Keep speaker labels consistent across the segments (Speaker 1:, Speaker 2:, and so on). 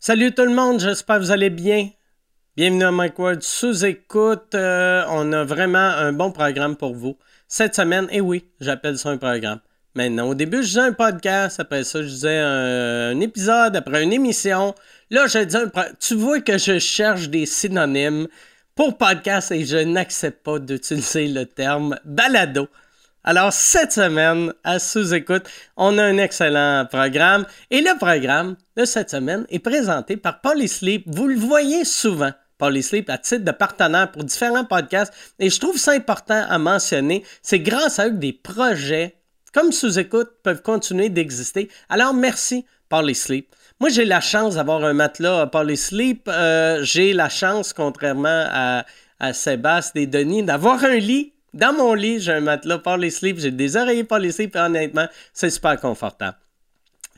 Speaker 1: Salut tout le monde, j'espère que vous allez bien. Bienvenue à Mike Ward sous écoute. Euh, on a vraiment un bon programme pour vous. Cette semaine, et eh oui, j'appelle ça un programme. Maintenant, au début, je disais un podcast, après ça, je disais un, un épisode, après une émission. Là, je dis un pro... Tu vois que je cherche des synonymes pour podcast et je n'accepte pas d'utiliser le terme balado. Alors, cette semaine, à sous-écoute, on a un excellent programme. Et le programme de cette semaine est présenté par Polysleep. Vous le voyez souvent, Polysleep, à titre de partenaire pour différents podcasts. Et je trouve ça important à mentionner. C'est grâce à eux que des projets comme sous-écoute peuvent continuer d'exister. Alors, merci, Polysleep. Moi, j'ai la chance d'avoir un matelas à Polysleep. Euh, j'ai la chance, contrairement à, à Sébastien et Denis, d'avoir un lit dans mon lit, j'ai un matelas par les sleeves, j'ai des oreillers par les sleeves, et honnêtement, c'est super confortable.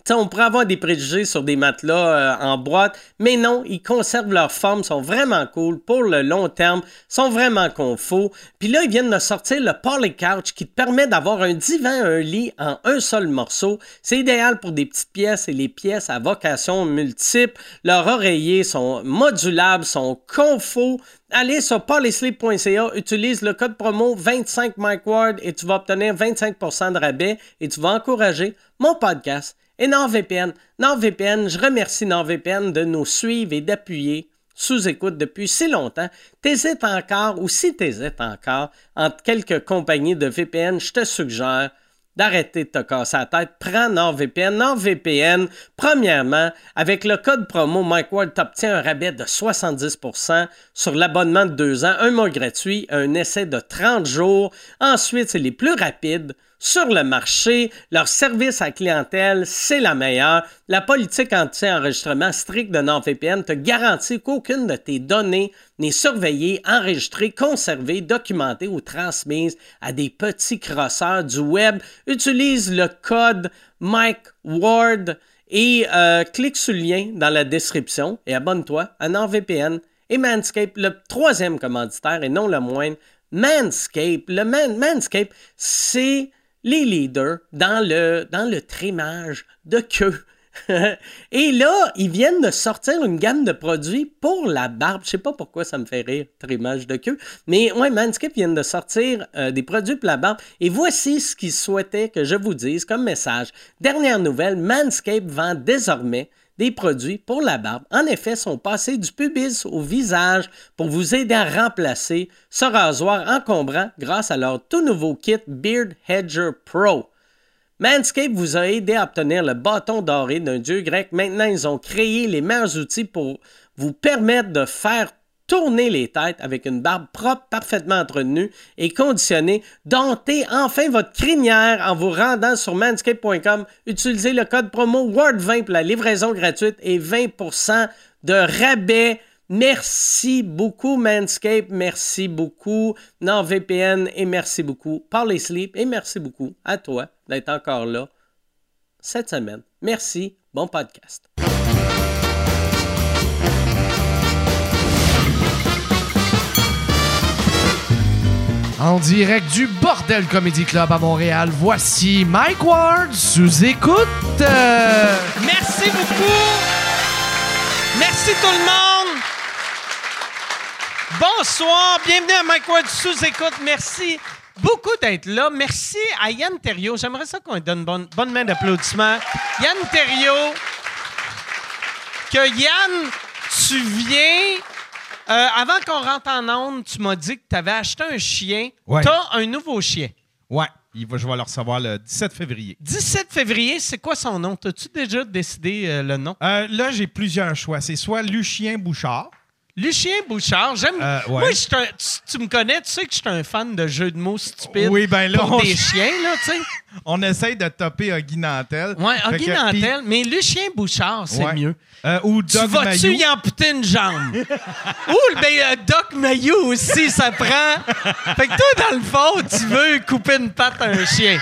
Speaker 1: T'sais, on pourrait avoir des préjugés sur des matelas euh, en boîte, mais non, ils conservent leur forme, sont vraiment cool pour le long terme, sont vraiment confos. Puis là, ils viennent de sortir le Poly Couch qui te permet d'avoir un divan, un lit en un seul morceau. C'est idéal pour des petites pièces et les pièces à vocation multiple. Leurs oreillers sont modulables, sont confos. Allez sur polysleep.ca, utilise le code promo 25 Mike Ward et tu vas obtenir 25% de rabais et tu vas encourager mon podcast et NordVPN. NordVPN, je remercie NordVPN de nous suivre et d'appuyer sous écoute depuis si longtemps. T'hésites encore ou si t'hésites encore entre quelques compagnies de VPN, je te suggère d'arrêter de te casser la tête. Prends NordVPN. NordVPN, premièrement, avec le code promo MikeWard, t'obtiens un rabais de 70% sur l'abonnement de 2 ans, un mois gratuit, un essai de 30 jours. Ensuite, c'est les plus rapides sur le marché. Leur service à clientèle, c'est la meilleure. La politique anti-enregistrement stricte de NordVPN te garantit qu'aucune de tes données n'est surveillée, enregistrée, conservée, documentée ou transmise à des petits crosseurs du web. Utilise le code Mike Ward et euh, clique sur le lien dans la description et abonne-toi à NordVPN. Et Manscape, le troisième commanditaire et non le moindre, Manscape, le man Manscape, c'est les leaders dans le, dans le trimage de queue. Et là, ils viennent de sortir une gamme de produits pour la barbe. Je sais pas pourquoi ça me fait rire, trimage de queue. Mais ouais, Manscaped viennent de sortir euh, des produits pour la barbe. Et voici ce qu'ils souhaitaient que je vous dise comme message. Dernière nouvelle, Manscaped vend désormais des produits pour la barbe. En effet, sont passés du pubis au visage pour vous aider à remplacer ce rasoir encombrant grâce à leur tout nouveau kit Beard Hedger Pro. Manscaped vous a aidé à obtenir le bâton doré d'un dieu grec. Maintenant, ils ont créé les meilleurs outils pour vous permettre de faire tourner les têtes avec une barbe propre, parfaitement entretenue et conditionnée. Domptez enfin votre crinière en vous rendant sur manscaped.com. Utilisez le code promo WORD20 pour la livraison gratuite et 20% de rabais. Merci beaucoup Manscaped, merci beaucoup NordVPN et merci beaucoup Parley Sleep et merci beaucoup à toi d'être encore là cette semaine. Merci, bon podcast.
Speaker 2: En direct du Bordel Comedy Club à Montréal, voici Mike Ward sous écoute. Euh,
Speaker 3: Merci beaucoup. Merci tout le monde. Bonsoir. Bienvenue à Mike Ward sous écoute. Merci beaucoup d'être là. Merci à Yann Terriot. J'aimerais ça qu'on lui donne une bonne, bonne main d'applaudissement. Yann Terriot. Que Yann, tu viens. euh, avant qu'on rentre en onde, tu m'as dit que tu avais acheté un chien.
Speaker 4: Ouais.
Speaker 3: Tu as un nouveau chien.
Speaker 4: Ouais, il va, je vais le recevoir le 17 février.
Speaker 3: 17 février, c'est quoi son nom? T'as-tu déjà décidé euh, le nom?
Speaker 4: Euh, là, j'ai plusieurs choix. C'est soit Lucien Bouchard.
Speaker 3: Lucien Bouchard, j'aime.
Speaker 4: Euh, ouais.
Speaker 3: Moi, je suis un- tu, tu me connais, tu sais que je suis un fan de jeux de mots stupides.
Speaker 4: Oui, ben là,
Speaker 3: Pour
Speaker 4: on-
Speaker 3: des chiens, là, tu sais.
Speaker 4: On essaye de topper Huggy Nantel.
Speaker 3: Ouais,
Speaker 4: Fait
Speaker 3: Huggy
Speaker 4: que-
Speaker 3: Nantel, mais Lucien Bouchard,
Speaker 4: puis-
Speaker 3: c'est
Speaker 4: ouais.
Speaker 3: mieux.
Speaker 4: Euh, ou
Speaker 3: Tu
Speaker 4: Doug
Speaker 3: vas-tu
Speaker 4: Mayou.
Speaker 3: y amputer une jambe? Ouh, ben, euh, Doc Mayou aussi, ça prend. Fait que toi, dans le fond, tu veux couper une patte à un chien.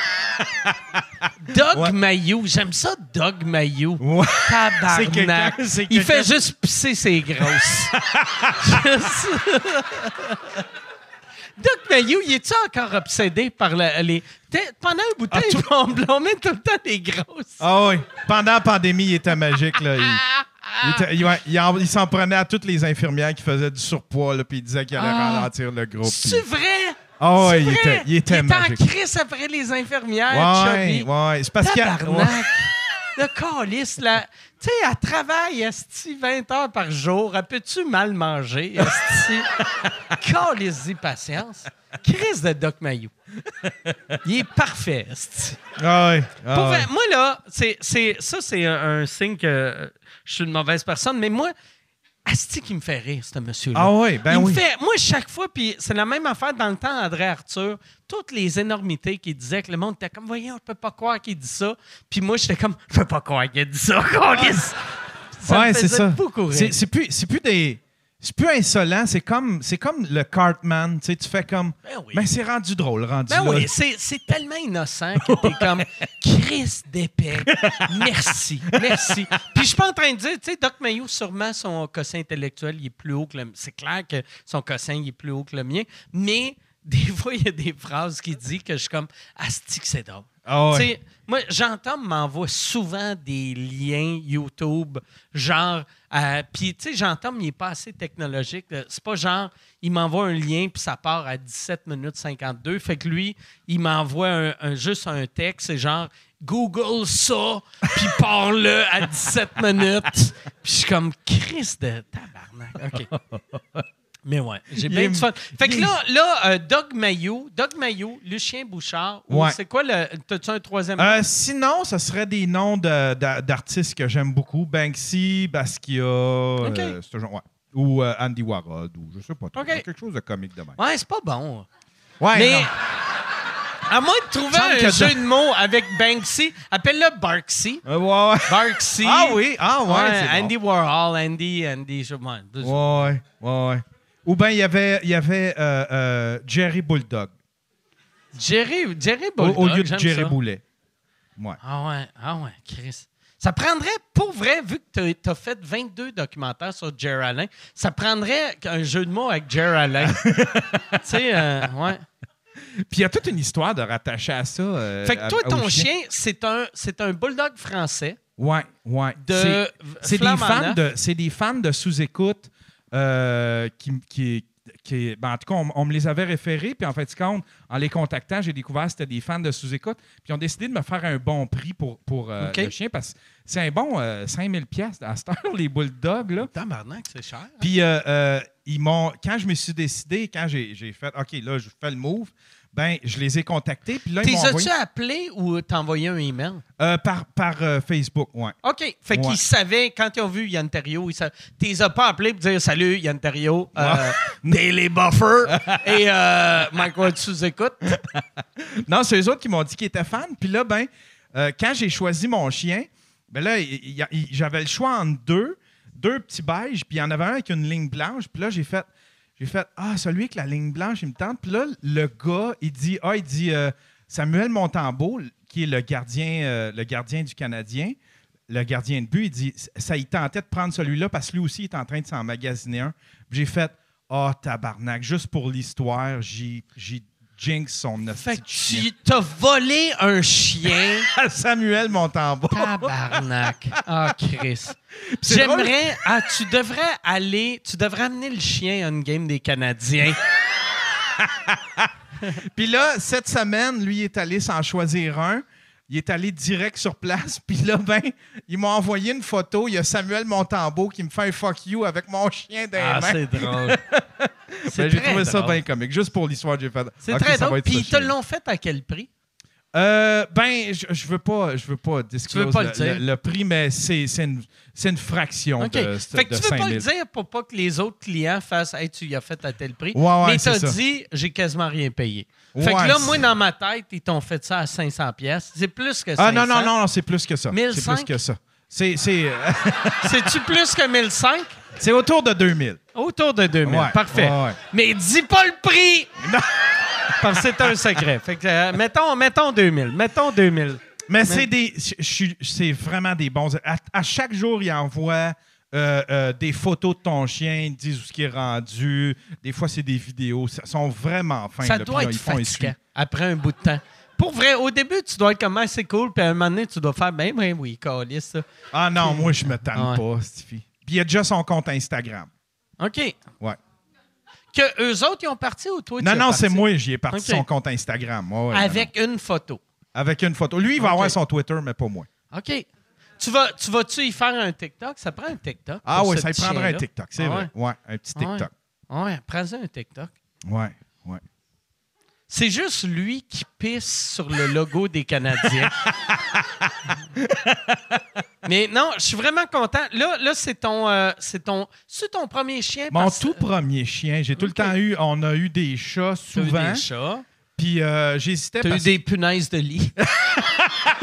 Speaker 3: Doc
Speaker 4: Ouais.
Speaker 3: Mayou, j'aime ça, Doug Mayou.
Speaker 4: Ouais. C'est
Speaker 3: Tabarnak.
Speaker 4: quelqu'un- c'est
Speaker 3: Il fait
Speaker 4: quelqu'un-
Speaker 3: juste pisser ses grosses. Juste- Doc Mayou, il est-tu encore obsédé par la- les. T'es- Pendant un bout de temps,
Speaker 4: Ah,
Speaker 3: il blâmait tout le temps les grosses.
Speaker 4: Ah oui. Pendant la pandémie, il était magique. Là. Il- Il, était- il- ouais, il en- il s'en prenait à toutes les infirmières qui faisaient du surpoids, là, puis il disait qu'il allait
Speaker 3: Ah.
Speaker 4: ralentir le groupe.
Speaker 3: C'est vrai?
Speaker 4: Ah ouais,
Speaker 3: C'est
Speaker 4: il
Speaker 3: vrai?
Speaker 4: était- il était magique.
Speaker 3: en crise après les infirmières,
Speaker 4: Ouais,
Speaker 3: Chubby.
Speaker 4: ouais. C'est parce qu'il y a-
Speaker 3: Tabarnak!
Speaker 4: ouais.
Speaker 3: Le calice, là. Tu sais, elle travaille, esti, 20 heures par jour. Elle Peux-tu mal manger, esti? Calice-y patience. Chris de Doc Mayou. Il est parfait, esti.
Speaker 4: Ah ouais, ah
Speaker 3: Pour
Speaker 4: ouais.
Speaker 3: vrai, moi, là, c'est, c'est- ça, c'est un, un signe que euh, je suis une mauvaise personne, mais moi, Asti qui me fait rire, ce monsieur-là.
Speaker 4: Ah oui, ben
Speaker 3: Il me
Speaker 4: oui.
Speaker 3: fait- moi, chaque fois, puis c'est la même affaire dans le temps, André Arthur, toutes les énormités qu'il disait, que le monde était comme, voyons, je peux pas croire qu'il dit ça. Puis moi, j'étais comme, je peux pas croire qu'il dit ça, câlisse. Ça me
Speaker 4: Ouais, c'est
Speaker 3: faisait
Speaker 4: ça.
Speaker 3: beaucoup rire.
Speaker 4: C'est c'est plus, c'est plus des. C'est plus insolent, c'est comme, c'est comme le Cartman. Tu sais, tu fais comme.
Speaker 3: Ben oui.
Speaker 4: Mais c'est rendu drôle, rendu
Speaker 3: Ben
Speaker 4: là.
Speaker 3: oui, c'est, c'est tellement innocent que t'es comme Chris d'épais. Merci, merci. Puis je suis pas en train de dire, tu sais, Doc Mayo, sûrement son quotient intellectuel il est plus haut que le C'est clair que son quotient il est plus haut que le mien, mais des fois, il y a des phrases qu'il dit que je suis comme Asti, que c'est drôle.
Speaker 4: Ah ouais.
Speaker 3: Tu sais, moi, j'entends m'envoie souvent des liens YouTube, genre, euh, puis tu sais, j'entends, il est pas assez technologique. là. C'est pas genre, il m'envoie un lien puis ça part à 17 minutes 52. Fait que lui, il m'envoie un, un- juste un texte, c'est genre Google ça puis parle-le à 17 minutes. Puis je suis comme Christ de tabarnak. Ok. Mais ouais, j'ai bien
Speaker 4: est-
Speaker 3: du fun. Fait que là, là euh, Doug Mayo, Doug Mayo, Lucien Bouchard, ou
Speaker 4: Ouais.
Speaker 3: c'est quoi le. T'as-tu un troisième
Speaker 4: Euh, sinon, ce serait des noms de- d'a- d'artistes que j'aime beaucoup. Banksy, Basquiat, euh, ce genre, ouais. ou euh, Andy Warhol, ou je sais pas. trop.
Speaker 3: Ok.
Speaker 4: Quelque chose de comique de même.
Speaker 3: Ouais, c'est pas bon.
Speaker 4: Ouais,
Speaker 3: Mais
Speaker 4: Ben non.
Speaker 3: à moins de trouver
Speaker 4: Semble que
Speaker 3: un jeu
Speaker 4: ça-
Speaker 3: de mots avec Banksy, appelle-le Barksy.
Speaker 4: Euh, ouais, ouais.
Speaker 3: Barksy.
Speaker 4: Ah oui, ah ouais, c'est bon.
Speaker 3: Andy Warhol, Andy, Andy, je ouais, je-
Speaker 4: Ouais, ouais, ouais. Ou bien, il y avait, il y avait euh, euh, Jerry Bulldog,
Speaker 3: Jerry, Jerry
Speaker 4: au-
Speaker 3: Bulldog,
Speaker 4: au lieu de
Speaker 3: j'aime
Speaker 4: Jerry
Speaker 3: ça.
Speaker 4: Boulet. Ouais.
Speaker 3: Ah ouais, ah ouais, Chris. Ça prendrait, pour vrai, vu que tu as fait 22 documentaires sur Jerry Allen, ça prendrait un jeu de mots avec Jerry Allen. tu sais, euh, ouais.
Speaker 4: Puis il y a toute une histoire de rattacher à ça. euh,
Speaker 3: Fait que toi,
Speaker 4: à- au
Speaker 3: ton chien, c'est un, c'est un bulldog français
Speaker 4: Ouais, ouais.
Speaker 3: de
Speaker 4: C'est- C'est des,
Speaker 3: Flamand
Speaker 4: fans
Speaker 3: Neuf.
Speaker 4: de, c'est des fans de sous-écoute euh, qui, qui, qui- ben, en tout cas, on, on me les avait référés. Puis en fait, compte, en les contactant, j'ai découvert que c'était des fans de sous-écoute. Puis ils ont décidé de me faire un bon prix pour, pour euh,
Speaker 3: OK.
Speaker 4: le chien parce que c'est un bon euh, 5000 pièces à cette heure, les bulldogs. Là.
Speaker 3: Tabarnak, c'est cher.
Speaker 4: Puis euh, euh, ils m'ont, quand je me suis décidé, quand j'ai, j'ai fait, OK, là, je fais le move, ben, je les ai contactés. Puis là, ils
Speaker 3: T'es
Speaker 4: m'ont envoyé,
Speaker 3: as-tu appelé ou t'as envoyé un email?
Speaker 4: euh, par, par euh, Facebook, ouais.
Speaker 3: OK. Fait
Speaker 4: Ouais.
Speaker 3: qu'ils savaient, quand ils ont vu Yann Terriot, ils savaient. T'es as pas appelé pour dire salut Yann Terriot, euh, Daily Buffer et euh, Mike Ward sous-écoute.
Speaker 4: Non, c'est eux autres qui m'ont dit qu'ils étaient fans. Puis là, ben, euh, quand j'ai choisi mon chien, ben là, il- il- il- j'avais le choix entre deux, deux petits beiges, puis il y en avait un avec une ligne blanche. Puis là, j'ai fait, j'ai fait, ah, celui avec la ligne blanche, il me tente. Puis là, le gars, il dit, ah, il dit, euh, Samuel Montembeau, qui est le gardien, euh, le gardien du Canadien, le gardien de but, il dit, ça, il tentait de prendre celui-là parce que lui aussi, il est en train de s'emmagasiner un. Puis j'ai fait, ah, tabarnak, juste pour l'histoire, j'y, j'y jinx son hostie
Speaker 3: Fait que
Speaker 4: de chien.
Speaker 3: tu t'as volé un chien.
Speaker 4: à Samuel Montembeau.
Speaker 3: Tabarnak. Ah, Chris.
Speaker 4: C'est
Speaker 3: J'aimerais. Ah, tu devrais aller. Tu devrais amener le chien à une game des Canadiens.
Speaker 4: Puis là, cette semaine, lui il est allé s'en choisir un. Il est allé direct sur place. Puis là, ben, ils m'ont envoyé une photo. Il y a Samuel Montembeau qui me fait un fuck you avec mon chien dans
Speaker 3: Ah,
Speaker 4: les mains.
Speaker 3: c'est drôle.
Speaker 4: Ben,
Speaker 3: C'est
Speaker 4: j'ai
Speaker 3: très
Speaker 4: trouvé ça
Speaker 3: drôle.
Speaker 4: bien comique. Juste pour l'histoire, j'ai fait.
Speaker 3: C'est
Speaker 4: Ok,
Speaker 3: très
Speaker 4: ça va
Speaker 3: drôle.
Speaker 4: être
Speaker 3: Puis
Speaker 4: ça,
Speaker 3: ils te
Speaker 4: chérie.
Speaker 3: l'ont fait à quel prix?
Speaker 4: Euh, ben, je, je veux pas, je veux pas disclose
Speaker 3: pas le
Speaker 4: le,
Speaker 3: dire?
Speaker 4: prix, mais c'est c'est une, c'est une fraction
Speaker 3: OK.
Speaker 4: de,
Speaker 3: fait que
Speaker 4: euh, de
Speaker 3: tu veux pas
Speaker 4: 5000.
Speaker 3: le dire pour pas que les autres clients fassent Hey, tu y as fait à tel prix.
Speaker 4: Ouais, ouais,
Speaker 3: Mais
Speaker 4: c'est
Speaker 3: t'as
Speaker 4: ça.
Speaker 3: dit j'ai quasiment rien payé. Fait que
Speaker 4: Ouais,
Speaker 3: là,
Speaker 4: c'est-
Speaker 3: moi, dans ma tête, ils t'ont fait ça à 500 pièces. C'est plus que 500.
Speaker 4: Ah non, non, non, non, c'est plus que ça. C'est
Speaker 3: 1005?
Speaker 4: plus que ça. C'est- C'est
Speaker 3: C'est-tu plus que 1005?
Speaker 4: c'est autour de 2000.
Speaker 3: Autour de 2000.
Speaker 4: Ouais,
Speaker 3: Parfait.
Speaker 4: ouais, ouais.
Speaker 3: Mais dis pas le prix! Parce que c'est un secret. Fait que, euh, mettons, mettons 2000. Mettons 2000.
Speaker 4: Mais c'est des. je- je suis- C'est vraiment des bons. À, à chaque jour, il envoie euh, euh, des photos de ton chien, ils disent où ce qui est rendu. Des fois, c'est des vidéos. Ça- Ils sont vraiment fins.
Speaker 3: Ça
Speaker 4: là, puis
Speaker 3: doit
Speaker 4: là,
Speaker 3: être
Speaker 4: ils font un
Speaker 3: fatigant
Speaker 4: suivi.
Speaker 3: après un bout de temps. Pour vrai, au début, tu dois être comme, Ah, c'est cool, puis à un moment donné, tu dois faire, ben, ben oui, calice, ça.
Speaker 4: Ah non, moi, je me tanne
Speaker 3: Ah
Speaker 4: pas, cette fille. Puis il y a déjà son compte Instagram.
Speaker 3: OK.
Speaker 4: Ouais.
Speaker 3: Que eux autres, ils ont parti ou toi, tu
Speaker 4: Non,
Speaker 3: as
Speaker 4: non, c'est
Speaker 3: parti?
Speaker 4: moi, j'y ai parti
Speaker 3: Ok.
Speaker 4: son compte Instagram. Ouais, ouais, non,
Speaker 3: Avec une photo.
Speaker 4: non. Avec une photo. Lui, il va
Speaker 3: Ok.
Speaker 4: avoir son Twitter, mais pas moi.
Speaker 3: OK. Tu vas- tu vas-tu y faire un TikTok? Ça prend un TikTok.
Speaker 4: Ah
Speaker 3: pour
Speaker 4: oui,
Speaker 3: ce
Speaker 4: ça lui
Speaker 3: petit
Speaker 4: prendrait un
Speaker 3: chien-là.
Speaker 4: TikTok, c'est
Speaker 3: Ah
Speaker 4: vrai. Ouais, un petit
Speaker 3: Ah ouais.
Speaker 4: TikTok.
Speaker 3: Ouais, ouais prends-en un TikTok.
Speaker 4: Ouais, ouais.
Speaker 3: C'est juste lui qui pisse sur le logo des Canadiens. Mais non, je suis vraiment content. Là, là c'est ton, euh, c'est ton, c'est ton premier chien.
Speaker 4: Mon
Speaker 3: parce-
Speaker 4: tout premier chien, j'ai tout le
Speaker 3: Ok.
Speaker 4: temps eu, on a eu des chats
Speaker 3: T'as eu
Speaker 4: souvent.
Speaker 3: des chats.
Speaker 4: Puis euh, j'hésitais
Speaker 3: T'as eu
Speaker 4: parce
Speaker 3: des punaises de lit.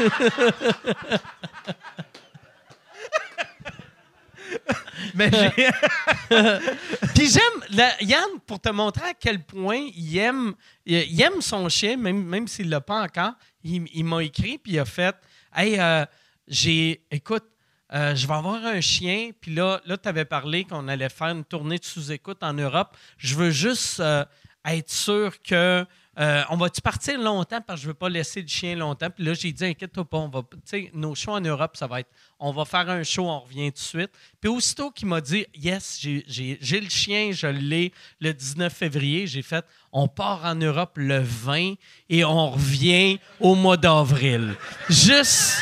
Speaker 4: mais j'ai-
Speaker 3: Puis j'aime, la- Yann, pour te montrer à quel point il aime, il, il aime son chien, même, même s'il ne l'a pas encore, il, il m'a écrit, puis il a fait Hey, euh, j'ai, écoute, euh, je vais avoir un chien, puis là, là tu avais parlé qu'on allait faire une tournée de sous-écoute en Europe. Je veux juste euh, être sûr que. euh, on va-tu partir longtemps parce que je veux pas laisser le chien longtemps? Puis là, j'ai dit, inquiète-toi pas, on va, tu sais, nos shows en Europe, ça va être, on va faire un show, on revient tout de suite. Puis aussitôt qu'il m'a dit Yes, j'ai- j'ai j'ai le chien, je l'ai le 19 février, j'ai fait On part en Europe le 20 et on revient au mois d'avril. Juste.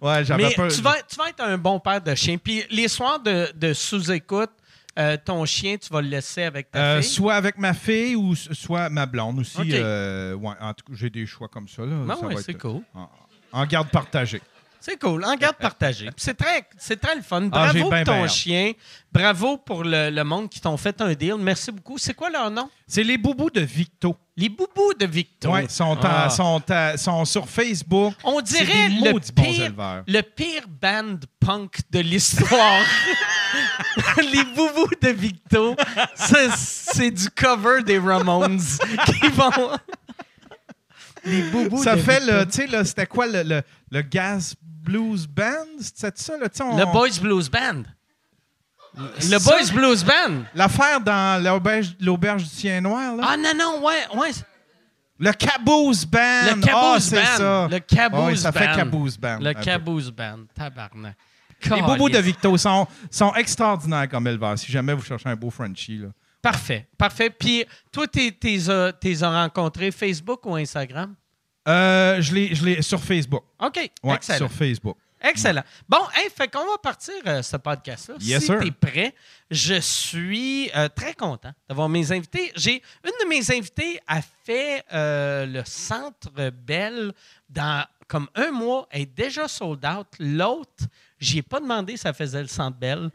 Speaker 4: ouais, j'avais
Speaker 3: Mais
Speaker 4: pas.
Speaker 3: tu vas, tu vas être un bon père de chien. Puis les soirs de, de sous-écoute, euh, ton chien, tu vas le laisser avec ta
Speaker 4: Euh,
Speaker 3: fille.
Speaker 4: soit avec ma fille ou s- soit ma blonde aussi.
Speaker 3: Ok.
Speaker 4: euh, ouais, en tout cas, j'ai des choix comme ça. Là.
Speaker 3: Ben
Speaker 4: Ça
Speaker 3: ouais,
Speaker 4: va
Speaker 3: c'est
Speaker 4: être- euh,
Speaker 3: cool.
Speaker 4: En, en garde partagée.
Speaker 3: C'est cool. En garde partagée. Puis C'est très, c'est très le fun.
Speaker 4: Ah,
Speaker 3: Bravo
Speaker 4: j'ai
Speaker 3: pour
Speaker 4: ben,
Speaker 3: ton
Speaker 4: ben hâte.
Speaker 3: chien. Bravo pour le, le monde qui t'ont fait un deal. Merci beaucoup. C'est quoi leur nom?
Speaker 4: C'est les boubous de Victo.
Speaker 3: Les boubous de Victor.
Speaker 4: Ouais, sont,
Speaker 3: Ah.
Speaker 4: en- sont, en- sont sur Facebook.
Speaker 3: On
Speaker 4: C'est
Speaker 3: dirait
Speaker 4: des
Speaker 3: le
Speaker 4: maudits bons
Speaker 3: pire,
Speaker 4: éleveurs.
Speaker 3: le pire band punk de l'histoire. Les boubous de Victo, c'est- c'est du cover des Ramones qui vont. Les boubous
Speaker 4: Ça
Speaker 3: de
Speaker 4: fait
Speaker 3: Victo.
Speaker 4: le, tu sais, là, c'était quoi le, le, le Gas Blues Band? C'était ça, là, tu sais, on-
Speaker 3: le Boys Blues Band. Le Boys Blues Band.
Speaker 4: L'affaire dans l'auberge, l'auberge du chien noir, là.
Speaker 3: Ah non non ouais ouais.
Speaker 4: Le Caboose Band!
Speaker 3: Le
Speaker 4: Ah,
Speaker 3: Caboose
Speaker 4: c'est
Speaker 3: Band.
Speaker 4: ça.
Speaker 3: Le Caboose
Speaker 4: Ouais, ça fait
Speaker 3: Band.
Speaker 4: Caboose Band.
Speaker 3: Le
Speaker 4: un peu.
Speaker 3: Caboose Band. Tabarnak.
Speaker 4: Les boubous de
Speaker 3: Caliste.
Speaker 4: Victo sont, sont extraordinaires comme éleveurs. Si jamais vous cherchez un beau Frenchie, là.
Speaker 3: Parfait parfait. Puis toi t'es t'es euh, t'es rencontré Facebook ou Instagram?
Speaker 4: Euh, je l'ai- je l'ai sur Facebook.
Speaker 3: OK,
Speaker 4: Ouais,
Speaker 3: excellent.
Speaker 4: sur Facebook.
Speaker 3: Excellent. Bon, hey, fait qu'on va partir euh, ce podcast-là.
Speaker 4: Yes,
Speaker 3: si
Speaker 4: sir.
Speaker 3: tu es prêt, je suis euh, très content d'avoir mes invités. J'ai une de mes invitées a fait euh, le Centre Belle dans comme un mois. Elle est déjà sold out. L'autre, j'ai pas demandé si elle faisait le Centre Belle.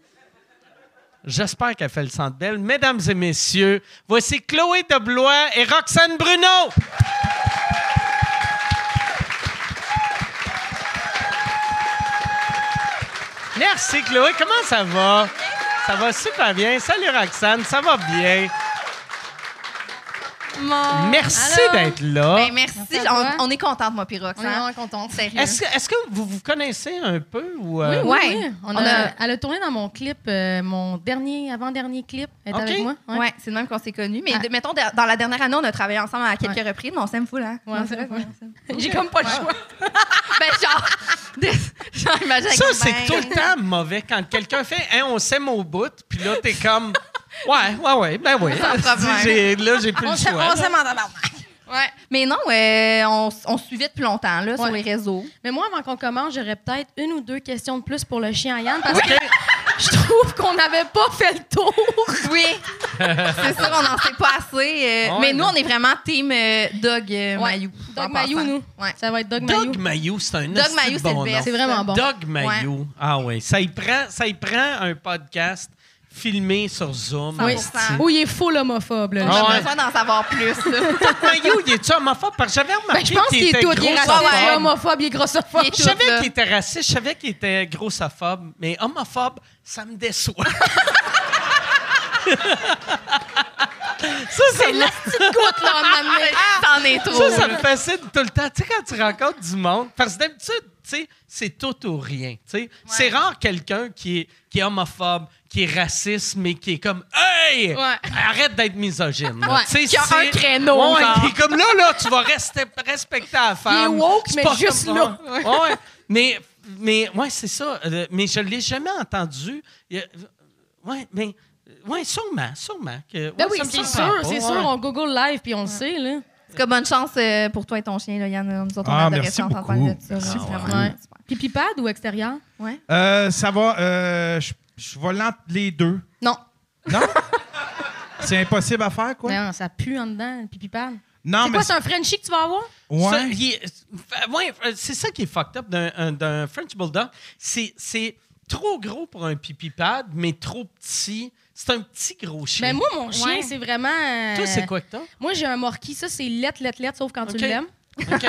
Speaker 3: J'espère qu'elle fait le Centre Belle. Mesdames et messieurs, voici Chloé Deblois et Roxane Bruno. Merci Chloé, comment ça va? Ça va super bien. Salut Roxane, ça va bien.
Speaker 5: Mon-
Speaker 3: Merci
Speaker 5: Allô?
Speaker 3: d'être là.
Speaker 5: Ben, merci.
Speaker 6: Merci à toi.
Speaker 5: On, on est contente, moi, Pirox.
Speaker 6: On est vraiment contente. Sérieux.
Speaker 5: Est-ce-
Speaker 3: Est-ce que, est-ce que vous vous connaissez un peu? Ou,
Speaker 6: Oui,
Speaker 3: euh,
Speaker 6: oui,
Speaker 5: Ouais.
Speaker 6: oui. On
Speaker 5: On
Speaker 6: a,
Speaker 5: a-
Speaker 6: Elle a tourné dans mon clip, euh, mon dernier, avant-dernier clip. Elle est
Speaker 3: Ok.
Speaker 6: avec moi.
Speaker 5: Ouais,
Speaker 6: Ouais.
Speaker 5: c'est de même qu'on s'est connus. Mais
Speaker 6: Ah.
Speaker 5: de- mettons, de- dans la dernière année, on a travaillé ensemble à quelques reprises, mais on s'aime full, hein?
Speaker 6: Ouais,
Speaker 5: Non,
Speaker 6: on
Speaker 5: c'est
Speaker 6: s'aime
Speaker 5: vrai,
Speaker 6: full,
Speaker 5: ouais. J'ai comme pas le choix. ben, genre, de- genre, imagine avec
Speaker 3: Ça,
Speaker 5: mon
Speaker 3: c'est
Speaker 5: mec.
Speaker 3: tout le temps mauvais quand quelqu'un fait Hein, on s'aime au bout, puis là, t'es comme Ouais, ouais, ouais, ben oui.
Speaker 5: problème.
Speaker 3: J'ai- Là, j'ai plus
Speaker 5: On
Speaker 3: le
Speaker 5: s'aime
Speaker 3: choix.
Speaker 5: on s'aime en tabarnak. Ouais. Mais non, euh, on, s- on se suivait depuis longtemps, là, sur les
Speaker 6: Ouais.
Speaker 5: réseaux.
Speaker 6: Mais moi, avant qu'on commence, j'aurais peut-être une ou deux questions de plus pour le chien à Yann parce que je trouve qu'on n'avait pas fait le tour.
Speaker 5: Oui. c'est sûr, on n'en sait pas assez. euh,
Speaker 3: Ouais,
Speaker 5: mais nous,
Speaker 3: non.
Speaker 5: on est vraiment team euh, Dog euh, Mayou. en
Speaker 6: Dog Mayou,
Speaker 5: passant.
Speaker 6: nous.
Speaker 5: Ouais.
Speaker 6: Ça va être Dog, Mayou.
Speaker 3: Dog Mayou, c'est un
Speaker 5: Dog
Speaker 3: esti
Speaker 5: Mayou,
Speaker 3: de
Speaker 5: c'est
Speaker 3: bon
Speaker 5: le best.
Speaker 6: C'est vraiment bon.
Speaker 3: Dog Mayou. Ah oui. Ça y prend, ça y prend un podcast filmé sur Zoom.
Speaker 6: Oui.
Speaker 5: 100%.
Speaker 6: Oui, il est full homophobe. là.
Speaker 5: On
Speaker 3: Ah
Speaker 5: a
Speaker 3: ouais.
Speaker 5: besoin d'en savoir plus. là.
Speaker 3: Dog Mayou, il est-tu homophobe? Parce que j'avais
Speaker 6: Ben,
Speaker 3: remarqué
Speaker 6: je pense qu'il est
Speaker 3: était
Speaker 6: tout. Il est
Speaker 3: grossophobe.
Speaker 6: raciste,
Speaker 5: Ouais.
Speaker 6: il est homophobe, il est grossophobe.
Speaker 5: Il est
Speaker 3: Je
Speaker 5: tout,
Speaker 3: savais
Speaker 5: là.
Speaker 3: qu'il était raciste, je savais qu'il était grossophobe, mais homophobe, ça me déçoit. Ça, ça
Speaker 6: C'est
Speaker 3: me-
Speaker 6: la petite goutte, là, à un moment donné.
Speaker 5: Ah, T'en es trop.
Speaker 3: Ça, ça me
Speaker 5: là.
Speaker 3: fascine tout le temps. Tu sais, quand tu rencontres du monde, parce que d'habitude, tu sais, c'est tout ou rien. tu sais. C'est rare quelqu'un qui est, qui est homophobe, qui est raciste, mais qui est comme Hey!
Speaker 6: Ouais.
Speaker 3: Arrête d'être misogyne. là.
Speaker 6: Ouais.
Speaker 3: Tu sais,
Speaker 5: Qui a un
Speaker 3: c'est-
Speaker 5: créneau,
Speaker 3: Ouais,
Speaker 5: genre.
Speaker 3: qui est comme là, là, tu vas rester respecter la femme.
Speaker 6: woke,
Speaker 3: C'est
Speaker 6: mais
Speaker 3: pas
Speaker 6: juste
Speaker 3: comme-
Speaker 6: là.
Speaker 3: Ouais. Ouais. Mais, mais ouais, c'est ça. Euh, Mais je l'ai jamais entendu. Il y a- Ouais, mais. Ouais, sûrement, sûrement. que-
Speaker 6: Ben
Speaker 3: ouais,
Speaker 6: oui,
Speaker 3: ça me
Speaker 6: c'est
Speaker 3: surprend
Speaker 6: sûr,
Speaker 3: pas,
Speaker 6: c'est
Speaker 3: ouais.
Speaker 6: sûr. On Google Live, puis on le sait, là.
Speaker 5: En tout cas, bonne chance euh, pour toi et ton chien, là, Yann. Nous autres, on
Speaker 4: Ah,
Speaker 5: adorait
Speaker 4: merci
Speaker 5: ça, on s'en
Speaker 4: beaucoup.
Speaker 5: parle de ça. là.
Speaker 4: Merci
Speaker 5: Vraiment,
Speaker 4: beaucoup.
Speaker 5: ouais. Super.
Speaker 6: Pipi pad ou extérieur?
Speaker 5: Ouais.
Speaker 4: Euh, ça va. euh, je, je vais l'entre les deux.
Speaker 6: Non.
Speaker 4: Non? c'est impossible à faire, quoi?
Speaker 6: Mais non, ça pue en dedans, le pipi pad.
Speaker 4: Non,
Speaker 6: c'est
Speaker 4: mais.
Speaker 6: quoi, c'est un Frenchie que tu vas avoir?
Speaker 3: Ça,
Speaker 4: ouais.
Speaker 3: il est- f- ouais, f- c'est ça qui est fucked up d'un- un- d'un French Bulldog. C'est c'est trop gros pour un pipi pad, mais trop petit. C'est un petit gros chien.
Speaker 6: Ben moi, mon chien,
Speaker 5: Ouais.
Speaker 6: c'est vraiment... euh,
Speaker 3: Toi, c'est quoi que t'as?
Speaker 6: Moi, j'ai un morquis. Ça, c'est lettre, lettre, lettre, sauf quand
Speaker 3: Ok.
Speaker 6: tu l'aimes.
Speaker 3: OK?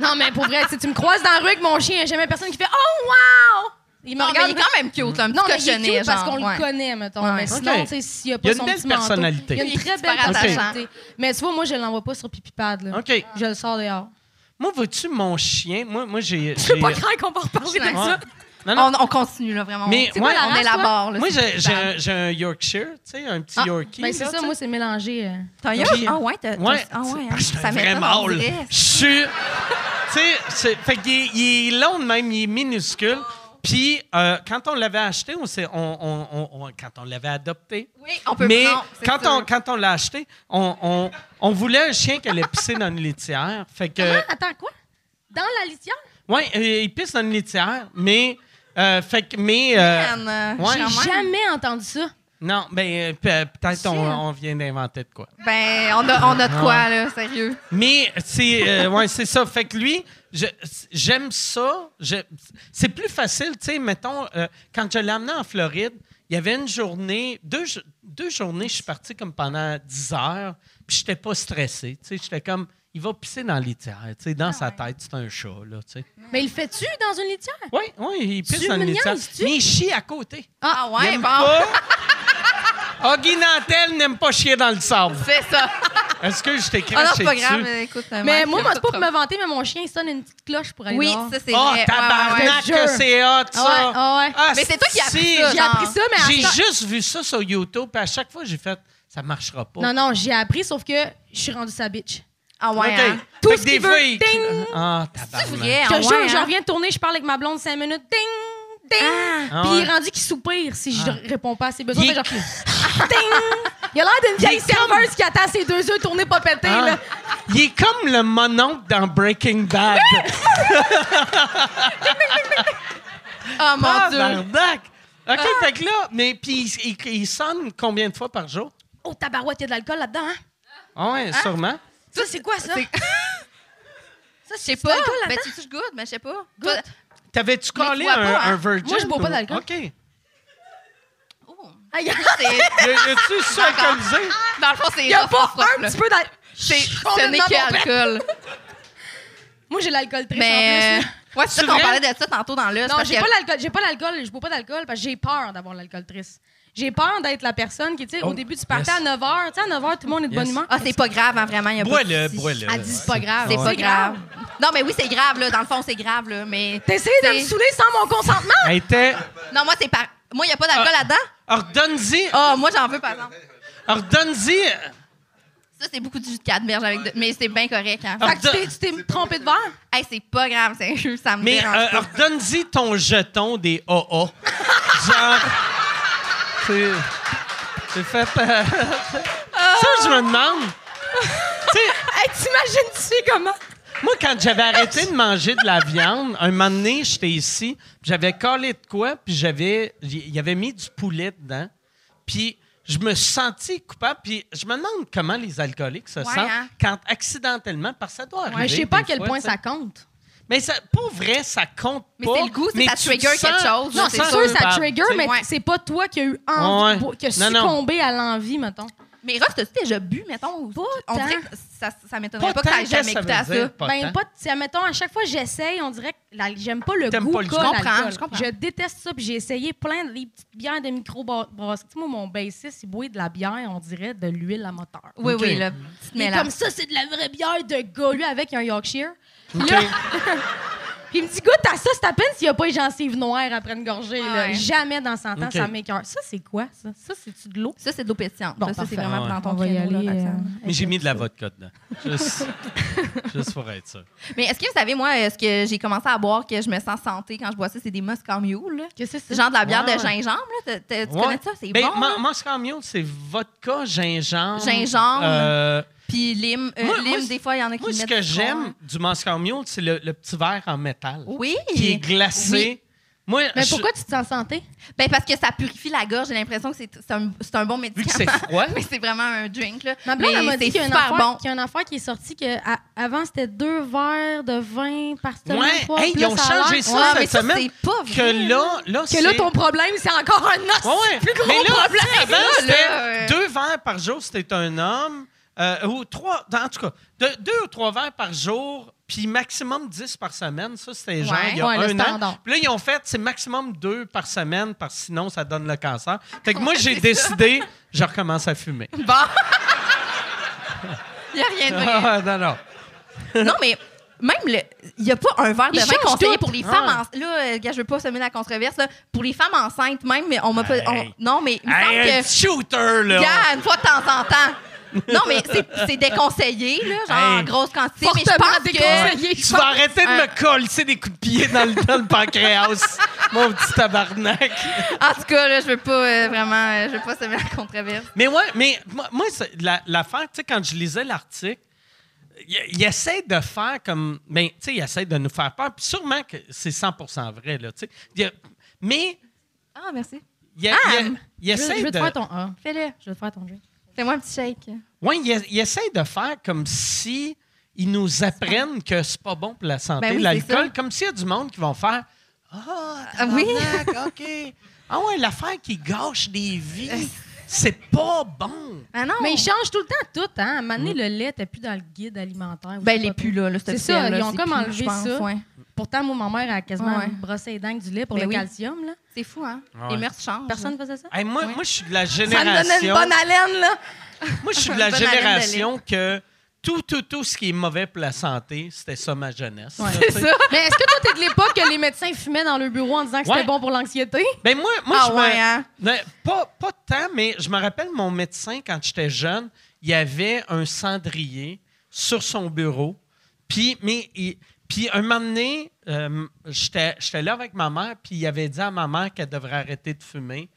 Speaker 6: Non, mais pour vrai, si tu me croises dans la rue avec mon chien, il n'y a jamais personne qui fait « Oh, wow! » Il me
Speaker 5: Non, mais
Speaker 6: regarde
Speaker 5: il est quand même cute, là, un petit
Speaker 6: Non, mais il est
Speaker 5: cochonnet,
Speaker 6: cute parce
Speaker 5: genre,
Speaker 6: qu'on
Speaker 5: ouais.
Speaker 6: le connaît, mettons.
Speaker 5: Ouais.
Speaker 6: Mais
Speaker 5: Ok.
Speaker 6: sinon, tu sais, s'il n'y a
Speaker 3: Il y
Speaker 6: pas
Speaker 3: a
Speaker 6: son
Speaker 3: une belle
Speaker 6: petit manteau,
Speaker 3: personnalité.
Speaker 6: Il y a une
Speaker 5: Il est
Speaker 6: très
Speaker 5: super
Speaker 6: belle
Speaker 5: attachant.
Speaker 6: personnalité. Mais tu vois, moi, je ne l'envoie pas sur Pipipad. là.
Speaker 3: OK.
Speaker 6: Je le sors dehors.
Speaker 3: Moi, vois-tu mon chien? Moi, moi j'ai.
Speaker 6: C'est
Speaker 3: j'ai-
Speaker 6: pas grave qu'on va reparler de
Speaker 5: Ouais.
Speaker 6: ça. Oh,
Speaker 3: Non, non.
Speaker 5: On, on continue, là, vraiment.
Speaker 3: Mais
Speaker 5: on,
Speaker 3: moi-
Speaker 5: on élabore. Là,
Speaker 3: Moi,
Speaker 5: c'est
Speaker 3: j'ai j'ai un, j'ai un Yorkshire, tu sais, un petit
Speaker 5: Ah,
Speaker 3: Yorkie.
Speaker 6: Ben, c'est
Speaker 3: là,
Speaker 6: ça,
Speaker 3: tu sais.
Speaker 6: moi, c'est mélangé. euh.
Speaker 5: T'as un
Speaker 3: Puis-
Speaker 5: Ah ouais, t'as. t'as-
Speaker 3: Ouais.
Speaker 5: Ah ouais, hein,
Speaker 3: je suis
Speaker 5: ça
Speaker 3: un vrai
Speaker 5: m'étonne, on
Speaker 3: mâle.
Speaker 5: dirait.
Speaker 3: Je suis. Tu sais, c'est- fait qu'il est- il est long de même, il est minuscule. Puis, euh, quand on l'avait acheté, on, s'est- on- on- on- on- quand on l'avait adopté,
Speaker 5: Oui, on peut
Speaker 3: mais
Speaker 5: non, c'est
Speaker 3: quand,
Speaker 5: sûr.
Speaker 3: on, quand on l'a acheté, on, on- on voulait un chien qui allait pisser dans une litière. Fait que,
Speaker 6: Comment? Attends, quoi? Dans la litière?
Speaker 3: ouais, euh, il pisse dans une litière, mais, euh, fait que, mais, euh,
Speaker 5: Man, euh,
Speaker 3: ouais.
Speaker 5: je suis
Speaker 6: J'ai
Speaker 5: quand même-
Speaker 6: jamais entendu ça.
Speaker 3: non, ben, euh, pe- peut-être on,
Speaker 5: Chien.
Speaker 3: on vient d'inventer de quoi.
Speaker 5: Ben, on a, on a de quoi, là, sérieux.
Speaker 3: Mais c'est, euh, ouais, c'est ça. Fait que lui, je- j'aime ça. Je- c'est plus facile, tu sais. Mettons, euh, quand je l'ai amené en Floride, il y avait une journée, deux, jo- deux journées, je suis parti comme pendant 10 heures, puis j'étais pas stressé. Tu sais, j'étais comme, il va pisser dans les tiers, tu sais, dans sa tête, c'est un chat, là, tu sais.
Speaker 6: Mais il le fais-tu dans une litière?
Speaker 3: Oui, oui, il pisse
Speaker 6: Tu
Speaker 3: dans
Speaker 6: me
Speaker 3: les tiers.
Speaker 6: niaises-tu?
Speaker 3: Mais il chie à côté.
Speaker 5: Ah
Speaker 3: Il
Speaker 5: ouais,
Speaker 3: aime
Speaker 5: bon.
Speaker 3: pas- Oggy Nantel n'aime pas chier dans le sable.
Speaker 5: C'est ça.
Speaker 3: Est-ce que je t'ai
Speaker 5: Ah non,
Speaker 3: craché
Speaker 5: c'est pas
Speaker 3: dessus?
Speaker 5: grave, mais écoute.
Speaker 6: Mais
Speaker 5: Mike,
Speaker 6: moi, moi,
Speaker 5: j'aime
Speaker 6: c'est pas
Speaker 5: trop.
Speaker 6: pour me vanter, mais mon chien, il sonne une petite cloche pour aller
Speaker 5: Oui,
Speaker 6: dehors.
Speaker 5: ça, c'est
Speaker 3: Oh,
Speaker 5: vrai. Ouais, ouais, ouais.
Speaker 3: tabarnak,
Speaker 6: ouais.
Speaker 3: que c'est hot, ça!
Speaker 6: Ah ouais, ah ouais.
Speaker 3: Ah,
Speaker 5: Mais c'est toi qui as appris
Speaker 3: si.
Speaker 5: ça,
Speaker 6: J'ai
Speaker 5: genre.
Speaker 6: appris ça, mais à
Speaker 3: J'ai
Speaker 6: ce-
Speaker 3: juste vu ça sur YouTube, puis à chaque fois, j'ai fait « ça marchera pas
Speaker 6: Non, non, j'ai appris, sauf que je suis rendue sa bitch.
Speaker 5: Ah ». ouais,
Speaker 3: OK.
Speaker 5: hein.
Speaker 6: Tout
Speaker 3: Fait
Speaker 6: ce
Speaker 3: que
Speaker 6: qu'il
Speaker 3: des
Speaker 6: veut,
Speaker 3: fois, il-
Speaker 6: ding.
Speaker 3: Ah,
Speaker 5: C'est
Speaker 3: tabarnak.
Speaker 5: vrai,
Speaker 6: Je te
Speaker 5: ah
Speaker 6: jure,
Speaker 5: ouais,
Speaker 6: je
Speaker 5: hein.
Speaker 6: reviens de tourner, je parle avec ma blonde cinq minutes, ding, ding.
Speaker 5: Ah.
Speaker 3: Ah
Speaker 6: Puis
Speaker 3: ouais.
Speaker 6: il est rendu qu'il soupire si je
Speaker 3: Ah.
Speaker 6: réponds pas à ses besoins.
Speaker 3: Il est-
Speaker 6: Fait genre, ding! Il a l'air d'une vieille
Speaker 3: est comme-
Speaker 6: serveuse qui attend ses deux œufs tournés pas pétés.
Speaker 3: Ah.
Speaker 6: là.
Speaker 3: Il est comme le mononcle dans Breaking Bad.
Speaker 5: Ah mon dieu.
Speaker 3: Tabarnak! OK,
Speaker 6: Ah.
Speaker 3: fait que là, mais puis il, il- il sonne combien de fois par jour?
Speaker 6: Oh, tabarouette, il y a de l'alcool là-dedans, hein?
Speaker 3: Ah ouais, sûrement.
Speaker 6: Ça, c'est quoi, ça?
Speaker 5: C'est- Je
Speaker 6: Ça,
Speaker 5: sais
Speaker 6: c'est
Speaker 5: pas.
Speaker 6: de l'alcool
Speaker 5: Ben,
Speaker 6: là-dedans?
Speaker 5: tu touches good, mais je sais pas.
Speaker 6: Good.
Speaker 5: Toi-
Speaker 3: T'avais-tu
Speaker 5: Mais tu
Speaker 3: collé
Speaker 5: bois
Speaker 3: un,
Speaker 5: pas, hein?
Speaker 3: un virgin?
Speaker 6: Moi, je bois pas
Speaker 3: ou-
Speaker 6: d'alcool.
Speaker 3: OK. Y
Speaker 5: Oh.
Speaker 6: Aïe,
Speaker 5: C'est-
Speaker 3: a- y a-tu ça alcoolisé?
Speaker 5: Dans le fond, c'est.
Speaker 6: Il y a pas un
Speaker 5: là.
Speaker 6: petit peu d'alcool.
Speaker 5: C'est- Ce n'est
Speaker 6: Complètement
Speaker 5: que
Speaker 6: bon.
Speaker 5: alcool.
Speaker 6: Moi, j'ai l'alcool très
Speaker 5: Mais. euh, Ouais, c'est
Speaker 3: C'est
Speaker 5: ça qu'on
Speaker 3: vrai?
Speaker 5: parlait de ça tantôt dans l'os.
Speaker 6: Non,
Speaker 5: parce
Speaker 6: j'ai
Speaker 5: que-
Speaker 6: pas l'alcool, j'ai pas l'alcool, je bois pas d'alcool parce que j'ai peur d'avoir l'alcool triste. J'ai peur d'être la personne qui, tu sais,
Speaker 3: Oh,
Speaker 6: au début, tu partais
Speaker 3: yes.
Speaker 6: à 9 h. Tu sais, à 9 h, tout le monde est de
Speaker 3: Yes.
Speaker 6: bonne humeur.
Speaker 5: Ah, c'est pas grave, hein, vraiment. il Y a pas de
Speaker 3: Bois-le,
Speaker 5: souci.
Speaker 3: bois-le.
Speaker 6: Elle dit, c'est pas grave.
Speaker 5: C'est
Speaker 6: Ah, Ouais.
Speaker 5: pas grave. Non, mais oui, c'est grave, là. Dans le fond, c'est grave, là. Mais.
Speaker 6: T'essayes de me
Speaker 5: C'est-
Speaker 6: saouler sans mon consentement?
Speaker 3: Elle était...
Speaker 5: Non, moi, c'est pas. Moi, il n'y a pas d'alcool
Speaker 3: Ah.
Speaker 5: là-dedans.
Speaker 3: Ordonne-y...
Speaker 5: Ah, moi, j'en veux, par exemple.
Speaker 6: Oh.
Speaker 3: Ordonne-y...
Speaker 5: Ça, c'est beaucoup de jus de canneberge avec. de- Mais c'est bien correct, hein.
Speaker 3: Ah.
Speaker 6: Fait que tu t'es- tu t'es trompé de verre?
Speaker 5: Hey, c'est pas grave, sérieux, ça me
Speaker 3: Mais
Speaker 5: dérange
Speaker 3: euh,
Speaker 5: pas.
Speaker 3: ordonne-y ton jeton des AA. Genre. C'est. C'est fait. euh,
Speaker 5: Ah!
Speaker 3: ça, je me demande. tu sais,
Speaker 6: Hey, t'imagines-tu comment?
Speaker 3: moi, quand j'avais arrêté de manger de la viande, un moment donné, j'étais ici, puis j'avais collé de quoi, puis j'avais. Il y avait mis du poulet dedans. Puis. Je me sentis coupable, puis je me demande comment les alcooliques se
Speaker 5: Ouais,
Speaker 3: sentent
Speaker 5: hein.
Speaker 3: quand accidentellement, parce que ça doit arriver.
Speaker 6: Ouais, je sais pas à
Speaker 3: des
Speaker 6: quel
Speaker 3: fois,
Speaker 6: point
Speaker 3: tu sais.
Speaker 6: ça compte.
Speaker 3: Mais ça, pour vrai, ça compte
Speaker 5: Mais
Speaker 3: pas.
Speaker 5: c'est le goût, c'est ça
Speaker 3: tu te
Speaker 5: trigger quelque
Speaker 3: sens-
Speaker 5: chose,
Speaker 3: tu
Speaker 5: là,
Speaker 6: Non,
Speaker 3: te
Speaker 5: c'est
Speaker 6: c'est
Speaker 3: sens
Speaker 6: sûr, ça
Speaker 3: coupable,
Speaker 6: trigger,
Speaker 3: tu sais.
Speaker 6: mais
Speaker 5: Ouais.
Speaker 6: c'est pas toi qui a eu envie,
Speaker 3: Ouais.
Speaker 6: de boire- qui a
Speaker 3: Non, non.
Speaker 6: succombé à l'envie, mettons.
Speaker 5: Mais Ross, t'as-tu déjà bu, mettons? ou-
Speaker 6: Pas
Speaker 5: on
Speaker 6: tant.
Speaker 5: dirait que ça, ça m'étonnerait
Speaker 3: Pas
Speaker 5: pas que
Speaker 3: tant,
Speaker 5: t'aies jamais
Speaker 3: qu'est-ce que
Speaker 5: goûté
Speaker 3: ça
Speaker 5: à
Speaker 3: veut
Speaker 5: ça.
Speaker 3: dire? Pas
Speaker 6: ben,
Speaker 3: tant.
Speaker 6: pas, tu sais, mettons, à chaque fois que j'essaye, on dirait que la- j'aime pas le
Speaker 3: T'aimes
Speaker 6: goût
Speaker 3: pas le
Speaker 6: qu'a
Speaker 3: goût.
Speaker 5: Je comprends,
Speaker 6: l'alcool.
Speaker 5: je comprends.
Speaker 6: déteste ça, puis j'ai essayé plein de les petites bières de micro-brasserie. Tu sais, moi, mon bassiste, il boit de la bière, on dirait de l'huile à moteur.
Speaker 5: Oui,
Speaker 3: Ok.
Speaker 5: oui, là, petite
Speaker 6: Mais
Speaker 5: mélange.
Speaker 6: comme ça, c'est de la vraie bière de gars, lui, avec un Yorkshire. Là- Puis il me dit, goûte à ça, c'est à peine s'il n'y a pas les gencives noires après une gorgée. là.
Speaker 5: Ouais.
Speaker 6: Jamais dans 100 ans,
Speaker 1: Ok.
Speaker 6: ça m'écoeure. Ça, c'est quoi, ça? Ça, c'est-tu de l'eau?
Speaker 5: Ça, c'est de l'eau pétillante.
Speaker 6: Bon,
Speaker 5: ça, ça,
Speaker 6: parfait.
Speaker 5: c'est vraiment
Speaker 1: Ouais.
Speaker 5: dans
Speaker 6: On
Speaker 5: ton
Speaker 6: va y
Speaker 5: créneau,
Speaker 6: aller,
Speaker 5: là, Roxane.
Speaker 1: Mais j'ai mis de la vodka dedans. Juste, juste pour être sûr.
Speaker 5: Mais est-ce que vous savez, moi, est-ce que j'ai commencé à boire que je me sens santé quand je bois ça? C'est des Moscow Mule, là.
Speaker 6: Qu'est-ce que
Speaker 5: C'est
Speaker 6: c'est?
Speaker 5: genre de la bière
Speaker 3: Ouais.
Speaker 5: de gingembre, là. T'as- t'as- Tu
Speaker 3: Ouais.
Speaker 5: connais ça? C'est
Speaker 3: Ben,
Speaker 5: bon,
Speaker 3: ma-
Speaker 5: là.
Speaker 3: Moscow Mule, c'est vodka, gingembre.
Speaker 5: Gingembre.
Speaker 3: euh,
Speaker 5: Puis lime, euh,
Speaker 3: Moi-
Speaker 5: lime,
Speaker 3: moi,
Speaker 5: des fois, il y en a qui
Speaker 3: moi, ce
Speaker 5: mettent
Speaker 3: que
Speaker 5: du citron.
Speaker 3: j'aime du Moscow Mule, c'est le, le petit verre en métal
Speaker 5: Oui.
Speaker 3: qui est glacé. Moi,
Speaker 6: Mais
Speaker 3: je-
Speaker 6: pourquoi tu te sens santé?
Speaker 5: Ben, parce que ça purifie la gorge. J'ai l'impression que c'est c'est un, c'est un bon
Speaker 3: vu que
Speaker 5: médicament.
Speaker 3: c'est froid,
Speaker 5: Mais c'est vraiment un drink, là.
Speaker 6: Ma Ah, blonde,
Speaker 5: Mais
Speaker 6: elle m'a dit
Speaker 5: c'est
Speaker 6: qu'il y, a une
Speaker 5: super
Speaker 6: affaire-
Speaker 5: bon.
Speaker 6: qu'il y a une affaire qui est sortie que à- avant, c'était deux verres de vin par semaine.
Speaker 3: Ouais.
Speaker 6: trois,
Speaker 3: Hey,
Speaker 6: plus
Speaker 3: ils ont
Speaker 6: ça a
Speaker 3: changé
Speaker 6: l'air-
Speaker 3: ça,
Speaker 5: Ouais,
Speaker 3: cette
Speaker 5: Ah, mais ça,
Speaker 3: semaine,
Speaker 5: c'est pas vrai.
Speaker 3: que là, là,
Speaker 6: Que là,
Speaker 3: c'est-
Speaker 6: ton problème, c'est encore un os.
Speaker 3: Ouais, ouais.
Speaker 6: plus gros
Speaker 3: Mais là,
Speaker 6: problème.
Speaker 3: tu sais, Avant,
Speaker 5: là,
Speaker 3: c'était
Speaker 5: là, euh,
Speaker 3: deux verres par jour, c'était un homme. euh, ou trois, en tout cas, deux, deux ou trois verres par jour, puis maximum dix par semaine. Ça, c'était genre
Speaker 5: Ouais.
Speaker 3: il y a
Speaker 6: Ouais, le
Speaker 3: un
Speaker 6: standard.
Speaker 3: an. Puis là, ils ont fait, c'est maximum deux par semaine, parce que sinon, ça donne le cancer. Fait que moi,
Speaker 5: Ouais,
Speaker 3: j'ai
Speaker 5: c'est
Speaker 3: décidé, je recommence à fumer.
Speaker 5: Bon. Il n'y a rien de vrai.
Speaker 3: Ah, non, non.
Speaker 5: Non, mais même le. Il n'y a pas un verre de
Speaker 6: Ils
Speaker 5: vin
Speaker 6: changent
Speaker 5: conseillé
Speaker 6: tout.
Speaker 5: pour les
Speaker 3: Ah.
Speaker 5: femmes enceintes. Là, euh, gars, je veux pas semer la controverse. là. Pour les femmes enceintes, même, mais on m'a pas. on-
Speaker 3: Hey.
Speaker 5: non, mais il me
Speaker 3: Hey,
Speaker 5: semble
Speaker 3: un
Speaker 5: que.
Speaker 3: petit shooter, là.
Speaker 5: Gars, une fois de temps en temps. Non, mais c'est- c'est déconseillé, là, genre
Speaker 3: Hey.
Speaker 5: grosse quantité. Mais je
Speaker 6: Fortement
Speaker 5: pense que.
Speaker 6: déconseillé.
Speaker 3: Tu vas arrêter de
Speaker 5: Euh.
Speaker 3: me coller des coups de pied dans le, dans le pancréas, mon petit tabarnak.
Speaker 5: En tout cas, là, je veux pas euh, vraiment. euh, je veux pas semer la controverse.
Speaker 3: Mais ouais, mais moi, moi, c'est la- l'affaire, tu sais, quand je lisais l'article, il, il essaie de faire comme. Ben, tu sais, il essaie de nous faire peur. Puis sûrement que c'est 100 vrai, là, tu sais. Il y a- Mais
Speaker 5: Ah, merci.
Speaker 3: il, y a- il y a- il
Speaker 6: Je,
Speaker 3: essaie
Speaker 6: je vais te
Speaker 3: de.
Speaker 6: faire ton A. Fais-le. Je vais te faire ton drink.
Speaker 5: Fais-moi un petit shake.
Speaker 3: Ouais, il, il essaie de faire comme si ils nous apprennent que c'est pas bon pour la santé,
Speaker 5: Ben oui, c'est
Speaker 3: l'alcool.
Speaker 5: ça.
Speaker 3: Comme s'il y a du monde qui vont faire Ah,
Speaker 5: Ah oui.
Speaker 3: tabarnak, OK. Ah ouais, l'affaire qui gâche des vies, c'est pas bon.
Speaker 5: Ah non.
Speaker 6: Mais ils changent tout le temps tout. Hein? À un moment
Speaker 3: Mm.
Speaker 6: donné, le lait, t'es plus dans le guide alimentaire. ou
Speaker 5: Ben,
Speaker 6: je sais
Speaker 5: les
Speaker 6: pas
Speaker 5: pulls, là, là,
Speaker 6: C'est
Speaker 5: officiel,
Speaker 6: ça,
Speaker 5: là,
Speaker 6: ils ont
Speaker 5: c'est
Speaker 6: comme
Speaker 5: plus,
Speaker 6: enlevé
Speaker 5: je pense,
Speaker 6: ça.
Speaker 5: ouais.
Speaker 6: trop. Pourtant, moi, ma mère a quasiment
Speaker 5: Ouais.
Speaker 6: brossé les dents avec du lait pour
Speaker 5: Ben
Speaker 6: le
Speaker 5: oui.
Speaker 6: calcium. Là.
Speaker 5: C'est fou, hein?
Speaker 3: Ah, Ouais.
Speaker 5: Les mœurs changent.
Speaker 6: Personne faisait ça?
Speaker 3: Hey, moi, moi, je suis de la
Speaker 5: Ça me
Speaker 3: génération.
Speaker 5: donnait une bonne haleine, là.
Speaker 3: Moi, je suis de la
Speaker 5: Bonne haleine de lait.
Speaker 3: génération que tout, tout, tout ce qui est mauvais pour la santé, c'était ça ma jeunesse.
Speaker 6: Ouais.
Speaker 3: Là,
Speaker 5: C'est
Speaker 3: tu sais.
Speaker 5: ça.
Speaker 6: Mais est-ce que toi, t'es de l'époque que les médecins fumaient dans le bureau en disant que c'était
Speaker 3: Ouais.
Speaker 6: bon pour l'anxiété?
Speaker 3: Ben moi, moi
Speaker 5: Ah
Speaker 3: je me-
Speaker 5: ouais, hein?
Speaker 3: Mais pas, pas tant, mais je me rappelle mon médecin quand j'étais jeune, il y avait un cendrier sur son bureau. Puis, mais, il- puis un moment donné, euh, j'étais j'étais là avec ma mère, puis il avait dit à ma mère qu'elle devrait arrêter de fumer.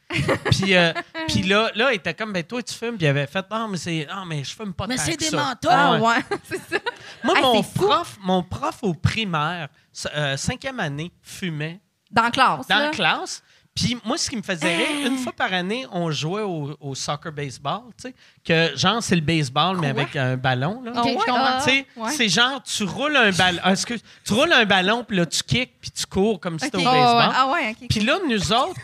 Speaker 3: puis, euh, puis là, là, il était comme, ben toi, tu fumes. Puis il avait fait, non, mais, c'est- non, mais je fume pas
Speaker 6: Mais
Speaker 3: tant
Speaker 6: c'est
Speaker 3: que
Speaker 6: des
Speaker 3: ça.
Speaker 6: menteurs,
Speaker 3: Ah
Speaker 5: Ah
Speaker 3: ouais.
Speaker 5: ouais, c'est ça.
Speaker 3: Moi,
Speaker 5: Hey,
Speaker 3: mon,
Speaker 5: c'est fou.
Speaker 3: prof, mon prof au primaire, c- euh, cinquième année, fumait
Speaker 5: Dans la classe,
Speaker 3: dans
Speaker 5: là.
Speaker 3: la classe. Puis moi, ce qui me faisait rire, une fois par année, on jouait au, au soccer baseball, tu sais, que genre, c'est le baseball, mais avec un ballon, là.
Speaker 5: Ah ouais,
Speaker 6: je comprends.
Speaker 5: ah,
Speaker 3: Tu sais,
Speaker 5: ouais.
Speaker 3: c'est genre, tu roules un ballon, ah, excuse, tu roules un ballon, puis là, tu kicks, puis tu cours comme si
Speaker 5: Ok.
Speaker 3: c'était
Speaker 5: Ah
Speaker 3: au
Speaker 5: ouais,
Speaker 3: baseball.
Speaker 5: Ah ouais, ok.
Speaker 3: Puis là, nous autres,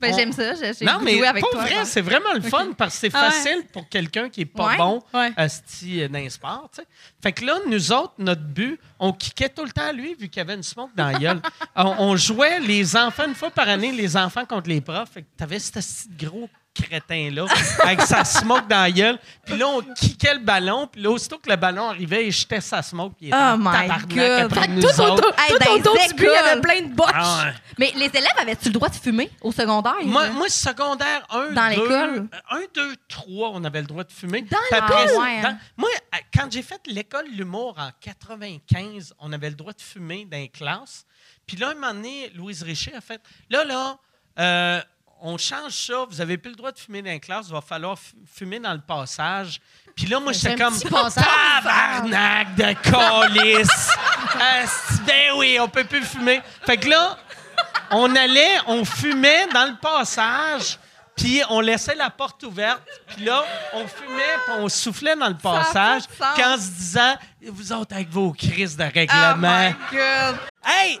Speaker 5: ben,
Speaker 3: on-
Speaker 5: j'aime ça, j'ai j'ai
Speaker 3: non,
Speaker 5: goût de
Speaker 3: mais
Speaker 5: jouer avec
Speaker 3: pour
Speaker 5: toi.
Speaker 3: vrai,
Speaker 5: genre.
Speaker 3: c'est vraiment le fun parce que c'est
Speaker 5: Ah ouais.
Speaker 3: facile pour quelqu'un qui est pas
Speaker 5: Ouais.
Speaker 3: bon
Speaker 6: Ouais.
Speaker 3: à ce petit euh, dans les sports, tu sais. Fait que là, nous autres, notre but, on kickait tout le temps à lui vu qu'il y avait une smoke dans la gueule. on, on jouait les enfants, une fois par année, les enfants contre les profs. Fait que t'avais ce petit gros crétin-là avec sa smoke dans la gueule. Puis là, on kickait le ballon. Puis là, aussitôt que le ballon arrivait, il jetait sa smoke. puis il était
Speaker 5: Oh
Speaker 3: en
Speaker 5: my
Speaker 3: tabarnak
Speaker 5: God.
Speaker 3: après
Speaker 5: Fait que
Speaker 3: nous
Speaker 5: tout
Speaker 3: autres.
Speaker 5: autour- Hey,
Speaker 6: tout
Speaker 5: dans
Speaker 6: autour
Speaker 5: les
Speaker 6: du but, il y avait
Speaker 5: écoles.
Speaker 6: plein de botches.
Speaker 3: Ah ouais.
Speaker 5: Mais les élèves avaient-tu le droit de fumer au secondaire?
Speaker 3: Moi,
Speaker 5: là?
Speaker 3: moi, secondaire euh, 1,
Speaker 5: Dans
Speaker 3: 2,
Speaker 5: l'école?
Speaker 3: 1, 2, 3, on avait le droit de fumer.
Speaker 5: Dans
Speaker 3: Puis après,
Speaker 5: l'école? Ah ouais.
Speaker 3: dans- moi, à- quand j'ai fait l'école de l'humour en 95, on avait le droit de fumer dans les classes. Puis là, un moment donné, Louise Richer a fait Là, là, euh, on change ça, vous n'avez plus le droit de fumer dans les classes, il va falloir fu- fumer dans le passage. Puis là, moi,
Speaker 6: C'est
Speaker 3: j'étais
Speaker 6: un
Speaker 3: comme Ah,
Speaker 6: petit passage.
Speaker 5: hein?
Speaker 3: Tabarnak de colis! ben oui, on peut plus fumer. Fait que là, on allait, on fumait dans le passage, puis on laissait la porte ouverte, puis là, on fumait, puis on soufflait dans le
Speaker 5: a
Speaker 3: passage,
Speaker 5: pas de sens.
Speaker 3: puis en se disant, vous autres avec vos crises de
Speaker 5: Oh
Speaker 3: règlement.
Speaker 5: my God!
Speaker 3: Hey,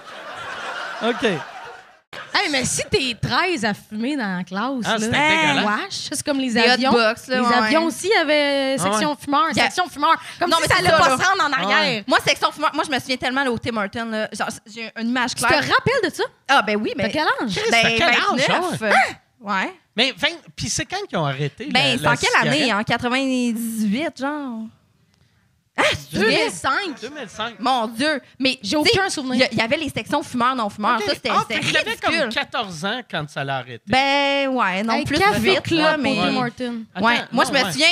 Speaker 3: Ha, ha! OK.
Speaker 6: Hey, mais si t'es 13 à fumer dans la classe,
Speaker 3: Ah,
Speaker 6: là,
Speaker 3: c'était dégueulasse. Ah
Speaker 6: wesh, c'est comme les
Speaker 5: Les hot
Speaker 6: avions.
Speaker 5: box, là,
Speaker 6: les
Speaker 5: ouais.
Speaker 6: avions aussi avaient section fumeur,
Speaker 5: Yeah.
Speaker 6: section fumeur. Comme
Speaker 5: Non,
Speaker 6: si
Speaker 5: mais
Speaker 6: ça
Speaker 5: c'est
Speaker 6: allait
Speaker 5: ça,
Speaker 6: pas
Speaker 5: là.
Speaker 6: se rendre en arrière.
Speaker 5: Moi, section fumeur, moi, je me souviens tellement là, au Tim Hortons. là, genre, J'ai une image
Speaker 6: Tu te
Speaker 5: claire.
Speaker 6: rappelles de ça?
Speaker 5: Ah, ben oui, mais.
Speaker 6: T'as quel âge? Hein?
Speaker 5: Ben,
Speaker 3: T'as quel âge,
Speaker 5: 29. Ouais.
Speaker 3: Mais vingt- puis c'est quand qu'ils ont arrêté? la-
Speaker 5: Ben, c'est
Speaker 3: la
Speaker 5: en quelle année?
Speaker 3: cigarette?
Speaker 5: En 98, genre. Ah, tu viens?
Speaker 6: 2005.
Speaker 5: hein?
Speaker 3: 2005.
Speaker 5: Mon Dieu. Mais
Speaker 6: J'ai
Speaker 5: tu sais,
Speaker 6: aucun souvenir.
Speaker 5: Il y, y avait les sections fumeurs, non fumeurs.
Speaker 3: OK.
Speaker 5: Ça, c'était
Speaker 3: Ah,
Speaker 5: c'était
Speaker 3: fait qu'il avait comme
Speaker 5: ridicule.
Speaker 3: 14 ans quand ça l'a arrêté.
Speaker 5: Ben, ouais, non,
Speaker 6: Hey,
Speaker 5: plus
Speaker 6: cave
Speaker 5: vite,
Speaker 6: club
Speaker 5: là,
Speaker 6: pour
Speaker 5: mais.
Speaker 6: Tim
Speaker 5: Ouais,
Speaker 6: Hortons.
Speaker 5: moi,
Speaker 3: non,
Speaker 5: je me
Speaker 3: ouais.
Speaker 5: souviens,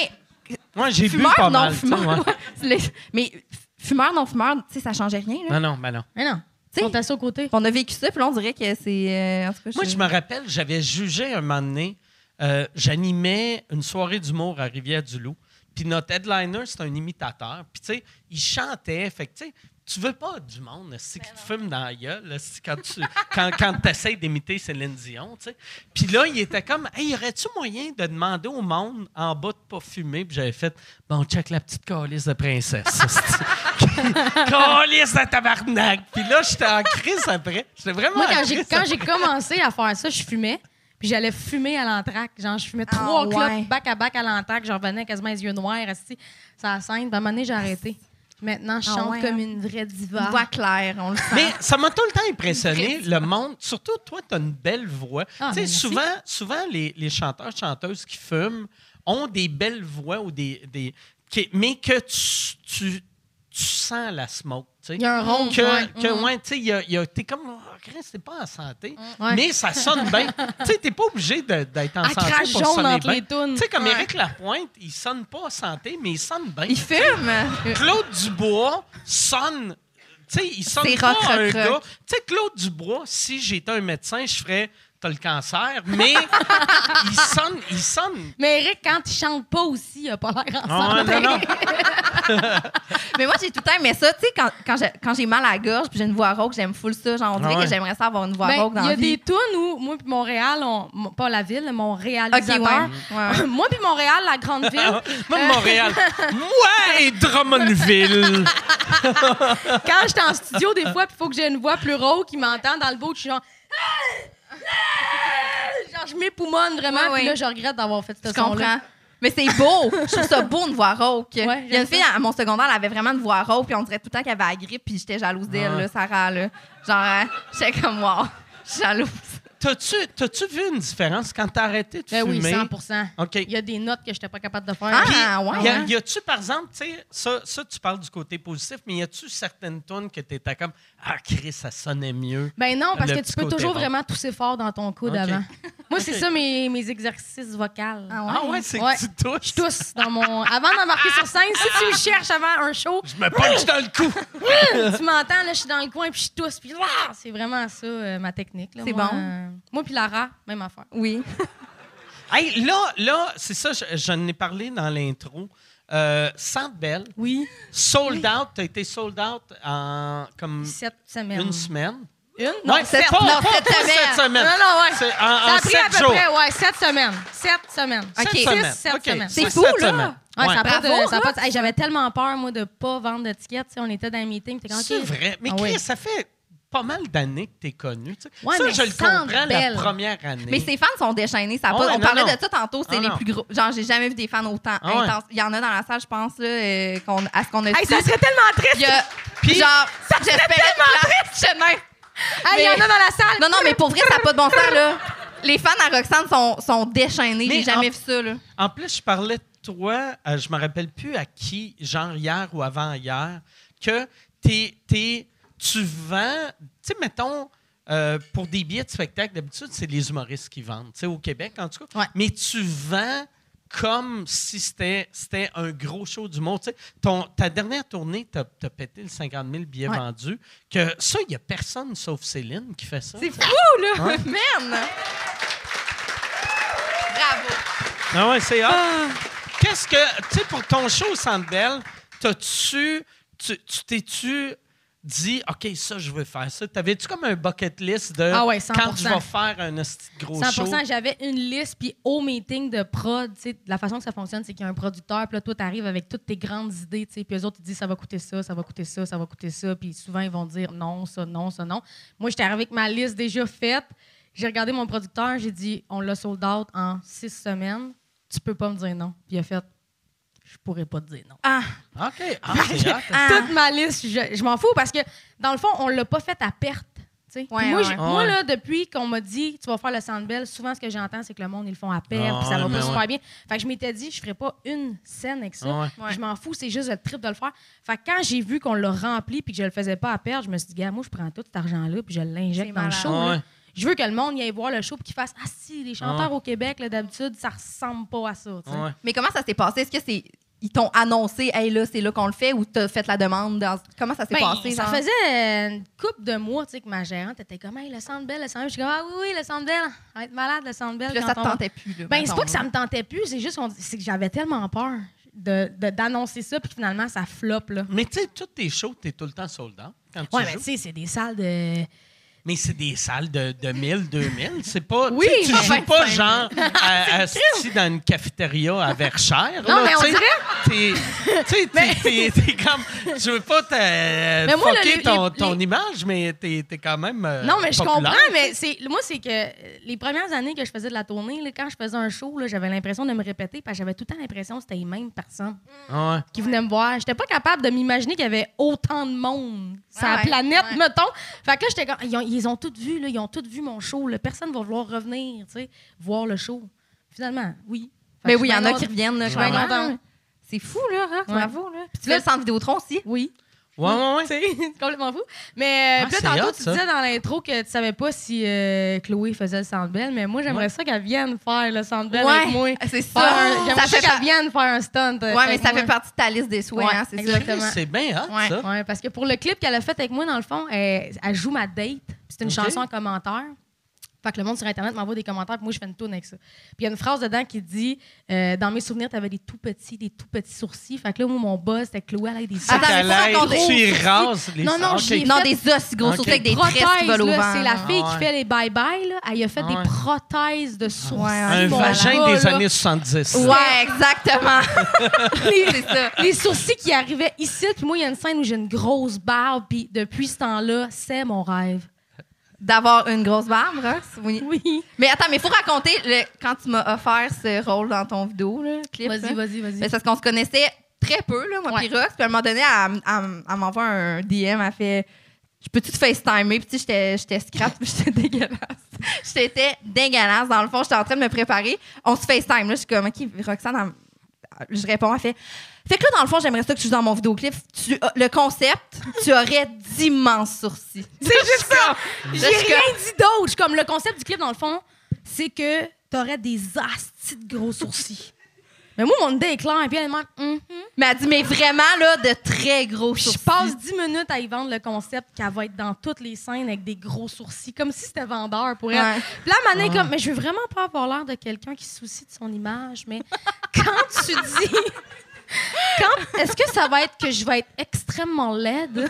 Speaker 3: Ouais, j'ai bu pas mal.
Speaker 5: fumeur,
Speaker 3: tu
Speaker 5: non
Speaker 3: sais,
Speaker 5: fumeur.
Speaker 3: ouais.
Speaker 5: Les- Mais fumeur, non fumeur, tu sais, ça changeait rien, là.
Speaker 3: Non, non, ben non.
Speaker 6: Mais non,
Speaker 5: Tu sais,
Speaker 6: on assis au côté.
Speaker 5: On a vécu ça, puis là, on dirait que c'est. euh, en tout cas,
Speaker 3: Moi, je me rappelle, j'avais jugé un moment donné. euh, J'animais une soirée d'humour à Rivière-du-Loup. Puis notre headliner, c'est un imitateur. Puis, tu sais, il chantait. Fait que, tu sais, tu veux pas du monde
Speaker 6: Ben
Speaker 3: si qui te fume dans la gueule esti, quand tu quand, essaies d'imiter Céline Dion, tu sais. Puis là, il était comme, « Hey, y aurait-tu moyen de demander au monde en bas de pas fumer? » Puis j'avais fait, « Bon, check la petite calice de princesse. esti. calice de tabarnak! » Puis là, j'étais en crise après. J'étais vraiment
Speaker 6: Moi,
Speaker 3: en
Speaker 6: quand j'ai,
Speaker 3: crise
Speaker 6: quand j'ai commencé à faire ça, je fumais. Puis j'allais fumer à l'entraque. Genre, je fumais
Speaker 5: Ah,
Speaker 6: trois
Speaker 5: ouais.
Speaker 6: clopes back à back à l'entraque. Je revenais quasiment les yeux noirs, assis sur la scène. Puis à un moment donné, j'ai arrêté. Maintenant, je
Speaker 5: Ah,
Speaker 6: chante
Speaker 5: ouais,
Speaker 6: comme
Speaker 5: hein?
Speaker 6: une vraie diva.
Speaker 5: Une voix claire, on le sent.
Speaker 3: Mais
Speaker 6: Ah.
Speaker 3: ça m'a tout le temps impressionné, le monde. Surtout, toi, tu as une belle voix.
Speaker 6: Ah,
Speaker 3: tu sais,
Speaker 6: ben, merci.
Speaker 3: souvent, souvent les, les chanteurs, chanteuses qui fument ont des belles voix ou des. des qui- mais que tu, tu, tu sens la smoke. tu sais.
Speaker 6: Il y a un Mm. rond.
Speaker 3: Que,
Speaker 6: ouais.
Speaker 3: que, ouais, tu sais, il y a- il y a- t'es comme, oh, Chris, t'es pas en santé,
Speaker 6: Mm. Ouais.
Speaker 3: mais ça sonne bien. tu sais, t'es pas obligé de- d'être en
Speaker 6: À
Speaker 3: santé
Speaker 6: crache
Speaker 3: pour
Speaker 6: jaune
Speaker 3: sonner
Speaker 6: entre les
Speaker 3: bien.
Speaker 6: tounes.
Speaker 3: Tu sais, comme
Speaker 5: Ouais.
Speaker 3: Éric Lapointe, il sonne pas en santé, mais il sonne bien.
Speaker 5: Il fume.
Speaker 3: Claude Dubois sonne. Tu sais, il sonne
Speaker 5: C'est
Speaker 3: pas
Speaker 5: rock,
Speaker 3: un
Speaker 5: rock,
Speaker 3: gars.
Speaker 5: rock.
Speaker 3: Tu sais, Claude Dubois, si j'étais un médecin, je ferais T'as le cancer, mais il sonne. Il sonne.
Speaker 6: Mais Eric, quand il chante pas aussi, il a pas l'air en
Speaker 3: Ah,
Speaker 6: santé.
Speaker 3: non, non.
Speaker 5: Mais moi, j'ai tout le temps aimé ça. Tu sais, quand, quand j'ai- quand j'ai mal à la gorge, puis j'ai une voix rauque, j'aime full ça. Genre, on dirait
Speaker 3: Ah ouais.
Speaker 5: que j'aimerais ça avoir une voix
Speaker 6: Ben,
Speaker 5: rauque dans
Speaker 6: il y
Speaker 5: la
Speaker 6: a
Speaker 5: vie.
Speaker 6: des tunes où, moi puis Montréal, on- mon- pas la ville, mon
Speaker 5: OK, ouais.
Speaker 6: réalisateur.
Speaker 5: ouais, ouais.
Speaker 6: moi puis Montréal, la grande ville,
Speaker 3: Moi, Montréal. Moi et Drummondville.
Speaker 6: quand j'étais en studio, des fois, il faut que j'ai une voix plus rauque qui m'entend dans le beau, je suis genre. Genre, je m'époumonne vraiment,
Speaker 5: Ouais, ouais.
Speaker 6: puis là, je regrette d'avoir fait
Speaker 5: Je
Speaker 6: ce son-là.
Speaker 5: comprends. Mais c'est beau. Je trouve ça beau, une voix rauque. il
Speaker 6: Ouais,
Speaker 5: y a une
Speaker 6: j'aime
Speaker 5: fille à mon secondaire, elle avait vraiment une voix rauque, puis on dirait tout le temps qu'elle avait la grippe, puis j'étais jalouse d'elle,
Speaker 3: Ah Ouais.
Speaker 5: là, Sarah. Là. Genre, hein, j'étais comme, wow, je suis jalouse.
Speaker 3: T'as-tu t'as-tu vu une différence quand t'as arrêté de
Speaker 6: Ben oui,
Speaker 3: fumer?
Speaker 6: 100
Speaker 3: OK.
Speaker 6: Il y a des notes que j'étais pas capable de faire.
Speaker 5: Ah,
Speaker 3: Y a-
Speaker 5: ouais.
Speaker 3: y a-tu, par exemple, tu sais, ça, ça, tu parles du côté positif, mais y a-tu certaines tunes que t'étais comme Ah, Chris, ça sonnait mieux?
Speaker 6: Ben non, parce
Speaker 3: Le
Speaker 6: que
Speaker 3: petit
Speaker 6: tu peux
Speaker 3: côté
Speaker 6: toujours
Speaker 3: rond.
Speaker 6: vraiment tousser fort dans ton coude
Speaker 3: OK.
Speaker 6: avant. Moi, c'est
Speaker 3: OK.
Speaker 6: ça mes, mes exercices vocaux.
Speaker 3: Ah ouais, c'est que tu touches.
Speaker 6: Je tousse dans mon. Avant d'embarquer sur scène, si tu me cherches avant un show,
Speaker 3: Je me punch dans le cou.
Speaker 6: tu m'entends, là, je suis dans le coin, puis je tousse, puis là, c'est vraiment ça, euh, ma technique. là.
Speaker 5: C'est
Speaker 6: Moi,
Speaker 5: bon.
Speaker 6: euh, moi, puis Lara, même affaire.
Speaker 5: Oui.
Speaker 3: Hey, là, là, c'est ça, je- j'en ai parlé dans l'intro. Euh, Centre Bell,
Speaker 6: Oui.
Speaker 3: sold out, t'as été sold out en comme
Speaker 6: Sept semaines.
Speaker 3: une semaine.
Speaker 6: Une?
Speaker 3: Non,
Speaker 5: sept-
Speaker 3: pas,
Speaker 5: non,
Speaker 3: pas-
Speaker 5: sept
Speaker 3: pas
Speaker 5: semaines.
Speaker 3: cette semaine.
Speaker 6: Non, non, ouais.
Speaker 3: C'est en,
Speaker 6: Ça
Speaker 3: en
Speaker 6: a pris
Speaker 3: sept
Speaker 6: à peu
Speaker 3: jours.
Speaker 6: près, ouais, sept semaines. Sept semaines.
Speaker 3: Sept
Speaker 5: Ok. Six,
Speaker 3: semaines.
Speaker 6: sept
Speaker 3: Ok.
Speaker 6: semaines.
Speaker 5: C'est
Speaker 3: Six,
Speaker 5: fou,
Speaker 3: sept
Speaker 5: là.
Speaker 3: semaines.
Speaker 6: Ouais,
Speaker 3: Ouais.
Speaker 6: ça a pas de-
Speaker 5: Bravo,
Speaker 6: ça a pas de-
Speaker 5: Rox.
Speaker 6: Hey, J'avais tellement peur, moi, de pas vendre de tickets. tu sais, On était dans un meeting. t'es comme,
Speaker 3: C'est
Speaker 6: OK.
Speaker 3: vrai. Mais
Speaker 6: Ah
Speaker 3: Chris,
Speaker 6: ouais.
Speaker 3: ça fait pas mal d'années que t'es connu. tu sais.
Speaker 6: Ouais,
Speaker 3: ça,
Speaker 6: mais
Speaker 3: je le
Speaker 6: Centre
Speaker 3: comprends la
Speaker 6: Bell.
Speaker 3: première année.
Speaker 5: Mais ses fans sont déchaînés. Ça a
Speaker 3: Ah
Speaker 5: pas-
Speaker 3: ouais, non,
Speaker 5: on parlait
Speaker 3: non.
Speaker 5: de ça tantôt, c'est
Speaker 3: Ah
Speaker 5: les
Speaker 3: non.
Speaker 5: plus gros. Genre, j'ai jamais vu des fans autant
Speaker 3: Ah ouais.
Speaker 5: intenses. Il y en a dans la salle, je pense, là, euh, qu'on- à ce qu'on a
Speaker 6: Hey, ça
Speaker 5: su.
Speaker 6: serait tellement triste.
Speaker 5: Il y a-
Speaker 3: Puis-
Speaker 5: genre, j'espérais que la- je- non.
Speaker 6: Hey, Il y en a dans la salle.
Speaker 5: Non, non, mais pour vrai, ça n'a pas de bon sens, là. Les fans à Roxane sont, sont déchaînés.
Speaker 3: Mais
Speaker 5: J'ai jamais
Speaker 3: en-
Speaker 5: vu ça, là.
Speaker 3: En plus, je parlais de toi, euh, je me rappelle plus à qui, genre hier ou avant hier, que t'es- t'es- tu vends, tu sais, mettons, euh, pour des billets de spectacle, d'habitude, c'est les humoristes qui vendent, tu sais, au Québec, en tout cas.
Speaker 6: Ouais.
Speaker 3: Mais tu vends comme si c'était c'était un gros show du monde. Tu sais, ton, ta dernière tournée, t'as as pété le 50 000 billets
Speaker 5: Ouais.
Speaker 3: vendus. Que ça, il n'y a personne sauf Céline qui fait ça.
Speaker 5: C'est fou, là!
Speaker 3: Hein?
Speaker 5: Man! Bravo!
Speaker 3: Ah ouais, c'est hot. Qu'est-ce que. Tu sais, pour ton show au Centre Bell, t'as-tu. Tu tu t'es-tu dit, OK, ça, je veux faire ça? T'avais-tu comme un bucket list de
Speaker 6: Ah ouais,
Speaker 3: quand je
Speaker 6: 100%.
Speaker 3: vais faire un hostie de gros show?
Speaker 6: 100 j'avais une liste, puis au meeting de prod, tu sais, la façon que ça fonctionne, c'est qu'il y a un producteur, puis là, toi, t'arrives avec toutes tes grandes idées, tu sais, puis eux autres, ils disent ça va coûter ça, ça va coûter ça, ça va coûter ça, puis souvent, ils vont dire non, ça, non, ça, non. Moi, j'étais arrivée avec ma liste déjà faite. J'ai regardé mon producteur, j'ai dit on l'a sold out en six semaines, tu peux pas me dire non. Puis il a fait je pourrais pas te dire non.
Speaker 5: Ah!
Speaker 3: OK. Ah, c'est hot.
Speaker 5: Ah.
Speaker 6: Toute ma liste, je, je m'en fous parce que, dans le fond, on l'a pas fait à perte. tu sais.
Speaker 5: Ouais,
Speaker 6: Puis moi,
Speaker 5: ouais.
Speaker 6: j'ai-
Speaker 3: Ah
Speaker 6: moi,
Speaker 3: ouais.
Speaker 6: là, depuis qu'on m'a dit tu vas faire le Sandbell, souvent ce que j'entends, c'est que le monde, ils le font à perte,
Speaker 3: Ah
Speaker 6: puis ça va
Speaker 3: ouais,
Speaker 6: pas
Speaker 3: mais
Speaker 6: super
Speaker 3: ouais.
Speaker 6: bien. Fait que je m'étais dit, je ferais pas une scène avec ça.
Speaker 3: Ah ouais.
Speaker 6: Puis
Speaker 5: Ouais.
Speaker 6: Je m'en fous, c'est juste le trip de le faire. Fait que quand j'ai vu qu'on l'a rempli puis que je le faisais pas à perte, je me suis dit, gars, moi, je prends tout cet argent-là puis je
Speaker 5: C'est
Speaker 6: l'injecte dans le
Speaker 5: malade.
Speaker 6: show.
Speaker 3: Ah
Speaker 6: là.
Speaker 3: ouais.
Speaker 6: Je veux que le monde y aille voir le show puis qu'il fasse Ah si, les chanteurs au Québec, là, d'habitude, ça ressemble pas à ça. tu sais.
Speaker 3: Ouais.
Speaker 5: Mais comment ça s'est passé? Est-ce que c'est. Ils t'ont annoncé, hey là, c'est là qu'on le fait ou t'as fait la demande? dans- Comment ça s'est
Speaker 6: Ben,
Speaker 5: passé?
Speaker 6: Ça
Speaker 5: genre?
Speaker 6: faisait une couple de mois tu sais, que ma gérante était comme hey, le Sandbell, le Sandbell. Je suis comme Ah oui, oui, le Sandbell. On va être malade, le Sandbell.
Speaker 5: Puis là, ça te
Speaker 6: quand on va-
Speaker 5: tentait plus. Là,
Speaker 6: Ben, c'est
Speaker 5: mettons,
Speaker 6: pas que ça me tentait plus, c'est juste qu'on- c'est que j'avais tellement peur de- de- d'annoncer ça, puis finalement, ça floppe. Là.
Speaker 3: Mais tu sais, tous tes shows, t'es tout le temps sold out quand tu
Speaker 6: Ouais,
Speaker 3: joues. Euh,
Speaker 6: mais tu sais, c'est des salles de.
Speaker 3: Mais c'est des salles de, de 1000, 2000. C'est pas.
Speaker 5: Oui,
Speaker 3: tu sais,
Speaker 5: mais
Speaker 3: tu joues pas
Speaker 5: 25.
Speaker 3: genre à- assis dans une cafétéria à Verchères.
Speaker 6: Non,
Speaker 3: là,
Speaker 6: mais on
Speaker 3: tu sais.
Speaker 6: dirait-
Speaker 3: T'es- Tu sais, t'es- t'es t'es comme. Je veux pas te
Speaker 6: Mais moi, là,
Speaker 3: fucker
Speaker 6: les-
Speaker 3: ton,
Speaker 6: les-
Speaker 3: ton
Speaker 6: les-
Speaker 3: image, mais t'es es quand même. euh,
Speaker 6: Non, mais je
Speaker 3: populaire.
Speaker 6: comprends, mais c'est moi, c'est que euh, les premières années que je faisais de la tournée, là, quand je faisais un show, là, j'avais l'impression de me répéter, parce que j'avais tout le temps l'impression que c'était les mêmes personnes
Speaker 3: Ouais.
Speaker 6: qui venaient me voir. J'étais pas capable de m'imaginer qu'il y avait autant de monde sur
Speaker 5: Ouais,
Speaker 6: la
Speaker 5: ouais,
Speaker 6: planète,
Speaker 5: ouais.
Speaker 6: mettons. Fait que là, j'étais comme, ils ont, ils ont toutes vu, là, ils ont toutes vu mon show. là. Personne va vouloir revenir, tu sais, voir le show. Finalement, oui. Fait
Speaker 5: Mais
Speaker 6: que
Speaker 5: Ben oui, il y
Speaker 6: je suis
Speaker 5: en a
Speaker 6: bien
Speaker 5: qui
Speaker 6: contente.
Speaker 5: reviennent. Là,
Speaker 6: Je suis bien
Speaker 5: vraiment.
Speaker 6: contente.
Speaker 5: C'est fou, là, Rox,
Speaker 6: Ouais.
Speaker 5: bravo. Là. Puis tu
Speaker 6: Là-
Speaker 5: fais le centre Vidéotron aussi.
Speaker 6: Oui.
Speaker 3: Ouais, ouais, ouais.
Speaker 6: C'est complètement fou. Mais
Speaker 3: Ah,
Speaker 6: euh, puis
Speaker 3: c'est
Speaker 6: là, tantôt,
Speaker 3: hot,
Speaker 6: tu
Speaker 3: ça.
Speaker 6: disais dans l'intro que tu savais pas si euh, Chloé faisait le Sandbell, mais moi, j'aimerais
Speaker 3: Ouais.
Speaker 6: ça qu'elle vienne faire le Sandbell
Speaker 5: Ouais,
Speaker 6: avec moi.
Speaker 5: c'est
Speaker 6: Faire
Speaker 5: ça.
Speaker 6: un-
Speaker 5: Ça
Speaker 6: J'aimerais
Speaker 5: fait
Speaker 6: ça
Speaker 5: par-
Speaker 6: qu'elle vienne faire un stunt. euh,
Speaker 5: Ouais, mais
Speaker 6: avec
Speaker 5: ça
Speaker 6: moi.
Speaker 5: fait partie de ta liste des souhaits,
Speaker 6: Ouais,
Speaker 5: hein, c'est ça.
Speaker 6: exactement.
Speaker 3: C'est bien hot,
Speaker 5: Ouais.
Speaker 3: ça.
Speaker 6: Ouais, parce que pour le clip qu'elle a fait avec moi, dans le fond, elle, elle joue ma date. puis C'est une
Speaker 3: Ok.
Speaker 6: chanson en commentaire. Fait que le monde sur Internet m'envoie des commentaires, puis moi, je fais une tourne avec ça. Puis il y a une phrase dedans qui dit euh, Dans mes souvenirs, t'avais des tout petits, des tout petits sourcils. Fait que là, moi, mon boss, c'était Chloé, elle a des
Speaker 3: C'est
Speaker 5: Attends,
Speaker 3: qu'à
Speaker 5: mais faut
Speaker 3: l'aise,
Speaker 5: raconter.
Speaker 3: tu y rases les Ah,
Speaker 6: Non, non,
Speaker 3: Ok. Ah,
Speaker 6: j'ai-
Speaker 5: Non,
Speaker 6: fait-
Speaker 5: des os gros
Speaker 3: Ok.
Speaker 5: surtout avec des hein. tresses
Speaker 6: prothèses,
Speaker 5: qui volent au
Speaker 6: là,
Speaker 5: vent.
Speaker 6: c'est la
Speaker 5: là.
Speaker 6: fille
Speaker 3: Ah ouais.
Speaker 6: qui fait les bye-bye. là. Elle a fait
Speaker 3: Ah ouais.
Speaker 6: des prothèses de sourcils.
Speaker 3: Un
Speaker 5: Bon,
Speaker 6: mon
Speaker 3: vagin
Speaker 6: gars,
Speaker 3: des
Speaker 6: là.
Speaker 3: années 70.
Speaker 5: Ouais, exactement. c'est ça.
Speaker 6: Les sourcils qui arrivaient ici. Puis moi, il y a une scène où j'ai une grosse barbe. Puis depuis ce temps-là, c'est mon rêve.
Speaker 5: D'avoir une grosse barbe, Rox. Oui.
Speaker 6: Oui.
Speaker 5: Mais attends, mais faut raconter le- quand tu m'as offert ce rôle dans ton vidéo, là, clip. là.
Speaker 6: Vas-y, vas-y, vas-y.
Speaker 5: Mais c'est parce qu'on se connaissait très peu, là, moi
Speaker 6: Ouais.
Speaker 5: puis Rox. Puis à un moment donné, elle, m- elle m- elle m'envoie un DM, elle fait « Je peux-tu te FaceTimer? » Puis tu sais, j'étais- j'étais scrap, puis j'étais dégueulasse. j'étais dégueulasse. Dans le fond, j'étais en train de me préparer. On se FaceTime, là. Je suis comme « OK, Roxane, elle m- je réponds, elle fait « Fait que là, dans le fond, j'aimerais ça que tu joues dans mon vidéoclip. Tu, le concept, tu aurais d'immenses sourcils. »
Speaker 6: C'est juste ça. J'ai
Speaker 5: Là, je
Speaker 6: rien
Speaker 5: suis
Speaker 6: dit d'autre. Je suis Comme le concept du clip, dans le fond, c'est que t'aurais des astis de gros sourcils. Mais moi, mon idée est claire. Puis elle demande Hum, hum.
Speaker 5: Mais elle dit « Mais vraiment, là, de très gros
Speaker 6: Puis je
Speaker 5: sourcils. »
Speaker 6: passe 10 minutes à y vendre le concept qu'elle va être dans toutes les scènes avec des gros sourcils, comme si c'était vendeur pour elle.
Speaker 5: Ouais.
Speaker 6: Puis là, Mané est comme, mais je veux vraiment pas avoir l'air de quelqu'un qui se soucie de son image, mais quand tu dis. Quand, est-ce que ça va être que je vais être extrêmement laide?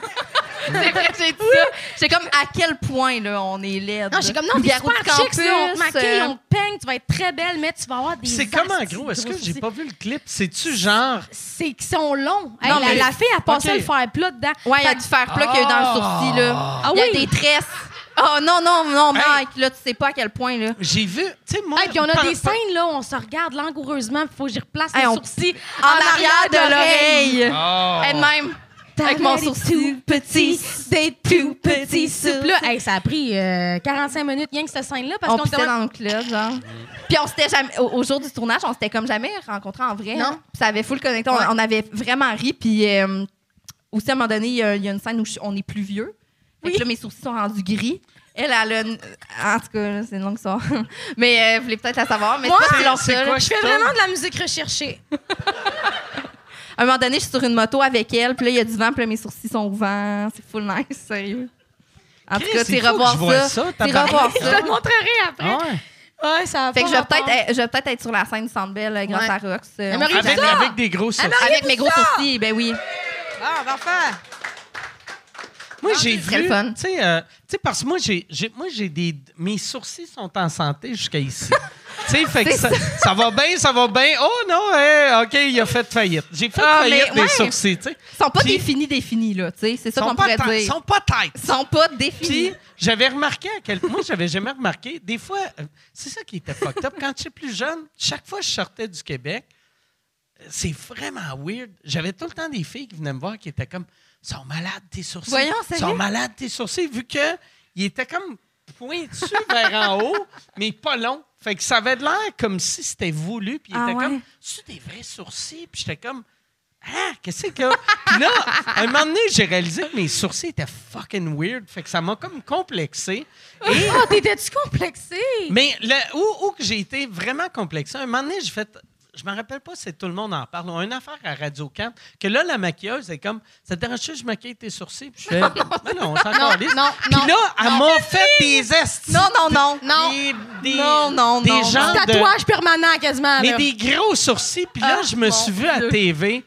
Speaker 5: C'est vrai, j'ai dit ça. J'étais comme à quel point là on est laide.
Speaker 6: Non, j'ai comme, non, t'es
Speaker 5: Garou
Speaker 6: super
Speaker 5: du campus,
Speaker 6: chic, là, on te maquille,
Speaker 5: euh,
Speaker 6: on te peigne, tu vas être très belle, mais tu vas avoir des
Speaker 3: C'est comment,
Speaker 6: astis de
Speaker 3: gros? Est-ce que
Speaker 6: gros
Speaker 3: j'ai
Speaker 6: sourcils.
Speaker 3: pas vu le clip? C'est-tu genre.
Speaker 6: C'est qu'ils sont longs. Hey,
Speaker 5: Non,
Speaker 6: la,
Speaker 5: mais-
Speaker 6: la fille a passé
Speaker 3: Ok.
Speaker 6: le fer plat dedans.
Speaker 5: Ouais, il y
Speaker 6: Fait
Speaker 5: a
Speaker 6: que
Speaker 5: du fer plat qu'il y a eu dans le sourcil là.
Speaker 3: Ah
Speaker 5: il y a
Speaker 6: oui.
Speaker 5: des tresses. Oh non non non
Speaker 3: Hey.
Speaker 5: Mike, là tu sais pas à quel point là.
Speaker 3: J'ai vu. Tu sais, moi.
Speaker 6: Hey, puis on a
Speaker 3: par-
Speaker 6: des
Speaker 3: par-
Speaker 6: scènes là, où on se regarde langoureusement, il faut que j'y replace
Speaker 5: Hey,
Speaker 6: les
Speaker 5: on-
Speaker 6: sourcils
Speaker 5: En, arrière de l'oreille.
Speaker 4: Ah!
Speaker 5: Elle même avec mon sourcil petit, des tout petits
Speaker 6: Puis
Speaker 5: sourcils.
Speaker 6: là, hey, ça a pris euh, 45 minutes rien que cette scène-là parce
Speaker 5: On
Speaker 6: qu'on était
Speaker 5: pissait dans nos clubs, genre. Puis on s'était jamais, au, au jour du tournage, on s'était comme jamais rencontrés en vrai.
Speaker 6: Non.
Speaker 5: hein. Puis ça avait full connecté. On-
Speaker 6: Ouais.
Speaker 5: On, avait vraiment ri. Puis euh, aussi, à un moment donné, il y, a- il y a une scène où je- on est plus vieux. Fait que
Speaker 6: Oui.
Speaker 5: là, mes sourcils sont rendus gris. Elle, elle a. une- En tout cas, là, c'est une longue histoire. Mais euh, vous voulez peut-être la savoir, mais
Speaker 7: Moi,
Speaker 5: c'est pas si long que
Speaker 3: c'est
Speaker 5: ça, là.
Speaker 3: quoi?
Speaker 7: Je fais vraiment de la musique recherchée.
Speaker 5: Ah À un moment donné, je suis sur une moto avec elle, puis là, il y a du vent, puis là, mes sourcils sont ouverts. C'est full nice, sérieux. En tout
Speaker 3: Chris,
Speaker 5: cas,
Speaker 3: c'est
Speaker 5: c'est
Speaker 3: fou que je vois
Speaker 5: revoir
Speaker 3: ça,
Speaker 5: ça. C'est
Speaker 3: tabarnak.
Speaker 5: revoir
Speaker 7: Je
Speaker 5: ça.
Speaker 7: te le montrerai après.
Speaker 3: ouais.
Speaker 7: Ouais, ça va
Speaker 5: Ah Fait
Speaker 7: pas
Speaker 5: que je vais
Speaker 7: rapport.
Speaker 5: peut-être être, je vais peut-être être sur la scène du Sandbell euh, grâce
Speaker 7: Ouais.
Speaker 5: à Rox. euh,
Speaker 7: Elle
Speaker 5: on
Speaker 7: m'a
Speaker 5: sait
Speaker 7: réussi
Speaker 3: Avec,
Speaker 5: jamais.
Speaker 3: avec des gros sourcils.
Speaker 5: Avec mes gros sourcils, ben oui.
Speaker 7: Ah,
Speaker 3: ben,
Speaker 7: parfait.
Speaker 3: Moi, j'ai
Speaker 5: c'est Ah, le
Speaker 3: vu.
Speaker 5: fun.
Speaker 3: Tu sais, euh, tu sais, parce que moi, j'ai, j'ai- moi, j'ai des. Mes sourcils sont en santé jusqu'à ici. tu sais, fait que ça, ça va bien, ça va bien. Oh non, hey, OK, il a fait faillite. J'ai fait
Speaker 5: Ah,
Speaker 3: faillite
Speaker 5: mais
Speaker 3: des
Speaker 5: ouais.
Speaker 3: sourcils, tu sais.
Speaker 5: Ils sont pas
Speaker 3: Puis-
Speaker 5: définis, définis, là, tu sais. C'est ça
Speaker 3: Sont
Speaker 5: qu'on
Speaker 3: pas
Speaker 5: pourrait
Speaker 3: ta-
Speaker 5: dire.
Speaker 3: sont pas têtes.
Speaker 5: Ils sont pas
Speaker 3: Puis,
Speaker 5: définis.
Speaker 3: j'avais remarqué à quel point j'avais jamais remarqué. Des fois, euh, c'est ça qui était fucked up. Quand j'étais plus jeune, chaque fois que je sortais du Québec, euh, c'est vraiment weird. J'avais tout le temps des filles qui venaient me voir qui étaient comme sont malades tes sourcils.
Speaker 5: Voyons, sérieux?
Speaker 3: sont malades tes sourcils, vu que ils étaient comme pointus vers en haut, mais pas longs. Fait que ça avait de l'air comme si c'était voulu, puis ils
Speaker 5: Ah
Speaker 3: étaient
Speaker 5: ouais?
Speaker 3: comme c'est des vrais sourcils, puis j'étais comme ah, qu'est-ce que. Puis là, à un moment donné, j'ai réalisé que mes sourcils étaient fucking weird. Fait que ça m'a comme complexé.
Speaker 6: Ah,
Speaker 7: Oh, t'étais-tu complexé?
Speaker 3: Mais le- où, où que j'ai été vraiment complexé, un moment donné, j'ai fait. Je me rappelle pas si tout le monde en parle. On a une affaire à Radio Can que là, la maquilleuse est comme Ça te dérange je maquille tes sourcils? Puis je fais Mais non, on s'en
Speaker 6: Non,
Speaker 3: calisse.
Speaker 6: non,
Speaker 3: Puis
Speaker 6: non,
Speaker 3: là, elle
Speaker 6: non.
Speaker 3: m'a fait des estis.
Speaker 5: Non, non, non.
Speaker 6: Non.
Speaker 3: Des, des,
Speaker 5: Non, non,
Speaker 3: des
Speaker 5: non, non.
Speaker 3: genres de-
Speaker 7: Tatouage permanent quasiment.
Speaker 3: mais
Speaker 7: là.
Speaker 3: des gros sourcils. Puis là,
Speaker 5: Ah,
Speaker 3: je me
Speaker 5: mon
Speaker 3: suis vu à
Speaker 5: Dieu.
Speaker 3: TV.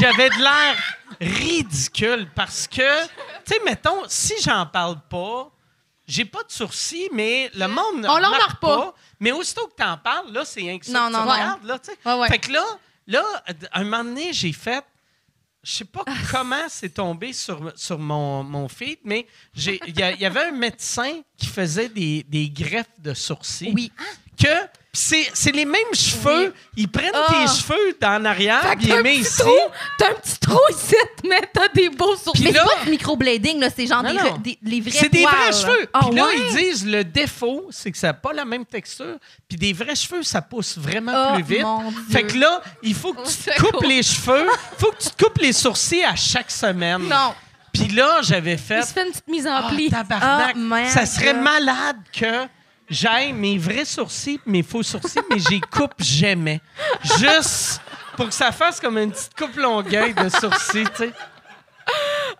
Speaker 3: J'avais de l'air ridicule parce que, tu sais, mettons, si j'en parle pas, j'ai pas de sourcils, mais le monde ne
Speaker 7: On l'en
Speaker 3: remarque
Speaker 7: remarque pas.
Speaker 3: Mais aussitôt que t'en parles, là, c'est rien que ça
Speaker 5: Non,
Speaker 3: que
Speaker 5: non,
Speaker 3: tu
Speaker 5: non.
Speaker 3: regardes, là, tu sais.
Speaker 7: Ouais, ouais.
Speaker 3: Fait que là, là, à un moment donné, j'ai fait... Je sais pas comment c'est tombé sur, sur mon, mon feed, mais j'ai- il y, a- il y avait un médecin qui faisait des, des greffes de sourcils
Speaker 5: Oui.
Speaker 3: que c'est c'est les mêmes cheveux. Ils prennent tes cheveux d'en arrière,
Speaker 7: Fait que
Speaker 3: ils
Speaker 7: t'as
Speaker 3: les
Speaker 7: un
Speaker 3: mettent
Speaker 7: petit
Speaker 3: ici.
Speaker 7: trou, t'as un petit trou ici, mais t'as des beaux sourcils.
Speaker 5: Mais
Speaker 3: là-
Speaker 5: c'est pas du microblading, là. C'est genre
Speaker 3: Non,
Speaker 5: des,
Speaker 3: non.
Speaker 5: re- des- les vrais
Speaker 3: C'est des vrais
Speaker 5: poils.
Speaker 3: cheveux.
Speaker 5: Ah,
Speaker 3: Puis là,
Speaker 5: ouais?
Speaker 3: ils disent le défaut, c'est que ça n'a pas la même texture. Puis des vrais cheveux, ça pousse vraiment
Speaker 5: Oh,
Speaker 3: plus vite.
Speaker 5: mon Dieu.
Speaker 3: Fait que là, il faut que
Speaker 5: Au
Speaker 3: tu te
Speaker 5: secours.
Speaker 3: coupes les cheveux, faut que tu te coupes les sourcils à chaque semaine.
Speaker 5: Non.
Speaker 3: Puis là, j'avais fait.
Speaker 7: Il se fait une petite mise en
Speaker 3: Ah,
Speaker 7: pli.
Speaker 3: tabarnak.
Speaker 5: Ah, merde.
Speaker 3: ça serait malade que j'aille mes vrais sourcils, mes faux sourcils, mais j'y coupe jamais. Juste pour que ça fasse comme une petite coupe longueuil de sourcils, tu sais.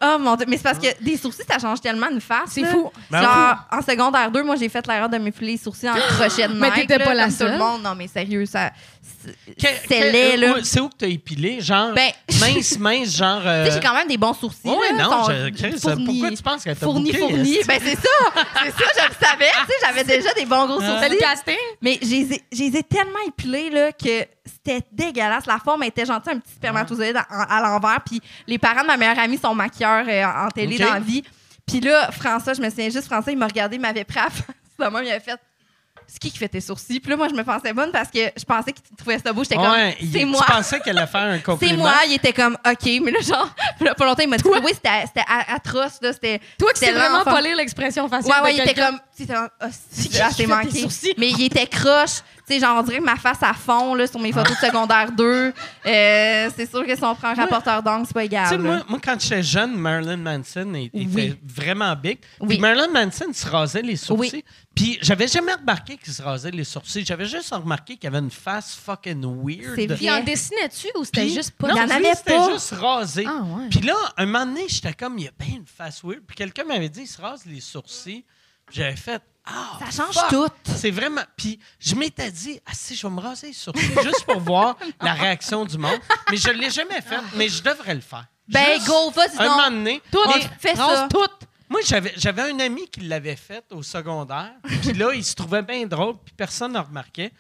Speaker 5: Oh mon dieu, mais c'est parce que des sourcils, ça change tellement une face.
Speaker 7: C'est
Speaker 5: là.
Speaker 7: fou.
Speaker 3: Ben
Speaker 5: Genre, en secondaire 2, moi, j'ai fait l'erreur de m'épiler les sourcils en crochet de
Speaker 7: Mais
Speaker 5: Nike,
Speaker 7: t'étais
Speaker 5: là,
Speaker 7: pas la
Speaker 5: comme tout
Speaker 7: seule.
Speaker 5: le monde. Non, mais sérieux, ça.
Speaker 3: Que-
Speaker 5: C'est
Speaker 3: que-
Speaker 5: laid, là.
Speaker 3: où- C'est où que t'as épilé? Genre,
Speaker 7: Oh.
Speaker 5: Ben,
Speaker 3: mince, mince, genre... euh,
Speaker 5: Tu sais, j'ai quand même des bons sourcils.
Speaker 3: ouais,
Speaker 5: là,
Speaker 3: non,
Speaker 5: sont
Speaker 3: je- Chris,
Speaker 5: fournis.
Speaker 3: pourquoi tu penses qu'elle t'a
Speaker 5: Fourni,
Speaker 3: booké,
Speaker 5: fourni.
Speaker 3: est-ce
Speaker 5: Ben, c'est ça. C'est ça, je le savais. Tu sais, j'avais déjà des bons
Speaker 3: Euh,
Speaker 5: gros
Speaker 7: T'as le
Speaker 5: sourcils.
Speaker 7: casting?
Speaker 5: Mais je les ai- je les ai tellement épilés là, que c'était dégueulasse. La forme était gentille, un petit spermatozoïde à, à l'envers. Puis les parents de ma meilleure amie sont maquilleurs euh, en télé
Speaker 3: Ok.
Speaker 5: dans la vie. Puis là, François, je me souviens juste, François, il m'a regardé, il m'avait pris à la face. Maman, il avait fait. C'est qui qui fait tes sourcils? Puis là, moi, je me pensais bonne parce que je pensais qu'il trouvait ça beau. J'étais
Speaker 3: Ouais,
Speaker 5: comme,
Speaker 3: il-
Speaker 5: c'est moi.
Speaker 3: Tu pensais qu'elle allait faire un compliment?
Speaker 5: C'est moi, il était comme OK, mais là, genre, puis là, pas longtemps, il m'a dit oui, c'était c'était a- atroce, là, c'était.
Speaker 7: Toi qui sais
Speaker 5: c'était
Speaker 7: vraiment
Speaker 5: l'enfant.
Speaker 7: pas lire l'expression faciale.
Speaker 5: Ouais, ouais,
Speaker 7: de
Speaker 5: il était
Speaker 7: quelqu'un.
Speaker 5: comme. Tu sais, t'es en- ah,
Speaker 7: C'est qui
Speaker 5: ah,
Speaker 7: qui
Speaker 5: c'est
Speaker 7: fait tes
Speaker 5: manqué.
Speaker 7: sourcils?
Speaker 5: Mais il était croche. Tu sais, genre, on dirait que ma face à fond, là, sur mes photos de secondaire 2. Euh, c'est sûr que si on prend un rapporteur d'angle, c'est pas égal.
Speaker 3: Tu sais,
Speaker 5: Ah, là.
Speaker 3: moi, moi, quand j'étais jeune, Marilyn Manson est- était
Speaker 5: Oui.
Speaker 3: vraiment big. Puis
Speaker 5: Oui.
Speaker 3: Marilyn Manson se rasait les sourcils.
Speaker 5: Oui.
Speaker 3: Puis j'avais jamais remarqué qu'il se rasait les sourcils. J'avais juste remarqué qu'il avait une face fucking weird.
Speaker 5: C'est vrai.
Speaker 6: Puis en dessinais-tu ou c'était
Speaker 3: Puis-
Speaker 6: juste pas...
Speaker 3: Non,
Speaker 5: Il y en
Speaker 3: lui,
Speaker 5: avait
Speaker 3: c'était
Speaker 5: pas.
Speaker 3: juste rasé.
Speaker 6: Ah ouais.
Speaker 3: Puis là, un moment donné, j'étais comme, il y a bien une face weird. Puis quelqu'un m'avait dit, il se rase les sourcils. Puis J'avais fait, ah,
Speaker 5: Ça change
Speaker 3: fuck.
Speaker 5: tout.
Speaker 3: C'est vraiment. Puis je m'étais dit, ah si, je vais me raser les sourcils juste pour voir la réaction du monde. Mais je l'ai jamais fait, mais je devrais le faire.
Speaker 5: Ah. Ben,
Speaker 3: Juste
Speaker 5: go, vas-y
Speaker 3: Un
Speaker 5: donc.
Speaker 3: moment donné.
Speaker 5: Tout,
Speaker 3: Mais-
Speaker 5: fais ça.
Speaker 7: Toutes.
Speaker 3: moi, j'avais, j'avais un ami qui l'avait fait au secondaire. Puis là, il se trouvait bien drôle, puis personne ne remarquait.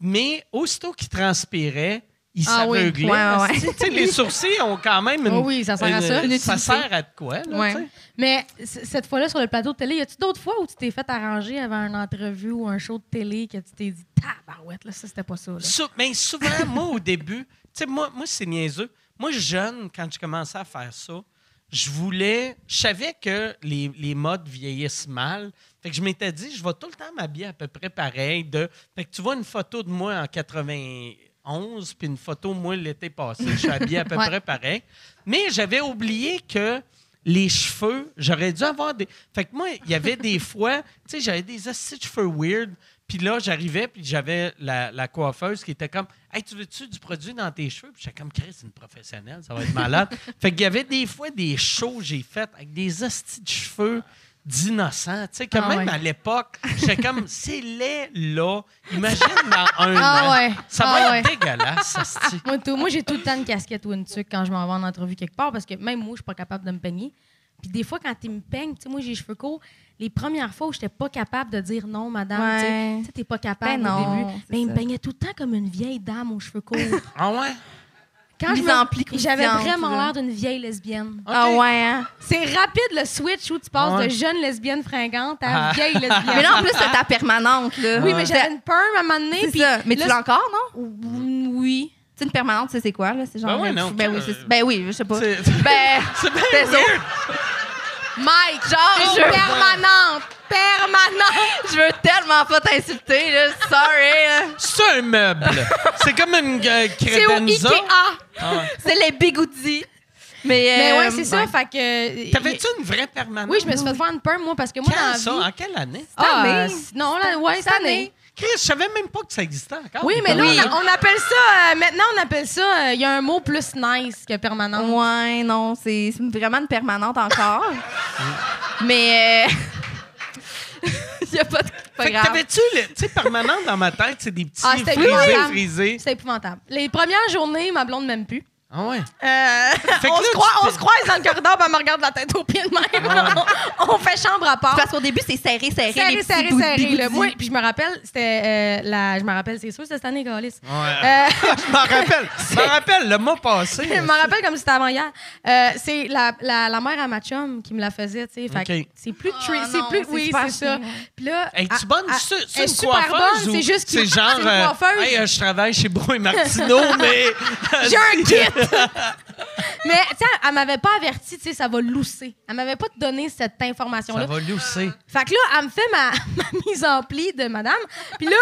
Speaker 3: Mais aussitôt qu'il transpirait, il
Speaker 7: Ah oui,
Speaker 3: s'aveuglait.
Speaker 5: ouais, ouais.
Speaker 3: parce que, tu sais, les sourcils ont quand même une.
Speaker 6: Oh oui, ça sert à ça.
Speaker 3: une-
Speaker 6: Une
Speaker 3: ça
Speaker 6: utilité.
Speaker 3: sert à de quoi, là,
Speaker 5: Ouais.
Speaker 3: tu sais?
Speaker 6: Mais c- cette fois-là, sur le plateau de télé, y a-tu d'autres fois où tu t'es fait arranger avant une entrevue ou un show de télé que tu t'es dit « Tabarouette, là, ça, c'était pas ça, là.
Speaker 3: Sou- mais souvent, moi, au début, tu sais, moi, moi c'est niaiseux. Moi, jeune, quand j'ai commencé à faire ça, je voulais. Je savais que les, les modes vieillissent mal. Fait que je m'étais dit, je vais tout le temps m'habiller à peu près pareil. De, fait que tu vois une photo de moi en 91, puis une photo de moi l'été passé. Je suis habillé à peu
Speaker 6: Ouais.
Speaker 3: près pareil. Mais j'avais oublié que les cheveux, j'aurais dû avoir des. Fait que moi, il y avait des fois, tu sais, j'avais des assis de cheveux weird. Puis là, j'arrivais, puis j'avais la, la coiffeuse qui était comme Hey, tu veux-tu du produit dans tes cheveux? Puis j'étais comme Chris, c'est une professionnelle, ça va être malade. fait qu'il y avait des fois des shows que j'ai faites avec des astis de cheveux d'innocents. Tu sais, que
Speaker 6: Ah
Speaker 3: même
Speaker 6: ouais.
Speaker 3: à l'époque, j'étais comme C'est laid là. Imagine dans un
Speaker 6: Ah
Speaker 3: an.
Speaker 6: ouais.
Speaker 3: Ça
Speaker 6: Ah
Speaker 3: va
Speaker 6: ouais.
Speaker 3: être dégueulasse, asti.
Speaker 6: Moi, tout- moi, j'ai tout le temps une casquette ou une tuque quand je m'en vais en entrevue quelque part parce que même moi, je suis pas capable de me peigner. Puis des fois, quand ils me peignent, tu sais, moi, j'ai les cheveux courts. Les premières fois où j'étais pas capable de dire non, madame, tu sais,
Speaker 5: Ouais.
Speaker 6: tu sais, t'es pas capable
Speaker 5: Ben
Speaker 6: au
Speaker 5: non,
Speaker 6: début.
Speaker 5: c'est
Speaker 6: Mais ils me
Speaker 5: ça.
Speaker 6: peignaient tout le temps comme une vieille dame aux cheveux courts.
Speaker 3: Ah ouais?
Speaker 6: quand je
Speaker 5: Mise
Speaker 6: me-
Speaker 5: en pli
Speaker 6: J'avais
Speaker 5: croustillante,
Speaker 6: vraiment
Speaker 5: là.
Speaker 6: l'air d'une vieille lesbienne.
Speaker 5: Ah
Speaker 3: Ok.
Speaker 5: ouais, hein?
Speaker 6: C'est rapide le switch où tu passes
Speaker 3: Ouais.
Speaker 6: de jeune lesbienne fringante à
Speaker 3: Ah.
Speaker 6: vieille lesbienne.
Speaker 5: Mais là, en plus, c'est ta permanente, là.
Speaker 6: oui, mais j'avais une perm à un moment donné.
Speaker 5: C'est
Speaker 6: puis
Speaker 5: ça. Mais
Speaker 6: là,
Speaker 5: tu l'as encore, non?
Speaker 6: Oui.
Speaker 5: Tu sais, une permanente, tu sais, c'est quoi, là? C'est genre.
Speaker 3: Ben oui,
Speaker 5: un
Speaker 3: non,
Speaker 5: fou- Ben
Speaker 3: que-
Speaker 5: oui, c'est- ben oui, je sais pas.
Speaker 3: C'est-
Speaker 5: Ben.
Speaker 3: C'est bien
Speaker 5: C'est ça.
Speaker 3: weird.
Speaker 5: Mike! Genre,
Speaker 6: Une
Speaker 5: je.
Speaker 6: permanente. Permanente.
Speaker 5: Je veux tellement pas t'insulter, là. Sorry, là.
Speaker 3: C'est un meuble. c'est comme une euh,
Speaker 5: C'est au
Speaker 3: credenza.
Speaker 5: Ikea.
Speaker 3: Ah ouais.
Speaker 5: C'est les bigoudis. Mais,
Speaker 6: Mais
Speaker 5: euh,
Speaker 6: ouais, c'est ça. Fait que. euh,
Speaker 3: T'avais-tu une vraie permanente?
Speaker 6: Oui, je me suis fait faire une perm, moi, parce que moi,
Speaker 3: Quand
Speaker 6: dans la
Speaker 3: ça?
Speaker 6: vie...
Speaker 3: En quelle année?
Speaker 6: Ah,
Speaker 5: année?
Speaker 6: euh, c- non, là, ouais, cette année.
Speaker 3: Chris, je savais même pas que ça existait encore.
Speaker 6: Oui, mais là,
Speaker 5: Oui.
Speaker 6: on, on appelle ça... euh, maintenant, on appelle ça... euh, Il y a un mot plus nice que permanent.
Speaker 5: Ouais, non, c'est c'est vraiment une permanente encore. Mm. mais. Il n'y a pas de. Pas
Speaker 3: Fait que
Speaker 5: grave.
Speaker 3: t'avais-tu, le- tu sais, permanente dans ma tête, c'est des petits
Speaker 6: Ah, c'était
Speaker 3: frisés,
Speaker 6: épouvantable.
Speaker 3: frisés.
Speaker 6: C'est épouvantable. Les premières journées, ma blonde m'aime plus.
Speaker 3: Ah ouais. que
Speaker 6: on,
Speaker 3: là,
Speaker 6: se
Speaker 3: tu
Speaker 6: croise,
Speaker 3: t'es-
Speaker 6: on se croise dans le corridor, puis elle me regarde de la tête aux pieds de même. on, on fait chambre à part.
Speaker 5: Parce qu'au début, c'est serré, serré. les
Speaker 6: Serré,
Speaker 5: petits
Speaker 6: serré,
Speaker 5: bouts de
Speaker 6: serré. là.
Speaker 5: bigoudis.
Speaker 6: Moi, puis je me rappelle, c'était euh, la... Je me rappelle, c'est sûr, c'était cette année, Galice.
Speaker 3: Ah, je m'en rappelle. Je m'en rappelle, le mois passé.
Speaker 6: Je m'en rappelle comme si c'était avant hier. Euh, c'est la, la, la mère à ma chum qui me la faisait, tu sais. Fait que
Speaker 3: Ok.
Speaker 6: C'est plus tri-
Speaker 5: Ah
Speaker 6: c'est
Speaker 5: non,
Speaker 6: plus
Speaker 5: c'est
Speaker 6: oui,
Speaker 5: super
Speaker 6: c'est ça.
Speaker 5: chien.
Speaker 6: Puis là,
Speaker 3: Hey, tu
Speaker 6: elle-
Speaker 3: bonne,
Speaker 6: elle-
Speaker 3: c'est c'est
Speaker 6: elle est
Speaker 3: une
Speaker 6: super
Speaker 3: coiffeuse
Speaker 6: bonne,
Speaker 3: ou-
Speaker 6: c'est juste
Speaker 3: c'est
Speaker 6: cute.
Speaker 3: genre,
Speaker 6: C'est une
Speaker 3: euh,
Speaker 6: coiffeuse.
Speaker 3: hey, euh, je travaille chez Bruno et Martineau, mais
Speaker 6: J'ai un kit. Mais tu sais, elle m'avait pas averti, tu sais, ça va lousser. Elle m'avait pas donné cette information
Speaker 3: ça
Speaker 6: là.
Speaker 3: va lousser.
Speaker 6: Fait que là, elle me fait ma, ma mise en pli de madame. Puis là,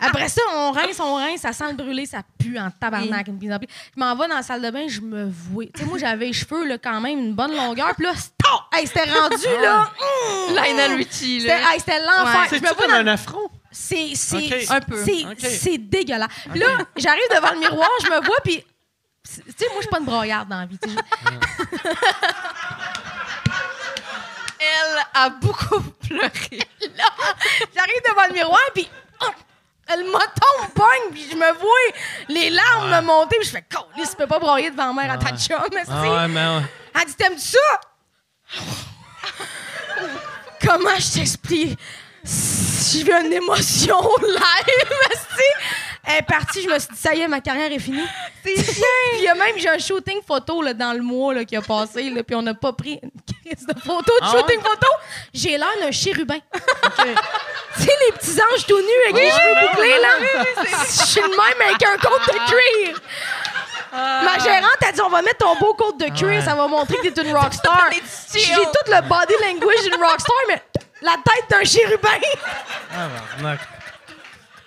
Speaker 6: après ça, on rince, on rince, ça sent le brûlé, ça pue en tabarnak, une mise en pli. Je m'en vais dans la salle de bain, je me vois. Tu sais, moi, j'avais les cheveux, là, quand même, une bonne longueur. Puis là, stop! Hey, c'était rendu, là. mm,
Speaker 5: Lionel Richie,
Speaker 6: C'était
Speaker 5: là.
Speaker 6: hey, c'était
Speaker 5: Ah.
Speaker 6: l'enfer.
Speaker 5: Ouais.
Speaker 6: Je
Speaker 3: C'est-tu
Speaker 6: me vois
Speaker 3: comme
Speaker 6: dans
Speaker 3: un affront?
Speaker 6: c'est c'est
Speaker 3: Ok.
Speaker 5: Un peu.
Speaker 6: c'est
Speaker 3: Ok.
Speaker 6: c'est dégueulasse. Puis là, j'arrive devant le miroir, je me vois puis tu sais moi je suis pas une broyarde dans la vie. tu sais.
Speaker 5: Elle a beaucoup pleuré.
Speaker 6: Là, j'arrive devant le miroir puis oh, le moton me pogne puis je me vois les larmes me monter puis je fais Colisse, tu peux pas broyer devant mère à ta chum, esti.
Speaker 3: mais Ah ouais.
Speaker 6: Elle dit t'aimes ça Comment je t'explique J'ai eu une émotion live, esti. Elle est partie, je me suis dit ça y est ma carrière est finie.
Speaker 5: C'est chiant.
Speaker 6: Puis il y a même, j'ai un shooting photo là, dans le mois là, qui a passé, là, puis on n'a pas pris une crise de photo, de
Speaker 3: Ah ouais?
Speaker 6: shooting photo. J'ai l'air d'un chérubin. tu sais, les petits anges tout nus avec les cheveux bouclés, là. Je suis le même avec un côte de cuir. Ma gérante a dit on va mettre ton beau côte de cuir, ça va montrer que t'es une rockstar.
Speaker 5: Des petits
Speaker 6: J'ai
Speaker 5: chills.
Speaker 6: tout le body language d'une rockstar, mais la tête d'un chérubin.
Speaker 3: Ah, barnac.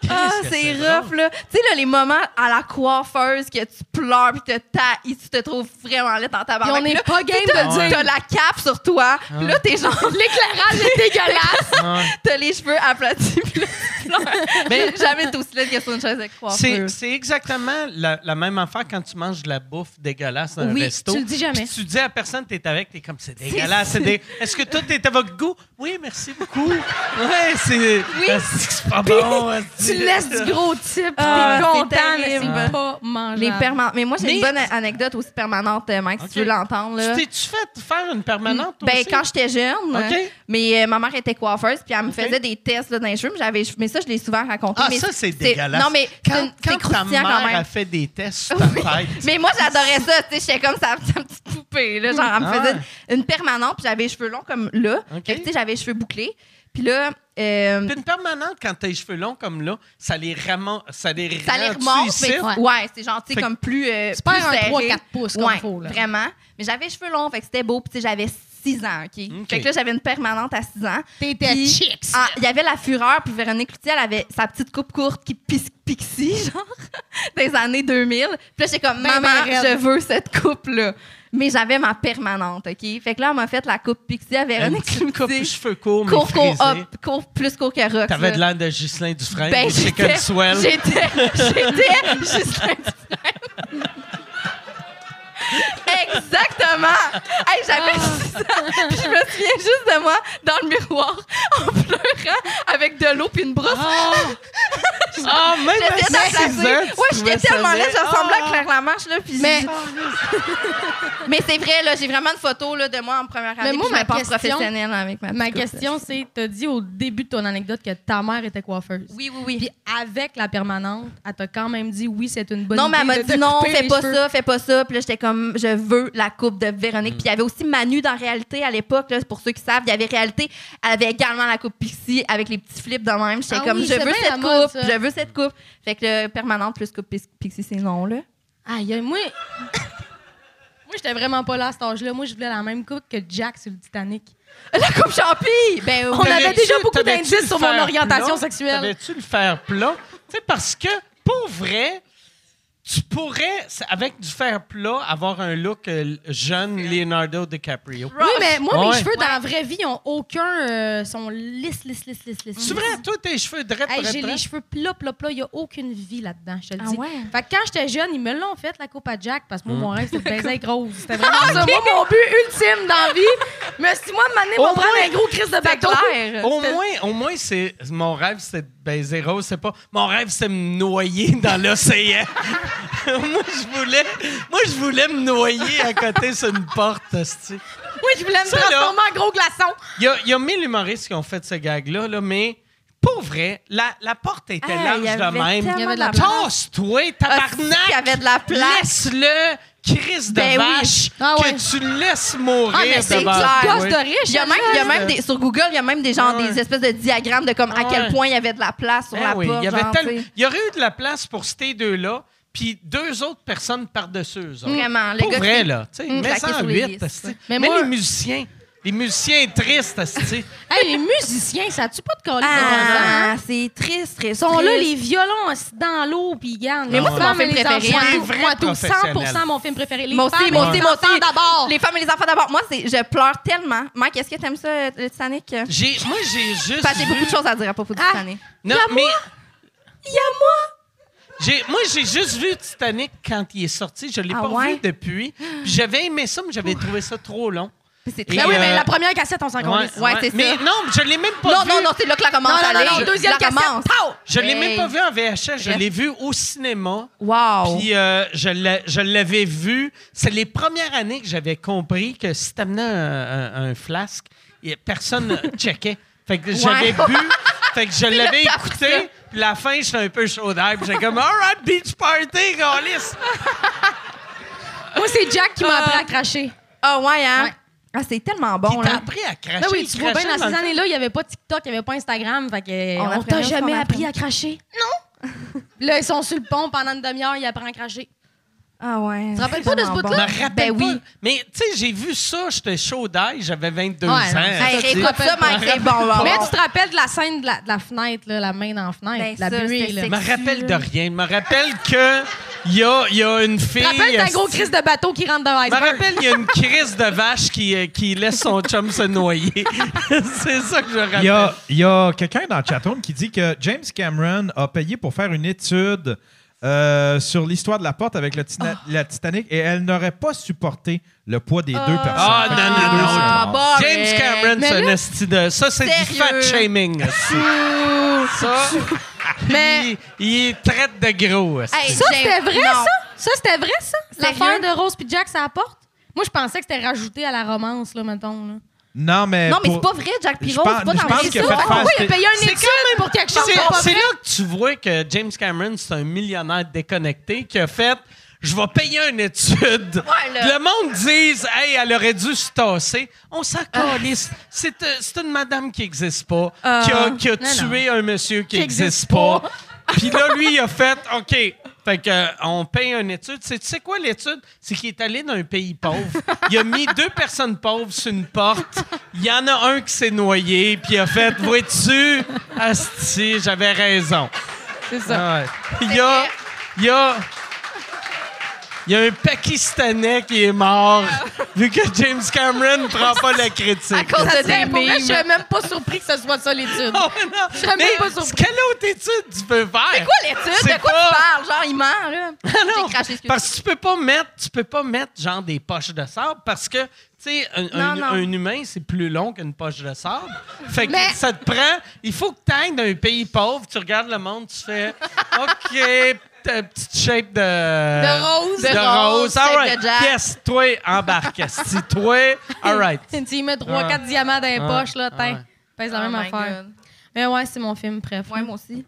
Speaker 5: Ah,
Speaker 3: que
Speaker 5: c'est
Speaker 3: c'est
Speaker 5: rough, là. Tu sais, là, les moments à la coiffeuse que tu pleures pis te tailles, tu te trouves vraiment laid en tabarnak.
Speaker 6: Puis on est
Speaker 5: Puis là,
Speaker 6: pas game
Speaker 5: tu sais, t'as-
Speaker 6: de le dire.
Speaker 5: T'as la cape sur toi, pis là, t'es genre... L'éclairage est
Speaker 3: Ouais.
Speaker 5: dégueulasse. T'as les cheveux aplatis, pis là, tu pleures.
Speaker 3: Mais-
Speaker 5: Jamais t'es aussi laid que sur une chaise de
Speaker 3: C'est,
Speaker 5: coiffeuse.
Speaker 3: c'est exactement la, la même affaire quand tu manges de la bouffe dégueulasse dans
Speaker 6: Oui,
Speaker 3: un resto.
Speaker 6: tu le dis jamais.
Speaker 3: Puis Tu dis à personne que tu es avec, tu es comme c'est dégueulasse. c'est dé- Est-ce que tout est à votre goût? Oui, merci beaucoup. ouais, c'est. Ah, c'est que c'est pas bon. hein,
Speaker 6: Tu laisses du gros type,
Speaker 5: Ah,
Speaker 6: t'es
Speaker 5: c'est
Speaker 6: content, mais
Speaker 5: terrible.
Speaker 6: c'est pas mangeable.
Speaker 5: Les permanentes. Mais moi, j'ai
Speaker 3: Mais-
Speaker 5: une bonne a- anecdote aussi permanente, euh, Mike,
Speaker 3: Ok.
Speaker 5: si tu veux l'entendre. là.
Speaker 3: Tu t'es-tu fait faire une permanente? toi
Speaker 5: Ben,
Speaker 3: aussi?
Speaker 5: quand j'étais jeune,
Speaker 3: Ok.
Speaker 5: euh, mais euh, ma mère était coiffeuse, puis elle me
Speaker 3: Ok.
Speaker 5: faisait des tests là, dans les cheveux, mais, j'avais, mais ça, je l'ai souvent raconté.
Speaker 3: Ah,
Speaker 5: mais
Speaker 3: ça, c'est dégueulasse.
Speaker 5: Non, mais c'est
Speaker 3: quand,
Speaker 5: une- c'est
Speaker 3: quand ta
Speaker 5: croustillant
Speaker 3: mère
Speaker 5: quand même.
Speaker 3: a fait des tests sur ta tête.
Speaker 5: Mais moi, j'adorais ça. Tu sais, j'étais comme sa, sa petite poupée. Là, genre, elle me
Speaker 3: Ah
Speaker 5: faisait
Speaker 3: ouais.
Speaker 5: une permanente, puis j'avais les cheveux longs comme là.
Speaker 3: Ok.
Speaker 5: Fait que, tu sais, j'avais les cheveux bouclés. Puis là, euh,
Speaker 3: Puis une permanente, quand t'as les cheveux longs comme là, ça les remonte. Ça les,
Speaker 5: ça les
Speaker 3: rend-tu
Speaker 5: remonte,
Speaker 3: ici?
Speaker 5: mais
Speaker 6: Ouais.
Speaker 5: ouais, c'est genre,
Speaker 3: Fait
Speaker 5: tu sais,
Speaker 3: que
Speaker 5: comme plus. Euh,
Speaker 6: Tu perds
Speaker 5: plus
Speaker 6: un
Speaker 5: serré.
Speaker 6: 3-4 pouces comme
Speaker 5: Ouais,
Speaker 6: faut, là.
Speaker 5: Vraiment. Mais j'avais les cheveux longs, fait que c'était beau, puis tu sais, j'avais 6 ans, OK?
Speaker 3: Ok.
Speaker 5: Fait que là, j'avais une permanente à 6 ans.
Speaker 6: T'étais
Speaker 5: Puis,
Speaker 6: chicks.
Speaker 5: ah, Il y avait la fureur, puis Véronique Loutier, elle avait sa petite coupe courte qui pis- pixie, genre, des années 2000. Puis là, j'étais comme,
Speaker 6: Ben, ben
Speaker 5: maman,
Speaker 6: raide.
Speaker 5: je veux cette coupe-là. mais j'avais ma permanente, OK? Fait que là, on m'a fait la coupe pixie à
Speaker 3: Une
Speaker 5: Véronique.
Speaker 3: petite coupe,
Speaker 5: Cloutier.
Speaker 3: cheveux courts, mais
Speaker 5: Court, court,
Speaker 3: frisés.
Speaker 5: hop, court, plus court que rock.
Speaker 3: T'avais
Speaker 5: là.
Speaker 3: de l'air de Ghislain Dufresne,
Speaker 5: Ben,
Speaker 3: ben,
Speaker 5: j'étais,
Speaker 3: Chicken Swell.
Speaker 5: j'étais, j'étais Ghislaine Dufresne. Exactement! Hey, j'avais six ans, puis je me souviens juste de moi dans le miroir en pleurant avec de l'eau puis une brosse.
Speaker 3: Ah, même à
Speaker 5: j'étais
Speaker 3: six ans, tu
Speaker 5: Ouais, j'étais
Speaker 3: trouvais ça
Speaker 5: tellement laide,
Speaker 3: laid.
Speaker 5: je ressemblais
Speaker 3: Ah.
Speaker 5: à Claire Lamarche là puis
Speaker 7: Mais-
Speaker 5: je- Mais c'est vrai là, j'ai vraiment une photo là de moi en première année.
Speaker 7: Mais moi,
Speaker 5: puis je
Speaker 7: ma
Speaker 5: me pense
Speaker 7: question-
Speaker 5: professionnelle avec ma
Speaker 6: Ma
Speaker 5: petite coupe, là.
Speaker 6: question, c'est, t'as dit au début de ton anecdote que ta mère était coiffeuse.
Speaker 5: Oui, oui, oui.
Speaker 6: Puis avec la permanente, elle t'a quand même dit oui, c'est une bonne
Speaker 5: non,
Speaker 6: idée.
Speaker 5: mais elle m'a
Speaker 6: de te
Speaker 5: dit non,
Speaker 6: couper
Speaker 5: fais
Speaker 6: les
Speaker 5: pas
Speaker 6: cheveux.
Speaker 5: ça, fais pas ça. Puis là, j'étais comme, je veux la coupe de
Speaker 3: Mm.
Speaker 5: Véronique. Puis il y avait aussi Manu dans Réalité à l'époque. là, Pour ceux qui savent, il y avait Réalité. Elle avait également la coupe Pixie avec les petits flips de même. J'étais
Speaker 7: Ah
Speaker 5: comme,
Speaker 7: oui,
Speaker 5: je
Speaker 7: c'est
Speaker 5: veux
Speaker 7: bien
Speaker 5: cette
Speaker 7: la mode,
Speaker 5: coupe,
Speaker 7: ça.
Speaker 5: je veux cette coupe. Fait que le permanente plus coupe Pix- Pixie, c'est non, là.
Speaker 6: Aïe, aïe, moi. moi, j'étais vraiment pas là à cet âge-là. Moi, je voulais la même coupe que Jack sur le Titanic.
Speaker 5: La coupe Champi! Ben,
Speaker 6: On
Speaker 5: oui.
Speaker 6: avait
Speaker 3: T'avais-tu-
Speaker 6: déjà beaucoup
Speaker 3: t'avais-tu
Speaker 6: d'indices
Speaker 3: le
Speaker 6: sur mon
Speaker 3: fer
Speaker 6: orientation
Speaker 3: plat?
Speaker 6: sexuelle.
Speaker 3: T'avais-tu le fer plat? Tu sais, parce que, pour vrai, tu pourrais, c'est- avec du fer plat, avoir un look euh, jeune Leonardo DiCaprio.
Speaker 6: Oui, mais moi, mes
Speaker 3: Ouais.
Speaker 6: cheveux, dans la vraie vie, ils ont aucun. euh, sont lisses, lisses, lisses, lisses, lisses.
Speaker 3: C'est vrai, toi, tes cheveux drettes,
Speaker 6: Hey,
Speaker 3: drettes,
Speaker 6: j'ai les
Speaker 3: drettes.
Speaker 6: cheveux plats, plats, plats. Il n'y a aucune vie là-dedans, je te le
Speaker 5: Ah
Speaker 6: dis.
Speaker 5: ouais?
Speaker 6: Fait que quand j'étais jeune, ils me l'ont fait, la coupe à Jack, parce que moi, mon rêve, c'était de baiser avec Rose. C'était vraiment Ah,
Speaker 5: Ah,
Speaker 6: ça. Moi, mon but ultime dans la vie, mais si moi, de m'amener,
Speaker 3: Au
Speaker 6: on prendre
Speaker 3: moins,
Speaker 6: un gros crise de bateau.
Speaker 5: clair.
Speaker 3: Au moins, au moins c'est mon rêve, c'est de baiser Rose. C'est pas mon rêve, c'est de me noyer dans l'océan. moi, je voulais, moi, je voulais me noyer à côté sur une porte. hostie.
Speaker 6: Oui, je voulais me
Speaker 3: Ça, là.
Speaker 6: transformer en gros glaçon.
Speaker 3: Il y a, il y a mille humoristes qui ont fait ce gag-là, là, mais pour vrai, la, la porte était
Speaker 5: Ah,
Speaker 3: large
Speaker 5: il y avait
Speaker 3: de même.
Speaker 5: tellement
Speaker 6: Il y avait de la place.
Speaker 3: Tasse-toi,
Speaker 5: Ah, si,
Speaker 3: tabarnak!
Speaker 5: Il y avait de la place.
Speaker 3: Laisse-le, crise de
Speaker 5: Ben oui.
Speaker 3: vache,
Speaker 6: Ah ouais.
Speaker 3: que tu le laisses mourir
Speaker 5: Ah, mais c'est
Speaker 3: devant
Speaker 5: clair.
Speaker 3: toi.
Speaker 6: Gosse de riche.
Speaker 5: Il y a même, il y a même des, sur Google, il y a même des gens,
Speaker 3: Ah ouais.
Speaker 5: des espèces de diagrammes de comme à
Speaker 3: Ah ouais.
Speaker 5: quel point il y avait de la place sur
Speaker 3: Ben
Speaker 5: la
Speaker 3: oui,
Speaker 5: porte.
Speaker 3: il y avait
Speaker 5: genre,
Speaker 3: tellement-
Speaker 5: tu sais.
Speaker 3: il y aurait eu de la place pour ces deux-là, puis deux autres personnes par-dessus eux autres.
Speaker 5: Vraiment, les
Speaker 3: Pour
Speaker 5: gars.
Speaker 3: vrai,
Speaker 5: qui-
Speaker 3: là. tu sais,
Speaker 5: Mm,
Speaker 3: mets ça en
Speaker 5: claquer sur les
Speaker 3: 8,
Speaker 5: listes, ouais.
Speaker 3: Mais,
Speaker 6: Mais moi-
Speaker 3: les musiciens, les musiciens tristes, asti.
Speaker 6: Hey, les musiciens, ça tue pas de coller.
Speaker 5: Ah, c'est triste, triste.
Speaker 6: hein? Ils sont là,
Speaker 5: triste.
Speaker 6: les violons assis dans l'eau, puis ils gagnent.
Speaker 5: Mais moi, c'est mon film préféré.
Speaker 6: Moi,
Speaker 5: Les
Speaker 6: tout,
Speaker 3: vrais
Speaker 6: moi, tout,
Speaker 3: professionnels.
Speaker 6: 100 mon film préféré. Les
Speaker 5: Moi aussi,
Speaker 6: femmes
Speaker 5: moi
Speaker 6: et
Speaker 5: aussi,
Speaker 6: les
Speaker 5: moi aussi.
Speaker 6: enfants d'abord.
Speaker 5: Les femmes et les enfants d'abord. Moi, c'est, je pleure tellement. Mike, est-ce que t'aimes ça, euh, le Titanic? Parce
Speaker 3: J'ai, moi, j'ai juste.
Speaker 5: que j'ai beaucoup de
Speaker 3: vu-
Speaker 5: choses à dire à propos du
Speaker 6: Ah.
Speaker 5: Titanic.
Speaker 3: Non,
Speaker 6: Y a
Speaker 3: mais
Speaker 5: Il y a moi!
Speaker 3: j'ai, moi, j'ai juste vu Titanic quand il est sorti. Je ne l'ai
Speaker 5: Ah
Speaker 3: pas
Speaker 5: ouais?
Speaker 3: vu depuis. Puis J'avais aimé ça, mais j'avais trouvé ça trop long.
Speaker 5: C'est
Speaker 3: Et,
Speaker 5: très...
Speaker 6: Ben oui,
Speaker 3: euh,
Speaker 6: mais la première cassette, on s'en
Speaker 3: Ouais,
Speaker 6: connaît.
Speaker 5: ouais, c'est ça.
Speaker 3: Mais non, je ne l'ai même pas
Speaker 5: Non,
Speaker 3: vu.
Speaker 5: non, non, c'est là que la commence
Speaker 6: Non,
Speaker 5: à
Speaker 6: non, non,
Speaker 5: aller.
Speaker 6: non, deuxième
Speaker 5: La
Speaker 6: cassette.
Speaker 5: commence.
Speaker 6: pow!
Speaker 3: Je ne l'ai même
Speaker 5: Hey.
Speaker 3: pas vu en VHS. Je
Speaker 5: Reste-
Speaker 3: l'ai vu au cinéma.
Speaker 5: Wow!
Speaker 3: Puis euh, je l'ai- je l'avais vu. C'est les premières années que j'avais compris que si t'amenais un, un, un flasque, y- personne ne checkait. Fait que j'avais bu. Fait que je l'avais
Speaker 5: t'as
Speaker 3: écouté. Puis la fin, j'étais un peu chaud d'air. Puis j'étais comme, all right, beach party, galice!
Speaker 6: Moi, c'est Jack qui m'a appris à cracher.
Speaker 5: Ah, ouais, hein?
Speaker 6: euh, Ouais.
Speaker 5: Ah, c'est tellement
Speaker 3: Puis
Speaker 5: bon,
Speaker 3: t'as
Speaker 5: là.
Speaker 3: appris à cracher.
Speaker 6: Ben oui,
Speaker 3: il
Speaker 6: tu vois bien,
Speaker 3: crachait
Speaker 6: dans
Speaker 3: dans
Speaker 6: ces
Speaker 3: le-
Speaker 6: années-là, il n'y avait pas TikTok, il n'y avait pas Instagram. Fait que
Speaker 5: On
Speaker 6: on,
Speaker 5: apprenait
Speaker 6: t'a
Speaker 5: ce qu'on
Speaker 6: jamais
Speaker 5: apprenait.
Speaker 6: appris à cracher. Non! là, ils sont sur le pont pendant une demi-heure, ils apprennent à cracher.
Speaker 5: Ah, ouais.
Speaker 6: Tu te rappelles
Speaker 5: c'est
Speaker 6: pas de ce
Speaker 5: vraiment
Speaker 6: bout-là?
Speaker 5: bon.
Speaker 3: Je me rappelle
Speaker 5: Ben
Speaker 3: pas.
Speaker 5: oui.
Speaker 3: Mais tu sais, j'ai vu ça, j'étais chaud d'air, j'avais 22
Speaker 6: Ouais,
Speaker 3: ans.
Speaker 6: non,
Speaker 5: Hey,
Speaker 3: Ça,
Speaker 5: réécoute
Speaker 6: c'est-
Speaker 5: ça, Mike, c'est bon, bon.
Speaker 6: Mais tu te rappelles de la scène de la, de la fenêtre, là, la main dans la fenêtre,
Speaker 5: Ben,
Speaker 6: la
Speaker 5: ça,
Speaker 6: buée.
Speaker 5: c'était
Speaker 6: là.
Speaker 5: sexy.
Speaker 3: Je me rappelle de rien. Je me rappelle que il y a, il y a une fille.
Speaker 6: Tu te rappelles d'un gros
Speaker 3: esti,
Speaker 6: crise de bateau qui rentre dans
Speaker 3: Je me
Speaker 6: l'iceberg?
Speaker 3: rappelle, il y a une crise de vache qui, euh, qui laisse son chum se noyer. c'est ça que je rappelle.
Speaker 4: Il y a, il y a quelqu'un dans le chatroom qui dit que James Cameron a payé pour faire une étude euh, sur l'histoire de la porte avec le Tina-
Speaker 5: Ah.
Speaker 4: la Titanic et elle n'aurait pas supporté le poids des deux personnes.
Speaker 3: Ah,
Speaker 4: Fait que
Speaker 3: non,
Speaker 4: les
Speaker 3: non,
Speaker 4: deux
Speaker 3: non.
Speaker 4: sont
Speaker 5: Ah,
Speaker 4: morts.
Speaker 5: bon.
Speaker 3: James Cameron,
Speaker 6: Mais
Speaker 3: c'est un
Speaker 6: là-
Speaker 3: esti de. Ça, c'est du
Speaker 5: Sérieux?
Speaker 3: fat-shaming. esti. ça,
Speaker 6: Mais-
Speaker 3: il, il traite de gros. esti.
Speaker 5: Hey,
Speaker 6: Ça,
Speaker 5: j'ai-
Speaker 6: c'était vrai,
Speaker 5: non.
Speaker 6: ça? Ça, c'était vrai, ça?
Speaker 5: Sérieux?
Speaker 6: L'affaire de Rose puis Jack, ça apporte? Moi, je pensais que c'était rajouté à la romance, là, mettons. Là.
Speaker 4: Non, mais.
Speaker 5: Non, mais
Speaker 4: pour-
Speaker 5: c'est pas vrai, Jack
Speaker 4: Je
Speaker 5: Pirot. C'est pas
Speaker 4: pense- je
Speaker 5: dans
Speaker 4: pense
Speaker 5: les
Speaker 4: qu'il a
Speaker 5: sous.
Speaker 4: fait faire-
Speaker 6: Pourquoi Ah il a payé une
Speaker 3: C'est
Speaker 6: étude pour quelque chose
Speaker 3: C'est
Speaker 6: de pas
Speaker 3: c'est
Speaker 6: vrai?
Speaker 3: là que tu vois que James Cameron, c'est un millionnaire déconnecté qui a fait je vais payer une étude.
Speaker 5: Voilà.
Speaker 3: Puis Le monde dise hey, elle aurait dû se tasser. On s'en calisse. C'est euh, c'est une madame qui n'existe pas,
Speaker 5: Ah.
Speaker 3: qui a, qui a
Speaker 6: Non,
Speaker 3: tué un monsieur qui
Speaker 6: Qui existe
Speaker 3: n'existe pas. Puis là, lui, il a fait OK. Fait que, euh, on paye une étude. C'est- Tu sais quoi, l'étude? C'est qu'il est allé dans un pays pauvre. Il a mis deux personnes pauvres sur une porte. Il y en a un qui s'est noyé, puis il a fait Vois-tu, Asti, j'avais raison.
Speaker 6: C'est
Speaker 3: Ah ouais. Il y a. Il y a. Il y a un Pakistanais qui est mort vu que James Cameron ne prend pas la
Speaker 7: À
Speaker 3: critique.
Speaker 7: cause
Speaker 5: Ça
Speaker 7: de
Speaker 5: tient
Speaker 7: tes
Speaker 5: pour
Speaker 7: mimes.
Speaker 5: vrai,
Speaker 7: Je
Speaker 5: je
Speaker 7: suis
Speaker 5: suis
Speaker 7: même pas surpris que ce soit ça l'étude.
Speaker 3: Oh, mais non.
Speaker 7: Je suis même
Speaker 3: Mais
Speaker 7: pas
Speaker 3: c'est
Speaker 7: surpris.
Speaker 3: quelle autre étude tu peux faire?
Speaker 5: C'est quoi l'étude?
Speaker 3: C'est
Speaker 5: De quoi
Speaker 3: pas-
Speaker 5: tu parles? Genre, il ment, là.
Speaker 3: Ah non,
Speaker 5: J'ai craché, excuse.
Speaker 3: Parce que tu peux pas mettre, tu peux pas mettre genre des poches de sable parce que tu sais un, un-
Speaker 5: Non, non.
Speaker 3: un humain c'est plus long qu'une poche de sable. Fait que
Speaker 7: Mais-
Speaker 3: ça te prend, il faut que tu ailles dans un pays pauvre, tu regardes le monde, tu fais OK, ta petite shape de
Speaker 5: De rose.
Speaker 3: de,
Speaker 5: De
Speaker 3: rose,
Speaker 5: rose,
Speaker 3: all
Speaker 5: shape
Speaker 3: right.
Speaker 5: de jack.
Speaker 3: Yes, toi embarque, si toi, all right.
Speaker 6: tu y mets
Speaker 5: Ah.
Speaker 6: 3-4
Speaker 3: Ouais.
Speaker 6: diamants dans les
Speaker 3: Ouais.
Speaker 6: poches, là,
Speaker 3: Ouais.
Speaker 6: t'es. Pèse la
Speaker 5: Oh
Speaker 6: même
Speaker 5: my
Speaker 6: affaire.
Speaker 5: God.
Speaker 6: Mais ouais, c'est mon film, bref.
Speaker 5: Ouais, moi aussi.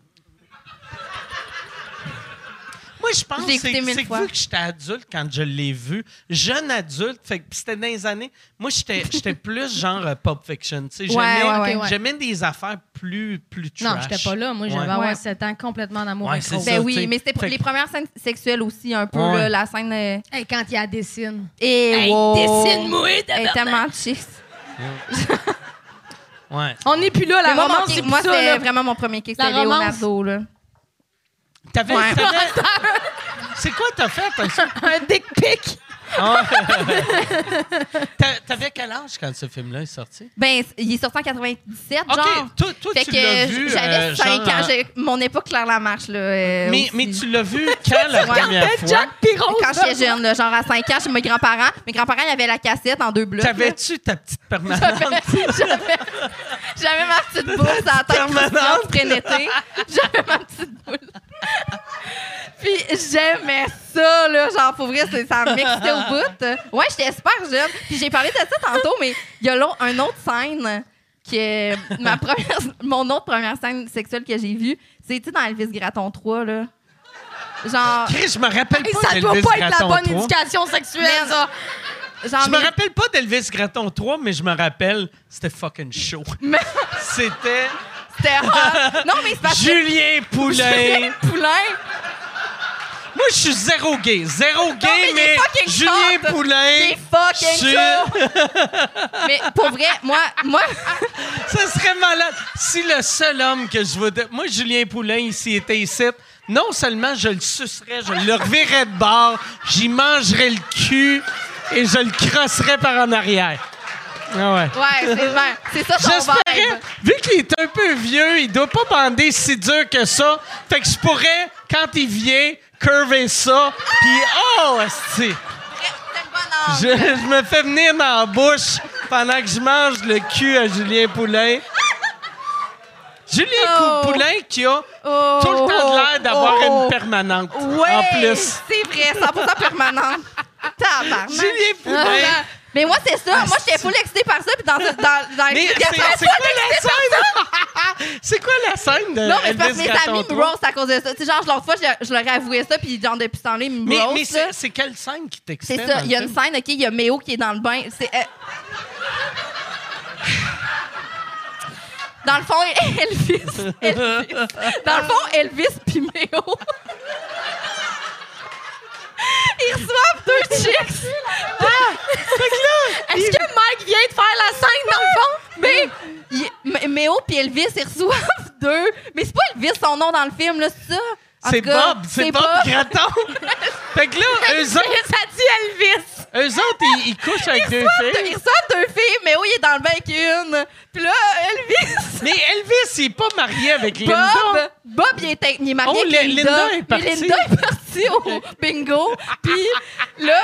Speaker 3: Moi, je pense
Speaker 5: Je
Speaker 3: que
Speaker 5: l'ai
Speaker 3: c'est
Speaker 5: écouté mille
Speaker 3: c'est que
Speaker 5: fois.
Speaker 3: vu que j'étais adulte quand je l'ai vu, jeune adulte, fait que c'était dans les années. Moi, j'étais j'étais plus genre euh, Pop Fiction. tu sais,
Speaker 5: Ouais,
Speaker 3: J'aimais
Speaker 5: ouais,
Speaker 6: ouais.
Speaker 3: j'aimais des affaires plus, plus trash.
Speaker 6: Non, j'étais pas là. Moi, j'avais
Speaker 3: Ouais.
Speaker 6: avoir
Speaker 5: Ouais.
Speaker 6: 7 ans complètement en amour
Speaker 3: Ouais,
Speaker 6: avec
Speaker 3: c'est
Speaker 6: Rose.
Speaker 3: ça,
Speaker 5: Ben
Speaker 3: tu sais.
Speaker 5: oui, mais c'était pour
Speaker 3: Fait que-
Speaker 5: les premières scènes sexuelles aussi, un peu,
Speaker 3: Ouais.
Speaker 5: là, la scène... euh,
Speaker 6: Ben, Hey, quand il y a des signes.
Speaker 5: Et
Speaker 3: Oh.
Speaker 5: wow.
Speaker 7: dessine-moi,
Speaker 5: Elle est
Speaker 7: tabarnak.
Speaker 5: tellement chic.
Speaker 3: Ouais.
Speaker 6: On n'est plus là, la
Speaker 5: Mais moi, mon
Speaker 6: romance,
Speaker 5: kick-
Speaker 6: c'est plus
Speaker 5: moi,
Speaker 6: ça, là.
Speaker 5: c'était vraiment mon premier kick.
Speaker 6: La
Speaker 5: C'était
Speaker 6: romance.
Speaker 5: Leonardo, là.
Speaker 3: T'avais.
Speaker 5: Ouais.
Speaker 3: t'avais- C'est quoi t'as fait? t'as-
Speaker 6: Un dick pic.
Speaker 3: Ah. T'a- T'avais quel âge quand ce film-là est sorti?
Speaker 5: Ben, c- il est sorti en 97, genre.
Speaker 3: OK, toi, toi,
Speaker 5: Fait
Speaker 3: tu
Speaker 5: que
Speaker 3: l'as vu. euh,
Speaker 5: j'avais 5
Speaker 3: genre,
Speaker 5: ans.
Speaker 3: euh,
Speaker 5: j'ai- Mon époque, Claire Lamarche, là. euh,
Speaker 3: Mais,
Speaker 5: aussi.
Speaker 3: mais tu l'as vu quand la première fois?
Speaker 6: Pirose.
Speaker 5: Quand j'étais jeune, là, genre à 5 ans, chez mes grands-parents, mes grands-parents, ils avaient la cassette en deux blocs. là.
Speaker 3: T'avais-tu ta petite permanente?
Speaker 5: J'avais j'avais ma petite boule sur la tête
Speaker 3: Permanente.
Speaker 5: Christian Prénété. J'avais ma petite boule. Puis j'aimais ça, là. Genre, pour vrai, c'est- ça m'excitait au bout. Ouais, j'étais super jeune. Puis j'ai parlé de ça tantôt, mais il y a l'au- une autre scène que ma première, mon autre première scène sexuelle que j'ai vue, c'était dans Elvis Graton 3, là. Genre,
Speaker 3: Chris, je me rappelle
Speaker 7: Et
Speaker 3: pas
Speaker 7: ça doit
Speaker 3: d'Elvis
Speaker 7: pas être la
Speaker 3: Gratton
Speaker 7: bonne
Speaker 3: 3.
Speaker 7: éducation sexuelle,
Speaker 5: Mais-
Speaker 7: ça.
Speaker 5: genre
Speaker 3: Je me rappelle pas d'Elvis Gratton 3, mais je me rappelle, c'était fucking chaud.
Speaker 5: Mais-
Speaker 3: C'était
Speaker 5: c'était hot. Non, mais c'est parce que
Speaker 3: Julien Poulain.
Speaker 5: Poulain,
Speaker 3: Moi, je suis zéro gay. Zéro gay,
Speaker 5: mais il est
Speaker 3: mais,
Speaker 5: fucking
Speaker 3: Julien
Speaker 5: hot.
Speaker 3: Poulain.
Speaker 5: Il est fucking chaud. Mais pour vrai, moi, moi,
Speaker 3: Ça serait malade. Si le seul homme que je voudrais. Moi, Julien Poulain, ici, était ici. Non seulement je le sucerais, je le reverrais de bord, j'y mangerais le cul et je le crosserais par en arrière. Ah ouais.
Speaker 5: ouais, c'est vrai. C'est ça ton
Speaker 3: J'espérais, vu
Speaker 5: vibe.
Speaker 3: qu'il est un peu vieux, il doit pas bander si dur que ça. Fait que je pourrais, quand il vient, curver ça, puis oh, esti.
Speaker 5: C'est le bonheur.
Speaker 3: Je, je me fais venir dans la bouche pendant que je mange le cul à Julien Poulain. Julien
Speaker 5: Oh.
Speaker 3: Cou- Poulain qui a
Speaker 5: Oh,
Speaker 3: tout le temps de l'air d'avoir
Speaker 5: oh, oh.
Speaker 3: une permanente.
Speaker 5: Ouais,
Speaker 3: En plus.
Speaker 5: C'est vrai, 100% permanente. Tabarnak.
Speaker 3: Julien Poulain.
Speaker 5: Ah, Mais moi, c'est ça. Moi, j'étais full excitée par ça. Puis dans, dans, dans
Speaker 3: Mais c'est c'est quoi la scène? c'est quoi la scène de
Speaker 5: Non, mais c'est parce que
Speaker 3: Elvis
Speaker 5: mes
Speaker 3: Gratton
Speaker 5: amis me
Speaker 3: 3?
Speaker 5: roast à cause de ça. Tu sais, genre, l'autre fois, je, je leur ai avoué ça. Puis, genre, depuis ce temps-là, ils me
Speaker 3: Mais,
Speaker 5: roast,
Speaker 3: mais
Speaker 5: là.
Speaker 3: c'est c'est quelle scène qui t'excite?
Speaker 5: C'est
Speaker 3: dans
Speaker 5: ça.
Speaker 3: le
Speaker 5: Il y a
Speaker 3: film?
Speaker 5: une scène, OK, il y a Méo qui est dans le bain. C'est. euh, Dans le fond, Elvis. Elvis. Dans le fond, Elvis puis Méo. Ils reçoivent deux chicks.
Speaker 3: Ah!
Speaker 7: Est-ce que Mike vient de faire la scène dans le fond?
Speaker 5: Mais il- M- Méo puis Elvis, ils reçoivent deux. Mais c'est pas Elvis son nom dans le film, là, c'est ça? En
Speaker 3: C'est
Speaker 5: tout cas,
Speaker 3: Bob, c'est Bob Gratton. fait que là, eux autres,
Speaker 7: Ça dit Elvis.
Speaker 3: eux autres ils, ils couchent avec deux filles.
Speaker 5: Ils reçoivent deux filles, Méo, il est dans le bain avec une. Puis là, Elvis.
Speaker 3: Mais Elvis, il est pas marié avec Linda.
Speaker 5: Bob, Bob, il est, il est marié
Speaker 3: Oh,
Speaker 5: avec
Speaker 3: Li-
Speaker 5: Linda.
Speaker 3: Linda est
Speaker 5: Mais
Speaker 3: partie.
Speaker 5: Linda est partie au bingo. Puis là,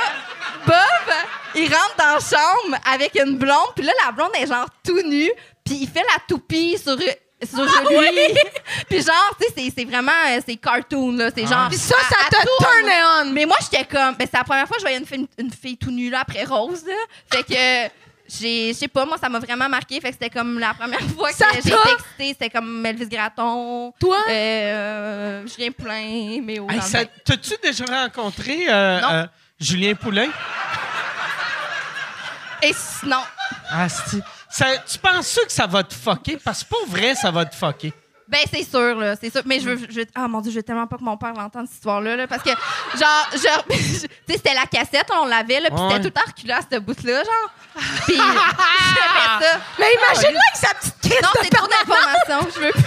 Speaker 5: Bob, il rentre dans la chambre avec une blonde. Puis là, la blonde est genre tout nue. Puis il fait la toupie sur, sur lui. Puis genre, tu sais, c'est- c'est vraiment... euh, C'est cartoon, là. C'est genre...
Speaker 7: Puis ça,
Speaker 5: elle-
Speaker 7: ça
Speaker 5: elle
Speaker 7: te
Speaker 5: tourne.
Speaker 7: turn on.
Speaker 5: Mais moi, j'étais comme... Ben, c'est la première fois que je voyais une fille, une fille tout nue, là, après Rose, là. Fait que... j'ai- Je sais pas, moi, ça m'a vraiment marqué. Fait que c'était comme la première fois que
Speaker 7: Ça
Speaker 5: j'ai été
Speaker 7: t'a-
Speaker 5: excitée. C'était comme Elvis Gratton.
Speaker 7: Toi?
Speaker 5: Euh, Julien Poulain, mais au
Speaker 3: Hey,
Speaker 5: dans le
Speaker 3: ça-
Speaker 5: bain.
Speaker 3: T'as-tu déjà rencontré euh,
Speaker 5: Non.
Speaker 3: euh, Julien Poulain?
Speaker 5: Et sinon,
Speaker 3: Ah, c'est- ça- tu penses que ça va te fucker? Parce que pour vrai, ça va te fucker.
Speaker 5: ben c'est sûr là, c'est sûr. Mais je veux, je, ah mon dieu, je veux tellement pas que mon père l'entende cette histoire-là, là, parce que genre, genre, tu sais, c'était la cassette, on l'avait là, puis
Speaker 3: Ouais.
Speaker 5: c'était tout arculé à ce bout-là, genre. Puis j'avais ça.
Speaker 7: Mais imagine-le avec sa petite crise
Speaker 5: Non,
Speaker 7: de
Speaker 5: c'est trop d'informations, je veux. plus.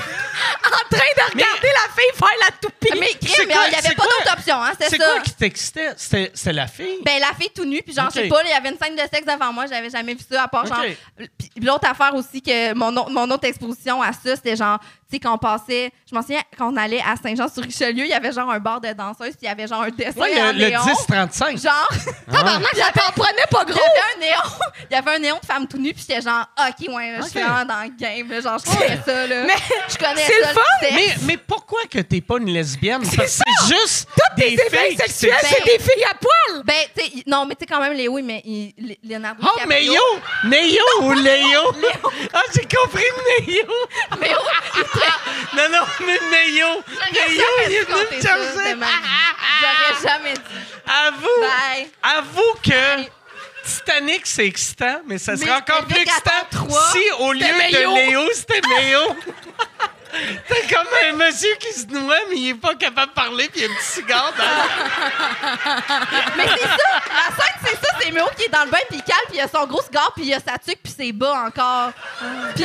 Speaker 7: en train de regarder la fille faire la toupie.
Speaker 5: Mais crime,
Speaker 3: C'est
Speaker 5: mais
Speaker 3: quoi-
Speaker 5: il y
Speaker 3: c'est
Speaker 5: avait pas
Speaker 3: quoi-
Speaker 5: d'autre option, hein, c'est
Speaker 3: C'est
Speaker 5: ça.
Speaker 3: quoi qui t'excitait? C'était c'était la fille?
Speaker 5: Ben, la fille tout nue, puis genre, je
Speaker 3: Ok.
Speaker 5: sais pas, là, il y avait une scène de sexe devant moi, j'avais jamais vu ça, à part
Speaker 3: Ok.
Speaker 5: genre. Puis l'autre affaire aussi, que mon, au- mon autre exposition à ça, c'était genre, tu sais, quand on passait, je m'en souviens, quand on allait à Saint-Jean-sur-Richelieu, il y avait genre un bar de danseuses, puis il y avait genre un dessin
Speaker 3: Ouais,
Speaker 5: en
Speaker 3: le, le Ah.
Speaker 5: néon.
Speaker 3: 10-35.
Speaker 5: Genre,
Speaker 7: Tabarnak, je t'en prenais pas
Speaker 5: il
Speaker 7: gros.
Speaker 5: y avait un néon, il y avait un néon de femme tout nue, puis j'étais genre, OK, ouais, je suis
Speaker 3: Ok.
Speaker 5: vraiment dans le game, là, genre, je connais ça, là.
Speaker 7: Mais
Speaker 5: je connais
Speaker 7: c'est
Speaker 5: ça,
Speaker 7: le fun,
Speaker 5: sexe.
Speaker 3: Mais, mais pourquoi que t'es pas une lesbienne? Parce que C'est juste des
Speaker 7: C'est
Speaker 3: filles.
Speaker 7: bien
Speaker 3: qui
Speaker 7: sexuel,
Speaker 5: Ben-
Speaker 7: c'est des filles à poil.
Speaker 5: Ben, tu sais, il- non, mais tu sais, quand même, Léo, il met- il- Lé- Leonardo
Speaker 3: Oh,
Speaker 5: DiCaprio-
Speaker 3: Mayo! Mayo ou Léo? Ah, j'ai compris Mayo!
Speaker 5: Léo, il prend-
Speaker 3: Non, non, mais Mayo! Mayo,
Speaker 5: J'aurais
Speaker 3: il est
Speaker 5: jamais dû
Speaker 3: venu me
Speaker 5: compter ça, c'est
Speaker 3: chercher!
Speaker 5: ma
Speaker 3: ah,
Speaker 5: vie. J'aurais jamais dit.
Speaker 3: Avoue!
Speaker 5: Bye.
Speaker 3: Avoue que
Speaker 5: Bye.
Speaker 3: Titanic, c'est excitant, mais ça
Speaker 5: Mais
Speaker 3: serait encore plus
Speaker 5: Big
Speaker 3: excitant
Speaker 5: Apple 3,
Speaker 3: si, au lieu
Speaker 7: c'était Mayo.
Speaker 3: de Léo, c'était Mayo. T'es comme un monsieur qui se noie, mais il est pas capable de parler, puis il a un petit cigare
Speaker 5: Ah,
Speaker 3: dans...
Speaker 5: Mais c'est ça, la scène, c'est ça, c'est Méo qui est dans le bain, puis il calme, puis il a son gros cigare, puis il a sa tuque, puis ses bas encore. Puis.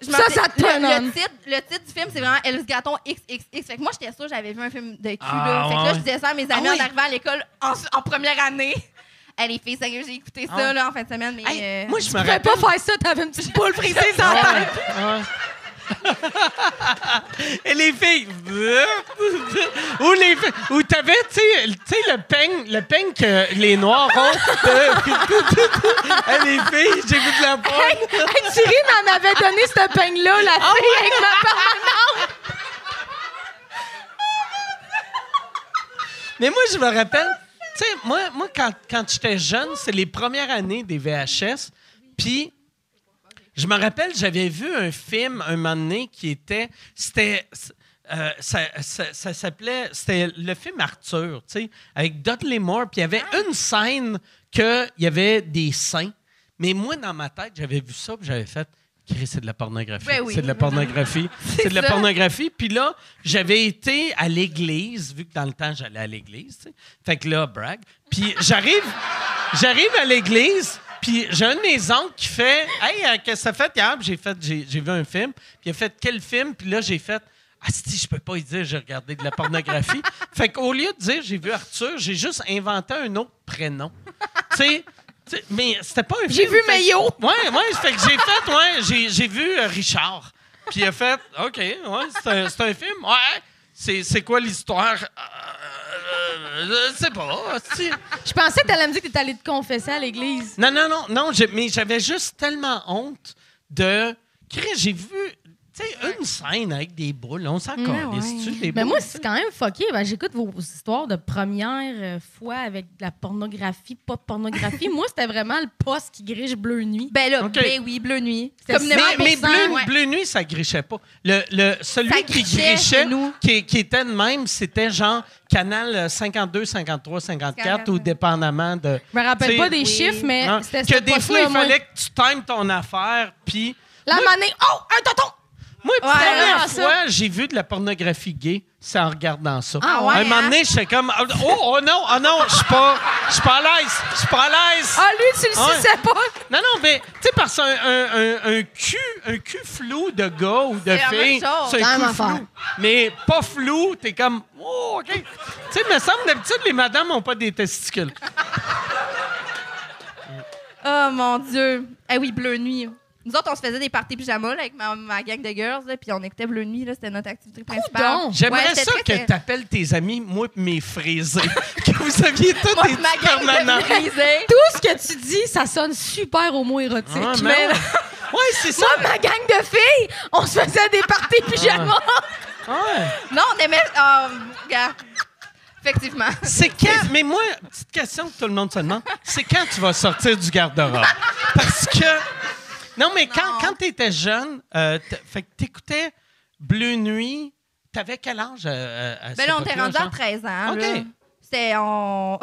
Speaker 5: je m'en
Speaker 7: Ça,
Speaker 5: fais-
Speaker 7: ça te
Speaker 5: le-
Speaker 7: turn
Speaker 5: le,
Speaker 7: on.
Speaker 5: titre, le titre du film, c'est vraiment Elvis Gaton XXX. Fait que moi, j'étais sûre, j'avais vu un film de cul.
Speaker 3: Ah,
Speaker 5: là. Fait que là,
Speaker 3: ouais.
Speaker 5: je disais ça à mes amis
Speaker 3: Ah, oui.
Speaker 5: en arrivant à l'école en, en première année. Elle les filles, sérieux, j'ai écouté ça
Speaker 3: Ah.
Speaker 5: là, en fin de semaine. Mais,
Speaker 3: Hey,
Speaker 5: euh,
Speaker 3: moi, je me
Speaker 7: Tu pouvais
Speaker 3: rappelle...
Speaker 7: pas faire ça, t'avais une petite boule frisée sur la tête.
Speaker 3: Et les filles... ou les filles... Ou t'avais, tu sais, tu sais, le peigne, le peigne que les Noirs ont. Eh, les filles, j'ai vu de la porte.
Speaker 7: Hey, Thierry m'en avait donné ce peigne-là, la fille avec ma permanente.
Speaker 3: Mais moi, je me rappelle, tu sais, moi, moi, quand, quand j'étais jeune, c'est les premières années des VHS. Puis, je me rappelle, j'avais vu un film un moment donné qui était. C'était. euh, ça ça- ça s'appelait. C'était le film Arthur, tu sais, avec Dudley Moore. Puis, il y avait
Speaker 5: Ah.
Speaker 3: une scène qu'il y avait des seins. Mais moi, dans ma tête, j'avais vu ça, puis j'avais fait. Chris, c'est de la pornographie.
Speaker 5: Ben oui.
Speaker 3: C'est de la pornographie. c'est de la
Speaker 5: ça.
Speaker 3: pornographie. Puis là, j'avais été à l'église, vu que dans le temps, j'allais à l'église. tu sais. Fait que là, brag. Puis j'arrive, j'arrive à l'église, puis j'ai un de mes oncles qui fait Hey, euh, qu'est-ce que ça fait hier? Puis J'ai fait, j'ai, j'ai vu un film. Puis il a fait quel film? Puis là, j'ai fait. Ah, si, je peux pas y dire, j'ai regardé de la pornographie. fait qu'au lieu de dire j'ai vu Arthur, j'ai juste inventé un autre prénom. tu sais, tu sais, mais c'était pas un
Speaker 7: J'ai
Speaker 3: film,
Speaker 7: vu
Speaker 3: fait-
Speaker 7: Mayo.
Speaker 3: Ouais, ouais, fait que j'ai fait, ouais, j'ai, j'ai vu euh, Richard. Puis il a fait, OK, ouais, c'est un, c'est un film, ouais. C'est, c'est quoi l'histoire? Euh, euh, je sais pas. hostie.
Speaker 6: Je pensais que t'allais me dire que t'étais allé te confesser à l'église.
Speaker 3: Non, non, non, non, j'ai- mais j'avais juste tellement honte de. Chris, j'ai vu, tu sais, une scène avec des boules. On s'en
Speaker 6: Ouais, ouais.
Speaker 3: calisse tu des
Speaker 6: Mais
Speaker 3: boules?
Speaker 6: moi, c'est quand même fucké. Ben, J'écoute vos histoires de première euh, fois avec de la pornographie, pas de pornographie. moi, c'était vraiment le poste qui grige bleu nuit.
Speaker 5: Ben là,
Speaker 3: Ok.
Speaker 5: ben oui, Bleu Nuit.
Speaker 6: C'est
Speaker 5: Comme
Speaker 3: Mais, mais bleu,
Speaker 5: ouais.
Speaker 3: Bleu nuit, ça grichait pas. Le, le, celui
Speaker 5: Ça
Speaker 3: qui
Speaker 5: grichait chez
Speaker 3: grichait,
Speaker 5: nous.
Speaker 3: qui, qui était de même, c'était genre canal 52, 53, 54 ou
Speaker 5: 54.
Speaker 3: dépendamment de.
Speaker 6: Je me rappelle
Speaker 3: T'sais,
Speaker 6: pas des
Speaker 3: oui.
Speaker 6: chiffres, mais
Speaker 3: Hein?
Speaker 6: c'était
Speaker 3: que
Speaker 6: cette
Speaker 3: des fois,
Speaker 6: poste-là,
Speaker 3: il
Speaker 6: moi.
Speaker 3: fallait que tu times ton affaire, puis.
Speaker 7: La
Speaker 3: Moi,
Speaker 7: manée, oh, un tonton!
Speaker 3: moi, la
Speaker 5: Ouais,
Speaker 3: première
Speaker 7: ouais, ça.
Speaker 3: fois, j'ai vu de la pornographie gay, c'est en regardant ça.
Speaker 5: Ah ouais,
Speaker 3: À un moment
Speaker 5: hein?
Speaker 3: donné, j'étais comme. Oh, oh non, oh non, je suis pas, je suis pas à l'aise, je suis pas à l'aise.
Speaker 7: Ah, lui, tu le
Speaker 3: Ouais.
Speaker 7: suçais pas.
Speaker 3: Non, non, mais tu sais, parce qu'un un, un, un cul, un cul flou de gars ou de
Speaker 5: C'est la
Speaker 3: fille,
Speaker 5: même chose.
Speaker 3: c'est
Speaker 7: C'est la
Speaker 3: un
Speaker 7: même
Speaker 3: cul flou.
Speaker 7: affaire.
Speaker 3: Mais pas flou, t'es comme, oh, OK. tu sais, il me semble d'habitude, les madames n'ont pas des testicules.
Speaker 5: Oh mon Dieu. Ah oui, Bleu Nuit. Nous autres, on se faisait des parties pyjama là, avec ma, ma gang de girls, là, puis on écoutait Bleu Nuit, là, c'était notre activité principale.
Speaker 6: Coudon!
Speaker 3: J'aimerais
Speaker 5: Ouais, c'était
Speaker 3: ça
Speaker 5: très,
Speaker 3: que
Speaker 5: très-
Speaker 3: tu appelles tes amis, moi pis mes frisés. que vous aviez tous
Speaker 5: Moi,
Speaker 3: des
Speaker 5: ma
Speaker 3: petits
Speaker 5: gang
Speaker 3: permanents.
Speaker 5: de frisés.
Speaker 6: Tout ce que tu dis, ça sonne super homo-érotique.
Speaker 3: Ah, mais
Speaker 6: Mais-
Speaker 3: ouais, Ouais, c'est ça.
Speaker 7: Moi, ma gang de filles, on se faisait des parties pyjama.
Speaker 3: Ouais.
Speaker 5: Non, on aimait. Ah, regarde. Effectivement.
Speaker 3: C'est quand. Mais moi, petite question que tout le monde se demande, c'est quand tu vas sortir du garde-robe? Parce que. Non, mais quand,
Speaker 5: Non.
Speaker 3: quand tu étais jeune, euh, t- fait que t'écoutais Bleu Nuit, t'avais quel âge euh, à, à
Speaker 5: Ben
Speaker 3: cette
Speaker 5: là, on était
Speaker 3: époque-là,
Speaker 5: rendu à
Speaker 3: genre?
Speaker 5: 13 ans.
Speaker 3: OK.
Speaker 5: là. C'était. On...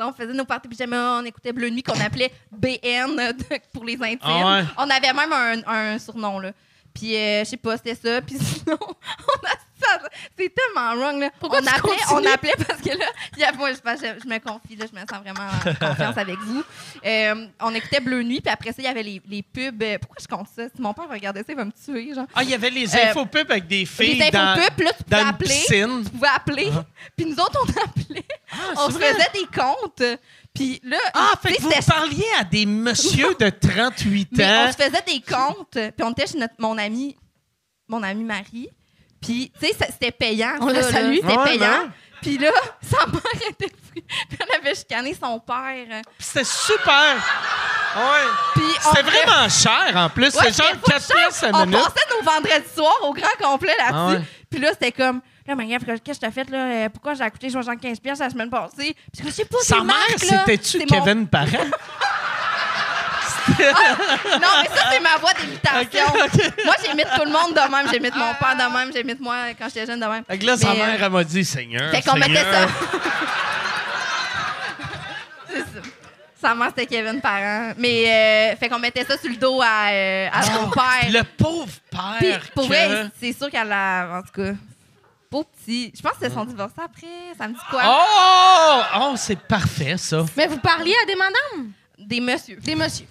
Speaker 5: on faisait nos parties pyjama, on écoutait Bleu Nuit qu'on appelait BN de- pour les intimes.
Speaker 3: Ah ouais.
Speaker 5: On avait même un, un surnom, là. Puis, euh, je sais pas, c'était ça. Puis sinon, on a- ça ça- c'est tellement wrong, là.
Speaker 6: Pourquoi
Speaker 5: on,
Speaker 6: tu
Speaker 5: appelait, on
Speaker 6: continues?
Speaker 5: appelait parce que là, il y a- moi, je, parce que je- je me confie, là, je me sens vraiment en confiance avec vous. Euh, on écoutait Bleu Nuit, puis après ça, il y avait les, les pubs. euh, Pourquoi je compte ça? Si mon père regardait ça, il va me tuer, genre.
Speaker 3: Ah, il y avait les
Speaker 5: Euh,
Speaker 3: infos pubs avec des filles
Speaker 5: les infos
Speaker 3: dans,
Speaker 5: pubs, puis là, tu pouvais
Speaker 3: dans une
Speaker 5: appeler.
Speaker 3: piscine. Ah.
Speaker 5: Tu pouvais appeler, puis nous autres, on appelait. on se faisait des comptes, puis là...
Speaker 3: Ah,
Speaker 5: tu
Speaker 3: fait
Speaker 5: sais,
Speaker 3: que vous
Speaker 5: c'était
Speaker 3: parliez à des messieurs de 38
Speaker 5: Mais on
Speaker 3: ans.
Speaker 5: se faisait des comptes, puis on était chez notre, mon ami, mon ami Marie. Puis, tu sais, ça- c'était payant.
Speaker 6: On
Speaker 5: ça,
Speaker 6: la
Speaker 5: là.
Speaker 6: salue.
Speaker 5: C'était
Speaker 3: Ouais,
Speaker 5: payant.
Speaker 3: non?
Speaker 5: Puis là, sa mère était prise. Puis on avait chicané son père.
Speaker 3: Puis C'était super. Ouais.
Speaker 5: Puis on
Speaker 3: C'était
Speaker 5: fait-
Speaker 3: vraiment cher en plus.
Speaker 5: Ouais,
Speaker 3: C'était genre
Speaker 5: c'était fou,
Speaker 3: 4
Speaker 5: cher.
Speaker 3: pièces à
Speaker 5: On
Speaker 3: minute.
Speaker 5: passait nos vendredis soirs au grand complet
Speaker 3: Ah
Speaker 5: là-dessus.
Speaker 3: ouais.
Speaker 5: Puis là, c'était comme... Là, ma gaffe, qu'est-ce que je t'ai fait, là? Euh, Pourquoi j'ai coûté 75 pièces la semaine passée? Puis je sais pas,
Speaker 3: Sa
Speaker 5: c'est
Speaker 3: mère,
Speaker 5: Marc, là.
Speaker 3: c'était-tu
Speaker 5: C'est mon-
Speaker 3: Kevin Parent?
Speaker 5: Non, mais ça, c'est ma voix d'imitation. Moi, j'imite tout le monde de même. J'imite mon père de même. J'imite moi quand j'étais jeune de même.
Speaker 3: Fait que là, sa
Speaker 5: Mais, euh,
Speaker 3: mère, elle m'a dit Seigneur.
Speaker 5: Fait qu'on mettait
Speaker 3: Seigneur.
Speaker 5: ça. C'est ça. Sa mère, c'était Kevin Parent. Mais, euh, fait qu'on mettait ça sur le dos à, euh, à son père.
Speaker 3: Le pauvre père.
Speaker 5: Puis, pour
Speaker 3: que-
Speaker 5: vrai, c'est sûr qu'elle a. En tout cas, pauvre petit. Je pense qu'ils se
Speaker 3: Mm.
Speaker 5: sont divorcés après. Ça me dit quoi?
Speaker 3: Oh! Oh, c'est parfait, ça.
Speaker 6: Mais vous parliez à des madames?
Speaker 3: Oh!
Speaker 5: Des messieurs.
Speaker 6: Des messieurs.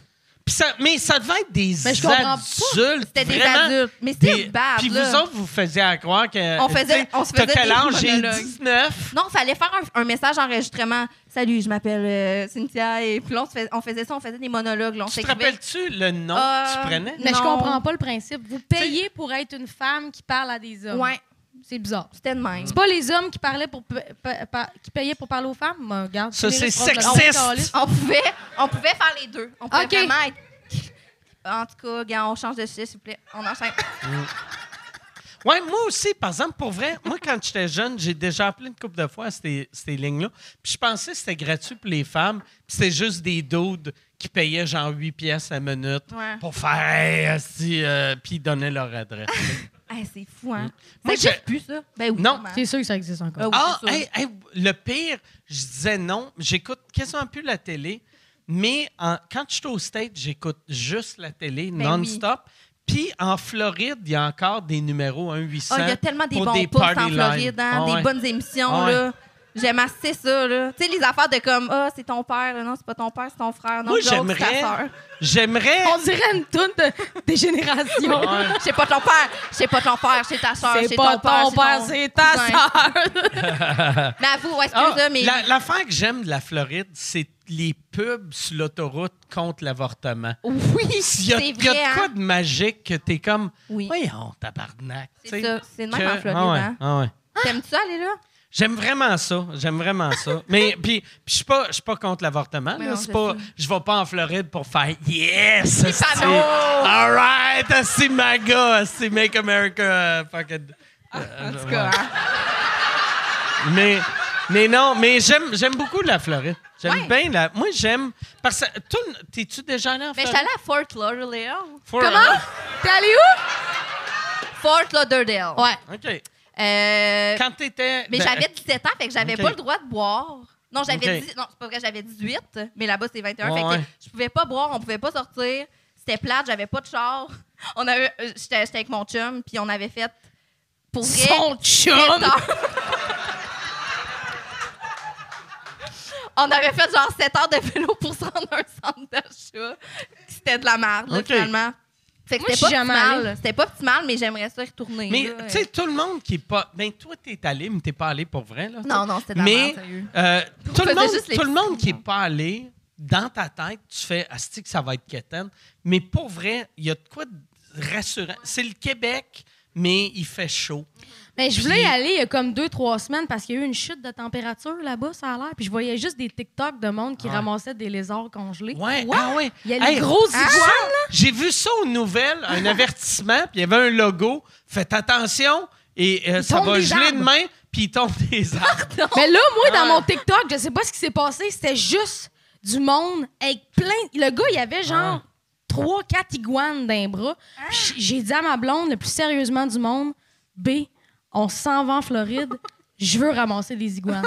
Speaker 3: Puis ça. Mais ça devait être des
Speaker 6: Mais je comprends pas.
Speaker 3: adultes.
Speaker 5: C'était des
Speaker 3: vraiment.
Speaker 5: adultes. Mais
Speaker 3: Des-
Speaker 5: c'était bad,
Speaker 3: Puis
Speaker 5: là.
Speaker 3: vous autres, vous faisiez à croire que.
Speaker 5: On faisait-
Speaker 3: tu sais,
Speaker 5: on se
Speaker 3: t'as
Speaker 5: faisait
Speaker 3: quel
Speaker 5: des
Speaker 3: âge? J'ai
Speaker 5: monologues.
Speaker 3: 19.
Speaker 5: Non, fallait faire un, un message enregistrement. Salut, je m'appelle euh, Cynthia. Et puis là, on, se fais- on faisait ça, on faisait des monologues. là, on
Speaker 3: Tu te
Speaker 5: s'écrivait.
Speaker 3: rappelles-tu le nom que
Speaker 5: Euh,
Speaker 3: tu prenais?
Speaker 6: Mais je
Speaker 5: Non.
Speaker 6: comprends pas le principe. Vous payez pour être une femme qui parle à des hommes.
Speaker 5: Ouais,
Speaker 6: C'est bizarre.
Speaker 5: c'était de même.
Speaker 6: C'est pas les hommes qui parlaient pour pa- pa- pa- qui payaient pour parler aux femmes, Moi, regarde.
Speaker 3: Ça,
Speaker 6: tous les
Speaker 3: c'est
Speaker 6: restes de la-
Speaker 3: sexiste.
Speaker 6: Oh, caliste.
Speaker 5: On pouvait, on pouvait faire les deux. On pouvait
Speaker 6: Ok.
Speaker 5: vraiment être. En tout cas, gars, on change de sujet, s'il vous plaît. On enchaîne.
Speaker 3: Ouais, moi aussi, par exemple, pour vrai, moi, quand j'étais jeune, j'ai déjà appelé une couple de fois à ces, ces lignes-là. Puis je pensais que c'était gratuit pour les femmes. Puis c'était juste des doudes qui payaient genre 8 pièces la minute
Speaker 5: Ouais.
Speaker 3: pour faire hey, asti, euh, puis ils donnaient leur adresse.
Speaker 5: Hey, c'est fou, hein? Ça
Speaker 3: Mm. Moi,
Speaker 5: existe
Speaker 3: je-
Speaker 5: plus, ça? Ben oui.
Speaker 3: Non.
Speaker 5: sûrement.
Speaker 6: C'est sûr que ça existe encore.
Speaker 5: Ah oui,
Speaker 3: ah,
Speaker 5: c'est sûr.
Speaker 3: hey, hey, le pire, je disais non. J'écoute quasiment plus la télé. Mais en- quand je suis au States, j'écoute juste la télé
Speaker 5: Ben
Speaker 3: non-stop. Puis en Floride, il y a encore des numéros 1-800.
Speaker 5: Ah, il y a tellement des
Speaker 3: pour
Speaker 5: bons
Speaker 3: des
Speaker 5: postes en
Speaker 3: party lines.
Speaker 5: Floride, hein,
Speaker 3: Ah
Speaker 5: des
Speaker 3: ouais.
Speaker 5: bonnes émissions,
Speaker 3: Ah ouais.
Speaker 5: là. J'aime assez ça, là. Tu sais, les affaires de comme, ah, c'est ton père, là. non, c'est pas ton père, c'est ton frère, non,
Speaker 3: Moi,
Speaker 5: l'autre, c'est ta
Speaker 3: j'aimerais-
Speaker 5: sœur.
Speaker 3: J'aimerais.
Speaker 6: On dirait une toune de dégénération.
Speaker 3: Ouais.
Speaker 5: C'est pas ton père, c'est pas ton père, c'est ta sœur, Ah, c'est ton père, ton cousin.
Speaker 6: sœur.
Speaker 5: Mais avoue, ouais,
Speaker 3: Ah,
Speaker 5: excuse-moi, mais...
Speaker 3: la- L'affaire que j'aime de la Floride, c'est les pubs sur l'autoroute contre l'avortement.
Speaker 5: Oui,
Speaker 3: Il y a,
Speaker 5: c'est
Speaker 3: il y a
Speaker 5: vrai,
Speaker 3: de quoi
Speaker 5: hein?
Speaker 3: de magique que t'es comme,
Speaker 5: Oui,
Speaker 3: voyons, tabarnak.
Speaker 5: C'est
Speaker 3: tu sais,
Speaker 5: ça, c'est le même
Speaker 3: que-
Speaker 5: en Floride,
Speaker 3: Ah ouais,
Speaker 5: hein?
Speaker 3: ah ouais.
Speaker 5: t'aimes-tu ça, aller là?
Speaker 3: J'aime vraiment ça, j'aime vraiment ça. Mais puis, puis je suis pas, je suis pas contre l'avortement.
Speaker 5: Mais
Speaker 3: là,
Speaker 5: non,
Speaker 3: c'est
Speaker 5: je
Speaker 3: pas, je vais pas en Floride pour faire yes. esti.
Speaker 5: panneaux!
Speaker 3: All right, c'est my gars, c'est make America euh, fucking.
Speaker 5: En tout cas, hein.
Speaker 3: Mais, mais non, mais j'aime, j'aime beaucoup la Floride. J'aime
Speaker 5: Ouais.
Speaker 3: bien la. Moi, j'aime. Parce que. toi, T'es-tu déjà allé en
Speaker 5: Mais Ben, je
Speaker 3: Floride?
Speaker 5: suis allée à Fort Lauderdale.
Speaker 3: For-
Speaker 6: Comment? T'es allé où?
Speaker 5: Fort Lauderdale.
Speaker 6: Ouais.
Speaker 3: OK.
Speaker 5: Euh,
Speaker 3: Quand t'étais.
Speaker 5: mais
Speaker 3: ben,
Speaker 5: j'avais 17 ans, fait que j'avais
Speaker 3: Ok.
Speaker 5: pas le droit de boire. Non, j'avais
Speaker 3: Ok.
Speaker 5: dix- non, c'est pas vrai, j'avais 18, mais là-bas c'est 21,
Speaker 3: Ouais,
Speaker 5: fait que
Speaker 3: ouais.
Speaker 5: je pouvais pas boire, on pouvait pas sortir, c'était plate, j'avais pas de char. On avait euh, j'étais j'étais avec mon chum puis on avait fait pour vrai
Speaker 6: Son chum.
Speaker 5: 7 heures. On avait fait genre 7 heures de vélo pour se rendre à un centre d'achat. C'était de la merde, là,
Speaker 3: Ok.
Speaker 5: finalement. Fait que
Speaker 6: Moi,
Speaker 5: c'était
Speaker 6: je suis
Speaker 5: pas
Speaker 6: jamais
Speaker 5: optimal.
Speaker 6: allée.
Speaker 5: C'était pas optimal, mais j'aimerais ça y retourner.
Speaker 3: Mais,
Speaker 5: là, euh.
Speaker 3: tu sais, tout le monde qui est pas. Ben, toi, t'es allé, mais t'es pas allé pour vrai, là.
Speaker 5: Non, non, c'était de la
Speaker 3: Mais,
Speaker 5: merde, sérieux.
Speaker 3: euh, tout, le
Speaker 5: faisait
Speaker 3: monde,
Speaker 5: juste les
Speaker 3: tout le monde qui est
Speaker 5: petits.
Speaker 3: pas allé, dans ta tête, tu fais Asti que ça va être quétaine. Mais pour vrai, il y a de quoi de rassurant. C'est le Québec, mais il fait chaud.
Speaker 6: Mais je voulais
Speaker 3: Puis-
Speaker 6: y aller il y a comme deux, trois semaines parce qu'il y a eu une chute de température là-bas, ça a l'air. Puis je voyais juste des TikTok de monde qui
Speaker 3: Ouais.
Speaker 6: ramassaient des lézards congelés.
Speaker 3: Ouais, ah ouais.
Speaker 6: Il y a les gros
Speaker 3: ça,
Speaker 6: iguanes,
Speaker 3: J'ai vu ça aux nouvelles, un avertissement, puis il y avait un logo. Faites attention, et euh, ça
Speaker 6: tombent
Speaker 3: va
Speaker 6: des
Speaker 3: geler
Speaker 6: arbres.
Speaker 3: demain, puis il tombe des arbres.
Speaker 6: Mais là, moi, dans
Speaker 3: Ouais.
Speaker 6: mon TikTok, je sais pas ce qui s'est passé, c'était juste du monde avec plein. Le gars, il avait genre trois, quatre iguanes d'un bras.
Speaker 5: Ah.
Speaker 6: Puis J'ai dit à ma blonde, le plus sérieusement du monde, B, on s'en va en Floride, je veux ramasser des iguanes.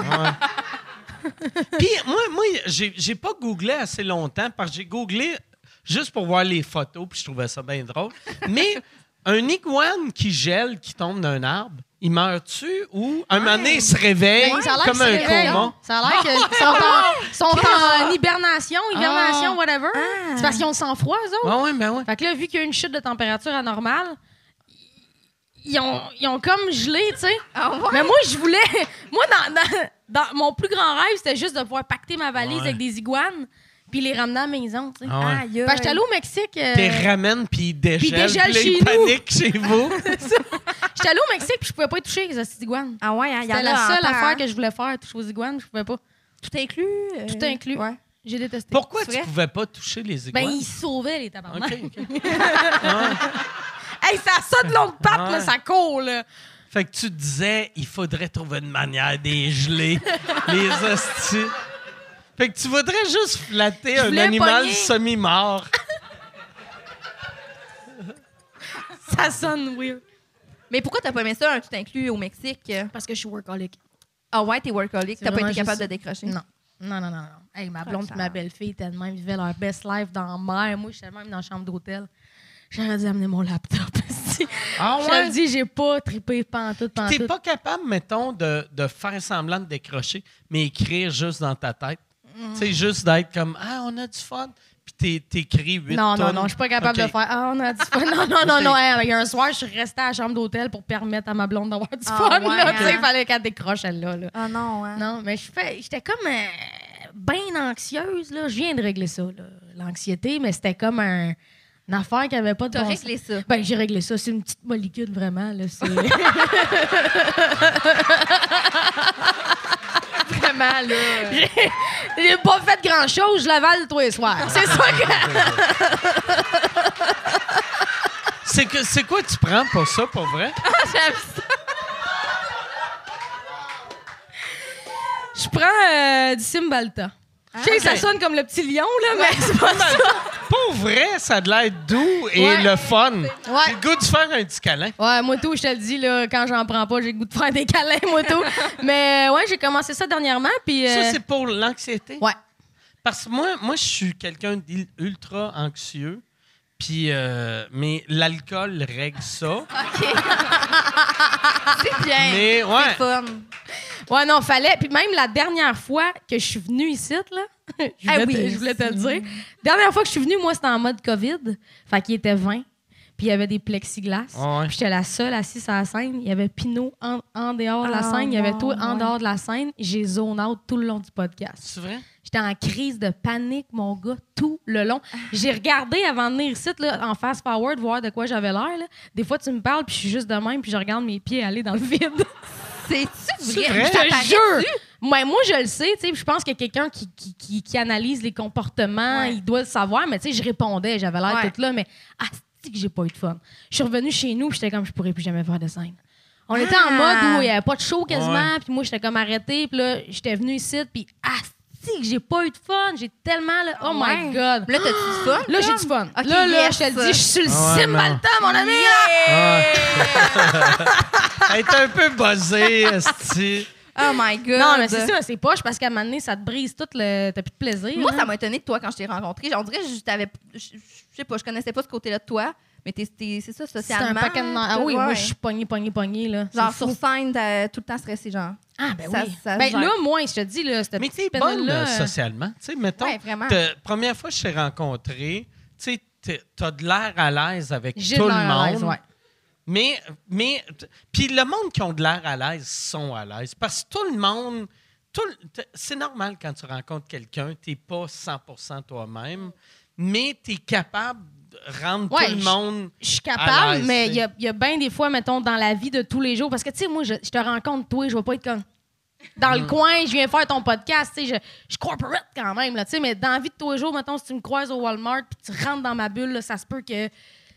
Speaker 3: puis moi, moi j'ai j'ai pas googlé assez longtemps, parce que j'ai googlé juste pour voir les photos, puis je trouvais ça bien drôle. Mais un iguane qui gèle, qui tombe d'un arbre, il meurt-tu ou un moment donné, il se réveille
Speaker 6: Ben, ça a l'air
Speaker 3: comme
Speaker 6: qu'ils se
Speaker 3: un
Speaker 6: réveillent,
Speaker 3: coma?
Speaker 6: hein. Ça a l'air qu'ils sont, en, sont en hibernation, hibernation,
Speaker 5: Ah.
Speaker 6: whatever.
Speaker 5: Ah.
Speaker 6: C'est parce qu'ils ont le sang-froid, eux autres.
Speaker 3: Ah ouais, ben ouais.
Speaker 6: Fait que là, vu qu'il y a eu une chute de température anormale, ils ont, ils ont comme gelé, tu sais.
Speaker 5: Ah ouais?
Speaker 6: Mais moi, je voulais. Moi, dans, dans- dans- mon plus grand rêve, c'était juste de pouvoir pacter ma valise
Speaker 3: Ouais.
Speaker 6: avec des iguanes puis les ramener à la maison, tu sais.
Speaker 3: Ah ouais.
Speaker 5: Aïe,
Speaker 6: Fait que j'étais allée au Mexique. euh,
Speaker 3: T'es ramène puis il dégèle.
Speaker 6: Puis il dégèle
Speaker 3: puis là, il
Speaker 6: chez nous.
Speaker 3: panique chez vous.
Speaker 6: j'étais allée au Mexique puis je pouvais pas y toucher les hosties d'iguanes.
Speaker 5: Ah ouais, hein, il y en a
Speaker 6: C'était la
Speaker 5: en
Speaker 6: seule
Speaker 5: temps, hein.
Speaker 6: affaire que je voulais faire, toucher aux iguanes, je pouvais pas.
Speaker 5: Tout inclus. euh,
Speaker 6: Tout inclus.
Speaker 5: Ouais.
Speaker 6: J'ai détesté.
Speaker 3: Pourquoi
Speaker 5: C'est
Speaker 3: tu
Speaker 5: vrai?
Speaker 3: pouvais pas toucher les
Speaker 6: Ben,
Speaker 3: iguanes?
Speaker 6: ils sauvaient les tabarnak.
Speaker 3: OK, OK. Ah,
Speaker 5: Hey, ça saute l'autre patte,
Speaker 3: Ouais.
Speaker 5: là, ça court, là.
Speaker 3: Fait que tu te disais, il faudrait trouver une manière d'égeler les hosties. Fait que tu voudrais juste flatter un
Speaker 6: voulais
Speaker 3: animal
Speaker 6: pogner.
Speaker 3: semi-mort.
Speaker 6: Ça sonne weird.
Speaker 5: Mais pourquoi t'as pas mis ça, un tout inclus au Mexique?
Speaker 6: Parce que je suis workaholic.
Speaker 5: Ah ouais, t'es workaholic,
Speaker 6: C'est
Speaker 5: t'as pas
Speaker 6: vraiment
Speaker 5: été capable de
Speaker 6: juste
Speaker 5: décrocher.
Speaker 6: Non. Non, non, non, non. Hey, ma blonde
Speaker 5: ça
Speaker 6: et ma
Speaker 5: va.
Speaker 6: belle-fille, tellement, ils vivaient leur best life dans la mer. Moi, j'étais même dans la chambre d'hôtel. J'aurais dû amener mon laptop.
Speaker 3: Ah
Speaker 6: Je te dis, j'ai pas trippé pantoute,
Speaker 3: T'es
Speaker 6: pantoute.
Speaker 3: pas capable, mettons, de, de faire semblant de décrocher, mais écrire juste dans ta tête.
Speaker 6: Mm.
Speaker 3: Tu sais, juste d'être comme Ah, on a du fun. Puis t'é- t'écris huit
Speaker 6: Non, non,
Speaker 3: tonnes.
Speaker 6: non, je suis pas capable
Speaker 3: OK.
Speaker 6: de faire. Ah, on a du fun. Non, non, non, non. Hey, Il y a un soir, je suis restée à la chambre d'hôtel pour permettre à ma blonde d'avoir du
Speaker 5: Ah,
Speaker 6: fun.
Speaker 5: ouais,
Speaker 6: là. Tu sais,
Speaker 5: hein?
Speaker 6: il fallait qu'elle décroche, elle-là. là.
Speaker 5: Ah non, hein.
Speaker 6: Non, mais je fais- j'étais comme euh, bien anxieuse. Là. Je viens de régler ça, là, l'anxiété, mais c'était comme un, une affaire qui avait pas de
Speaker 5: T'as
Speaker 6: bon
Speaker 5: réglé ça.
Speaker 6: sens. Ben, j'ai réglé ça. C'est une petite molécule, vraiment. Là, c'est...
Speaker 5: Vraiment, là.
Speaker 6: j'ai pas fait grand-chose. Je l'avale tous les soirs. C'est ça que...
Speaker 3: C'est que- c'est quoi tu prends pour ça, pour vrai?
Speaker 6: Je prends euh, du Cymbalta. je sais que
Speaker 5: Ah,
Speaker 6: ça sonne comme le petit lion, là, mais c'est pas ça.
Speaker 3: pour vrai, ça a de l'air doux et
Speaker 6: Ouais.
Speaker 3: le fun.
Speaker 6: Ouais.
Speaker 3: J'ai le goût de faire un petit câlin.
Speaker 6: Ouais, moto, je te le dis, là, quand j'en prends pas, j'ai le goût de faire des câlins, moto. mais euh, ouais, j'ai commencé ça dernièrement, puis...
Speaker 3: Ça,
Speaker 6: euh,
Speaker 3: c'est pour l'anxiété?
Speaker 6: Ouais.
Speaker 3: Parce que moi, moi je suis quelqu'un d'ultra anxieux. Puis, euh, mais l'alcool règle ça.
Speaker 5: C'est bien.
Speaker 3: mais, ouais.
Speaker 5: C'est fun.
Speaker 6: Ouais, non, fallait. Puis même la dernière fois que je suis venue ici, là, je voulais,
Speaker 5: Ah
Speaker 6: te,
Speaker 5: oui.
Speaker 6: je voulais te le dire. Dernière fois que je suis venue, moi, c'était en mode COVID. Fait qu'il était 20. Puis il y avait des plexiglas.
Speaker 3: Ah ouais.
Speaker 6: Puis j'étais la seule assise à la scène. Il y avait Pinot en, en dehors de la
Speaker 5: Ah,
Speaker 6: scène. Il y avait
Speaker 5: wow,
Speaker 6: toi en
Speaker 5: ouais.
Speaker 6: dehors de la scène. J'ai zone out tout le long du podcast.
Speaker 3: C'est vrai?
Speaker 6: J'étais en crise de panique, mon gars, tout le long. J'ai regardé avant de venir ici, là, en fast forward, voir de quoi j'avais l'air. là. Des fois, tu me parles, puis je suis juste de même, puis je regarde mes pieds aller dans le vide.
Speaker 5: C'est-tu
Speaker 3: C'est
Speaker 5: vrai?
Speaker 3: vrai?
Speaker 5: Je
Speaker 6: Je te
Speaker 5: t'apparais
Speaker 6: jure.
Speaker 5: dessus?
Speaker 6: Ouais, Ben, moi, je le sais, tu sais, je pense que quelqu'un qui, qui, qui- qui analyse les comportements,
Speaker 5: Ouais.
Speaker 6: il doit le savoir, mais tu sais, je répondais, j'avais l'air
Speaker 5: Ouais.
Speaker 6: toute là, mais asti Ah, que j'ai pas eu de fun. Je suis revenue chez nous, puis j'étais comme, je pourrais plus jamais faire de scène. On était en
Speaker 5: Ah.
Speaker 6: mode où il y avait pas de show quasiment,
Speaker 3: Ouais.
Speaker 6: puis moi, j'étais comme arrêtée, puis là, j'étais venue ici, puis asti que j'ai pas eu de fun, j'ai tellement, là, oh my
Speaker 5: Ouais.
Speaker 6: God.
Speaker 5: Là, t'as-tu du fun?
Speaker 6: Là, j'ai
Speaker 5: comme?
Speaker 6: du fun.
Speaker 5: Ok,
Speaker 6: là, là,
Speaker 5: yes.
Speaker 6: je te le dis, je suis sur le
Speaker 3: Ah ouais,
Speaker 6: cime,
Speaker 3: non.
Speaker 6: Balta, mon ami, là.
Speaker 3: Elle est un peu buzzée, esti.
Speaker 5: Oh my God.
Speaker 6: Non, mais c'est ça, c'est poche, parce qu'à un moment donné, ça te brise tout le... T'as plus de plaisir.
Speaker 5: Moi,
Speaker 6: hein.
Speaker 5: ça m'a étonné de toi quand je t'ai rencontré. On dirait que je t'avais. Je je sais pas, je connaissais pas ce côté-là de toi, mais t'es- t'es- c'est ça,
Speaker 6: C'est un
Speaker 5: socialement.
Speaker 6: paquet de nerfs. Ah oui,
Speaker 5: ouais.
Speaker 6: moi, je suis pognée, pognée, pognée, là.
Speaker 5: Genre,
Speaker 6: C'est fou.
Speaker 5: sur scène, t'as tout le temps stressé, genre.
Speaker 6: Ah, ben
Speaker 5: ça-
Speaker 6: oui.
Speaker 5: ça se
Speaker 6: ben
Speaker 5: gère.
Speaker 6: là, moi, je te dis, là, cette
Speaker 3: Mais t'es
Speaker 6: petite
Speaker 3: bonne
Speaker 6: là
Speaker 3: euh, socialement. Tu sais, mettons,
Speaker 5: Ouais, vraiment.
Speaker 3: te- première fois que je t'ai rencontré, tu sais, t'es- t'as de l'air à l'aise avec
Speaker 6: J'ai
Speaker 3: tout
Speaker 6: de
Speaker 3: le
Speaker 6: l'air à l'aise,
Speaker 3: monde.
Speaker 6: ouais.
Speaker 3: Mais, mais t- puis le monde qui ont de l'air à l'aise sont à l'aise. Parce que tout le monde, tout le- t- c'est normal quand tu rencontres quelqu'un, tu n'es pas 100% toi-même, mais tu es capable de rendre
Speaker 6: Ouais,
Speaker 3: tout le
Speaker 6: je-
Speaker 3: monde.
Speaker 6: Je suis
Speaker 3: À
Speaker 6: capable,
Speaker 3: l'aise,
Speaker 6: mais
Speaker 3: t'sais.
Speaker 6: il y a, il y a bien des fois, mettons, dans la vie de tous les jours, parce que, tu sais, moi, je, je te rencontre, toi, je vais pas être comme... Dans le coin, je viens faire ton podcast, tu sais, je, je suis corporate quand même, là, tu sais, mais dans la vie de tous les jours, mettons, si tu me croises au Walmart puis tu rentres dans ma bulle, là, ça se peut que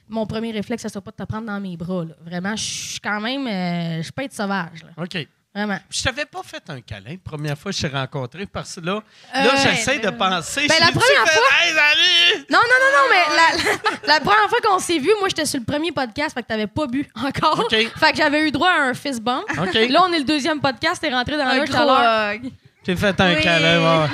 Speaker 6: mon premier réflexe, ça soit pas de te prendre dans mes bras, là. Vraiment, je suis quand même... euh, je peux être sauvage, là.
Speaker 3: OK.
Speaker 6: Vraiment.
Speaker 3: Je t'avais pas fait un câlin, première fois que je t'ai rencontré, parce que là, là j'essaie de penser.
Speaker 6: ben, la
Speaker 3: j'ai-tu
Speaker 6: première
Speaker 3: fait,
Speaker 6: fois-
Speaker 3: Hey, salut!
Speaker 6: Non, non, non, non, mais
Speaker 5: Ah.
Speaker 6: la, la, la première fois qu'on s'est vu, moi, j'étais sur le premier podcast, fait que t'avais pas bu encore.
Speaker 3: OK.
Speaker 6: Fait que j'avais eu droit à un fist bump.
Speaker 3: OK.
Speaker 6: Là, on est le deuxième podcast, t'es rentré dans
Speaker 5: Un
Speaker 6: l'heure tout à
Speaker 5: gros euh,
Speaker 6: l'heure.
Speaker 5: hug.
Speaker 3: J'ai fait un
Speaker 5: Oui.
Speaker 3: câlin, ouais.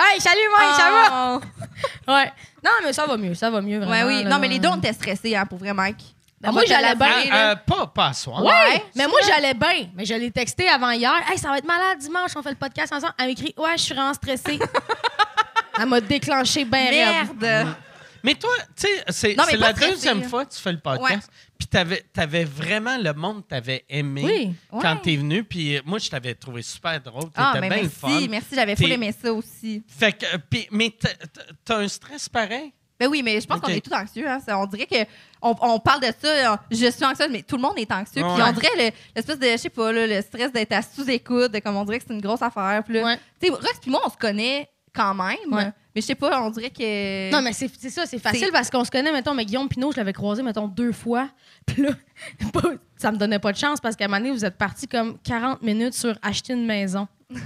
Speaker 6: Hey, salut, Mike, ça va?
Speaker 5: Oh.
Speaker 6: Ouais. Non, mais ça va mieux, ça va mieux, vraiment.
Speaker 5: Ouais, oui.
Speaker 6: là.
Speaker 5: Non, mais les deux, on était stressés, hein, pour vrai, Mike.
Speaker 7: Ben,
Speaker 6: On
Speaker 7: moi,
Speaker 6: va te
Speaker 7: j'allais
Speaker 6: laver,
Speaker 7: bien.
Speaker 3: Ah, euh, pas, pas à soir.
Speaker 6: Ouais,
Speaker 7: Ouais,
Speaker 6: mais moi j'allais bien. Mais je l'ai texté avant hier. Hey, ça va être malade dimanche, on fait le podcast ensemble. Elle m'écrit Ouais, je suis vraiment stressée. Elle m'a déclenché bien raide.
Speaker 5: Merde!
Speaker 3: Mais toi, tu sais, c'est
Speaker 5: Non, mais
Speaker 3: c'est
Speaker 5: pas
Speaker 3: la
Speaker 5: stressé,
Speaker 3: deuxième
Speaker 5: là.
Speaker 3: fois que tu fais le podcast. Puis t'avais, t'avais vraiment le monde t'avait aimé
Speaker 6: Oui,
Speaker 3: quand
Speaker 5: ouais.
Speaker 3: t'es venu. Puis euh, moi, je t'avais trouvé super drôle. T'étais
Speaker 5: Ah,
Speaker 3: bien
Speaker 5: ben merci,
Speaker 3: fun.
Speaker 5: merci, j'avais full
Speaker 3: T'es-
Speaker 5: aimé ça aussi.
Speaker 3: Fait que, euh, puis- mais t'as- t'as- t'as un stress pareil.
Speaker 5: Ben oui, mais je pense
Speaker 3: Ok.
Speaker 5: qu'on est tous anxieux. Hein. Ça, On dirait que on, on parle de ça, euh, je suis anxieuse, mais tout le monde est anxieux. Puis
Speaker 3: Ouais.
Speaker 5: on dirait le- l'espèce de, je sais pas, là, le stress d'être à sous-écoute, de comme on dirait que c'est une grosse affaire. Puis là,
Speaker 6: Ouais.
Speaker 5: tu sais, Rox puis moi, on se connaît quand même,
Speaker 6: Ouais.
Speaker 5: mais je sais pas, on dirait que...
Speaker 6: Non, mais c'est c'est ça, c'est facile
Speaker 5: Mm. C'est-
Speaker 6: parce qu'on se connaît, mettons, mais Guillaume Pinot, je l'avais croisé, mettons, deux fois. Puis là, pas- ça me donnait pas de chance parce qu'à un moment donné, vous êtes parti comme 40 minutes sur acheter une maison. Puis